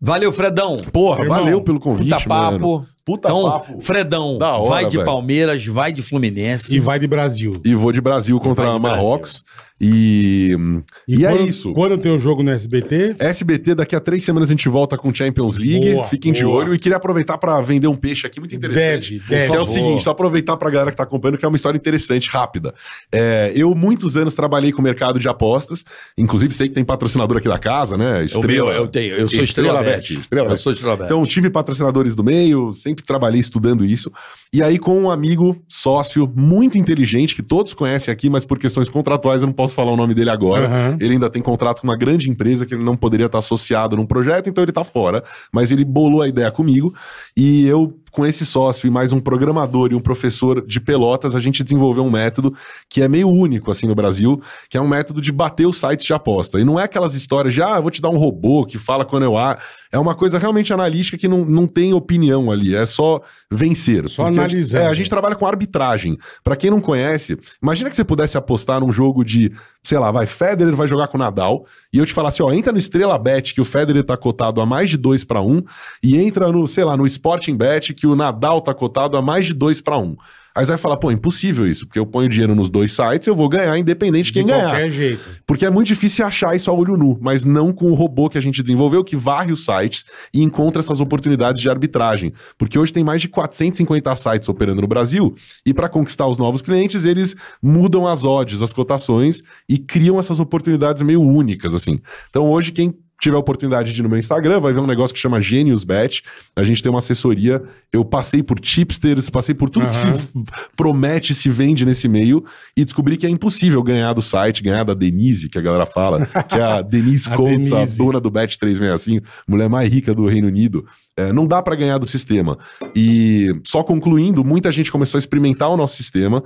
D: valeu, Fredão.
E: Porra,
C: Irmão,
E: valeu pelo convite,
D: Puta papo.
E: mano. Puta
D: então,
E: papo.
D: Fredão,
E: Da hora,
D: vai de
E: velho.
D: Palmeiras, vai de Fluminense.
C: E vai de Brasil.
E: E vou de Brasil contra
D: Vai de
E: Marrocos. E hum, E é
C: quando-
E: isso.
C: Quando tem o jogo no SBT,
E: SBT, daqui a três semanas a gente volta com Champions League.
C: Boa,
E: Fiquem de
C: boa.
E: olho. E queria aproveitar pra vender um peixe aqui muito interessante.
C: Deve, deve.
E: Que é o
C: Por favor.
E: seguinte, só aproveitar pra galera que tá acompanhando, que é uma história interessante, rápida. É, eu, muitos anos, trabalhei com o mercado de apostas. Inclusive, sei que tem patrocinador aqui da casa, né? Estrela.
D: Eu, tenho, eu sou Estrela,
E: Bet.
D: Bet.
E: Estrela
D: Eu
E: Bet.
D: sou
C: é.
D: Estrela Bet.
E: Então, tive patrocinadores do meio, sempre trabalhei estudando isso. E aí, com um amigo, sócio, muito inteligente, que todos conhecem aqui, mas por questões contratuais eu não posso falar o nome dele agora.
C: Aham.
E: Ele ainda tem contrato com uma grande empresa que ele não poderia estar associado num projeto, então ele tá fora. Mas ele bolou a ideia comigo e eu com esse sócio e mais um programador e um professor de pelotas, a gente desenvolveu um método que é meio único assim no Brasil, que é um método de bater os sites de aposta. E não é aquelas histórias de, ah, eu vou te dar um robô que fala quando eu ar. É uma coisa realmente analítica que não, não tem opinião ali, é só vencer.
C: Só
E: Porque a gente-
C: analisando.
E: é, a gente trabalha com arbitragem. Pra quem não conhece, imagina que você pudesse apostar num jogo de, sei lá, vai, Federer vai jogar com o Nadal, e eu te falasse, ó, entra no Estrela Bet, que o Federer tá cotado a mais de 2 para 1, e entra no, sei lá, no Sporting Bet, que o Nadal tá cotado a mais de 2 para 1. Aí você vai falar, pô, impossível isso, porque eu ponho dinheiro nos dois sites, eu vou ganhar, independente de quem
C: de
E: ganhar.
C: qualquer jeito.
E: Porque é muito difícil achar isso a olho nu, mas não com o robô que a gente desenvolveu, que varre os sites e encontra essas oportunidades de arbitragem. Porque hoje tem mais de 450 sites operando no Brasil, e para conquistar os novos clientes, eles mudam as odds, as cotações, e criam essas oportunidades meio únicas, assim. Então hoje, quem tiver a oportunidade de ir no meu Instagram, vai ver um negócio que chama Genius Bet. A gente tem uma assessoria. Eu passei por tipsters, passei por tudo que se
C: Aham.
E: v- promete, se vende nesse meio e descobri que é impossível ganhar do site, ganhar da Denise, que a galera fala, que é a Denise
C: A
E: Coates, a
C: Denise.
E: dona do Bet365, mulher mais rica do Reino Unido. É, não dá pra ganhar do sistema. E só concluindo, muita gente começou a experimentar o nosso sistema.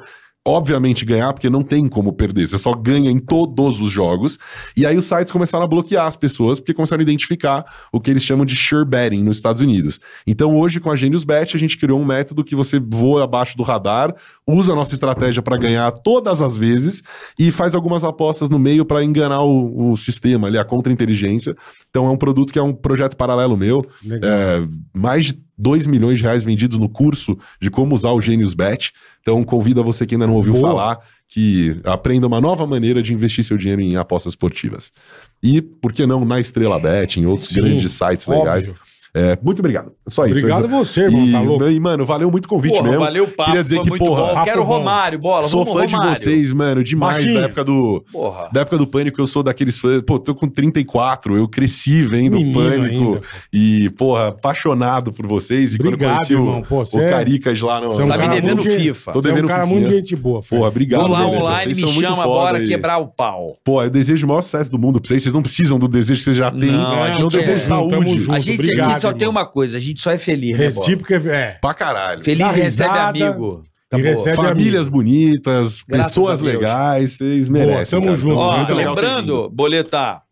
E: Obviamente ganhar, porque não tem como perder. Você só ganha em todos os jogos. E aí os sites começaram a bloquear as pessoas, porque começaram a identificar o que eles chamam de sure betting nos Estados Unidos. Então hoje com a Genius Bet a gente criou um método que você voa abaixo do radar, usa a nossa estratégia para ganhar todas as vezes e faz algumas apostas no meio para enganar o, o sistema ali, a contra-inteligência. Então é um produto que é um projeto paralelo meu.
C: Legal.
E: É, mais de 2 milhões de reais vendidos no curso de como usar o Genius Bet. Então convido a você que ainda não ouviu
C: Boa.
E: falar que aprenda uma nova maneira de investir seu dinheiro em apostas esportivas. E, por que não, na Estrela Bet, em outros
C: Sim,
E: grandes sites
C: Óbvio.
E: legais. É, muito obrigado. Só isso.
C: Obrigado
E: Eu-
C: você, irmão.
E: e,
C: tá louco?
E: E, mano, valeu muito o convite
D: Porra,
E: mesmo.
D: valeu o papo,
E: Queria dizer
D: foi
E: que,
D: muito
E: porra,
D: bom.
C: papo
D: Quero
C: bom.
D: Romário, bola.
E: Sou
D: vamos,
E: fã
D: Romário.
E: de vocês, mano, demais.
C: Marquinhos.
E: Da época do.
D: Porra.
E: Da época do Pânico, eu sou daqueles fãs. Pô, tô com 34, eu cresci vendo o
C: Menino
E: Pânico.
C: ainda, pô.
E: E, porra, apaixonado por vocês. E quando
C: Obrigado,
E: conheci o,
C: irmão. Pô,
E: o
C: você é-
E: Caricas lá no.
C: você é um
E: no-
D: Tá me
C: cara
D: devendo
C: muito-
D: FIFA.
E: Tô
C: Você é um
E: devendo
C: cara
E: Fifinha.
C: muito gente boa. filho.
E: Porra, obrigado.
D: Vou lá
E: velho.
D: online,
E: Vocês
D: me
E: são muito
D: chama,
E: foda
D: bora
E: aí.
D: quebrar o pau.
E: Pô, eu desejo o maior sucesso do mundo pra vocês. Vocês não precisam do desejo que vocês já têm.
D: Não, a
E: eu
D: gente
E: desejo
D: é-
E: saúde.
C: Tamo junto.
D: a gente
C: obrigado,
D: aqui só tem
C: irmão.
D: uma coisa, a gente só é feliz, né, bola?
C: Recíproca é.
E: Pra caralho.
C: Dá
D: Feliz recebe
C: risada,
D: amigo. Tá
C: e recebe
E: Famílias bonitas,
D: Graças
E: pessoas
D: a Deus.
E: legais, vocês
C: Boa,
E: merecem.
C: tamo
E: cara.
C: junto,
E: Tá
D: Ó,
E: muito legal ter
D: lembrando, boletar,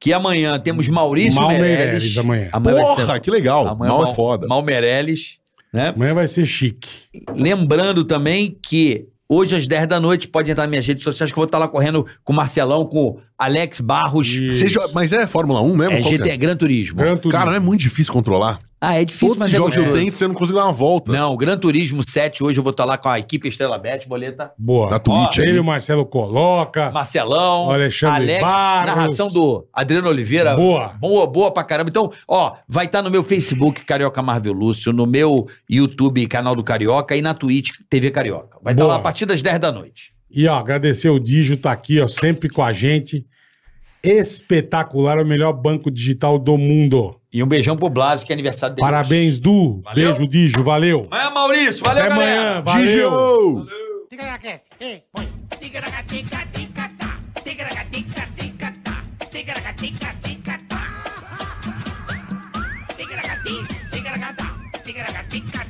D: que amanhã temos Maurício
C: Mal
D: Meirelles.
C: Meirelles amanhã.
E: vindo.
D: vai ser- assim.
E: Porra, que legal.
D: amanhã
E: Mal é foda.
D: Mal Meirelles, né?
C: Amanhã vai ser chique.
D: Lembrando também que hoje às 10 da noite pode entrar nas minhas redes sociais que eu vou estar lá correndo com o Marcelão, com o Alex Barros.
C: E-
E: Você jo- Mas é Fórmula 1 mesmo?
D: É,
E: Qual que
D: GT, Gran Turismo.
C: Gran Turismo.
E: Cara, não é muito difícil controlar.
D: Ah, é difícil,
E: Todos os
D: mas é
E: jogos que eu
D: gostoso.
E: tenho, você não consegue dar uma volta.
D: Não, Gran Turismo 7, hoje eu vou estar lá com a equipe Estrela Bet, boleta.
C: Boa.
E: Na Twitch
C: Ele
E: aí.
C: o Marcelo coloca.
D: Marcelão,
C: Alexandre
D: Alex,
C: Barros.
D: narração do Adriano Oliveira.
C: Boa.
D: Boa, boa pra caramba. Então, ó, vai estar no meu Facebook, Carioca Marvel Lúcio, no meu YouTube, canal do Carioca, e na Twitch, TV Carioca. Vai estar
C: Boa.
D: lá a partir das 10 da noite.
C: E ó, agradecer o Dijo, tá aqui, ó, sempre com a gente. Espetacular, é o melhor banco digital do mundo.
D: E um beijão pro Blasio, que é aniversário dele.
C: Parabéns, Du.
D: Valeu.
C: Beijo, Dijo, valeu.
D: Amanhã, Maurício. Valeu,
C: Até
D: galera.
C: amanhã, valeu.
E: Digio!
B: Ticaracast, ei, põe. Ticaracatica, ticatá. Ticaracatica, ticatá. Ticaracatica, ticatá. Ticaracati, ticaracatá. Ticaracatica,